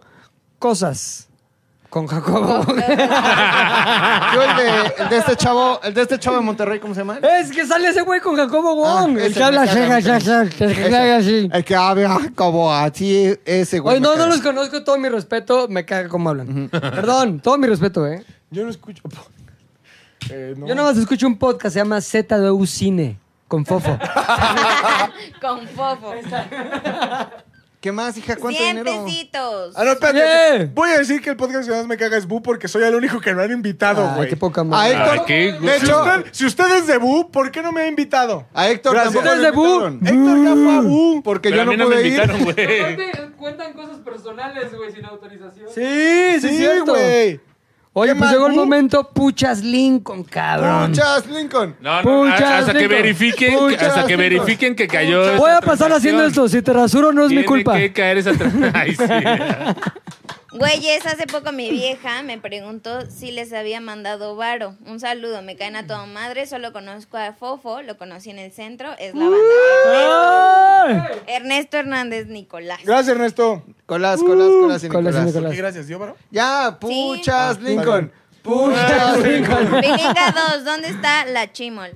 [SPEAKER 1] Cosas. Con Jacobo.
[SPEAKER 2] Yo el de, el de este chavo, el de este chavo de Monterrey, ¿cómo se llama?
[SPEAKER 1] es que sale ese güey con Jacobo Wong. el
[SPEAKER 2] Ah, ese
[SPEAKER 1] que habla
[SPEAKER 2] me caga,
[SPEAKER 1] así, así, así, el que habla así.
[SPEAKER 2] El que habla como así, ese güey.
[SPEAKER 1] Oye,
[SPEAKER 2] me
[SPEAKER 1] no, no
[SPEAKER 2] caga.
[SPEAKER 1] los conozco, todo mi respeto, me caga cómo hablan. Perdón, todo mi respeto, ¿eh?
[SPEAKER 3] Yo no escucho. Eh, no.
[SPEAKER 1] Yo nada más escucho un podcast, se llama ZDU Cine, con Fofo.
[SPEAKER 5] Con fofo.
[SPEAKER 2] ¿Qué más, hija? ¿Cuánto
[SPEAKER 5] 100
[SPEAKER 2] dinero?
[SPEAKER 5] pesitos.
[SPEAKER 3] Ah, no, espérate.
[SPEAKER 1] Bien.
[SPEAKER 3] Voy a decir que el podcast que más me caga es Bu porque soy el único que no han invitado,
[SPEAKER 1] Ay,
[SPEAKER 3] güey.
[SPEAKER 1] qué poca
[SPEAKER 2] A
[SPEAKER 1] madre.
[SPEAKER 2] Héctor,
[SPEAKER 4] Ay, Ah, qué
[SPEAKER 2] de
[SPEAKER 4] gusto.
[SPEAKER 3] si,
[SPEAKER 2] hecho,
[SPEAKER 3] usted, si usted es de Bu, ¿por qué no me ha invitado?
[SPEAKER 2] a Héctor
[SPEAKER 3] Gracias.
[SPEAKER 2] tampoco
[SPEAKER 1] ¿Ustedes
[SPEAKER 2] lo
[SPEAKER 1] de Bu?
[SPEAKER 2] invitaron.
[SPEAKER 3] Héctor ya fue a Bu.
[SPEAKER 2] Porque
[SPEAKER 4] Pero
[SPEAKER 2] yo
[SPEAKER 4] a
[SPEAKER 2] no
[SPEAKER 4] mí no
[SPEAKER 2] pude
[SPEAKER 4] me
[SPEAKER 2] ir.
[SPEAKER 4] invitaron, güey.
[SPEAKER 6] Aparte, cuentan cosas personales, güey, sin autorización.
[SPEAKER 1] Sí, sí, es
[SPEAKER 3] Sí,
[SPEAKER 1] cierto.
[SPEAKER 3] güey.
[SPEAKER 1] Oye,
[SPEAKER 3] ¿Qué
[SPEAKER 1] pues
[SPEAKER 3] más,
[SPEAKER 1] llegó el
[SPEAKER 3] Bu?
[SPEAKER 1] momento, puchas Lincoln, cabrón.
[SPEAKER 2] Muchas, Lincoln.
[SPEAKER 4] No, no,
[SPEAKER 1] Puchas,
[SPEAKER 4] hasta hasta que
[SPEAKER 1] Nico.
[SPEAKER 4] verifiquen,
[SPEAKER 2] Puchas,
[SPEAKER 4] hasta que
[SPEAKER 2] Nico.
[SPEAKER 4] verifiquen que cayó. esa
[SPEAKER 1] Voy a pasar haciendo
[SPEAKER 4] transacción.
[SPEAKER 1] esto, si te rasuro no es mi
[SPEAKER 4] Tiene
[SPEAKER 1] culpa.
[SPEAKER 4] que caer esa tra- Ay, sí.
[SPEAKER 5] Güeyes, hace poco mi vieja me preguntó si les había mandado varo. Un saludo, me caen a toda madre, solo conozco a Fofo, lo conocí en el centro, es la
[SPEAKER 1] Uh.
[SPEAKER 5] banda.
[SPEAKER 1] ¡Ay!
[SPEAKER 5] Ernesto Hernández Nicolás.
[SPEAKER 3] Gracias, Ernesto.
[SPEAKER 2] Colas, colas, colas y
[SPEAKER 1] Colas y
[SPEAKER 2] Nicolás.
[SPEAKER 1] Uh, Nicolás.
[SPEAKER 3] ¿Qué gracias, dio, varo?
[SPEAKER 2] Ya, puchas,
[SPEAKER 3] Sí.
[SPEAKER 2] Lincoln.
[SPEAKER 1] Ah,
[SPEAKER 2] Puchas, Lincoln.
[SPEAKER 5] Pilinga 2, ¿dónde está la Chimol?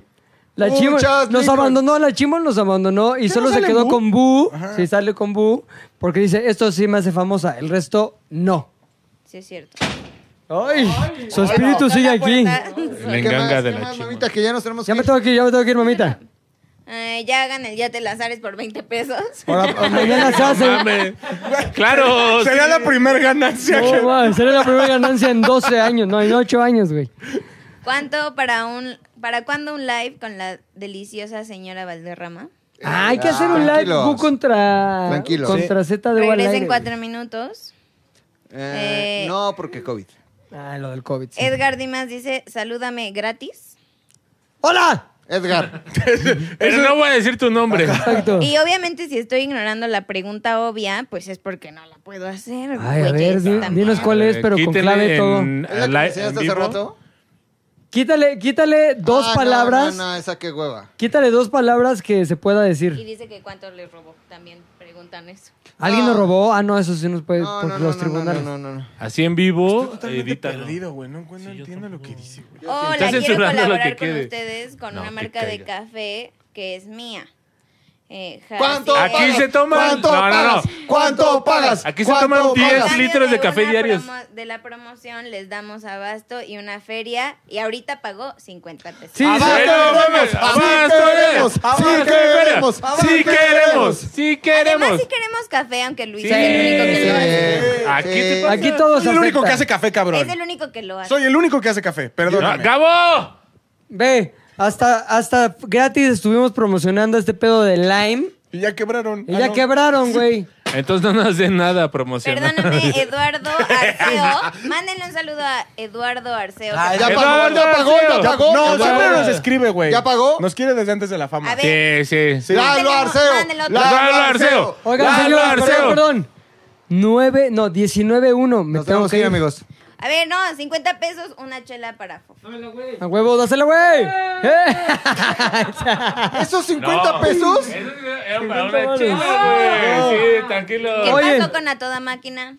[SPEAKER 1] La
[SPEAKER 2] Muchas
[SPEAKER 1] Chimol nos
[SPEAKER 2] Lincoln.
[SPEAKER 1] abandonó, la Chimol nos abandonó y
[SPEAKER 3] no
[SPEAKER 1] solo se
[SPEAKER 3] sale
[SPEAKER 1] quedó
[SPEAKER 3] Bu?
[SPEAKER 1] con Bu. Sí, sale con Bu porque dice, esto sí me hace famosa, el resto no.
[SPEAKER 5] Sí, es cierto.
[SPEAKER 1] Ay, su
[SPEAKER 5] Ay,
[SPEAKER 1] espíritu
[SPEAKER 5] no,
[SPEAKER 1] sigue
[SPEAKER 5] la
[SPEAKER 1] aquí.
[SPEAKER 5] puerta.
[SPEAKER 4] La
[SPEAKER 2] ¿Qué más,
[SPEAKER 4] enganga de
[SPEAKER 2] qué
[SPEAKER 4] la
[SPEAKER 2] más,
[SPEAKER 4] chingada.
[SPEAKER 2] mamita? Que ya nos tenemos que
[SPEAKER 1] Ya me
[SPEAKER 2] ir.
[SPEAKER 1] tengo que ir, ya me tengo que ir, mamita.
[SPEAKER 5] Ay, ya hagan el Yate Lazares por 20 pesos.
[SPEAKER 1] Ahora, mañana se Pues hace.
[SPEAKER 4] Mame. Claro.
[SPEAKER 3] Sería
[SPEAKER 4] sí.
[SPEAKER 3] la primera ganancia
[SPEAKER 1] No,
[SPEAKER 3] que.
[SPEAKER 1] ma, sería la primera ganancia en 12 años, no, en 8 años, güey.
[SPEAKER 5] ¿Cuánto para un para cuándo un live con la deliciosa señora Valderrama?
[SPEAKER 1] Ah, hay que hacer un live
[SPEAKER 2] Tranquilos.
[SPEAKER 1] Bu contra,
[SPEAKER 2] Tranquilos.
[SPEAKER 1] contra Z de
[SPEAKER 5] Regresen
[SPEAKER 1] Guadalajara.
[SPEAKER 5] cuatro minutos.
[SPEAKER 2] Eh,
[SPEAKER 5] Eh,
[SPEAKER 2] No, porque COVID.
[SPEAKER 1] Ah, lo del COVID. sí.
[SPEAKER 5] Edgar Dimas dice, salúdame gratis.
[SPEAKER 1] ¡Hola!
[SPEAKER 2] Edgar.
[SPEAKER 4] Pero no voy a decir tu nombre.
[SPEAKER 1] Exacto.
[SPEAKER 5] Y obviamente si estoy ignorando la pregunta obvia, pues es porque no la puedo hacer.
[SPEAKER 1] Ay, a ver,
[SPEAKER 5] güeyes,
[SPEAKER 1] di-
[SPEAKER 5] también.
[SPEAKER 1] dinos cuál es,
[SPEAKER 4] Eh,
[SPEAKER 1] pero con
[SPEAKER 4] quítenle
[SPEAKER 1] clave todo.
[SPEAKER 4] en-
[SPEAKER 2] ¿Es la que me
[SPEAKER 4] li-
[SPEAKER 2] enseñaste
[SPEAKER 4] en
[SPEAKER 2] hace
[SPEAKER 4] vivo.
[SPEAKER 2] rato?
[SPEAKER 1] Quítale, quítale dos
[SPEAKER 2] Ah, no,
[SPEAKER 1] palabras.
[SPEAKER 2] No, no, esa qué hueva.
[SPEAKER 1] Quítale dos palabras que se pueda
[SPEAKER 5] Y
[SPEAKER 1] decir.
[SPEAKER 5] dice que cuánto le robó, también preguntan eso.
[SPEAKER 1] ¿Alguien
[SPEAKER 2] No.
[SPEAKER 1] lo robó? Ah, no, eso sí nos puede
[SPEAKER 2] No,
[SPEAKER 1] por
[SPEAKER 2] no, no,
[SPEAKER 1] los
[SPEAKER 2] no,
[SPEAKER 1] tribunales.
[SPEAKER 2] No, no, no, no.
[SPEAKER 4] Así en vivo,
[SPEAKER 3] Totalmente
[SPEAKER 4] edítalo.
[SPEAKER 3] perdido, güey. Oh, No, encuentro- no entiendo lo que dice, güey.
[SPEAKER 5] Hola,
[SPEAKER 4] Está
[SPEAKER 5] quiero
[SPEAKER 4] censurando lo
[SPEAKER 5] colaborar
[SPEAKER 4] que
[SPEAKER 5] con
[SPEAKER 4] quede.
[SPEAKER 5] ustedes con
[SPEAKER 4] No,
[SPEAKER 5] una
[SPEAKER 4] que
[SPEAKER 5] marca de
[SPEAKER 4] caiga.
[SPEAKER 5] café que es mía. Eh,
[SPEAKER 2] ¿Cuánto
[SPEAKER 5] Jacinto-
[SPEAKER 4] Aquí
[SPEAKER 2] pagas?
[SPEAKER 4] se toma-
[SPEAKER 2] ¿Cuánto
[SPEAKER 4] No, no, no.
[SPEAKER 2] pagas? ¿Cuánto pagas?
[SPEAKER 4] Aquí se
[SPEAKER 2] ¿Cuánto
[SPEAKER 4] toman 10
[SPEAKER 2] pagas?
[SPEAKER 5] cambio
[SPEAKER 4] litros de café
[SPEAKER 5] una
[SPEAKER 4] diarios.
[SPEAKER 5] promo- de la promoción les damos abasto y una feria. Y ahorita pagó 50 pesos.
[SPEAKER 1] Sí,
[SPEAKER 4] Ah,
[SPEAKER 2] ¡Abasto
[SPEAKER 1] sí.
[SPEAKER 2] queremos!
[SPEAKER 4] Abasto,
[SPEAKER 2] ¡Abasto queremos!
[SPEAKER 4] abasto,
[SPEAKER 2] ¡Sí queremos!
[SPEAKER 4] abasto, Sí queremos, sí
[SPEAKER 5] Además,
[SPEAKER 4] queremos.
[SPEAKER 5] sí queremos café, aunque Luis
[SPEAKER 4] Sí.
[SPEAKER 5] es el único que lo hace.
[SPEAKER 2] Sí,
[SPEAKER 4] Aquí te
[SPEAKER 2] sí.
[SPEAKER 4] pasa.
[SPEAKER 1] Aquí todos
[SPEAKER 3] Soy el único que
[SPEAKER 1] aceptan.
[SPEAKER 3] hace café, cabrón.
[SPEAKER 5] Es el único que lo hace.
[SPEAKER 3] Soy el único que hace café,
[SPEAKER 4] No,
[SPEAKER 3] perdóname.
[SPEAKER 4] ¡Gabo!
[SPEAKER 1] Ve, hasta, hasta gratis estuvimos promocionando este pedo de Lime
[SPEAKER 3] Y ya quebraron.
[SPEAKER 1] y
[SPEAKER 3] Ah,
[SPEAKER 1] ya
[SPEAKER 3] no.
[SPEAKER 1] quebraron, güey.
[SPEAKER 4] Entonces no nos den nada promocionar.
[SPEAKER 5] Perdóname, Eduardo Arceo. Mándenle un saludo a Eduardo Arceo.
[SPEAKER 2] Ah,
[SPEAKER 5] que
[SPEAKER 2] ya
[SPEAKER 5] pagó.
[SPEAKER 2] pagó, ya pagó, ya
[SPEAKER 4] Eduardo.
[SPEAKER 2] pagó.
[SPEAKER 3] No,
[SPEAKER 2] Ya
[SPEAKER 3] siempre
[SPEAKER 2] pagó.
[SPEAKER 3] nos escribe, güey.
[SPEAKER 2] ¿Ya pagó?
[SPEAKER 3] Nos quiere desde antes de la fama.
[SPEAKER 5] A ver.
[SPEAKER 4] Sí, sí.
[SPEAKER 3] Sí.
[SPEAKER 2] Lalo Arceo.
[SPEAKER 5] Mándelo otro.
[SPEAKER 4] Lalo Arceo.
[SPEAKER 1] Oigan,
[SPEAKER 4] Lalo
[SPEAKER 1] señor,
[SPEAKER 4] Arceo.
[SPEAKER 1] perdón, perdón. 9, no, 19-1. Me
[SPEAKER 2] Nos
[SPEAKER 1] tengo
[SPEAKER 2] tenemos
[SPEAKER 1] que
[SPEAKER 2] que ir,
[SPEAKER 1] ir.
[SPEAKER 2] amigos.
[SPEAKER 5] A ver, no, 50 pesos, una chela para Fofo.
[SPEAKER 6] Dámela, güey.
[SPEAKER 1] A huevo, dásela, güey.
[SPEAKER 5] Eh.
[SPEAKER 1] Eh.
[SPEAKER 2] ¿Esos
[SPEAKER 4] No.
[SPEAKER 2] 50 pesos?
[SPEAKER 4] Eso era para una chela, güey. Sí, tranquilo.
[SPEAKER 5] ¿Qué
[SPEAKER 1] Oye.
[SPEAKER 5] pasó con A Toda Máquina?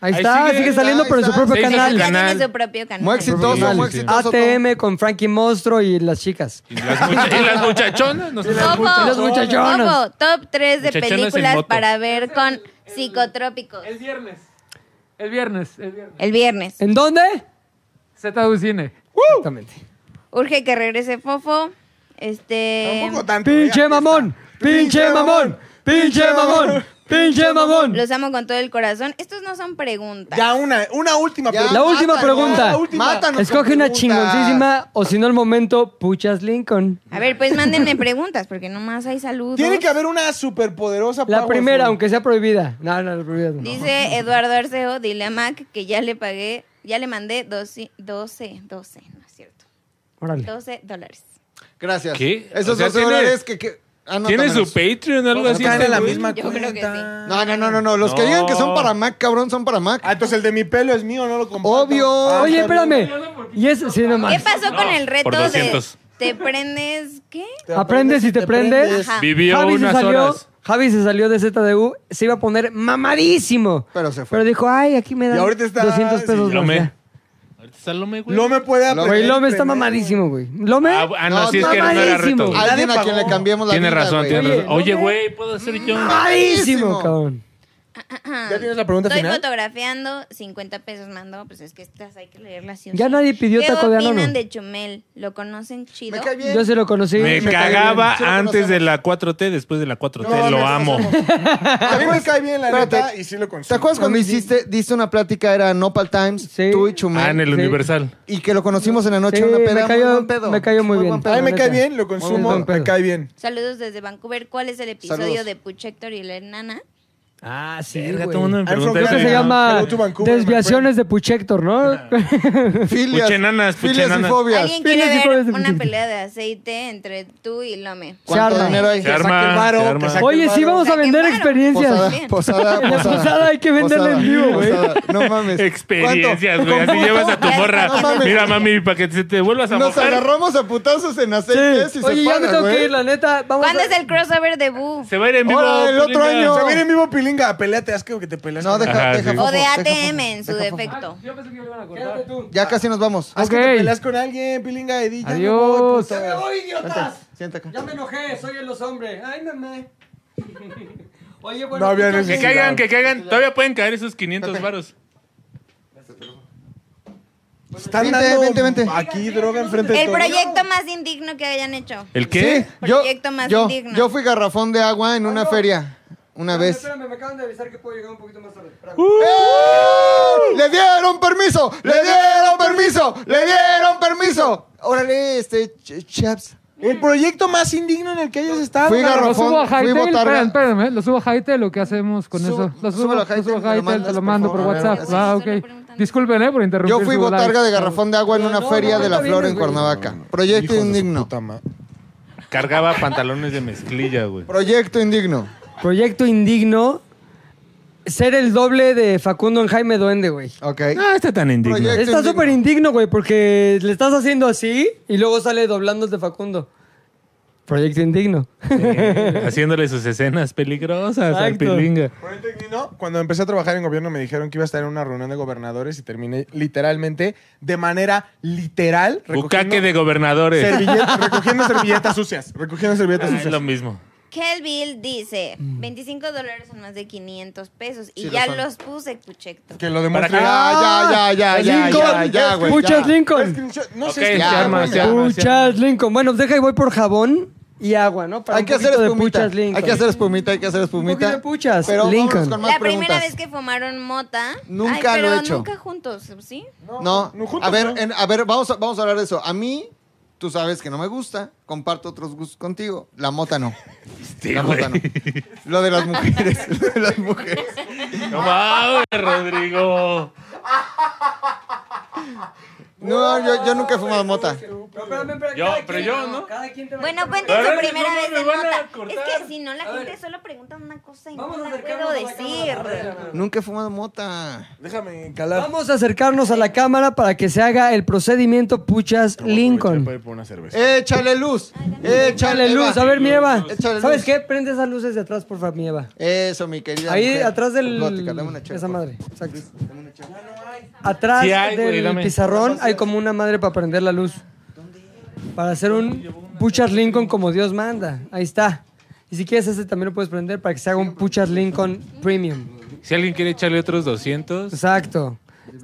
[SPEAKER 1] Ahí
[SPEAKER 4] Ahí
[SPEAKER 1] está,
[SPEAKER 4] sigue,
[SPEAKER 1] sigue,
[SPEAKER 4] ahí
[SPEAKER 1] saliendo
[SPEAKER 2] está,
[SPEAKER 1] por
[SPEAKER 2] ahí
[SPEAKER 1] su
[SPEAKER 2] está.
[SPEAKER 1] propio
[SPEAKER 4] Se hizo
[SPEAKER 1] canal.
[SPEAKER 5] Ya
[SPEAKER 4] Canal.
[SPEAKER 5] tiene su propio canal.
[SPEAKER 2] Muy exitoso,
[SPEAKER 4] Sí,
[SPEAKER 2] muy
[SPEAKER 4] sí.
[SPEAKER 2] exitoso. todo.
[SPEAKER 1] ATM con Frankie Monstro y las chicas.
[SPEAKER 4] Y las, mucha- y las muchachonas. nos-
[SPEAKER 5] Fofo,
[SPEAKER 1] Las muchachonas.
[SPEAKER 5] Fofo, top 3 de
[SPEAKER 4] Muchachonas en
[SPEAKER 5] películas
[SPEAKER 4] moto.
[SPEAKER 5] para ver con psicotrópicos.
[SPEAKER 6] El viernes. El viernes, el viernes.
[SPEAKER 5] El viernes.
[SPEAKER 1] ¿En dónde?
[SPEAKER 6] ZDU Cine.
[SPEAKER 1] Exactamente.
[SPEAKER 5] Urge que regrese Fofo. Este.
[SPEAKER 3] Tampoco tanto.
[SPEAKER 1] Pinche
[SPEAKER 3] ya.
[SPEAKER 1] mamón, pinche mamón, pinche mamón, pinche mamón.
[SPEAKER 5] Los amo con todo el corazón. Estos no son preguntas.
[SPEAKER 3] Ya una, una última
[SPEAKER 2] Ya,
[SPEAKER 3] pregunta.
[SPEAKER 1] La última
[SPEAKER 2] mátanos,
[SPEAKER 1] pregunta.
[SPEAKER 2] la última. Mátanos
[SPEAKER 1] Escoge
[SPEAKER 2] con
[SPEAKER 1] una
[SPEAKER 2] preguntas.
[SPEAKER 1] chingoncísima o si no el momento, puchas Lincoln.
[SPEAKER 5] A ver, pues mándenme preguntas, porque nomás hay saludos.
[SPEAKER 3] Tiene que haber una superpoderosa
[SPEAKER 1] La
[SPEAKER 3] powerful.
[SPEAKER 1] primera, aunque sea prohibida. No, no, la prohibida no.
[SPEAKER 5] Dice Eduardo Arceo, dile a Mac que ya le pagué, ya le mandé 12, 12, 12, no es cierto.
[SPEAKER 1] Órale.
[SPEAKER 5] 12 dólares.
[SPEAKER 2] Gracias.
[SPEAKER 4] ¿Qué?
[SPEAKER 2] Esos
[SPEAKER 4] O sea,
[SPEAKER 2] 12
[SPEAKER 4] tiene-
[SPEAKER 2] dólares que... que- ah, no,
[SPEAKER 4] ¿Tiene
[SPEAKER 2] tan
[SPEAKER 4] su
[SPEAKER 2] menos.
[SPEAKER 4] Patreon o algo
[SPEAKER 3] No
[SPEAKER 4] así?
[SPEAKER 3] caen
[SPEAKER 4] este
[SPEAKER 3] en la
[SPEAKER 4] güey?
[SPEAKER 3] misma
[SPEAKER 5] Yo creo
[SPEAKER 3] cuenta.
[SPEAKER 5] que
[SPEAKER 2] No, no, no, no, no. Los que
[SPEAKER 4] No.
[SPEAKER 2] digan que son para Mac, cabrón, son para Mac.
[SPEAKER 3] Ah, entonces el de mi pelo es mío, no lo comparto.
[SPEAKER 2] Obvio.
[SPEAKER 3] Ah,
[SPEAKER 1] Oye,
[SPEAKER 3] está bien.
[SPEAKER 1] espérame. Y es, sí, no
[SPEAKER 5] ¿Qué
[SPEAKER 1] más.
[SPEAKER 5] pasó con el reto
[SPEAKER 4] por 200.
[SPEAKER 5] de te prendes qué?
[SPEAKER 3] Te
[SPEAKER 1] Aprendes y te prendes.
[SPEAKER 5] Ajá.
[SPEAKER 4] Vivió
[SPEAKER 1] Javi se
[SPEAKER 4] unas
[SPEAKER 1] salió,
[SPEAKER 4] horas.
[SPEAKER 1] Javi se salió de ZDU, se iba a poner mamadísimo.
[SPEAKER 2] Pero se fue.
[SPEAKER 1] Pero dijo, ay, aquí me dan
[SPEAKER 3] Y ahorita está-
[SPEAKER 1] 200 pesos
[SPEAKER 3] sí,
[SPEAKER 1] más.
[SPEAKER 4] Lome.
[SPEAKER 1] ya".
[SPEAKER 4] Ahorita está Lome, güey.
[SPEAKER 3] Lome puede aprender.
[SPEAKER 1] Güey, Lome está
[SPEAKER 3] primero.
[SPEAKER 1] mamadísimo, güey. ¿Lome?
[SPEAKER 4] Ah, ah, no,
[SPEAKER 2] No,
[SPEAKER 4] sí, es que no era reto.
[SPEAKER 1] mamadísimo.
[SPEAKER 4] güey.
[SPEAKER 2] Alguien a quien le cambiemos la
[SPEAKER 4] Tiene
[SPEAKER 2] vida,
[SPEAKER 4] razón,
[SPEAKER 2] güey. Mm.
[SPEAKER 4] tiene razón.
[SPEAKER 1] Oye,
[SPEAKER 4] Oye,
[SPEAKER 1] no me-
[SPEAKER 4] güey, ¿puedo hacer yo?
[SPEAKER 1] Mamadísimo,
[SPEAKER 2] Mamadísimo.
[SPEAKER 1] cabrón.
[SPEAKER 3] ¿Ya tienes la pregunta
[SPEAKER 5] Estoy
[SPEAKER 3] final?
[SPEAKER 5] fotografiando, 50 pesos mando, pues es que estas hay que leerlas. sí o
[SPEAKER 1] Ya
[SPEAKER 5] sí.
[SPEAKER 1] nadie pidió
[SPEAKER 5] ¿Qué
[SPEAKER 1] taco de
[SPEAKER 5] opinan
[SPEAKER 1] anono.
[SPEAKER 5] de Chumel? ¿Lo conocen chido?
[SPEAKER 2] Me cae bien.
[SPEAKER 1] Yo sí lo conocí.
[SPEAKER 4] Me
[SPEAKER 2] me cae
[SPEAKER 4] cagaba
[SPEAKER 2] bien. Sí lo
[SPEAKER 4] antes de
[SPEAKER 2] conocemos.
[SPEAKER 4] la 4T, después de la 4T.
[SPEAKER 2] No,
[SPEAKER 4] Lo
[SPEAKER 2] no,
[SPEAKER 4] amo.
[SPEAKER 3] A mí me cae bien la
[SPEAKER 2] Espérate.
[SPEAKER 3] neta y sí lo consigo.
[SPEAKER 2] ¿Te acuerdas cuando hiciste, diste una plática, era Nopal Times,
[SPEAKER 1] Sí.
[SPEAKER 2] tú y
[SPEAKER 4] Ah, en
[SPEAKER 2] Chumel,
[SPEAKER 4] el
[SPEAKER 1] Sí.
[SPEAKER 4] Universal.
[SPEAKER 2] y que lo conocimos en la noche
[SPEAKER 1] Sí,
[SPEAKER 2] en una peda?
[SPEAKER 1] me cayó-
[SPEAKER 2] muy buen pedo.
[SPEAKER 1] me cayó muy bien.
[SPEAKER 2] buen pedo,
[SPEAKER 3] A mí me
[SPEAKER 2] neta.
[SPEAKER 3] cae bien, lo
[SPEAKER 1] Muy
[SPEAKER 3] consumo,
[SPEAKER 1] buen pedo.
[SPEAKER 3] me cae bien.
[SPEAKER 5] Saludos desde Vancouver. ¿Cuál es el episodio
[SPEAKER 2] Saludos.
[SPEAKER 5] de Puchector y la Hernana?
[SPEAKER 1] Ah, sí,
[SPEAKER 4] Verga,
[SPEAKER 1] güey.
[SPEAKER 4] todo el mundo me
[SPEAKER 3] I'm from
[SPEAKER 4] pregunta.
[SPEAKER 1] Creo que
[SPEAKER 3] Canadá.
[SPEAKER 1] se llama
[SPEAKER 3] Hello to Vancouver, Pues,
[SPEAKER 1] Desviaciones de Puchector, ¿no?
[SPEAKER 2] Filias,
[SPEAKER 4] Puchenanas,
[SPEAKER 2] filias
[SPEAKER 4] puchenanas.
[SPEAKER 2] y fobias.
[SPEAKER 5] ¿Alguien quiere
[SPEAKER 1] Pilas y
[SPEAKER 5] ver
[SPEAKER 1] flores de
[SPEAKER 5] una
[SPEAKER 1] Puchector.
[SPEAKER 5] pelea de aceite entre tú y Lome?
[SPEAKER 2] ¿Cuánto
[SPEAKER 1] arma.
[SPEAKER 2] dinero hay?
[SPEAKER 4] Se arma,
[SPEAKER 3] Saque el varo, que
[SPEAKER 4] se
[SPEAKER 3] Pues,
[SPEAKER 4] arma.
[SPEAKER 3] saque
[SPEAKER 1] Oye,
[SPEAKER 3] el
[SPEAKER 1] sí,
[SPEAKER 3] varo.
[SPEAKER 1] vamos a vender
[SPEAKER 5] Saqué paro.
[SPEAKER 1] experiencias.
[SPEAKER 5] Bien.
[SPEAKER 2] Posada, posada,
[SPEAKER 1] En la
[SPEAKER 2] posada.
[SPEAKER 1] posada hay que venderla en
[SPEAKER 2] Posada,
[SPEAKER 1] vivo, güey.
[SPEAKER 2] posada. No mames.
[SPEAKER 4] Experiencias,
[SPEAKER 2] ¿Cuánto?
[SPEAKER 4] güey. Así
[SPEAKER 2] ¿Cómo?
[SPEAKER 4] llevas a tu
[SPEAKER 5] Ya,
[SPEAKER 4] morra.
[SPEAKER 5] no
[SPEAKER 2] mames.
[SPEAKER 4] Mira, mami, para que se te vuelvas a
[SPEAKER 2] Nos
[SPEAKER 4] mojar.
[SPEAKER 2] agarramos a putazos en
[SPEAKER 1] Sí.
[SPEAKER 2] aceites y
[SPEAKER 1] Oye,
[SPEAKER 2] se
[SPEAKER 1] ya me
[SPEAKER 2] paga,
[SPEAKER 1] tengo que
[SPEAKER 2] güey.
[SPEAKER 1] ir, la neta. Vamos
[SPEAKER 5] ¿Cuándo
[SPEAKER 1] a-
[SPEAKER 5] es el crossover de Boo?
[SPEAKER 4] Se va a ir en vivo.
[SPEAKER 2] Ahora, el otro
[SPEAKER 4] Pilinga.
[SPEAKER 2] año.
[SPEAKER 3] Se viene en vivo Pilinga, peleate, haz que que te peleas.
[SPEAKER 2] No,
[SPEAKER 3] con-
[SPEAKER 2] deja,
[SPEAKER 4] Ajá,
[SPEAKER 2] deja.
[SPEAKER 4] Ah, sí.
[SPEAKER 2] fofo,
[SPEAKER 5] O de
[SPEAKER 2] deja,
[SPEAKER 5] ATM
[SPEAKER 2] fofo.
[SPEAKER 5] en su defecto.
[SPEAKER 2] Ah,
[SPEAKER 6] Yo pensé que lo iban a cortar.
[SPEAKER 2] Ya casi nos vamos.
[SPEAKER 3] Haz que
[SPEAKER 1] Ok.
[SPEAKER 3] te peleas con alguien, Pilinga, y di, ya me
[SPEAKER 1] Adiós.
[SPEAKER 3] voy,
[SPEAKER 1] Ya
[SPEAKER 3] puta.
[SPEAKER 1] idiotas!
[SPEAKER 2] Siéntate acá.
[SPEAKER 1] me enojé, soy el los hombres. Ay, mamá. Oye,
[SPEAKER 3] bueno, No había muchas
[SPEAKER 4] Que
[SPEAKER 3] necesidad.
[SPEAKER 4] caigan, que caigan. Todavía pueden caer esos 500 varos.
[SPEAKER 3] Están
[SPEAKER 2] Vente,
[SPEAKER 3] dando
[SPEAKER 2] vente, vente.
[SPEAKER 3] aquí droga enfrente de
[SPEAKER 5] El
[SPEAKER 3] todo.
[SPEAKER 5] proyecto más indigno que hayan hecho.
[SPEAKER 4] ¿El qué?
[SPEAKER 2] Sí, yo,
[SPEAKER 5] Proyecto más
[SPEAKER 2] yo,
[SPEAKER 5] indigno.
[SPEAKER 2] yo fui garrafón de agua en una
[SPEAKER 1] no.
[SPEAKER 2] feria una vez.
[SPEAKER 1] me acaban de avisar que puedo llegar un poquito más tarde.
[SPEAKER 2] ¡Eh! ¡Le dieron permiso! ¡Le dieron permiso! ¡Le dieron permiso! Órale, este, ch- chaps.
[SPEAKER 3] El proyecto más indigno en el que hayas estado.
[SPEAKER 2] Fui
[SPEAKER 3] cabrón.
[SPEAKER 6] Lo
[SPEAKER 2] garrafón.
[SPEAKER 6] subo a
[SPEAKER 2] fui
[SPEAKER 6] Hightail,
[SPEAKER 2] botarga.
[SPEAKER 6] espérame, espérame, ¿eh? lo subo a Hightail, lo que hacemos con
[SPEAKER 2] Subo-
[SPEAKER 6] eso. Lo subo,
[SPEAKER 2] súbelo a
[SPEAKER 6] lo subo a
[SPEAKER 2] Hightail, me lo
[SPEAKER 6] Hightail, te
[SPEAKER 2] mandas,
[SPEAKER 6] lo
[SPEAKER 2] por
[SPEAKER 6] mando por
[SPEAKER 2] favor.
[SPEAKER 6] WhatsApp.
[SPEAKER 5] Gracias.
[SPEAKER 6] Ah,
[SPEAKER 5] Estoy
[SPEAKER 6] ok.
[SPEAKER 5] preguntando.
[SPEAKER 6] Disculpen, eh, por interrumpir
[SPEAKER 2] Yo fui
[SPEAKER 6] su
[SPEAKER 2] botarga
[SPEAKER 6] live.
[SPEAKER 2] de garrafón de agua en una
[SPEAKER 1] no,
[SPEAKER 2] feria
[SPEAKER 1] no,
[SPEAKER 2] de la
[SPEAKER 1] está
[SPEAKER 2] flor
[SPEAKER 1] bien,
[SPEAKER 2] en
[SPEAKER 1] güey.
[SPEAKER 2] Cuernavaca. Proyecto
[SPEAKER 3] Hijos de su
[SPEAKER 2] indigno.
[SPEAKER 3] puta madre.
[SPEAKER 4] Cargaba pantalones de mezclilla, güey.
[SPEAKER 2] Proyecto indigno.
[SPEAKER 1] Proyecto indigno. Ser el doble de Facundo en Jaime Duende, güey.
[SPEAKER 2] Ok.
[SPEAKER 1] Ah,
[SPEAKER 4] No, está tan indigno.
[SPEAKER 2] Proyecto
[SPEAKER 1] Está
[SPEAKER 2] indigno.
[SPEAKER 1] súper indigno, güey, porque le estás haciendo así y luego sale doblando el de Facundo. Proyecto indigno.
[SPEAKER 4] Eh, Haciéndole sus escenas peligrosas al
[SPEAKER 1] Exacto.
[SPEAKER 4] pilinga.
[SPEAKER 3] Proyecto indigno, Cuando empecé a trabajar en gobierno me dijeron que iba a estar en una reunión de gobernadores y terminé literalmente, de manera literal,
[SPEAKER 4] Bucaque
[SPEAKER 3] recogiendo,
[SPEAKER 4] de gobernadores.
[SPEAKER 3] servillet- recogiendo servilletas sucias. Recogiendo servilletas
[SPEAKER 4] Ah, es
[SPEAKER 3] sucias.
[SPEAKER 4] lo mismo.
[SPEAKER 5] Kelville dice, 25 dólares son más de 500 pesos. Y
[SPEAKER 2] Mm. Sí, lo
[SPEAKER 5] ya
[SPEAKER 2] son.
[SPEAKER 5] los puse, Puchecto.
[SPEAKER 3] Que lo demuestre.
[SPEAKER 2] Ah, Ya, ya, ya, ya, ya,
[SPEAKER 1] Lincoln.
[SPEAKER 2] ya, güey.
[SPEAKER 1] Muchas
[SPEAKER 2] ya.
[SPEAKER 3] Ah,
[SPEAKER 1] Lincoln.
[SPEAKER 3] screenshot. No
[SPEAKER 4] Ok,
[SPEAKER 3] sé.
[SPEAKER 2] se
[SPEAKER 3] ya,
[SPEAKER 2] arma,
[SPEAKER 3] güey.
[SPEAKER 2] se arma.
[SPEAKER 1] Puchas Lincoln. Bueno, pues deja y voy por jabón y agua, ¿no? Para
[SPEAKER 2] Hay
[SPEAKER 1] un
[SPEAKER 2] que hacer
[SPEAKER 1] poquito de
[SPEAKER 2] espumita.
[SPEAKER 1] puchas Lincoln.
[SPEAKER 2] Hay que hacer espumita, hay que hacer espumita.
[SPEAKER 1] poquito de puchas,
[SPEAKER 2] Pero vámonos
[SPEAKER 1] Lincoln.
[SPEAKER 2] con más
[SPEAKER 5] La primera
[SPEAKER 2] preguntas.
[SPEAKER 5] vez que fumaron mota.
[SPEAKER 2] Nunca
[SPEAKER 5] Ay, pero
[SPEAKER 2] lo he hecho.
[SPEAKER 5] Nunca juntos, ¿sí?
[SPEAKER 2] No,
[SPEAKER 3] juntos,
[SPEAKER 2] a ver,
[SPEAKER 3] no.
[SPEAKER 2] en- a ver, vamos a, vamos a hablar de eso. A mí, tú sabes que no me gusta, comparto otros gustos contigo. La mota no.
[SPEAKER 4] Sí,
[SPEAKER 2] la
[SPEAKER 4] güey.
[SPEAKER 2] mota no. Lo de las mujeres, lo de las mujeres.
[SPEAKER 4] No mames, Rodrigo.
[SPEAKER 2] No, yo, yo nunca he fumado mota.
[SPEAKER 4] Yo, pero yo, ¿no?
[SPEAKER 5] Bueno, pues, cuenten
[SPEAKER 4] Pero
[SPEAKER 5] su
[SPEAKER 4] es que
[SPEAKER 5] primera
[SPEAKER 4] no,
[SPEAKER 5] vez
[SPEAKER 4] me
[SPEAKER 5] en
[SPEAKER 4] van a
[SPEAKER 5] mota.
[SPEAKER 4] cortar.
[SPEAKER 5] Es que si no, la
[SPEAKER 1] A
[SPEAKER 5] gente
[SPEAKER 1] ver.
[SPEAKER 5] solo pregunta una cosa y
[SPEAKER 1] Vamos
[SPEAKER 5] no
[SPEAKER 1] a
[SPEAKER 5] la
[SPEAKER 1] acercarnos
[SPEAKER 5] puedo
[SPEAKER 1] a la cámara. A ver, a
[SPEAKER 5] decir.
[SPEAKER 1] ver.
[SPEAKER 2] Nunca he fumado mota.
[SPEAKER 3] Déjame calar.
[SPEAKER 1] Vamos a acercarnos a la cámara para que se haga el procedimiento puchas Lincoln.
[SPEAKER 3] Voy a ir por una cerveza.
[SPEAKER 2] Échale luz, échale
[SPEAKER 1] Échale luz, a ver, mi Eva.
[SPEAKER 2] Échale luz.
[SPEAKER 1] ¿Sabes qué? Prende esas luces de atrás, por favor, mi Eva.
[SPEAKER 2] Eso, mi querida.
[SPEAKER 1] Ahí
[SPEAKER 2] mujer.
[SPEAKER 1] atrás del.
[SPEAKER 2] Gótica, dame una chela,
[SPEAKER 1] esa
[SPEAKER 2] por
[SPEAKER 1] madre. Exacto. Atrás
[SPEAKER 4] Sí hay, güey,
[SPEAKER 1] del
[SPEAKER 4] dame.
[SPEAKER 1] pizarrón hay como una madre para prender la luz. Para hacer un Puchas Lincoln como Dios manda. Ahí está. Y si quieres ese también lo puedes prender para que se haga un Puchas Lincoln Premium.
[SPEAKER 4] Si alguien quiere echarle otros 200,
[SPEAKER 1] Exacto.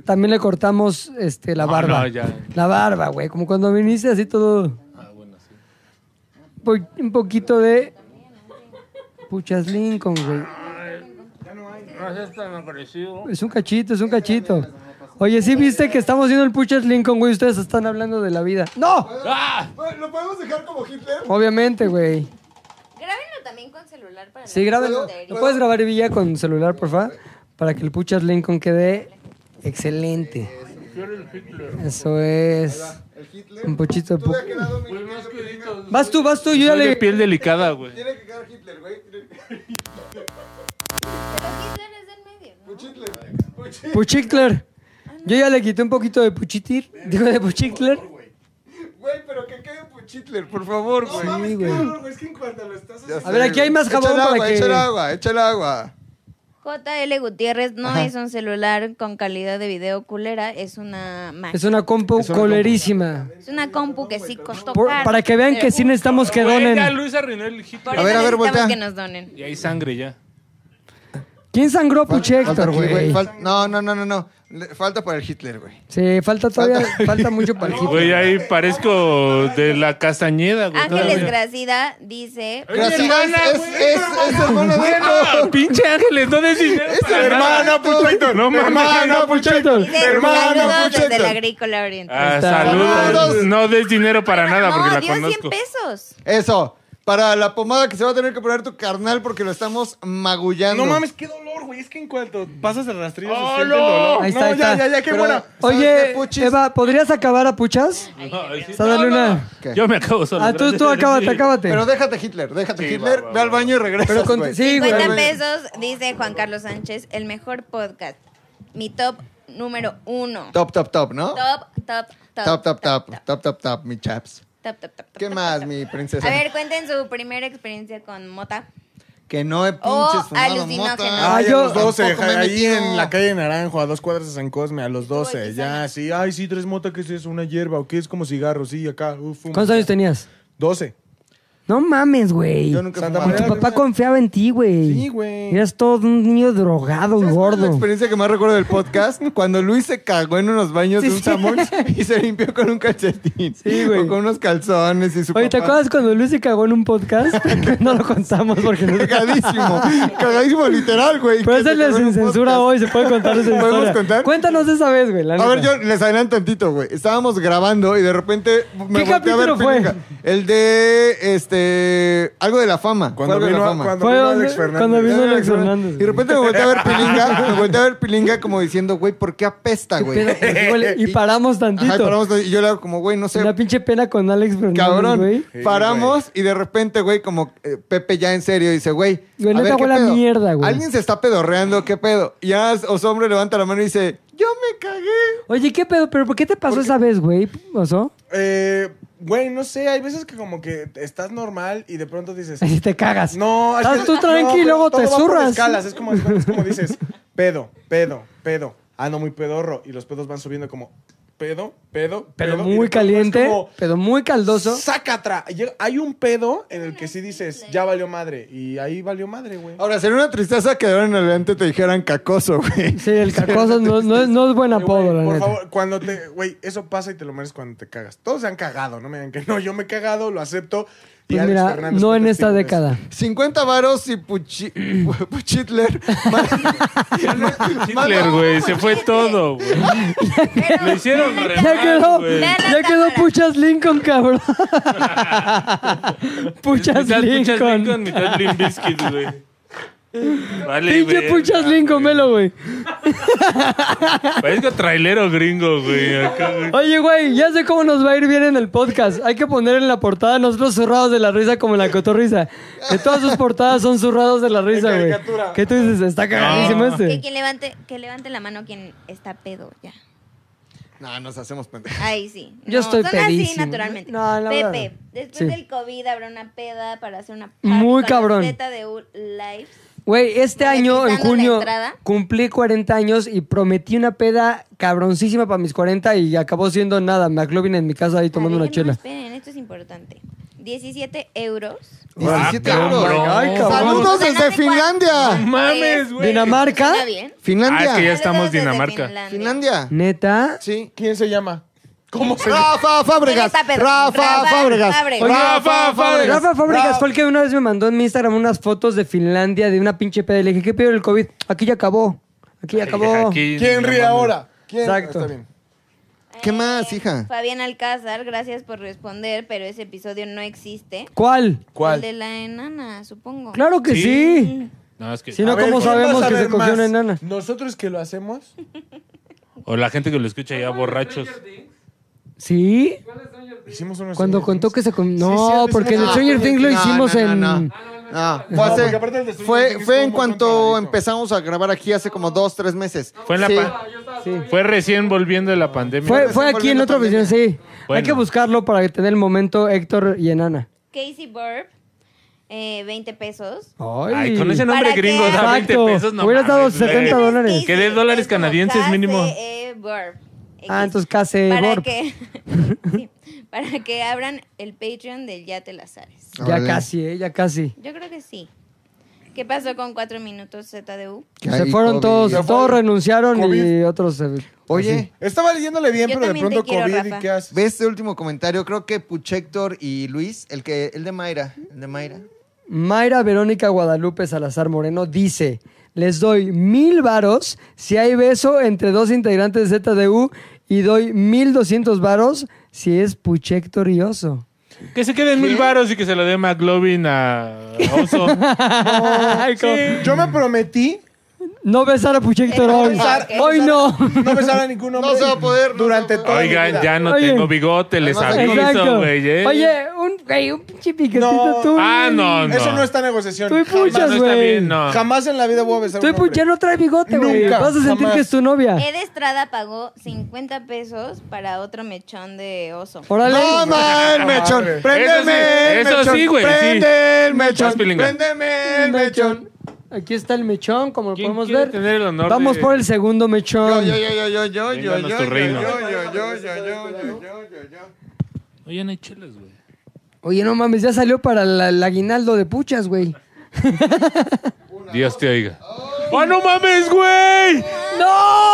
[SPEAKER 1] También le cortamos este, la
[SPEAKER 4] No,
[SPEAKER 1] barba.
[SPEAKER 4] no, ya.
[SPEAKER 1] La barba, güey. Como cuando viniste así todo. Po- un poquito de. Puchas Lincoln, güey. Es un cachito, es un cachito. Oye, sí viste que estamos viendo el Puchas Lincoln, güey. Ustedes están hablando de la vida. ¡No!
[SPEAKER 4] ¡ah!
[SPEAKER 2] favor. ¿Lo podemos dejar como Hitler?
[SPEAKER 1] Obviamente, güey.
[SPEAKER 5] Grábenlo también con celular para
[SPEAKER 1] Sí,
[SPEAKER 5] la
[SPEAKER 1] grábenlo.
[SPEAKER 5] posteridad.
[SPEAKER 1] ¿Lo puedes grabar, Villa, con celular, porfa? Para que el Puchas Lincoln quede excelente. Eso es.
[SPEAKER 2] El Hitler.
[SPEAKER 1] Un pochito de
[SPEAKER 2] Tú de
[SPEAKER 1] po-
[SPEAKER 2] aquel lado, mi
[SPEAKER 4] Güey,
[SPEAKER 2] Hitler,
[SPEAKER 4] Pues, más
[SPEAKER 2] que tenga-
[SPEAKER 4] cueritos.
[SPEAKER 1] Vas tú, vas tú, yo ya
[SPEAKER 4] Soy de
[SPEAKER 1] le.
[SPEAKER 4] piel delicada, güey.
[SPEAKER 2] Tiene que quedar Hitler, güey. Tiene que-
[SPEAKER 5] Pero Hitler es del medio, ¿no?
[SPEAKER 2] Puchitler. Puchi-
[SPEAKER 1] Puchicler. Yo ya le quité un poquito de puchitir. Digo de puchicler.
[SPEAKER 2] Güey, pero que quede Puchitler, por favor, güey.
[SPEAKER 1] Sí,
[SPEAKER 3] Qué
[SPEAKER 1] güey.
[SPEAKER 3] horror, güey, Es que en cuanto lo estás haciendo-
[SPEAKER 1] A ver, aquí hay más jabón
[SPEAKER 2] Echa el
[SPEAKER 1] para
[SPEAKER 2] agua,
[SPEAKER 1] que-
[SPEAKER 2] Echa el agua, echa el agua.
[SPEAKER 5] JL Gutiérrez no
[SPEAKER 2] Ajá.
[SPEAKER 5] es un celular con calidad de video culera, es una Mac.
[SPEAKER 1] Es una compu
[SPEAKER 3] Es una
[SPEAKER 1] colerísima.
[SPEAKER 5] Es una compu que sí costó
[SPEAKER 1] Por-
[SPEAKER 5] caro.
[SPEAKER 1] para que vean que sí necesitamos que
[SPEAKER 4] Güey, ya
[SPEAKER 1] donen.
[SPEAKER 4] Luis arruinó el hijito.
[SPEAKER 5] Por
[SPEAKER 2] A
[SPEAKER 5] eso
[SPEAKER 2] ver, a ver,
[SPEAKER 5] necesitamos
[SPEAKER 2] voltea.
[SPEAKER 5] que nos donen.
[SPEAKER 4] Y hay sangre ya.
[SPEAKER 1] ¿Quién sangró a
[SPEAKER 2] Falta
[SPEAKER 1] Puchector,
[SPEAKER 2] aquí, güey,
[SPEAKER 1] güey?
[SPEAKER 2] fal- No, no, no, no, no. Le- Falta para el Hitler, güey.
[SPEAKER 1] Sí, falta todavía, falta mucho para el
[SPEAKER 4] Güey, ahí parezco de la castañeda, güey.
[SPEAKER 5] Ángeles
[SPEAKER 4] todavía.
[SPEAKER 5] Gracida dice...
[SPEAKER 4] Oye,
[SPEAKER 2] Gracias,
[SPEAKER 4] hermana,
[SPEAKER 2] es,
[SPEAKER 4] güey,
[SPEAKER 2] es, es, hermana de
[SPEAKER 4] Ah, pinche Ángeles, no des dinero.
[SPEAKER 2] Es pues,
[SPEAKER 4] para nada.
[SPEAKER 2] hermana, Puchito.
[SPEAKER 4] No mames.
[SPEAKER 2] Hermana,
[SPEAKER 3] pues,
[SPEAKER 2] Puchito.
[SPEAKER 5] Dice,
[SPEAKER 2] Hermana,
[SPEAKER 5] saludos desde la
[SPEAKER 2] Puchito.
[SPEAKER 5] agrícola oriental.
[SPEAKER 4] Ah,
[SPEAKER 1] Hasta-
[SPEAKER 4] saludos.
[SPEAKER 2] Saludos.
[SPEAKER 4] No des dinero para nada porque
[SPEAKER 5] no,
[SPEAKER 4] la
[SPEAKER 5] dio 100
[SPEAKER 4] conozco.
[SPEAKER 5] pesos.
[SPEAKER 2] Eso. Para la pomada que se va a tener que poner tu carnal porque lo estamos magullando.
[SPEAKER 3] No mames, qué dolor, güey. Es que en cuanto pasas el rastrillo se
[SPEAKER 4] ¡Oh,
[SPEAKER 3] siente el
[SPEAKER 4] no!
[SPEAKER 3] dolor.
[SPEAKER 1] Ahí está,
[SPEAKER 3] no,
[SPEAKER 1] ahí
[SPEAKER 3] ya,
[SPEAKER 1] está.
[SPEAKER 3] ya, ya, qué
[SPEAKER 2] Pero-
[SPEAKER 3] buena.
[SPEAKER 1] Oye,
[SPEAKER 2] qué, Puchis?
[SPEAKER 1] Eva, ¿podrías acabar a Puchas?
[SPEAKER 4] No, sí.
[SPEAKER 1] Está dale una.
[SPEAKER 2] ¿Qué?
[SPEAKER 4] Yo me acabo solo.
[SPEAKER 1] Ah, tú, tú acábate, acábate.
[SPEAKER 2] Pero déjate Hitler, déjate
[SPEAKER 4] Sí,
[SPEAKER 2] Hitler,
[SPEAKER 4] va, va,
[SPEAKER 2] ve al
[SPEAKER 4] va.
[SPEAKER 2] baño y regresa.
[SPEAKER 1] Pero con- sí, güey.
[SPEAKER 5] 50
[SPEAKER 2] güey.
[SPEAKER 5] pesos, dice Juan Carlos Sánchez, el mejor podcast. Mi top número uno.
[SPEAKER 2] Top, top, top, ¿no?
[SPEAKER 5] Top, top, top.
[SPEAKER 2] Top, top, top, top, top, top, mi chaps.
[SPEAKER 5] Top, top, top, top,
[SPEAKER 2] ¿Qué
[SPEAKER 5] top,
[SPEAKER 2] más,
[SPEAKER 5] top.
[SPEAKER 2] mi princesa?
[SPEAKER 5] A ver, cuenten su primera experiencia con mota.
[SPEAKER 2] Que no he pinches
[SPEAKER 5] Oh,
[SPEAKER 2] fumado
[SPEAKER 5] alucinógeno.
[SPEAKER 2] mota.
[SPEAKER 1] Ah,
[SPEAKER 3] Ay,
[SPEAKER 1] yo-
[SPEAKER 3] a los 12,
[SPEAKER 2] Tampoco me he
[SPEAKER 3] ahí
[SPEAKER 2] metido.
[SPEAKER 3] en la calle de Naranjo, a dos cuadras de San Cosme, a los
[SPEAKER 5] Estuvo
[SPEAKER 3] 12.
[SPEAKER 5] aquí
[SPEAKER 3] Ya,
[SPEAKER 5] sale.
[SPEAKER 3] sí, ay, sí, tres mota, ¿qué es eso? Una hierba, ¿o qué es como cigarro? Sí, acá, uf, fuma.
[SPEAKER 1] ¿Cuántos años tenías?
[SPEAKER 3] 12.
[SPEAKER 1] No mames, güey.
[SPEAKER 2] Yo nunca he
[SPEAKER 3] Santa
[SPEAKER 2] fumado.
[SPEAKER 1] Tu
[SPEAKER 3] María.
[SPEAKER 1] papá confiaba en ti, güey.
[SPEAKER 3] Sí, güey.
[SPEAKER 1] Eras todo un niño drogado,
[SPEAKER 2] ¿Sabes cuál es La
[SPEAKER 1] gordo.
[SPEAKER 2] experiencia que más recuerdo del podcast, cuando Luis se cagó en unos baños
[SPEAKER 1] Sí,
[SPEAKER 2] de un
[SPEAKER 1] sí.
[SPEAKER 2] samón y se limpió con un calcetín.
[SPEAKER 1] Sí, güey.
[SPEAKER 2] O con unos calzones y su
[SPEAKER 1] Oye, ¿te
[SPEAKER 2] papá-
[SPEAKER 1] acuerdas cuando Luis se cagó en un podcast? no lo contamos porque no
[SPEAKER 2] Cagadísimo. Cagadísimo literal, güey.
[SPEAKER 1] Pero
[SPEAKER 2] Que
[SPEAKER 1] esa
[SPEAKER 2] se
[SPEAKER 1] es la
[SPEAKER 2] cagó en
[SPEAKER 1] sin
[SPEAKER 2] un
[SPEAKER 1] censura
[SPEAKER 2] podcast.
[SPEAKER 1] hoy, se puede contar esa historia.
[SPEAKER 2] ¿Podemos contar?
[SPEAKER 1] Cuéntanos de esa vez, güey. la
[SPEAKER 2] A ver,
[SPEAKER 1] neta.
[SPEAKER 2] yo les adelanto tantito, güey. Estábamos grabando y de repente me
[SPEAKER 1] ¿Qué
[SPEAKER 2] volteé a ver
[SPEAKER 1] capítulo fue?
[SPEAKER 2] pendeja. El de este algo de la fama. Fue
[SPEAKER 3] Cuando
[SPEAKER 2] algo de
[SPEAKER 3] vino,
[SPEAKER 2] la
[SPEAKER 3] a-
[SPEAKER 2] fama.
[SPEAKER 3] cuando
[SPEAKER 1] Fue
[SPEAKER 3] vino
[SPEAKER 1] donde-
[SPEAKER 3] Alex Fernández.
[SPEAKER 1] cuando vino- Alex Fernández,
[SPEAKER 2] Y de repente me volteé a ver Pilinga, me volteé a ver Pilinga como diciendo, güey, ¿por qué apesta,
[SPEAKER 1] Qué
[SPEAKER 2] güey?
[SPEAKER 1] pedo, pues, igual, y
[SPEAKER 2] Y-
[SPEAKER 1] paramos tantito.
[SPEAKER 2] Ajá, y paramos, y yo le hago como, güey, no sé,
[SPEAKER 1] Una pinche pena con Alex Fernández,
[SPEAKER 2] cabrón.
[SPEAKER 1] güey.
[SPEAKER 3] Sí,
[SPEAKER 2] Paramos y de repente, güey, como eh, Pepe ya en serio dice, güey,
[SPEAKER 1] Güey,
[SPEAKER 2] a
[SPEAKER 1] neta
[SPEAKER 2] ver, ¿qué
[SPEAKER 1] huele a
[SPEAKER 2] pedo?
[SPEAKER 1] mierda, güey.
[SPEAKER 2] Alguien se está pedorreando, ¿qué pedo? Y ya Osombre levanta la mano y dice, yo me cagué.
[SPEAKER 1] Oye, ¿qué pedo? ¿Pero por qué te pasó esa vez, güey? ¿Oso?
[SPEAKER 3] Eh, Güey, no sé, hay veces que como que estás normal y de pronto dices...
[SPEAKER 1] Así te cagas.
[SPEAKER 3] No, es
[SPEAKER 1] Estás
[SPEAKER 3] que-
[SPEAKER 1] tú
[SPEAKER 3] no,
[SPEAKER 1] tranqui y
[SPEAKER 3] pero
[SPEAKER 1] luego
[SPEAKER 3] todo
[SPEAKER 1] te
[SPEAKER 3] va por
[SPEAKER 1] zurras.
[SPEAKER 3] escalas, es como, es como dices, pedo, pedo, pedo. Ando muy pedorro y los pedos van subiendo como pedo, pedo,
[SPEAKER 1] Pero
[SPEAKER 3] pedo, y de pronto
[SPEAKER 1] muy
[SPEAKER 3] es
[SPEAKER 1] caliente,
[SPEAKER 3] como,
[SPEAKER 1] pero muy caldoso.
[SPEAKER 3] Saca atrás. Hay un pedo en el que sí dices, ya valió madre. Y ahí valió madre, güey.
[SPEAKER 2] Ahora, sería una tristeza que de ahora en adelante te dijeran cacoso, güey.
[SPEAKER 1] Sí, el cacoso no, no, es- no es buen
[SPEAKER 3] Güey,
[SPEAKER 1] apodo, la
[SPEAKER 3] por
[SPEAKER 1] neta.
[SPEAKER 3] favor, cuando te. Güey, eso pasa y te lo mereces cuando te cagas. Todos se han cagado, no me digan que no. Yo me he cagado, lo acepto. Y
[SPEAKER 1] Pues
[SPEAKER 3] Alex
[SPEAKER 1] mira,
[SPEAKER 3] Fernández
[SPEAKER 1] no
[SPEAKER 3] fue
[SPEAKER 1] en esta
[SPEAKER 3] testigo de eso.
[SPEAKER 1] década.
[SPEAKER 2] 50 varos y puchi- pu- Puchitler.
[SPEAKER 4] Hitler, güey, se fue todo, güey.
[SPEAKER 5] Pero-
[SPEAKER 4] Lo hicieron
[SPEAKER 5] Vean
[SPEAKER 4] re
[SPEAKER 5] la
[SPEAKER 1] Ya
[SPEAKER 4] mal,
[SPEAKER 1] quedó,
[SPEAKER 4] güey.
[SPEAKER 5] Vean la
[SPEAKER 1] ya quedó
[SPEAKER 5] cámara.
[SPEAKER 1] Puchas Lincoln, cabrón.
[SPEAKER 4] Mitad
[SPEAKER 1] Puchas
[SPEAKER 4] Puchas Lincoln,
[SPEAKER 1] Lincoln.
[SPEAKER 4] mitad Limp Bizkit, güey. Vale,
[SPEAKER 1] Pinche
[SPEAKER 4] verga,
[SPEAKER 1] Puchas Lincoln,
[SPEAKER 4] güey.
[SPEAKER 1] velo, güey.
[SPEAKER 4] Parezco trailero gringo, güey. acá, güey.
[SPEAKER 1] Oye, güey, ya sé cómo nos va a ir bien en el podcast. Hay que poner en la portada nosotros zurrados de la risa como la cotorrisa. Que todas sus portadas son zurrados de la risa, güey.
[SPEAKER 3] caricatura.
[SPEAKER 1] ¿Qué tú dices? Está cagadísimo
[SPEAKER 5] Que
[SPEAKER 1] este.
[SPEAKER 5] quien levante, que levante la mano quien está pedo ya.
[SPEAKER 2] no, nos hacemos pendejos.
[SPEAKER 5] Ahí sí.
[SPEAKER 1] Yo estoy
[SPEAKER 5] son
[SPEAKER 1] pedísimo.
[SPEAKER 5] así naturalmente.
[SPEAKER 1] No, la verdad.
[SPEAKER 5] Pepe, después
[SPEAKER 1] Sí.
[SPEAKER 5] del COVID habrá una peda para hacer una party
[SPEAKER 1] Muy
[SPEAKER 5] con la
[SPEAKER 1] cabrón.
[SPEAKER 5] Zeta de U Lives.
[SPEAKER 1] Güey, este año, en
[SPEAKER 5] Monetizando la
[SPEAKER 1] junio,
[SPEAKER 5] entrada.
[SPEAKER 1] cumplí 40 años y prometí una peda cabroncísima para mis 40 y acabó siendo nada. McLovin en mi casa ahí tomando
[SPEAKER 5] A
[SPEAKER 1] una
[SPEAKER 5] ver, no,
[SPEAKER 1] chela.
[SPEAKER 5] esperen, esto es importante. 17 euros.
[SPEAKER 2] 17
[SPEAKER 4] Ah,
[SPEAKER 2] euros.
[SPEAKER 4] cabrón.
[SPEAKER 1] Ay, cabrón.
[SPEAKER 2] ¡Saludos
[SPEAKER 5] Ganate
[SPEAKER 2] desde
[SPEAKER 5] cuatro.
[SPEAKER 4] No
[SPEAKER 2] Finlandia!
[SPEAKER 4] mames, güey.
[SPEAKER 1] Dinamarca.
[SPEAKER 5] Pues, ¿Suena bien?
[SPEAKER 4] Ah, es que ya
[SPEAKER 2] ¿Finlandia?
[SPEAKER 4] estamos
[SPEAKER 5] Saludos desde
[SPEAKER 4] Dinamarca.
[SPEAKER 5] Finlandia.
[SPEAKER 2] ¿Finlandia?
[SPEAKER 1] Neta.
[SPEAKER 2] Sí.
[SPEAKER 3] ¿Quién se llama? ¿Cómo se llama?
[SPEAKER 2] Rafa Fábregas.
[SPEAKER 5] Él está pedo.
[SPEAKER 2] Rafa
[SPEAKER 5] Rafa
[SPEAKER 2] Fábregas.
[SPEAKER 5] Fábregas.
[SPEAKER 2] Rafa Fábregas.
[SPEAKER 1] Rafa Fábricas fue el que una vez me mandó en mi Instagram unas fotos de Finlandia de una pinche peda. Y le dije, ¿qué pedo el COVID? Aquí ya acabó. Aquí ya acabó.
[SPEAKER 4] Aquí,
[SPEAKER 3] ¿Quién
[SPEAKER 4] no
[SPEAKER 3] ríe
[SPEAKER 4] mames.
[SPEAKER 3] ahora? ¿Quién?
[SPEAKER 1] Exacto.
[SPEAKER 3] Está bien.
[SPEAKER 2] ¿Qué más, hija?
[SPEAKER 5] Eh, Fabián Alcázar, gracias por responder, pero ese episodio no existe.
[SPEAKER 1] ¿Cuál?
[SPEAKER 5] El
[SPEAKER 3] ¿Cuál?
[SPEAKER 5] de la enana, supongo.
[SPEAKER 1] Claro que
[SPEAKER 4] Sí.
[SPEAKER 1] sí.
[SPEAKER 4] No, es que.
[SPEAKER 1] Si no,
[SPEAKER 3] A ver,
[SPEAKER 1] ¿cómo
[SPEAKER 3] ¿quién va
[SPEAKER 1] sabemos
[SPEAKER 3] a
[SPEAKER 1] que se
[SPEAKER 3] saber
[SPEAKER 1] cogió
[SPEAKER 3] más?
[SPEAKER 1] una enana?
[SPEAKER 3] ¿Nosotros que lo hacemos?
[SPEAKER 4] O la gente que lo escucha ya borrachos.
[SPEAKER 1] ¿Sí?
[SPEAKER 3] Hicimos unos
[SPEAKER 1] Cuando
[SPEAKER 3] Stranger
[SPEAKER 1] contó
[SPEAKER 3] Things.
[SPEAKER 1] que se... com-
[SPEAKER 3] Sí, sí,
[SPEAKER 1] No,
[SPEAKER 3] antes
[SPEAKER 1] porque
[SPEAKER 3] de-
[SPEAKER 1] el
[SPEAKER 3] No,
[SPEAKER 1] Stranger Things lo
[SPEAKER 2] no,
[SPEAKER 1] hicimos
[SPEAKER 2] no,
[SPEAKER 1] en...
[SPEAKER 2] no, no. No, fue,
[SPEAKER 3] No,
[SPEAKER 2] hace-
[SPEAKER 3] porque aparte el de Stranger
[SPEAKER 2] fue,
[SPEAKER 3] Things
[SPEAKER 2] fue
[SPEAKER 3] fue
[SPEAKER 2] en
[SPEAKER 3] un montón
[SPEAKER 2] cuanto
[SPEAKER 3] de
[SPEAKER 2] empezamos a grabar aquí hace como dos, tres meses.
[SPEAKER 4] Fue en la
[SPEAKER 2] Sí.
[SPEAKER 4] pa- Fue recién volviendo de la pandemia.
[SPEAKER 1] Fue, fue aquí en
[SPEAKER 2] volviendo
[SPEAKER 1] otra
[SPEAKER 2] pandemia.
[SPEAKER 1] ocasión, sí. Hay
[SPEAKER 4] Bueno.
[SPEAKER 1] que buscarlo para tener el momento Héctor y Enana.
[SPEAKER 5] Casey Burp, eh, 20 pesos.
[SPEAKER 1] Ay,
[SPEAKER 4] Ay, con ese nombre
[SPEAKER 5] ¿Para qué?
[SPEAKER 4] gringo, da 20
[SPEAKER 1] Exacto.
[SPEAKER 4] pesos. No
[SPEAKER 1] Hubieras dado
[SPEAKER 4] mames, güey.
[SPEAKER 1] 70 dólares.
[SPEAKER 5] Casey
[SPEAKER 4] Eh, Que dé dólares
[SPEAKER 5] es como
[SPEAKER 4] canadienses
[SPEAKER 5] K,
[SPEAKER 4] mínimo.
[SPEAKER 5] C, E, Burp.
[SPEAKER 1] Ah,
[SPEAKER 5] X.
[SPEAKER 1] entonces casi
[SPEAKER 5] para
[SPEAKER 1] Gorp.
[SPEAKER 5] que sí, para que abran el Patreon del Ya te las sabes.
[SPEAKER 1] Ya
[SPEAKER 2] Órale.
[SPEAKER 1] casi, ¿eh? Ya casi.
[SPEAKER 5] Yo creo que sí. ¿Qué pasó con cuatro minutos ZDU?
[SPEAKER 2] Que
[SPEAKER 1] se
[SPEAKER 2] ahí
[SPEAKER 1] fueron
[SPEAKER 2] COVID.
[SPEAKER 1] todos,
[SPEAKER 3] Ya fue
[SPEAKER 1] todos renunciaron y
[SPEAKER 3] COVID.
[SPEAKER 1] otros se...
[SPEAKER 2] Oye,
[SPEAKER 3] Estaba leyéndole bien,
[SPEAKER 5] Yo
[SPEAKER 3] pero de
[SPEAKER 5] también te
[SPEAKER 3] pronto
[SPEAKER 5] quiero,
[SPEAKER 3] COVID
[SPEAKER 5] Rafa.
[SPEAKER 3] y qué haces.
[SPEAKER 2] ve este último comentario. Creo que Puchector y Luis, el que, el de Mayra, el de Mayra.
[SPEAKER 1] Mayra Verónica Guadalupe Salazar Moreno dice: Les doy mil varos si hay beso entre dos integrantes de ZDU y doy mil doscientos varos si es Puchector y Oso.
[SPEAKER 4] Que se queden mil varos y que se lo dé McLovin a a Oso.
[SPEAKER 1] Ay, co-
[SPEAKER 3] Yo me prometí
[SPEAKER 1] No besar a Puchector
[SPEAKER 5] Eh, no
[SPEAKER 1] hoy.
[SPEAKER 5] besar, eh,
[SPEAKER 1] hoy no.
[SPEAKER 3] no besar a ningún hombre.
[SPEAKER 2] No se va a poder, no
[SPEAKER 3] Durante
[SPEAKER 2] se va a
[SPEAKER 3] todo.
[SPEAKER 2] poder.
[SPEAKER 4] Oigan, ya no
[SPEAKER 1] Oye.
[SPEAKER 4] tengo bigote, les
[SPEAKER 2] Además,
[SPEAKER 4] aviso,
[SPEAKER 1] Exacto.
[SPEAKER 4] Ah, güey. ¿eh?
[SPEAKER 1] Oye, un, güey, un pinche piquetito
[SPEAKER 3] No.
[SPEAKER 1] tú.
[SPEAKER 4] Ah, no, no.
[SPEAKER 3] Eso no está negociación.
[SPEAKER 1] Tú y
[SPEAKER 3] Jamás-
[SPEAKER 1] puchas,
[SPEAKER 4] no está
[SPEAKER 1] güey.
[SPEAKER 4] bien, no.
[SPEAKER 3] Jamás en la vida voy a besar
[SPEAKER 1] Tú
[SPEAKER 3] a
[SPEAKER 1] y
[SPEAKER 3] un hombre.
[SPEAKER 1] Puchector no trae bigote, güey.
[SPEAKER 3] Nunca,
[SPEAKER 1] Vas a sentir
[SPEAKER 3] jamás.
[SPEAKER 1] que es tu novia.
[SPEAKER 2] Ah.
[SPEAKER 5] Ed Estrada pagó 50 pesos para otro mechón de oso.
[SPEAKER 1] Órale.
[SPEAKER 2] ¡No, man, mechón!
[SPEAKER 3] Eso sí,
[SPEAKER 2] ¡Préndeme el
[SPEAKER 4] eso
[SPEAKER 2] mechón!
[SPEAKER 4] sí, güey, sí.
[SPEAKER 2] ¡Prende el mechón!
[SPEAKER 4] Más pilinga.
[SPEAKER 2] ¡Préndeme el mechón!
[SPEAKER 1] Aquí está el mechón, como lo
[SPEAKER 4] ¿Quién
[SPEAKER 1] podemos
[SPEAKER 4] quiere
[SPEAKER 1] ver.
[SPEAKER 4] tener el honor
[SPEAKER 1] Vamos
[SPEAKER 4] de-
[SPEAKER 1] por el segundo
[SPEAKER 2] Yo,
[SPEAKER 1] mechón.
[SPEAKER 2] yo, yo, yo, yo, yo, yo,
[SPEAKER 4] Vénganos
[SPEAKER 2] yo,
[SPEAKER 4] tu
[SPEAKER 2] yo,
[SPEAKER 4] reino.
[SPEAKER 2] yo, yo, yo, yo, yo, yo, yo, yo.
[SPEAKER 4] Oye, no hay chelas, güey.
[SPEAKER 1] Oye, no mames, ya salió para la- el aguinaldo de puchas, güey.
[SPEAKER 4] Dios te oiga. ¡Ah, no mames, güey!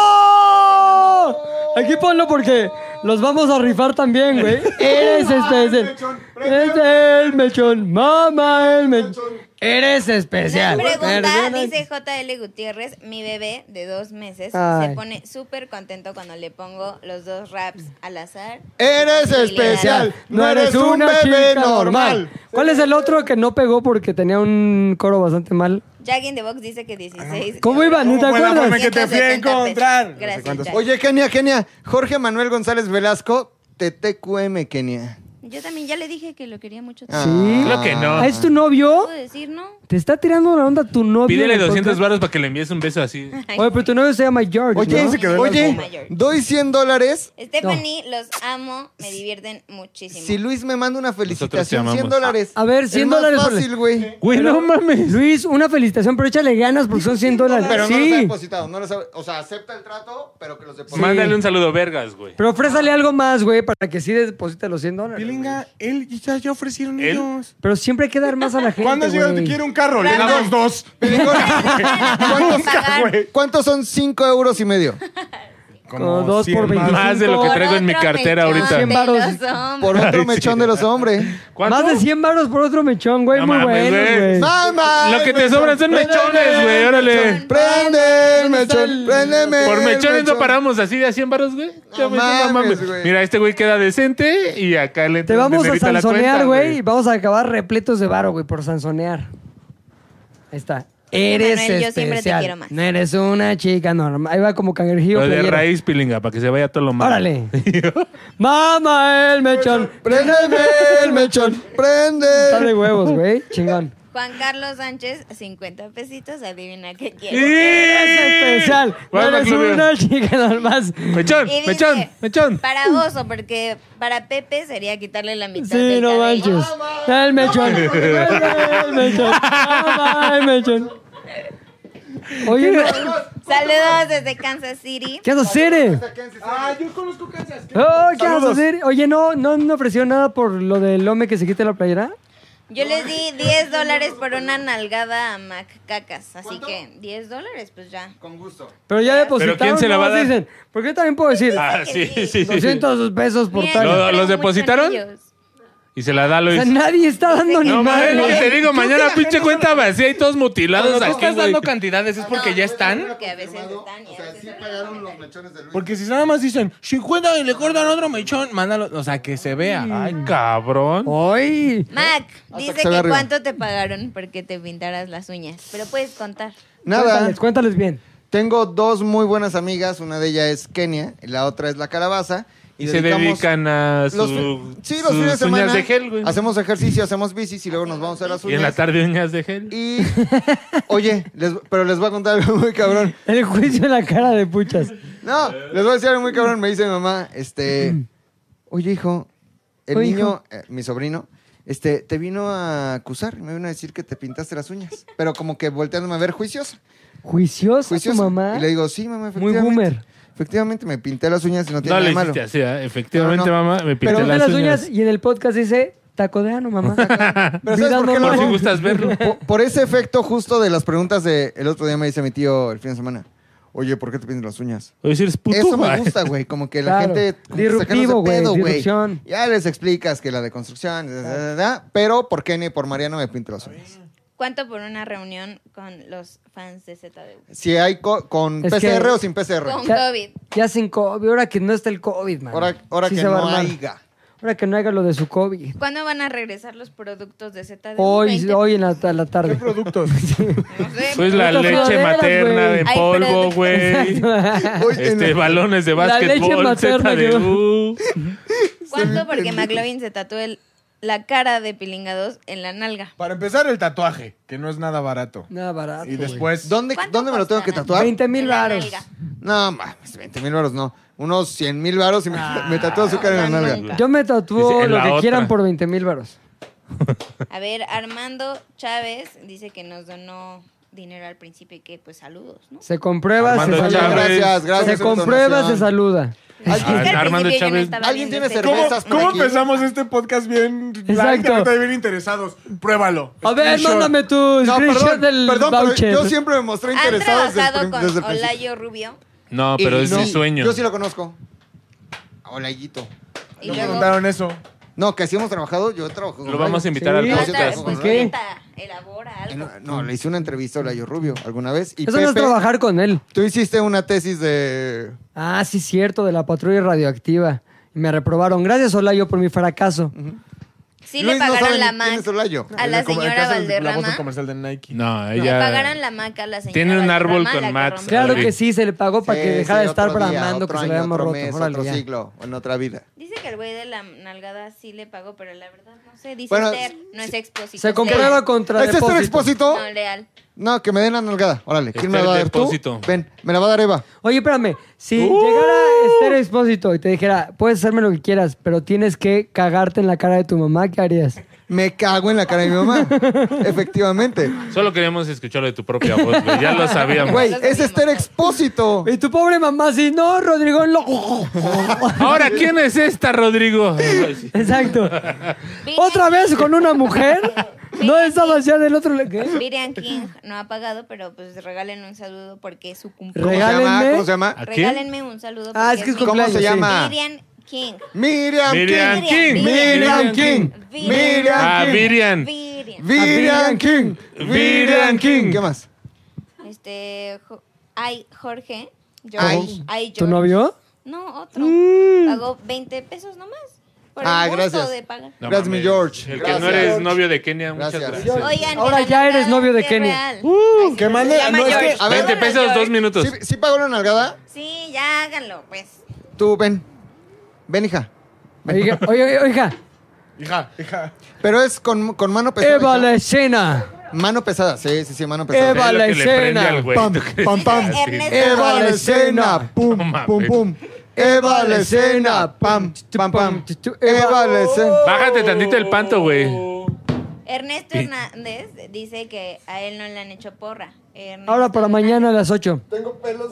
[SPEAKER 1] ¡No! Aquí ponlo porque los vamos a rifar también, güey. Eres especial. Es el mechón. Mamá, el mechón. Eres especial.
[SPEAKER 5] Pregunta,
[SPEAKER 1] Perdona-
[SPEAKER 5] dice JL Gutiérrez, mi bebé de dos meses
[SPEAKER 1] Ay.
[SPEAKER 5] se pone súper contento cuando le pongo los dos raps al azar.
[SPEAKER 2] Eres especial, no eres un bebé normal.
[SPEAKER 1] ¿Cuál es el otro que no pegó porque tenía un coro bastante mal?
[SPEAKER 5] Jack in the Box dice que 16.
[SPEAKER 1] ¿Cómo iba? ¿No te
[SPEAKER 3] ¿Cómo fue la
[SPEAKER 1] acuerdas?
[SPEAKER 3] forma que te fui a
[SPEAKER 5] 170 pesos.
[SPEAKER 3] encontrar? No sé
[SPEAKER 5] Gracias.
[SPEAKER 3] cuántos-
[SPEAKER 5] Jack.
[SPEAKER 2] Oye, Kenia, Kenia, Jorge Manuel González Velasco, TTQM, Kenia.
[SPEAKER 5] Yo también ya le dije que lo quería mucho.
[SPEAKER 2] Ah.
[SPEAKER 1] Sí.
[SPEAKER 4] Creo que no.
[SPEAKER 1] ¿Ah, ¿Es tu novio?
[SPEAKER 5] ¿Puedo decir no?
[SPEAKER 1] ¿Te está tirando la onda tu novio?
[SPEAKER 4] Pídele
[SPEAKER 1] en el
[SPEAKER 4] 200
[SPEAKER 1] podcast?
[SPEAKER 4] varos para que le envíes un beso así.
[SPEAKER 5] Ay,
[SPEAKER 1] Oye, pero tu novio se llama George,
[SPEAKER 2] Oye,
[SPEAKER 1] ¿no?
[SPEAKER 3] se quedó en
[SPEAKER 2] oye,
[SPEAKER 5] algo.
[SPEAKER 2] doy 100 dólares.
[SPEAKER 5] Stephanie, los amo, me divierten muchísimo.
[SPEAKER 2] Si Luis me manda una felicitación,
[SPEAKER 4] amamos.
[SPEAKER 2] 100 dólares.
[SPEAKER 1] A ver,
[SPEAKER 2] Es
[SPEAKER 1] 100
[SPEAKER 2] más
[SPEAKER 1] dólares por-
[SPEAKER 2] fácil, güey.
[SPEAKER 1] Güey, no mames. Luis, una felicitación, pero échale ganas porque son 100 dólares.
[SPEAKER 2] Pero no los ha
[SPEAKER 1] sí.
[SPEAKER 2] depositado, no los ha- O sea, acepta el trato, pero que los deposite.
[SPEAKER 4] Mándale un saludo, vergas, güey.
[SPEAKER 1] pero ofrézale algo más, güey, para que sí deposite los 100 dólares. güey.
[SPEAKER 3] Pilinga, él ya, ya ofrecieron
[SPEAKER 4] ¿Él?
[SPEAKER 3] ellos.
[SPEAKER 1] Pero siempre hay que dar más a la gente.
[SPEAKER 3] ¿Cuándo llegan?
[SPEAKER 1] güey.
[SPEAKER 3] Te quiero un carro, le
[SPEAKER 5] Brandon.
[SPEAKER 3] damos dos.
[SPEAKER 5] ¿Cuántos
[SPEAKER 3] güey.
[SPEAKER 2] ¿Cuántos son 5 euros y medio?
[SPEAKER 1] Como dos por
[SPEAKER 3] cien más.
[SPEAKER 1] veinticinco.
[SPEAKER 4] Más de lo que traigo en mi cartera ahorita.
[SPEAKER 1] Cien varos.
[SPEAKER 2] Por otro mechón de los hombres.
[SPEAKER 4] ¿Cuánto?
[SPEAKER 1] Más de 100 baros por otro mechón, güey.
[SPEAKER 4] No
[SPEAKER 1] Muy
[SPEAKER 4] mames,
[SPEAKER 1] bueno,
[SPEAKER 4] güey.
[SPEAKER 1] güey.
[SPEAKER 2] ¡Mamá!
[SPEAKER 4] Lo que te sobran son mechones, güey. Órale.
[SPEAKER 2] Prende el mechón, préndeme.
[SPEAKER 4] Por
[SPEAKER 2] el
[SPEAKER 4] mechones no paramos así de a 100 varos, güey. Ya me-
[SPEAKER 2] mames,
[SPEAKER 4] no mames.
[SPEAKER 2] güey.
[SPEAKER 4] Mira, este güey queda decente y acá le entra
[SPEAKER 1] Te
[SPEAKER 4] un
[SPEAKER 1] vamos a
[SPEAKER 4] dinerito la
[SPEAKER 1] sanzonear,
[SPEAKER 4] cuenta,
[SPEAKER 1] güey. Y vamos a acabar repletos de varo, güey, por sanzonear. Ahí está. Eres
[SPEAKER 5] Manuel, yo siempre te
[SPEAKER 1] especial.
[SPEAKER 5] quiero más.
[SPEAKER 1] No eres una chica normal. Ahí va como cangrejillo.
[SPEAKER 4] Lo de
[SPEAKER 1] playero.
[SPEAKER 4] raíz, pilinga, para que se vaya todo lo malo.
[SPEAKER 1] Órale. Mama el mechón.
[SPEAKER 2] Préndeme el mechón,
[SPEAKER 1] Está
[SPEAKER 2] prende.
[SPEAKER 1] de huevos, güey. Chingón.
[SPEAKER 5] Juan Carlos Sánchez, 50 pesitos, adivina qué quiere.
[SPEAKER 1] Eres
[SPEAKER 4] ¡Y!
[SPEAKER 1] especial. No
[SPEAKER 4] Vamos,
[SPEAKER 1] eres
[SPEAKER 4] Claudio.
[SPEAKER 1] una chica normal.
[SPEAKER 4] Mechón,
[SPEAKER 5] Y dice,
[SPEAKER 4] mechón, mechón.
[SPEAKER 5] Para oso, porque para Pepe sería quitarle la mitad
[SPEAKER 1] Sí,
[SPEAKER 5] del
[SPEAKER 1] no
[SPEAKER 5] cabello.
[SPEAKER 1] manches. El mechón. El mechón. Mama el mechón. Oye, no.
[SPEAKER 5] Saludos desde Kansas City.
[SPEAKER 1] ¿qué haces, Siri?
[SPEAKER 3] Ah, yo conozco Kansas.
[SPEAKER 1] eh? Oh, ¿Qué vas a
[SPEAKER 3] Saludos.
[SPEAKER 1] hacer? Oye, no, no, no ofreció nada por lo del hombre que se quite la playera.
[SPEAKER 5] Yo les di 10 dólares por una nalgada a Mac Cacas. Así que 10 dólares, pues ya.
[SPEAKER 2] Con gusto.
[SPEAKER 1] Pero ya depositaron.
[SPEAKER 4] ¿Pero quién se la va a
[SPEAKER 1] nomás
[SPEAKER 4] dar?
[SPEAKER 1] Dicen, porque yo también puedo decir
[SPEAKER 4] Ah, sí, sí, sí. sí.
[SPEAKER 1] 200 pesos por
[SPEAKER 5] Mira,
[SPEAKER 1] tal.
[SPEAKER 4] ¿Lo- los
[SPEAKER 5] compré
[SPEAKER 4] depositaron?
[SPEAKER 5] muchos anillos.
[SPEAKER 4] Y se la da
[SPEAKER 1] O
[SPEAKER 4] Luis.
[SPEAKER 1] sea, nadie está dando ni
[SPEAKER 4] No
[SPEAKER 1] madre.
[SPEAKER 4] mames, lo que te digo, mañana
[SPEAKER 3] la
[SPEAKER 4] pinche
[SPEAKER 3] gente
[SPEAKER 4] cuenta vacía y todos mutilados.
[SPEAKER 10] Cuando tú
[SPEAKER 4] aquí,
[SPEAKER 10] estás
[SPEAKER 4] güey.
[SPEAKER 10] dando cantidades es porque ya están.
[SPEAKER 5] Que a veces están y a veces no.
[SPEAKER 2] pagaron los mechones de Luis.
[SPEAKER 10] Porque si nada más dicen 50 y le cortan otro mechón, mándalo. O sea, que se vea.
[SPEAKER 4] Ay, cabrón.
[SPEAKER 1] Ay,
[SPEAKER 5] Mac,
[SPEAKER 2] que
[SPEAKER 5] dice
[SPEAKER 2] se
[SPEAKER 5] que,
[SPEAKER 2] vea arriba.
[SPEAKER 5] cuánto te pagaron porque te pintaras las uñas. Pero puedes contar.
[SPEAKER 2] Nada.
[SPEAKER 1] Cuéntales, cuéntales bien.
[SPEAKER 2] Tengo dos muy buenas amigas, una de ellas es Kenia, y la otra es la calabaza.
[SPEAKER 4] Y se
[SPEAKER 2] dedicamos-
[SPEAKER 4] dedican a
[SPEAKER 2] los
[SPEAKER 4] su-
[SPEAKER 2] fi- sí, los
[SPEAKER 4] sus
[SPEAKER 2] fines de semana
[SPEAKER 4] uñas de gel, güey.
[SPEAKER 2] hacemos ejercicio, hacemos bicis y luego nos vamos a las
[SPEAKER 4] Y en la
[SPEAKER 2] uñas.
[SPEAKER 4] tarde uñas de gel.
[SPEAKER 2] Y, oye, les- pero les voy a contar algo muy cabrón.
[SPEAKER 1] El juicio en la cara de puchas.
[SPEAKER 2] No, les voy a decir algo muy cabrón. Me dice mi mamá, este, oye, hijo, el
[SPEAKER 1] Oye,
[SPEAKER 2] niño, eh, mi sobrino, este, te vino a acusar, me vino a decir que te pintaste las uñas, pero como que volteándome a ver juiciosa.
[SPEAKER 1] Juiciosa, tu
[SPEAKER 2] juiciosa.
[SPEAKER 1] mamá.
[SPEAKER 2] Y le digo, sí, mamá,
[SPEAKER 1] Muy
[SPEAKER 2] efectivamente.
[SPEAKER 1] boomer.
[SPEAKER 2] Efectivamente, me pinté las uñas y no tiene
[SPEAKER 4] No le
[SPEAKER 2] nada malo.
[SPEAKER 4] hiciste así, ¿eh? efectivamente,
[SPEAKER 2] No, no.
[SPEAKER 4] mamá, me pinté
[SPEAKER 1] Pero
[SPEAKER 4] las, uñas.
[SPEAKER 1] y en el podcast dice taco de ano, mamá.
[SPEAKER 2] Pero ¿sabes por qué
[SPEAKER 1] Vida
[SPEAKER 2] lo
[SPEAKER 4] Por si
[SPEAKER 1] normal.
[SPEAKER 2] hago?
[SPEAKER 4] gustas verlo.
[SPEAKER 2] Po- Por ese efecto justo de las preguntas de el otro día me dice mi tío el fin de semana. Oye, ¿por qué te pintas las uñas?
[SPEAKER 4] Oye, si eres puto,
[SPEAKER 2] Eso me
[SPEAKER 4] güey.
[SPEAKER 2] gusta, güey. Como que la
[SPEAKER 1] Pues Claro.
[SPEAKER 2] gente. como que sacarnos de
[SPEAKER 1] Disruptivo, güey,
[SPEAKER 2] pedo,
[SPEAKER 1] disrupción.
[SPEAKER 2] Ya les explicas que la de construcción. da, da, da, da, pero por Kenny y por Mariano me pinto las uñas.
[SPEAKER 5] ¿Cuánto por una reunión con los fans de ZDU?
[SPEAKER 2] Si hay co- con
[SPEAKER 1] Es
[SPEAKER 2] PCR
[SPEAKER 1] que-
[SPEAKER 2] o sin PCR.
[SPEAKER 5] Con
[SPEAKER 1] Ya-
[SPEAKER 5] COVID.
[SPEAKER 1] Ya sin COVID, ahora que no está el COVID, man.
[SPEAKER 2] Ahora, ahora
[SPEAKER 1] Sí
[SPEAKER 2] que
[SPEAKER 1] se va a
[SPEAKER 2] no
[SPEAKER 1] armar.
[SPEAKER 2] haya.
[SPEAKER 1] Ahora que no haga lo de su COVID.
[SPEAKER 5] ¿Cuándo van a regresar los productos de ZDU?
[SPEAKER 1] Hoy,
[SPEAKER 5] 20.
[SPEAKER 1] hoy en la, a la tarde.
[SPEAKER 3] ¿Qué productos?
[SPEAKER 5] No sé.
[SPEAKER 2] ¿eh?
[SPEAKER 4] Pues la
[SPEAKER 1] Putas
[SPEAKER 4] leche
[SPEAKER 1] floreras,
[SPEAKER 4] materna
[SPEAKER 1] güey.
[SPEAKER 4] de
[SPEAKER 5] Ay,
[SPEAKER 4] polvo,
[SPEAKER 5] espérate.
[SPEAKER 4] güey.
[SPEAKER 2] Oye,
[SPEAKER 4] Este,
[SPEAKER 2] en-
[SPEAKER 4] balones de
[SPEAKER 1] La leche
[SPEAKER 4] básquetbol,
[SPEAKER 1] materna
[SPEAKER 4] zeta de U.
[SPEAKER 5] ¿Cuánto porque McLovin se tatuó el- la cara de Pilinga 2 en la nalga?
[SPEAKER 3] Para empezar, el tatuaje, que no es nada barato.
[SPEAKER 1] Nada barato.
[SPEAKER 3] Y
[SPEAKER 4] pues,
[SPEAKER 3] después,
[SPEAKER 2] ¿Dónde,
[SPEAKER 5] ¿Cuánto
[SPEAKER 2] ¿dónde me lo tengo que
[SPEAKER 5] costará?
[SPEAKER 2] tatuar?
[SPEAKER 1] 20 mil
[SPEAKER 5] En la
[SPEAKER 1] varos.
[SPEAKER 5] nalga.
[SPEAKER 2] No, mames, 20 mil varos no. Unos 100 mil varos y me,
[SPEAKER 1] Ah,
[SPEAKER 2] me tatúo azúcar en la
[SPEAKER 5] no,
[SPEAKER 2] nalga.
[SPEAKER 5] no.
[SPEAKER 1] Yo me
[SPEAKER 4] Dice,
[SPEAKER 1] tatúo
[SPEAKER 4] en
[SPEAKER 1] lo
[SPEAKER 4] la
[SPEAKER 1] que
[SPEAKER 4] otra.
[SPEAKER 1] quieran por 20 mil varos.
[SPEAKER 5] A ver, Armando Chávez dice que nos donó dinero al principio y que pues saludos, ¿no?
[SPEAKER 1] Se comprueba,
[SPEAKER 4] Armando
[SPEAKER 1] se
[SPEAKER 2] Oye,
[SPEAKER 1] saluda.
[SPEAKER 4] Chávez.
[SPEAKER 2] gracias, gracias.
[SPEAKER 1] se
[SPEAKER 2] por tu
[SPEAKER 1] comprueba, se
[SPEAKER 2] donación.
[SPEAKER 1] saluda.
[SPEAKER 5] Es que al
[SPEAKER 4] Ah, Armando
[SPEAKER 5] principio yo
[SPEAKER 4] Chávez.
[SPEAKER 5] estaba
[SPEAKER 2] ¿Alguien
[SPEAKER 5] viendo
[SPEAKER 2] tiene
[SPEAKER 5] feliz.
[SPEAKER 3] ¿cómo,
[SPEAKER 2] cervezas? por
[SPEAKER 3] cómo
[SPEAKER 2] aquí?
[SPEAKER 3] empezamos este podcast bien?
[SPEAKER 1] Exacto.
[SPEAKER 3] Exacto. bien interesados. Pruébalo.
[SPEAKER 1] A ver,
[SPEAKER 3] Screenshot.
[SPEAKER 1] mándame tu
[SPEAKER 2] No,
[SPEAKER 1] screenshot
[SPEAKER 2] perdón,
[SPEAKER 1] del
[SPEAKER 2] perdón, pero
[SPEAKER 1] voucher.
[SPEAKER 2] yo siempre me mostré
[SPEAKER 5] ¿Han
[SPEAKER 2] interesado desde, el
[SPEAKER 5] trabajado
[SPEAKER 2] prim- desde el
[SPEAKER 5] con
[SPEAKER 2] principio.
[SPEAKER 5] Olayo Rubio?
[SPEAKER 4] No, pero es
[SPEAKER 2] No,
[SPEAKER 4] mi sueño.
[SPEAKER 2] Yo sí lo conozco. A Olayito.
[SPEAKER 5] Y
[SPEAKER 3] No me
[SPEAKER 5] luego
[SPEAKER 3] contaron eso.
[SPEAKER 2] No, que sí hemos trabajado, yo trabajo con
[SPEAKER 4] Lo vamos
[SPEAKER 2] Olayo.
[SPEAKER 4] a invitar
[SPEAKER 1] Sí.
[SPEAKER 4] al
[SPEAKER 5] Trata-
[SPEAKER 4] podcast.
[SPEAKER 2] ¿Por
[SPEAKER 1] qué?
[SPEAKER 5] cuenta, elabora
[SPEAKER 2] Eh,
[SPEAKER 5] algo.
[SPEAKER 2] No, no, le hice una entrevista a Olayo Rubio alguna vez. Y
[SPEAKER 1] Eso no es
[SPEAKER 2] Pepe,
[SPEAKER 1] trabajar con él.
[SPEAKER 2] Tú hiciste una tesis de...
[SPEAKER 1] Ah, sí, cierto, de la patrulla radioactiva. Y me reprobaron. Gracias, Olayo, por mi fracaso.
[SPEAKER 5] Sí
[SPEAKER 2] Luis
[SPEAKER 5] le
[SPEAKER 2] no
[SPEAKER 5] pagaron
[SPEAKER 2] sabe
[SPEAKER 5] la
[SPEAKER 2] ni quién es
[SPEAKER 5] mac
[SPEAKER 2] Olayo.
[SPEAKER 5] a la
[SPEAKER 3] El com- el
[SPEAKER 5] señora
[SPEAKER 3] caso de La voz
[SPEAKER 5] Valderrama.
[SPEAKER 3] del comercial de Nike.
[SPEAKER 4] No,
[SPEAKER 5] Le pagaron
[SPEAKER 4] ella.
[SPEAKER 5] la mac a la señora
[SPEAKER 4] Tiene un árbol
[SPEAKER 5] Valderrama,
[SPEAKER 4] con
[SPEAKER 5] la que
[SPEAKER 4] Max.
[SPEAKER 5] rompió.
[SPEAKER 1] Claro
[SPEAKER 4] Sí.
[SPEAKER 1] que sí, se le pagó para que
[SPEAKER 2] Sí,
[SPEAKER 1] dejara de
[SPEAKER 2] sí,
[SPEAKER 1] estar
[SPEAKER 2] otro día,
[SPEAKER 1] bramando
[SPEAKER 2] otro
[SPEAKER 1] que se le
[SPEAKER 2] año,
[SPEAKER 1] habíamos
[SPEAKER 2] otro
[SPEAKER 1] roto.
[SPEAKER 2] mes,
[SPEAKER 1] Órale,
[SPEAKER 2] otro
[SPEAKER 1] ya.
[SPEAKER 2] siglo, en otra vida.
[SPEAKER 5] Dice que el güey de la nalgada sí le pagó, pero la verdad no sé. Dice
[SPEAKER 2] Bueno,
[SPEAKER 5] Esther, no es exposición.
[SPEAKER 1] Se comprueba contra
[SPEAKER 2] ¿Ese ¿Este es tu
[SPEAKER 1] depósito.
[SPEAKER 2] expósito?
[SPEAKER 5] No, leal.
[SPEAKER 2] No, que me den la nalgada. Órale, ¿quién me
[SPEAKER 4] Este
[SPEAKER 2] la va a dar
[SPEAKER 4] depósito.
[SPEAKER 2] tú? Ven, me la va a dar Eva.
[SPEAKER 1] Oye, espérame, si
[SPEAKER 2] Uh.
[SPEAKER 1] llegara Esther Expósito y te dijera, puedes hacerme lo que quieras, pero tienes que cagarte en la cara de tu mamá, ¿qué harías?
[SPEAKER 2] Me cago en la cara de mi mamá. Efectivamente.
[SPEAKER 4] Solo queríamos escucharlo de tu propia voz, güey. Ya lo sabíamos.
[SPEAKER 2] Güey,
[SPEAKER 5] Los
[SPEAKER 2] es
[SPEAKER 5] mismos.
[SPEAKER 2] Esther Expósito.
[SPEAKER 1] Y tu pobre mamá, si no, Rodrigo, lo...
[SPEAKER 4] Ahora, ¿quién es esta, Rodrigo? Ay, sí.
[SPEAKER 1] Exacto. ¿Otra vez con una mujer? No estabas ya del otro... le- ¿Qué?
[SPEAKER 5] Miriam King no ha pagado, pero pues regalen un saludo porque es su
[SPEAKER 2] ¿Cómo se
[SPEAKER 5] cumpleaños.
[SPEAKER 2] llama?
[SPEAKER 1] Regálenme.
[SPEAKER 2] ¿Cómo se llama?
[SPEAKER 4] ¿A quién?
[SPEAKER 5] Regálenme un saludo.
[SPEAKER 1] Ah,
[SPEAKER 5] porque
[SPEAKER 1] es que es
[SPEAKER 5] mi
[SPEAKER 2] ¿Cómo
[SPEAKER 1] cumpleaños.
[SPEAKER 2] se
[SPEAKER 1] sí.
[SPEAKER 2] llama?
[SPEAKER 5] Miriam King.
[SPEAKER 2] Miriam
[SPEAKER 4] Miriam
[SPEAKER 2] King.
[SPEAKER 4] King.
[SPEAKER 2] Miriam King.
[SPEAKER 4] Ah,
[SPEAKER 2] Miriam King.
[SPEAKER 4] Virian.
[SPEAKER 5] Miriam.
[SPEAKER 2] Miriam King. Miriam King. ¿Qué más?
[SPEAKER 5] Este. Jo- Ay, Jorge.
[SPEAKER 2] Ay.
[SPEAKER 5] Ay, ay,
[SPEAKER 1] ¿Tu
[SPEAKER 5] George.
[SPEAKER 1] novio?
[SPEAKER 5] No, otro. Pagó 20 pesos nomás. Por
[SPEAKER 2] Mm. Ah,
[SPEAKER 5] el gusto
[SPEAKER 2] gracias.
[SPEAKER 5] de pagar.
[SPEAKER 4] No
[SPEAKER 2] Gracias, mi
[SPEAKER 4] mames.
[SPEAKER 2] George.
[SPEAKER 4] El
[SPEAKER 2] Gracias.
[SPEAKER 4] que no eres novio de Kenia, muchas
[SPEAKER 2] Gracias.
[SPEAKER 4] gracias.
[SPEAKER 5] Oigan,
[SPEAKER 1] Ahora
[SPEAKER 5] de la
[SPEAKER 1] ya eres
[SPEAKER 5] nalgada
[SPEAKER 1] novio de
[SPEAKER 5] es
[SPEAKER 1] Kenia.
[SPEAKER 5] real.
[SPEAKER 3] Uh,
[SPEAKER 5] Ay, sí,
[SPEAKER 3] que
[SPEAKER 5] se
[SPEAKER 3] mande-
[SPEAKER 5] llama
[SPEAKER 3] no, es que-
[SPEAKER 5] George.
[SPEAKER 2] a ver,
[SPEAKER 5] Hola,
[SPEAKER 4] 20 pesos,
[SPEAKER 5] George.
[SPEAKER 4] dos minutos.
[SPEAKER 2] ¿Sí, sí pagó la nalgada?
[SPEAKER 5] Sí, ya háganlo, pues.
[SPEAKER 2] Tú, ven. Ven, hija.
[SPEAKER 1] Oiga, oiga, oiga.
[SPEAKER 3] Hija, hija.
[SPEAKER 2] Pero es con, con mano pesada.
[SPEAKER 1] Eva la
[SPEAKER 2] hija.
[SPEAKER 1] escena.
[SPEAKER 2] Mano pesada, sí, sí, sí, mano pesada.
[SPEAKER 1] Eva
[SPEAKER 4] Es lo
[SPEAKER 1] la
[SPEAKER 4] que le prende
[SPEAKER 1] escena.
[SPEAKER 4] al güey.
[SPEAKER 2] Pam,
[SPEAKER 4] ¿Tú crees?
[SPEAKER 2] pam, pam.
[SPEAKER 4] Ah, sí.
[SPEAKER 5] Ernesto.
[SPEAKER 2] Eva la escena, pum,
[SPEAKER 4] mames.
[SPEAKER 2] pum, pum. Eva la escena, pam, pam, pam. Eva la escena.
[SPEAKER 4] Bájate tantito el panto, güey. Sí.
[SPEAKER 5] Ernesto Hernández dice que a él no le han hecho porra. Ernesto
[SPEAKER 1] Ahora para
[SPEAKER 5] Hernández.
[SPEAKER 1] mañana a las 8.
[SPEAKER 2] Tengo pelos.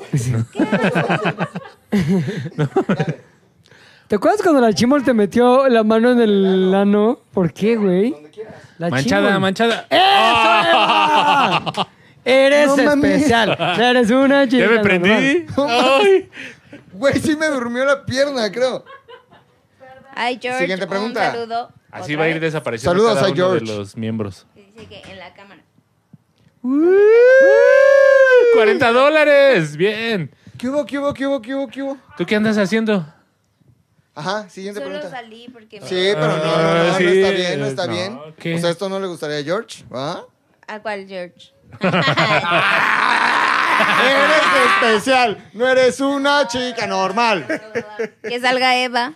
[SPEAKER 1] ¿Te acuerdas cuando la Chimol te metió la mano en el ano? ¿Por qué, güey? La
[SPEAKER 4] Manchada,
[SPEAKER 1] Chimol.
[SPEAKER 4] manchada.
[SPEAKER 1] ¡Eso, Eva! Eres
[SPEAKER 2] No mames.
[SPEAKER 1] especial. Eres una chica.
[SPEAKER 4] Ya me
[SPEAKER 1] normal.
[SPEAKER 4] prendí.
[SPEAKER 2] No
[SPEAKER 4] Ay.
[SPEAKER 2] Güey, sí me durmió la pierna, creo.
[SPEAKER 5] Ay, George,
[SPEAKER 2] Siguiente pregunta.
[SPEAKER 5] un saludo.
[SPEAKER 4] Así
[SPEAKER 5] otra
[SPEAKER 4] va a ir
[SPEAKER 5] vez.
[SPEAKER 4] desapareciendo
[SPEAKER 2] Saludos
[SPEAKER 4] cada
[SPEAKER 2] a
[SPEAKER 4] uno
[SPEAKER 2] George.
[SPEAKER 4] de los miembros.
[SPEAKER 5] Dice que en la cámara.
[SPEAKER 4] 40 dólares. Bien.
[SPEAKER 2] ¿Qué hubo, qué hubo, qué hubo, qué hubo, qué hubo?
[SPEAKER 4] ¿Tú qué andas haciendo?
[SPEAKER 2] Ajá, siguiente
[SPEAKER 5] Solo
[SPEAKER 2] pregunta.
[SPEAKER 5] salí porque me-
[SPEAKER 2] Sí, pero no, no, no, no
[SPEAKER 4] Ah, sí.
[SPEAKER 2] está bien, no está
[SPEAKER 4] No,
[SPEAKER 2] bien.
[SPEAKER 4] ¿qué?
[SPEAKER 2] O sea, esto no le gustaría a George, ¿va?
[SPEAKER 5] ¿A cuál George?
[SPEAKER 2] Eres especial, no eres una chica normal.
[SPEAKER 5] Que salga Eva.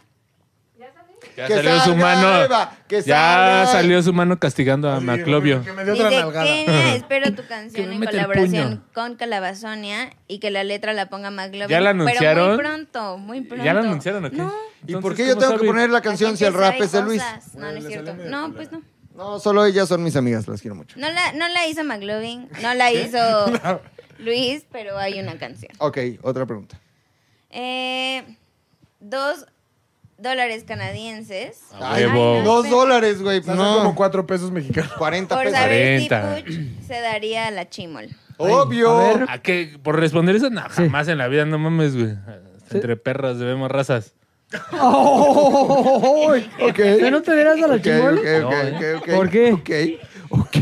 [SPEAKER 4] Ya
[SPEAKER 2] Que
[SPEAKER 4] salió su
[SPEAKER 2] salga,
[SPEAKER 4] mano.
[SPEAKER 2] Eva, que
[SPEAKER 4] ya
[SPEAKER 2] salga.
[SPEAKER 4] salió su mano castigando a Maclovio.
[SPEAKER 5] Dice, Kenia, espero tu canción en colaboración con Calabazonia y que la letra la ponga McLovin.
[SPEAKER 4] ¿Ya la
[SPEAKER 5] Pero muy
[SPEAKER 4] anunciaron?
[SPEAKER 5] pronto, muy pronto.
[SPEAKER 4] ¿Ya la anunciaron o qué?
[SPEAKER 5] No,
[SPEAKER 2] ¿Y
[SPEAKER 4] Entonces,
[SPEAKER 2] por qué yo
[SPEAKER 4] ¿cómo
[SPEAKER 2] tengo que
[SPEAKER 4] sabe?
[SPEAKER 2] poner la canción si el rap
[SPEAKER 5] trae
[SPEAKER 2] es de Luis?
[SPEAKER 5] cosas. No, no es cierto. No, pues no.
[SPEAKER 2] No, solo ellas son mis amigas, las quiero mucho.
[SPEAKER 5] No la, no la hizo McLovin, no la hizo Luis, pero hay una canción.
[SPEAKER 2] Ok, otra pregunta.
[SPEAKER 5] Eh, dos dólares canadienses.
[SPEAKER 2] Ah,
[SPEAKER 4] A huevo.
[SPEAKER 5] Ay, no,
[SPEAKER 2] Dos
[SPEAKER 5] espera.
[SPEAKER 2] dólares, güey.
[SPEAKER 3] O sea, son como
[SPEAKER 2] No,
[SPEAKER 3] cuatro pesos mexicanos.
[SPEAKER 2] 40
[SPEAKER 5] Por
[SPEAKER 2] pesos.
[SPEAKER 5] saber si
[SPEAKER 4] 40.
[SPEAKER 5] Puch se daría a la chimol.
[SPEAKER 2] Obvio.
[SPEAKER 1] A ver.
[SPEAKER 4] ¿A qué? Por responder eso, no, jamás en la vida, no mames, güey. Hasta Entre perros debemos razas.
[SPEAKER 1] ¡Ay!
[SPEAKER 2] Ok.
[SPEAKER 1] ¿Ya no te verás a la
[SPEAKER 2] Ok,
[SPEAKER 1] chimol?
[SPEAKER 2] ok, ok,
[SPEAKER 4] No,
[SPEAKER 2] ok, ok.
[SPEAKER 1] ¿Por qué?
[SPEAKER 2] Ok, ok,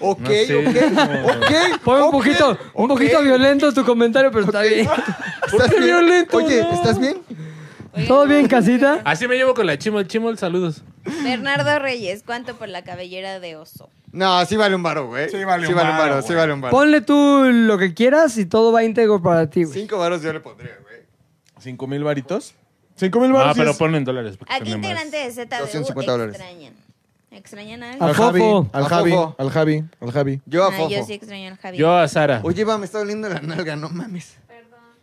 [SPEAKER 2] ok,
[SPEAKER 4] No sé,
[SPEAKER 2] ok,
[SPEAKER 4] como-
[SPEAKER 2] ok,
[SPEAKER 1] Fue un
[SPEAKER 2] ok,
[SPEAKER 1] poquito, un
[SPEAKER 2] ok.
[SPEAKER 1] poquito violento tu comentario, pero está bien.
[SPEAKER 2] ¿Estás
[SPEAKER 1] qué
[SPEAKER 2] bien?
[SPEAKER 1] violento,
[SPEAKER 2] Oye,
[SPEAKER 1] no?
[SPEAKER 2] ¿estás bien?
[SPEAKER 1] ¿Todo bien,
[SPEAKER 2] Ah,
[SPEAKER 1] casita?
[SPEAKER 4] Así me llevo con la chimol. Chimol, saludos.
[SPEAKER 5] Bernardo Reyes, ¿cuánto por la cabellera de oso?
[SPEAKER 2] No, sí vale un varo, güey.
[SPEAKER 3] Sí vale
[SPEAKER 2] sí
[SPEAKER 3] un
[SPEAKER 2] vale un
[SPEAKER 3] varo,
[SPEAKER 2] varo,
[SPEAKER 3] güey.
[SPEAKER 2] sí vale un varo.
[SPEAKER 1] Ponle tú lo que quieras y todo va íntegro para ti, güey.
[SPEAKER 2] Cinco varos yo le pondría, güey.
[SPEAKER 3] ¿Cinco mil varitos? ¿Cinco mil
[SPEAKER 4] No,
[SPEAKER 3] varitos?
[SPEAKER 4] pero ponlo en dólares. porque
[SPEAKER 5] ¿A qué
[SPEAKER 4] tiene más.
[SPEAKER 5] integrante de ZDU
[SPEAKER 2] 250 dólares.
[SPEAKER 5] extrañan? ¿Extrañan a
[SPEAKER 1] A
[SPEAKER 3] Al
[SPEAKER 5] alguien?
[SPEAKER 3] Javi,
[SPEAKER 1] Fofo.
[SPEAKER 3] al
[SPEAKER 2] A
[SPEAKER 3] Javi,
[SPEAKER 2] Fofo.
[SPEAKER 3] al Javi, al Javi.
[SPEAKER 2] Yo a
[SPEAKER 5] Ah,
[SPEAKER 2] Fofo.
[SPEAKER 5] yo sí extraño al Javi.
[SPEAKER 4] Yo eh, a Sara.
[SPEAKER 2] Oye, va, me está doliendo la nalga, no mames.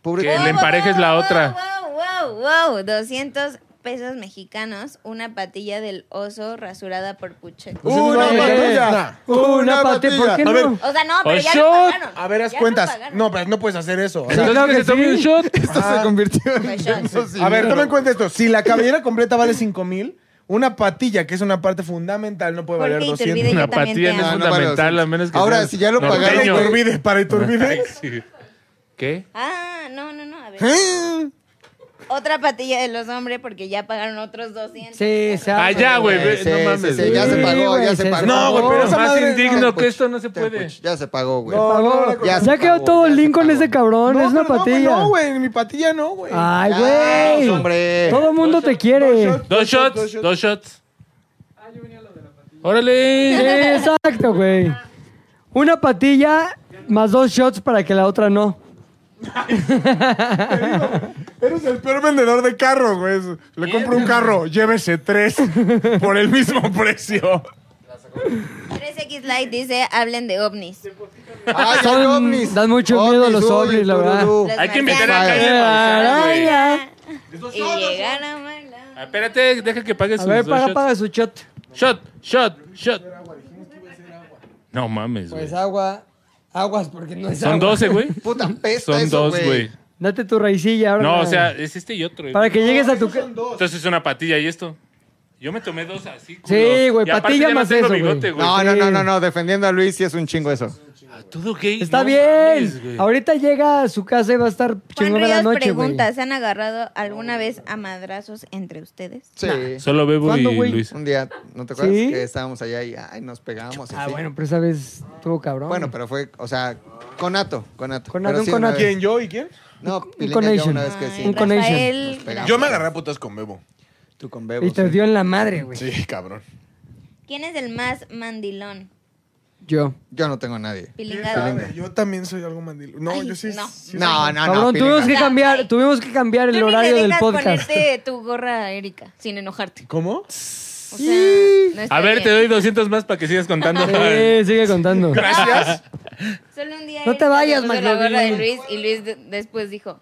[SPEAKER 2] Pobre
[SPEAKER 4] Que
[SPEAKER 5] Wow,
[SPEAKER 4] le
[SPEAKER 5] wow,
[SPEAKER 4] emparejes la
[SPEAKER 5] wow,
[SPEAKER 4] otra.
[SPEAKER 5] Wow, wow, wow. 200 pesos mexicanos, una patilla del oso rasurada por Pucheco.
[SPEAKER 4] Uh,
[SPEAKER 2] Una
[SPEAKER 1] Una
[SPEAKER 2] patilla.
[SPEAKER 1] Una patilla, ¿por qué
[SPEAKER 3] A ver,
[SPEAKER 1] no?
[SPEAKER 5] O sea, no, pero
[SPEAKER 4] Oh,
[SPEAKER 5] ya
[SPEAKER 4] shot.
[SPEAKER 5] lo pagaron.
[SPEAKER 3] A ver, haz
[SPEAKER 5] Ya lo
[SPEAKER 3] cuentas.
[SPEAKER 5] pagaron.
[SPEAKER 3] No, pero no puedes hacer eso. O sea, ah,
[SPEAKER 1] Claro
[SPEAKER 4] ¿Quieres
[SPEAKER 1] que
[SPEAKER 4] te tome un
[SPEAKER 1] sí.
[SPEAKER 4] shot?
[SPEAKER 2] Esto se convirtió en...
[SPEAKER 3] a ver, toma en cuenta esto. Si la cabellera completa vale cinco mil, una patilla, que es una parte fundamental, no puede
[SPEAKER 5] Porque
[SPEAKER 3] valer 200.
[SPEAKER 5] Iturbide yo
[SPEAKER 4] Una
[SPEAKER 5] también te
[SPEAKER 4] patilla no es
[SPEAKER 5] amo.
[SPEAKER 2] No, no
[SPEAKER 4] fundamental,
[SPEAKER 2] vale,
[SPEAKER 4] a menos que
[SPEAKER 2] Ahora,
[SPEAKER 4] seas
[SPEAKER 2] si ya lo pagaron,
[SPEAKER 3] Para
[SPEAKER 4] norteño.
[SPEAKER 2] güey.
[SPEAKER 3] Iturbide, para Iturbide.
[SPEAKER 4] Sí. ¿Qué?
[SPEAKER 5] Ah, no, no, no. A ver.
[SPEAKER 2] ¿Eh?
[SPEAKER 5] Otra patilla de los hombres porque ya pagaron otros 200.
[SPEAKER 1] Sí, se
[SPEAKER 4] Ah, ya, güey. ve-
[SPEAKER 2] Sí,
[SPEAKER 4] no
[SPEAKER 2] sí,
[SPEAKER 4] mames.
[SPEAKER 2] sí, ya
[SPEAKER 4] güey.
[SPEAKER 2] se pagó,
[SPEAKER 1] güey,
[SPEAKER 2] ya
[SPEAKER 1] sí,
[SPEAKER 2] se
[SPEAKER 1] se
[SPEAKER 2] pagó.
[SPEAKER 1] pagó.
[SPEAKER 3] No, güey, pero esa
[SPEAKER 4] más
[SPEAKER 3] madre-
[SPEAKER 4] indigno
[SPEAKER 2] no,
[SPEAKER 4] que esto no se
[SPEAKER 2] Tempuch,
[SPEAKER 4] puede.
[SPEAKER 2] Ya pues, se pagó, güey.
[SPEAKER 3] No, no, no,
[SPEAKER 2] Ya se
[SPEAKER 1] Ya quedó
[SPEAKER 2] pagó,
[SPEAKER 1] todo
[SPEAKER 2] ya se
[SPEAKER 1] Lincoln
[SPEAKER 2] pagó.
[SPEAKER 1] ese cabrón, es una
[SPEAKER 3] pero no, güey,
[SPEAKER 1] patilla.
[SPEAKER 3] No, güey, mi patilla no, güey.
[SPEAKER 1] Ay,
[SPEAKER 2] Ya,
[SPEAKER 1] güey.
[SPEAKER 2] hombre.
[SPEAKER 1] Todo mundo te quiere.
[SPEAKER 4] Dos shots, dos shots. Órale.
[SPEAKER 1] Sí, exacto, güey. Una patilla más dos shots para que la otra no.
[SPEAKER 3] Eres el peor vendedor de carros, güey. Le compro un carro, llévese tres por el mismo precio.
[SPEAKER 5] 3X Light dice, hablen de ovnis.
[SPEAKER 2] Ay, hay
[SPEAKER 1] Son-
[SPEAKER 2] ovnis.
[SPEAKER 1] dan mucho miedo los
[SPEAKER 2] uy,
[SPEAKER 1] ovnis, la verdad.
[SPEAKER 2] tururú.
[SPEAKER 5] Los
[SPEAKER 4] Hay que invitar a
[SPEAKER 5] marcianos.
[SPEAKER 4] Calle a avisar, güey.
[SPEAKER 1] Araña.
[SPEAKER 5] Y llegar a bailar.
[SPEAKER 4] Espérate, deja que pague
[SPEAKER 1] A
[SPEAKER 4] sus
[SPEAKER 1] ver,
[SPEAKER 4] dos
[SPEAKER 1] paga,
[SPEAKER 4] shots.
[SPEAKER 1] paga su shot.
[SPEAKER 4] Shot, shot, shot. No mames, güey.
[SPEAKER 1] Pues agua. Aguas, porque no es
[SPEAKER 4] Son
[SPEAKER 1] agua.
[SPEAKER 4] 12, güey.
[SPEAKER 2] Puta pesta
[SPEAKER 4] Son
[SPEAKER 2] eso,
[SPEAKER 4] dos, güey.
[SPEAKER 1] Date tu raicilla ahora.
[SPEAKER 4] No, o sea, es este y otro.
[SPEAKER 1] Para
[SPEAKER 4] güey.
[SPEAKER 1] que llegues a tu. ca-
[SPEAKER 4] Entonces es una patilla y esto. Yo me tomé dos así. culo.
[SPEAKER 1] Sí, güey,
[SPEAKER 4] Y aparte
[SPEAKER 1] patilla
[SPEAKER 4] ya no
[SPEAKER 1] más
[SPEAKER 4] tengo
[SPEAKER 1] eso, güey.
[SPEAKER 4] bigote, güey. Ah,
[SPEAKER 2] No, no, no, no, no, defendiendo a Luis sí es un chingo eso.
[SPEAKER 4] Todo gay.
[SPEAKER 1] Está
[SPEAKER 4] no
[SPEAKER 1] bien.
[SPEAKER 4] mames, güey.
[SPEAKER 1] Ahorita llega a su casa y va a estar
[SPEAKER 5] Juan
[SPEAKER 1] chingona la
[SPEAKER 5] Ríos
[SPEAKER 1] noche, güey.
[SPEAKER 5] pregunta, ¿se han agarrado alguna vez a madrazos entre ustedes?
[SPEAKER 2] Sí.
[SPEAKER 4] Solo Bebo y
[SPEAKER 1] ¿Cuándo, güey?
[SPEAKER 4] Luis.
[SPEAKER 2] Un día, ¿no te acuerdas?
[SPEAKER 1] Sí.
[SPEAKER 2] Que estábamos allá y ay, nos pegamos. y
[SPEAKER 1] Ah,
[SPEAKER 2] así.
[SPEAKER 1] bueno, pero esa vez estuvo cabrón.
[SPEAKER 2] Bueno, pero fue, o sea, conato, conato.
[SPEAKER 1] Conato, un
[SPEAKER 2] Pero una
[SPEAKER 1] conato.
[SPEAKER 2] vez-
[SPEAKER 3] ¿Quién, yo y quién?
[SPEAKER 2] No, Pilinga y yo
[SPEAKER 1] conation.
[SPEAKER 2] una vez que sí.
[SPEAKER 1] Un con-
[SPEAKER 5] Rafael,
[SPEAKER 2] Nos pegamos.
[SPEAKER 5] gracias.
[SPEAKER 2] Yo me agarré a
[SPEAKER 3] putas con Bebo.
[SPEAKER 2] Tú con Bebo.
[SPEAKER 1] Y te
[SPEAKER 2] sí.
[SPEAKER 1] dio en la madre, güey.
[SPEAKER 3] pues, Sí, cabrón.
[SPEAKER 5] ¿Quién es el más mandilón?
[SPEAKER 1] Yo.
[SPEAKER 2] Yo no tengo a nadie.
[SPEAKER 5] Pilingado.
[SPEAKER 3] Yo también soy algo mandil. No,
[SPEAKER 5] Ay,
[SPEAKER 3] yo sí.
[SPEAKER 5] no.
[SPEAKER 3] sí
[SPEAKER 2] No, no, no.
[SPEAKER 1] Cabrón, tuvimos que
[SPEAKER 2] Pilinga.
[SPEAKER 5] O sea,
[SPEAKER 1] cambiar,
[SPEAKER 5] güey.
[SPEAKER 1] tuvimos que cambiar el
[SPEAKER 5] Tú ni
[SPEAKER 1] horario
[SPEAKER 5] te
[SPEAKER 1] del
[SPEAKER 5] dejas
[SPEAKER 1] podcast.
[SPEAKER 5] ponerte tu gorra, Erika, sin enojarte.
[SPEAKER 3] ¿Cómo?
[SPEAKER 5] O sea, no está
[SPEAKER 4] A ver, te doy
[SPEAKER 5] bien.
[SPEAKER 4] 200 más para que sigas contando.
[SPEAKER 1] este Sí, sigue contando.
[SPEAKER 3] Gracias.
[SPEAKER 5] Solo un día
[SPEAKER 1] No te
[SPEAKER 5] Erika se
[SPEAKER 1] vayas,
[SPEAKER 5] puso la
[SPEAKER 1] Magdalena.
[SPEAKER 5] gorra de Luis y Luis de- después dijo,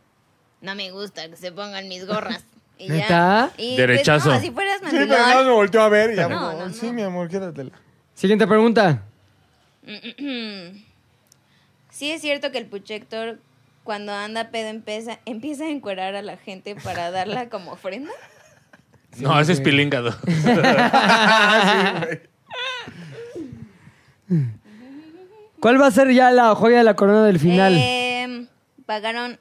[SPEAKER 5] no me gusta que se pongan mis gorras. Y ya.
[SPEAKER 1] ¿Neta?
[SPEAKER 5] Y
[SPEAKER 4] Derechazo.
[SPEAKER 5] pues, no, si fueras
[SPEAKER 3] Sí, pero nada, me
[SPEAKER 5] mandilón.
[SPEAKER 3] volteó a ver y ya.
[SPEAKER 5] No, no,
[SPEAKER 3] Sí,
[SPEAKER 5] no.
[SPEAKER 3] mi amor, quédatela.
[SPEAKER 1] Siguiente pregunta.
[SPEAKER 5] sí es cierto que el Puchector cuando anda pedo empieza, empieza a encuerar a la gente para darla como ofrenda.
[SPEAKER 4] No, ese es pilingado.
[SPEAKER 1] ¿Cuál va a ser ya la joya de la corona del final?
[SPEAKER 5] Eh, pagaron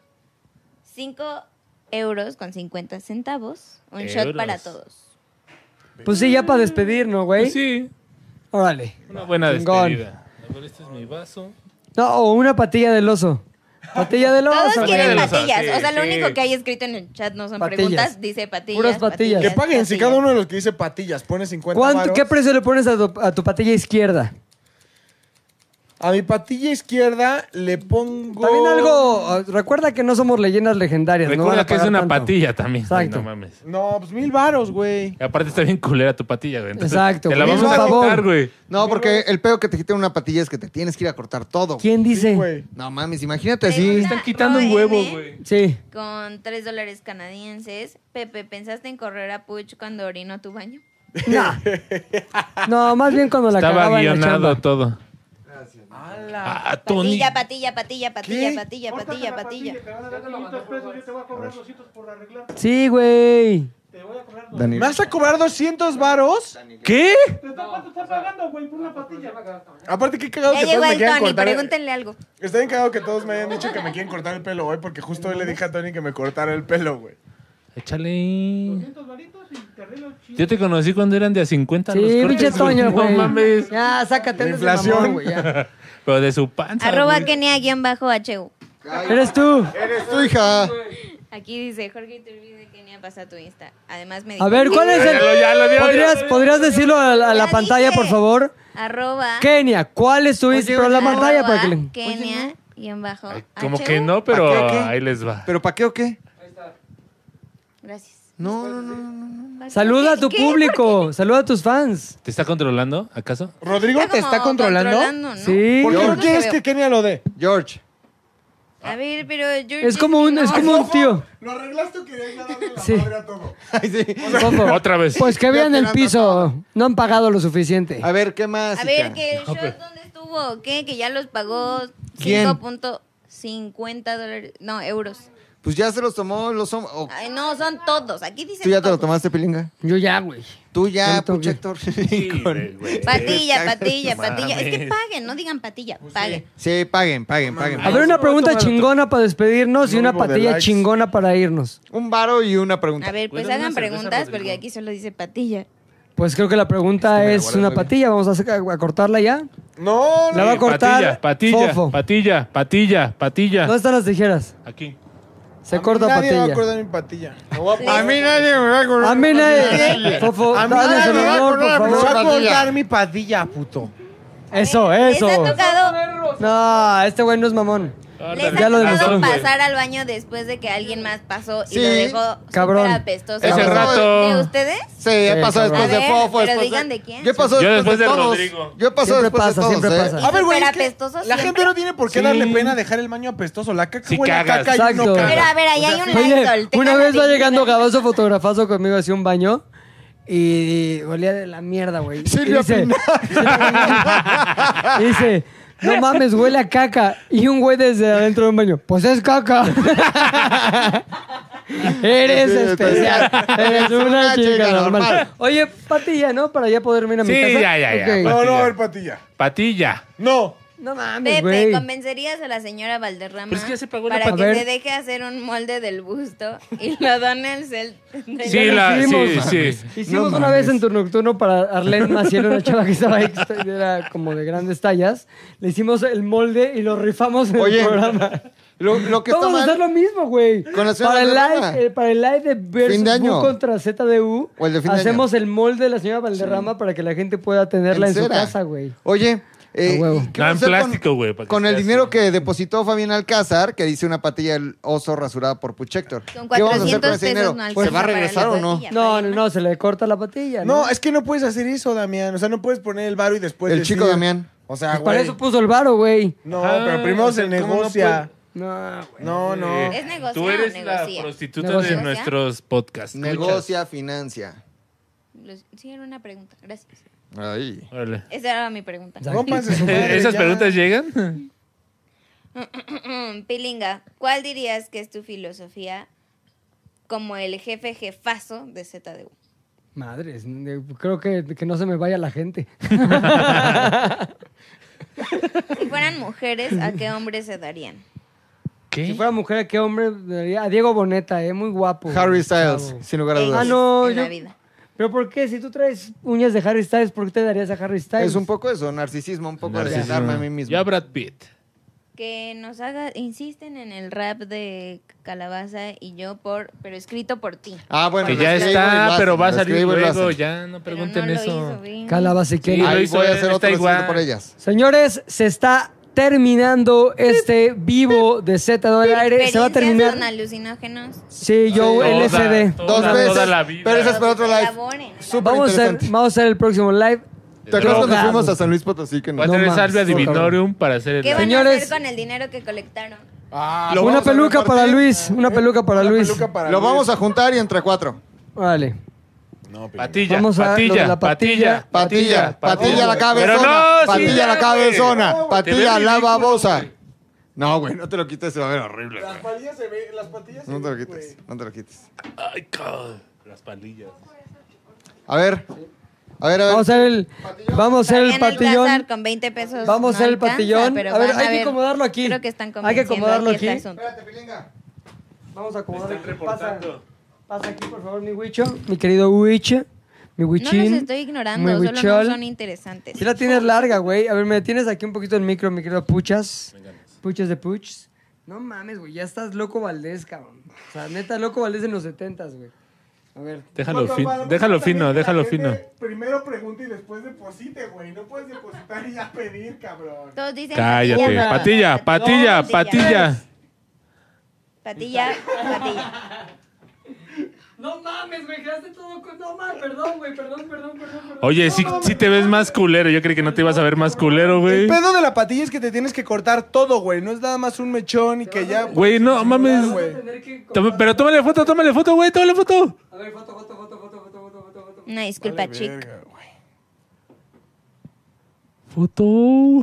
[SPEAKER 5] 5 euros con 50 centavos. Un shot
[SPEAKER 4] Euros.
[SPEAKER 5] para todos.
[SPEAKER 1] Pues sí, ya para despedir, ¿no, güey?
[SPEAKER 4] Pues Sí,
[SPEAKER 1] Órale.
[SPEAKER 4] una buena
[SPEAKER 1] Chingón.
[SPEAKER 4] despedida. A ver, este es mi vaso.
[SPEAKER 1] No, o una patilla del oso. Patilla del oso.
[SPEAKER 5] Todos
[SPEAKER 1] güey.
[SPEAKER 5] quieren
[SPEAKER 4] Patillas,
[SPEAKER 5] patillas.
[SPEAKER 4] sí,
[SPEAKER 5] o sea, lo
[SPEAKER 4] sí.
[SPEAKER 5] único que hay escrito en el chat no son
[SPEAKER 1] Patillas.
[SPEAKER 5] preguntas, dice patillas.
[SPEAKER 1] Puras patillas.
[SPEAKER 3] Que
[SPEAKER 1] Las
[SPEAKER 3] paguen. Si cada uno de los que dice patillas pone 50
[SPEAKER 1] ¿Cuánto-
[SPEAKER 3] varos.
[SPEAKER 1] ¿Qué precio le pones a tu, a tu patilla izquierda?
[SPEAKER 3] A mi patilla izquierda le pongo.
[SPEAKER 1] También algo. eh, Recuerda que no somos leyendas legendarias, ¿no? van
[SPEAKER 4] Recuerda
[SPEAKER 1] a
[SPEAKER 4] que es
[SPEAKER 1] pagar
[SPEAKER 4] una
[SPEAKER 1] tanto.
[SPEAKER 4] patilla también. güey,
[SPEAKER 1] Exacto.
[SPEAKER 4] No mames.
[SPEAKER 3] No, pues mil varos, güey.
[SPEAKER 4] Y aparte está bien culera tu patilla, güey. Entonces,
[SPEAKER 1] Exacto,
[SPEAKER 4] Te la
[SPEAKER 1] güey.
[SPEAKER 4] vamos a
[SPEAKER 1] Por favor.
[SPEAKER 4] quitar, güey.
[SPEAKER 2] No, porque el pedo que te quiten una patilla es que te tienes que ir a cortar todo.
[SPEAKER 1] ¿Quién
[SPEAKER 3] Sí,
[SPEAKER 1] dice?
[SPEAKER 3] güey.
[SPEAKER 2] No mames, imagínate
[SPEAKER 5] Pregunta
[SPEAKER 2] así.
[SPEAKER 4] Están quitando un
[SPEAKER 5] Roy
[SPEAKER 4] huevo,
[SPEAKER 5] M.
[SPEAKER 4] güey.
[SPEAKER 1] Sí.
[SPEAKER 5] Con 3 dólares canadienses. Pepe, ¿pensaste en correr a Puch cuando orinó tu baño?
[SPEAKER 1] No. No, más bien cuando la
[SPEAKER 4] Estaba
[SPEAKER 1] cagaba en la
[SPEAKER 4] guionado
[SPEAKER 1] chamba.
[SPEAKER 4] todo. Ah, Tony.
[SPEAKER 5] Patilla, patilla, patilla, patilla,
[SPEAKER 3] ¿Qué?
[SPEAKER 5] patilla, patilla, patilla.
[SPEAKER 1] Sí, güey.
[SPEAKER 2] Daniel.
[SPEAKER 3] ¿Me vas a cobrar 200 varos?
[SPEAKER 4] ¿Qué?
[SPEAKER 3] Aparte, qué cagado
[SPEAKER 5] Ya
[SPEAKER 3] que
[SPEAKER 5] llegó
[SPEAKER 3] todos me
[SPEAKER 5] el
[SPEAKER 3] quieran
[SPEAKER 5] Tony,
[SPEAKER 3] cortar.
[SPEAKER 5] pregúntenle algo.
[SPEAKER 3] Está bien cagado que todos me hayan dicho que me quieren cortar el pelo, güey, porque justo hoy le dije a Tony que me cortara el pelo, güey.
[SPEAKER 4] Échale. Yo te conocí cuando eran de a 50 los
[SPEAKER 1] Sí,
[SPEAKER 4] cortes,
[SPEAKER 1] pinche
[SPEAKER 4] güey.
[SPEAKER 1] Toño, güey.
[SPEAKER 4] No mames.
[SPEAKER 1] Ya, sácate.
[SPEAKER 3] La
[SPEAKER 1] eres de mamón,
[SPEAKER 3] inflación.
[SPEAKER 1] güey, ya.
[SPEAKER 4] Pero de su panza,
[SPEAKER 5] Arroba
[SPEAKER 4] güey.
[SPEAKER 5] Kenia-HU.
[SPEAKER 1] Eres tú.
[SPEAKER 2] Eres tu hija.
[SPEAKER 5] Aquí dice Jorge Iturbide, Kenia, pasa tu Insta. Además me dijo.
[SPEAKER 1] A ver, ¿cuál es el...?
[SPEAKER 4] Ya lo- ya lo dio, ya
[SPEAKER 1] ¿Podrías,
[SPEAKER 4] lo dio.
[SPEAKER 1] podrías decirlo a la, a la
[SPEAKER 5] Ya
[SPEAKER 1] pantalla,
[SPEAKER 5] dije.
[SPEAKER 1] por favor?
[SPEAKER 5] Arroba.
[SPEAKER 1] Kenia, ¿cuál es tu
[SPEAKER 2] Oye,
[SPEAKER 1] Instagram? Pero la
[SPEAKER 5] arroba
[SPEAKER 1] pantalla para que le...
[SPEAKER 5] Kenia, guión bajo,
[SPEAKER 4] Ay, Como
[SPEAKER 5] HU.
[SPEAKER 4] que no, pero
[SPEAKER 2] ¿Para qué, qué?
[SPEAKER 4] ahí les va.
[SPEAKER 2] ¿Pero para qué o qué?
[SPEAKER 5] Gracias.
[SPEAKER 2] No, no, no, no.
[SPEAKER 1] Saluda a tu
[SPEAKER 5] ¿Qué?
[SPEAKER 1] público, saluda a tus fans.
[SPEAKER 4] ¿Te está controlando, acaso?
[SPEAKER 3] ¿Rodrigo te
[SPEAKER 5] como
[SPEAKER 3] está controlando?
[SPEAKER 5] controlando, ¿no?
[SPEAKER 1] Sí.
[SPEAKER 3] ¿Por qué
[SPEAKER 2] Yo
[SPEAKER 3] no
[SPEAKER 2] no
[SPEAKER 3] quieres
[SPEAKER 5] creo.
[SPEAKER 3] que Kenia lo dé?
[SPEAKER 2] George.
[SPEAKER 5] A ver, pero yo.
[SPEAKER 1] Es como un, es como un tío.
[SPEAKER 3] Lo arreglaste o querías ya darle la
[SPEAKER 1] Sí.
[SPEAKER 3] madre a todo.
[SPEAKER 2] Ay, sí.
[SPEAKER 1] Fofo.
[SPEAKER 4] Otra vez.
[SPEAKER 1] Pues que
[SPEAKER 2] Ya
[SPEAKER 1] vean
[SPEAKER 2] te
[SPEAKER 1] el
[SPEAKER 2] la han
[SPEAKER 1] piso. No han pagado lo suficiente.
[SPEAKER 2] A ver, ¿qué más?
[SPEAKER 5] A
[SPEAKER 2] hija?
[SPEAKER 5] ver, que el
[SPEAKER 3] pues.
[SPEAKER 5] short, ¿dónde estuvo? ¿Qué? Que ya los pagó
[SPEAKER 2] ¿Quién?
[SPEAKER 5] 5.50 dólares. No, euros.
[SPEAKER 2] Pues ya se los tomó los hombres. Oh,
[SPEAKER 5] Ay, no, son todos. Aquí dice.
[SPEAKER 2] ¿Tú ya te lo tomaste, Pilinga?
[SPEAKER 1] Yo ya, güey.
[SPEAKER 2] Tú ya,
[SPEAKER 1] Tanto
[SPEAKER 2] pucha,
[SPEAKER 1] que-
[SPEAKER 2] Héctor.
[SPEAKER 4] Sí,
[SPEAKER 2] Sí,
[SPEAKER 4] güey, güey.
[SPEAKER 5] Patilla, patilla,
[SPEAKER 4] Mames.
[SPEAKER 5] patilla. Es que paguen, no digan patilla,
[SPEAKER 4] Pues
[SPEAKER 5] paguen.
[SPEAKER 2] paguen, paguen, paguen.
[SPEAKER 1] A ver, una
[SPEAKER 3] se va a
[SPEAKER 1] pregunta
[SPEAKER 3] tomar otro.
[SPEAKER 1] chingona para despedirnos y
[SPEAKER 3] No
[SPEAKER 1] una
[SPEAKER 3] hubo de
[SPEAKER 1] patilla
[SPEAKER 3] likes.
[SPEAKER 1] chingona para irnos.
[SPEAKER 2] Un varo y una pregunta.
[SPEAKER 5] A ver, pues
[SPEAKER 4] Güey, dame
[SPEAKER 5] hagan
[SPEAKER 4] una cerveza,
[SPEAKER 5] preguntas
[SPEAKER 4] Rodrigo.
[SPEAKER 5] porque aquí solo dice patilla.
[SPEAKER 1] Pues creo que la pregunta
[SPEAKER 2] me
[SPEAKER 3] Este
[SPEAKER 2] la
[SPEAKER 1] es,
[SPEAKER 2] guardas
[SPEAKER 1] una
[SPEAKER 2] muy bien.
[SPEAKER 1] patilla. Vamos a, saca- a cortarla ya.
[SPEAKER 3] No,
[SPEAKER 1] La va a cortar
[SPEAKER 4] Patilla, patilla,
[SPEAKER 1] Fofo.
[SPEAKER 4] patilla, patilla, patilla.
[SPEAKER 1] ¿Dónde están las tijeras?
[SPEAKER 4] Aquí.
[SPEAKER 1] Se corta
[SPEAKER 3] nadie va a
[SPEAKER 1] patilla.
[SPEAKER 3] acordar mi patilla. Me voy a
[SPEAKER 2] A
[SPEAKER 3] parar.
[SPEAKER 2] mí nadie me va a acordar.
[SPEAKER 1] A mí nadie. Fofo,
[SPEAKER 3] A mí
[SPEAKER 1] danos
[SPEAKER 3] nadie
[SPEAKER 1] el
[SPEAKER 3] me va a
[SPEAKER 1] honor, por
[SPEAKER 2] acordar,
[SPEAKER 1] favor.
[SPEAKER 3] Me voy a
[SPEAKER 2] Patilla.
[SPEAKER 3] acordar mi patilla, puto.
[SPEAKER 1] Eso,
[SPEAKER 5] Les
[SPEAKER 1] eso.
[SPEAKER 5] ha tocado,
[SPEAKER 1] No, este güey no es mamón.
[SPEAKER 4] Ah,
[SPEAKER 5] les ha
[SPEAKER 1] Ya lo
[SPEAKER 5] tocado
[SPEAKER 1] demostró.
[SPEAKER 5] pasar al baño después de que alguien más pasó y
[SPEAKER 2] Sí,
[SPEAKER 5] lo dejó
[SPEAKER 1] cabrón.
[SPEAKER 5] súper apestoso.
[SPEAKER 2] Ese
[SPEAKER 5] ¿De
[SPEAKER 4] rato.
[SPEAKER 5] ustedes?
[SPEAKER 2] Sí, he pasado
[SPEAKER 1] cabrón.
[SPEAKER 2] después
[SPEAKER 5] A
[SPEAKER 2] de
[SPEAKER 5] ver,
[SPEAKER 2] Fofo.
[SPEAKER 5] pero
[SPEAKER 2] después
[SPEAKER 5] digan de quién.
[SPEAKER 2] Yo he pasado
[SPEAKER 4] Yo
[SPEAKER 2] después,
[SPEAKER 4] después
[SPEAKER 2] de,
[SPEAKER 4] de
[SPEAKER 2] todos.
[SPEAKER 4] Rodrigo.
[SPEAKER 2] Yo he pasado
[SPEAKER 1] Siempre
[SPEAKER 2] después
[SPEAKER 1] pasa,
[SPEAKER 2] de todos.
[SPEAKER 1] siempre
[SPEAKER 2] ¿eh?
[SPEAKER 1] pasa.
[SPEAKER 3] A ver, güey, es
[SPEAKER 5] Súper
[SPEAKER 3] que
[SPEAKER 5] apestoso
[SPEAKER 3] la
[SPEAKER 5] siempre.
[SPEAKER 3] gente no tiene por qué
[SPEAKER 4] Sí.
[SPEAKER 3] darle pena dejar el baño apestoso. La caca
[SPEAKER 4] Sí
[SPEAKER 3] huele a
[SPEAKER 4] cagas.
[SPEAKER 3] caca y uno
[SPEAKER 1] Exacto.
[SPEAKER 5] Pero
[SPEAKER 3] caga.
[SPEAKER 5] a ver, ahí hay un
[SPEAKER 1] Oye,
[SPEAKER 5] Lysol,
[SPEAKER 1] una
[SPEAKER 5] tengan
[SPEAKER 1] vez va
[SPEAKER 5] la
[SPEAKER 1] llegando
[SPEAKER 5] dignidad.
[SPEAKER 1] Gabazo fotografazo conmigo hacia un baño y olía de la mierda, güey.
[SPEAKER 2] Sí,
[SPEAKER 1] Y
[SPEAKER 2] le
[SPEAKER 1] dice, y dice, no mames, huele a caca. Y un güey desde adentro de un baño, pues es caca. Eres
[SPEAKER 2] Sí,
[SPEAKER 1] especial.
[SPEAKER 2] especial.
[SPEAKER 1] Eres una chica normal. Oye, patilla, ¿no? Para ya poder ir a mi
[SPEAKER 4] Sí,
[SPEAKER 1] casa.
[SPEAKER 4] ya, ya, ya.
[SPEAKER 1] Ok.
[SPEAKER 3] No, no,
[SPEAKER 4] Patilla.
[SPEAKER 3] a ver, patilla.
[SPEAKER 4] Patilla.
[SPEAKER 3] No.
[SPEAKER 1] No mames,
[SPEAKER 5] Pepe,
[SPEAKER 1] güey.
[SPEAKER 5] ¿convencerías a la señora Valderrama
[SPEAKER 4] Pero es que ya se pagó la
[SPEAKER 5] para que
[SPEAKER 1] patilla.
[SPEAKER 5] se deje hacer un molde del busto y lo done al cel?
[SPEAKER 4] Sí, la, sí,
[SPEAKER 1] hicimos.
[SPEAKER 4] sí.
[SPEAKER 1] Hicimos una vez en turno nocturno para Arlene Maciel, una chava que estaba ahí, que est- era como de grandes tallas. Le hicimos el molde y lo rifamos en
[SPEAKER 2] Oye,
[SPEAKER 1] el programa.
[SPEAKER 2] Lo, lo que está
[SPEAKER 1] Vamos a hacer
[SPEAKER 2] mal.
[SPEAKER 1] lo mismo, güey.
[SPEAKER 2] Con la señora
[SPEAKER 1] Para, el
[SPEAKER 2] Valderrama.
[SPEAKER 1] live- eh, para el live de
[SPEAKER 2] Fin de
[SPEAKER 1] Versus
[SPEAKER 2] año.
[SPEAKER 1] Bu contra ZDU,
[SPEAKER 2] O el de fin de
[SPEAKER 1] hacemos el molde de la señora Valderrama para que la gente pueda tenerla en, su
[SPEAKER 2] cera.
[SPEAKER 1] casa, güey.
[SPEAKER 2] Oye. Eh,
[SPEAKER 1] A huevo.
[SPEAKER 2] ¿qué
[SPEAKER 4] No,
[SPEAKER 2] va a
[SPEAKER 4] en
[SPEAKER 2] hacer con-
[SPEAKER 4] plástico, güey, para
[SPEAKER 2] Con,
[SPEAKER 4] que esté
[SPEAKER 2] el
[SPEAKER 4] así.
[SPEAKER 2] dinero que depositó Fabián Alcázar, que dice una patilla del oso rasurada por Puchector.
[SPEAKER 5] Con
[SPEAKER 2] ¿Qué vamos a hacer con
[SPEAKER 5] 400
[SPEAKER 2] ese
[SPEAKER 5] pesos
[SPEAKER 2] dinero?
[SPEAKER 5] no
[SPEAKER 2] ¿Se
[SPEAKER 5] alcanza
[SPEAKER 2] va a
[SPEAKER 5] para
[SPEAKER 2] regresar
[SPEAKER 5] la
[SPEAKER 2] o no?
[SPEAKER 5] patilla.
[SPEAKER 1] No, no, no, se le corta la patilla. No,
[SPEAKER 3] No, es que no puedes hacer eso, Damián. O sea, no puedes poner el varo y después.
[SPEAKER 2] El
[SPEAKER 3] decir-
[SPEAKER 2] chico Damián.
[SPEAKER 3] O sea,
[SPEAKER 1] Pues para
[SPEAKER 3] güey.
[SPEAKER 1] eso puso el varo, güey.
[SPEAKER 3] No,
[SPEAKER 4] Ajá,
[SPEAKER 3] pero primero
[SPEAKER 4] Ah, o sea,
[SPEAKER 3] se
[SPEAKER 4] ¿cómo no
[SPEAKER 3] negocia.
[SPEAKER 1] No, güey.
[SPEAKER 3] No, no.
[SPEAKER 5] Es negocio,
[SPEAKER 4] Eh, Tú eres
[SPEAKER 5] negocia.
[SPEAKER 4] la prostituta
[SPEAKER 1] Negocia.
[SPEAKER 4] de nuestros podcasts.
[SPEAKER 2] Negocia, financia.
[SPEAKER 5] Los- Sí, era una pregunta, gracias.
[SPEAKER 2] Ahí.
[SPEAKER 4] Órale.
[SPEAKER 5] Esa era mi pregunta.
[SPEAKER 3] Rómpanse su madre,
[SPEAKER 4] ¿Esas
[SPEAKER 3] ya.
[SPEAKER 4] preguntas llegan?
[SPEAKER 5] Pilinga, ¿cuál dirías que es tu filosofía como el jefe jefazo de ZDU?
[SPEAKER 1] Madres, eh, creo que, que no se me vaya la gente.
[SPEAKER 5] Si fueran mujeres, ¿a qué hombre se darían?
[SPEAKER 1] Si
[SPEAKER 4] ¿Qué?
[SPEAKER 1] fuera mujer, ¿a qué hombre? daría? A Diego Boneta, eh, muy guapo. güey,
[SPEAKER 2] Harry Styles,
[SPEAKER 1] chavo.
[SPEAKER 2] sin lugar a
[SPEAKER 5] Ey,
[SPEAKER 2] dudas.
[SPEAKER 1] Ah, no,
[SPEAKER 5] en la
[SPEAKER 1] yo-
[SPEAKER 5] vida.
[SPEAKER 1] ¿Pero por qué? Si tú traes uñas de Harry Styles, ¿por qué te darías a Harry Styles?
[SPEAKER 2] Es un poco eso, narcisismo, un poco de
[SPEAKER 4] Narcisismo.
[SPEAKER 2] darme a mí mismo.
[SPEAKER 4] Ya Brad Pitt.
[SPEAKER 5] que nos haga, insisten en el rap de Calabaza y yo por, pero escrito por ti.
[SPEAKER 2] Ah, bueno.
[SPEAKER 4] Que
[SPEAKER 2] lo
[SPEAKER 4] ya
[SPEAKER 2] escribo y
[SPEAKER 4] está,
[SPEAKER 2] lo hacen,
[SPEAKER 4] pero va a
[SPEAKER 2] lo
[SPEAKER 4] salir
[SPEAKER 2] escribo y lo
[SPEAKER 4] luego,
[SPEAKER 2] hacen.
[SPEAKER 4] ya no pregunten
[SPEAKER 5] no lo
[SPEAKER 4] eso.
[SPEAKER 5] hizo bien.
[SPEAKER 4] Sí,
[SPEAKER 1] Calabaciquera.
[SPEAKER 4] lo
[SPEAKER 2] Ahí
[SPEAKER 4] hizo
[SPEAKER 2] voy a
[SPEAKER 4] él,
[SPEAKER 2] hacer
[SPEAKER 4] está
[SPEAKER 2] otro
[SPEAKER 4] igual.
[SPEAKER 2] escrito por ellas.
[SPEAKER 1] Señores, se está terminando este vivo de Z del aire. Se va a
[SPEAKER 5] Experiencias con
[SPEAKER 1] terminar.
[SPEAKER 5] alucinógenos.
[SPEAKER 1] Sí, yo
[SPEAKER 2] Toda-
[SPEAKER 1] LSD.
[SPEAKER 4] toda-
[SPEAKER 2] Dos veces.
[SPEAKER 4] la vida.
[SPEAKER 2] Pero eso es para otro live.
[SPEAKER 5] Colaboren.
[SPEAKER 2] Súper
[SPEAKER 1] Vamos a, hacer,
[SPEAKER 2] interesante.
[SPEAKER 1] vamos a hacer el próximo live.
[SPEAKER 2] ¿Te acuerdas cuando
[SPEAKER 1] Drogados.
[SPEAKER 2] fuimos a San Luis Potosí? Que
[SPEAKER 4] Va
[SPEAKER 2] nos...
[SPEAKER 4] a
[SPEAKER 1] No
[SPEAKER 4] tener
[SPEAKER 1] mames,
[SPEAKER 4] salve
[SPEAKER 1] no,
[SPEAKER 4] Divinorium para hacer el live.
[SPEAKER 5] ¿Qué van a
[SPEAKER 1] Señores.
[SPEAKER 5] hacer con el dinero que colectaron?
[SPEAKER 3] Ah,
[SPEAKER 2] Lo
[SPEAKER 1] Una
[SPEAKER 2] vamos a
[SPEAKER 1] peluca
[SPEAKER 2] repartir.
[SPEAKER 1] para Luis. Una peluca para
[SPEAKER 3] una
[SPEAKER 1] Luis.
[SPEAKER 3] peluca para
[SPEAKER 2] Lo
[SPEAKER 3] Luis.
[SPEAKER 2] vamos a juntar y entre cuatro.
[SPEAKER 1] Vale.
[SPEAKER 3] No, pero-
[SPEAKER 4] Patilla,
[SPEAKER 1] Vamos a lo de
[SPEAKER 4] patilla,
[SPEAKER 1] la
[SPEAKER 4] patilla,
[SPEAKER 1] patilla.
[SPEAKER 2] Patilla, patilla la
[SPEAKER 4] Pero
[SPEAKER 2] cabezona.
[SPEAKER 4] no, sí,
[SPEAKER 2] patilla
[SPEAKER 4] ya,
[SPEAKER 2] la
[SPEAKER 4] güey.
[SPEAKER 2] cabezona.
[SPEAKER 4] Te ves
[SPEAKER 2] Patilla la
[SPEAKER 4] ridículo,
[SPEAKER 2] babosa.
[SPEAKER 4] güey.
[SPEAKER 2] No, güey, no te lo quites, se va a ver horrible.
[SPEAKER 3] Las
[SPEAKER 2] güey.
[SPEAKER 3] patillas se ven, las patillas se
[SPEAKER 2] No te lo
[SPEAKER 3] ven,
[SPEAKER 2] quites,
[SPEAKER 3] güey.
[SPEAKER 2] no te lo quites.
[SPEAKER 4] Ay, cabrón. Las palillas.
[SPEAKER 2] A ver, a ver, a ver.
[SPEAKER 1] Vamos a hacer el, vamos a hacer el
[SPEAKER 5] Fabián
[SPEAKER 1] patillón.
[SPEAKER 5] Alcázar con 20 pesos.
[SPEAKER 1] Vamos a hacer
[SPEAKER 5] no
[SPEAKER 1] el patillón.
[SPEAKER 5] pero
[SPEAKER 1] A ver,
[SPEAKER 5] van
[SPEAKER 1] hay que acomodarlo aquí.
[SPEAKER 5] Creo que están
[SPEAKER 1] Hay que
[SPEAKER 5] convenciendo
[SPEAKER 1] acomodarlo
[SPEAKER 5] este
[SPEAKER 1] aquí.
[SPEAKER 5] asunto.
[SPEAKER 2] Espérate, pilinga.
[SPEAKER 1] Vamos a
[SPEAKER 4] Me
[SPEAKER 1] acomodar
[SPEAKER 4] están
[SPEAKER 1] aquí. Pasa,
[SPEAKER 4] reportando.
[SPEAKER 1] pasa aquí, por favor, mi huicho. Mi querido huicho. Mi
[SPEAKER 5] No los
[SPEAKER 1] huichín.
[SPEAKER 5] estoy ignorando,
[SPEAKER 1] mi
[SPEAKER 5] solo no
[SPEAKER 1] huichol.
[SPEAKER 5] son interesantes.
[SPEAKER 1] Si la tienes larga, güey. A ver, me tienes aquí un poquito el micro, mi querido Puchas. Puchas de Puchs. No mames, güey. Ya estás loco Valdés, cabrón. O sea, neta, loco Valdés en los setentas, güey. A ver.
[SPEAKER 4] Déjalo,
[SPEAKER 3] Cuando
[SPEAKER 4] fin-
[SPEAKER 3] para-
[SPEAKER 4] déjalo fino,
[SPEAKER 3] también que la
[SPEAKER 4] déjalo
[SPEAKER 3] gente
[SPEAKER 4] fino.
[SPEAKER 3] Primero pregunta y después deposite, güey. No puedes depositar y ya pedir, cabrón.
[SPEAKER 5] Todos dicen
[SPEAKER 4] Cállate.
[SPEAKER 5] patilla,
[SPEAKER 4] Patilla, patilla,
[SPEAKER 5] dos,
[SPEAKER 4] patilla.
[SPEAKER 5] Patilla, patilla.
[SPEAKER 1] No mames, güey. Quedaste todo con. No mames, perdón, güey. Perdón, perdón, perdón. perdón.
[SPEAKER 4] Oye, sí, sí te ves más culero. Yo creí que no te ibas a ver más culero,
[SPEAKER 3] El
[SPEAKER 4] güey.
[SPEAKER 3] pedo de la patilla es que te tienes que cortar todo, güey. No es nada más un mechón y que ya.
[SPEAKER 4] Güey, no mames.
[SPEAKER 3] güey.
[SPEAKER 4] Toma- pero tómale foto, tómale foto, güey, tómale foto.
[SPEAKER 1] A ver, foto, foto, foto, foto, foto, foto, foto, foto.
[SPEAKER 5] Una disculpa, chica.
[SPEAKER 4] Foto.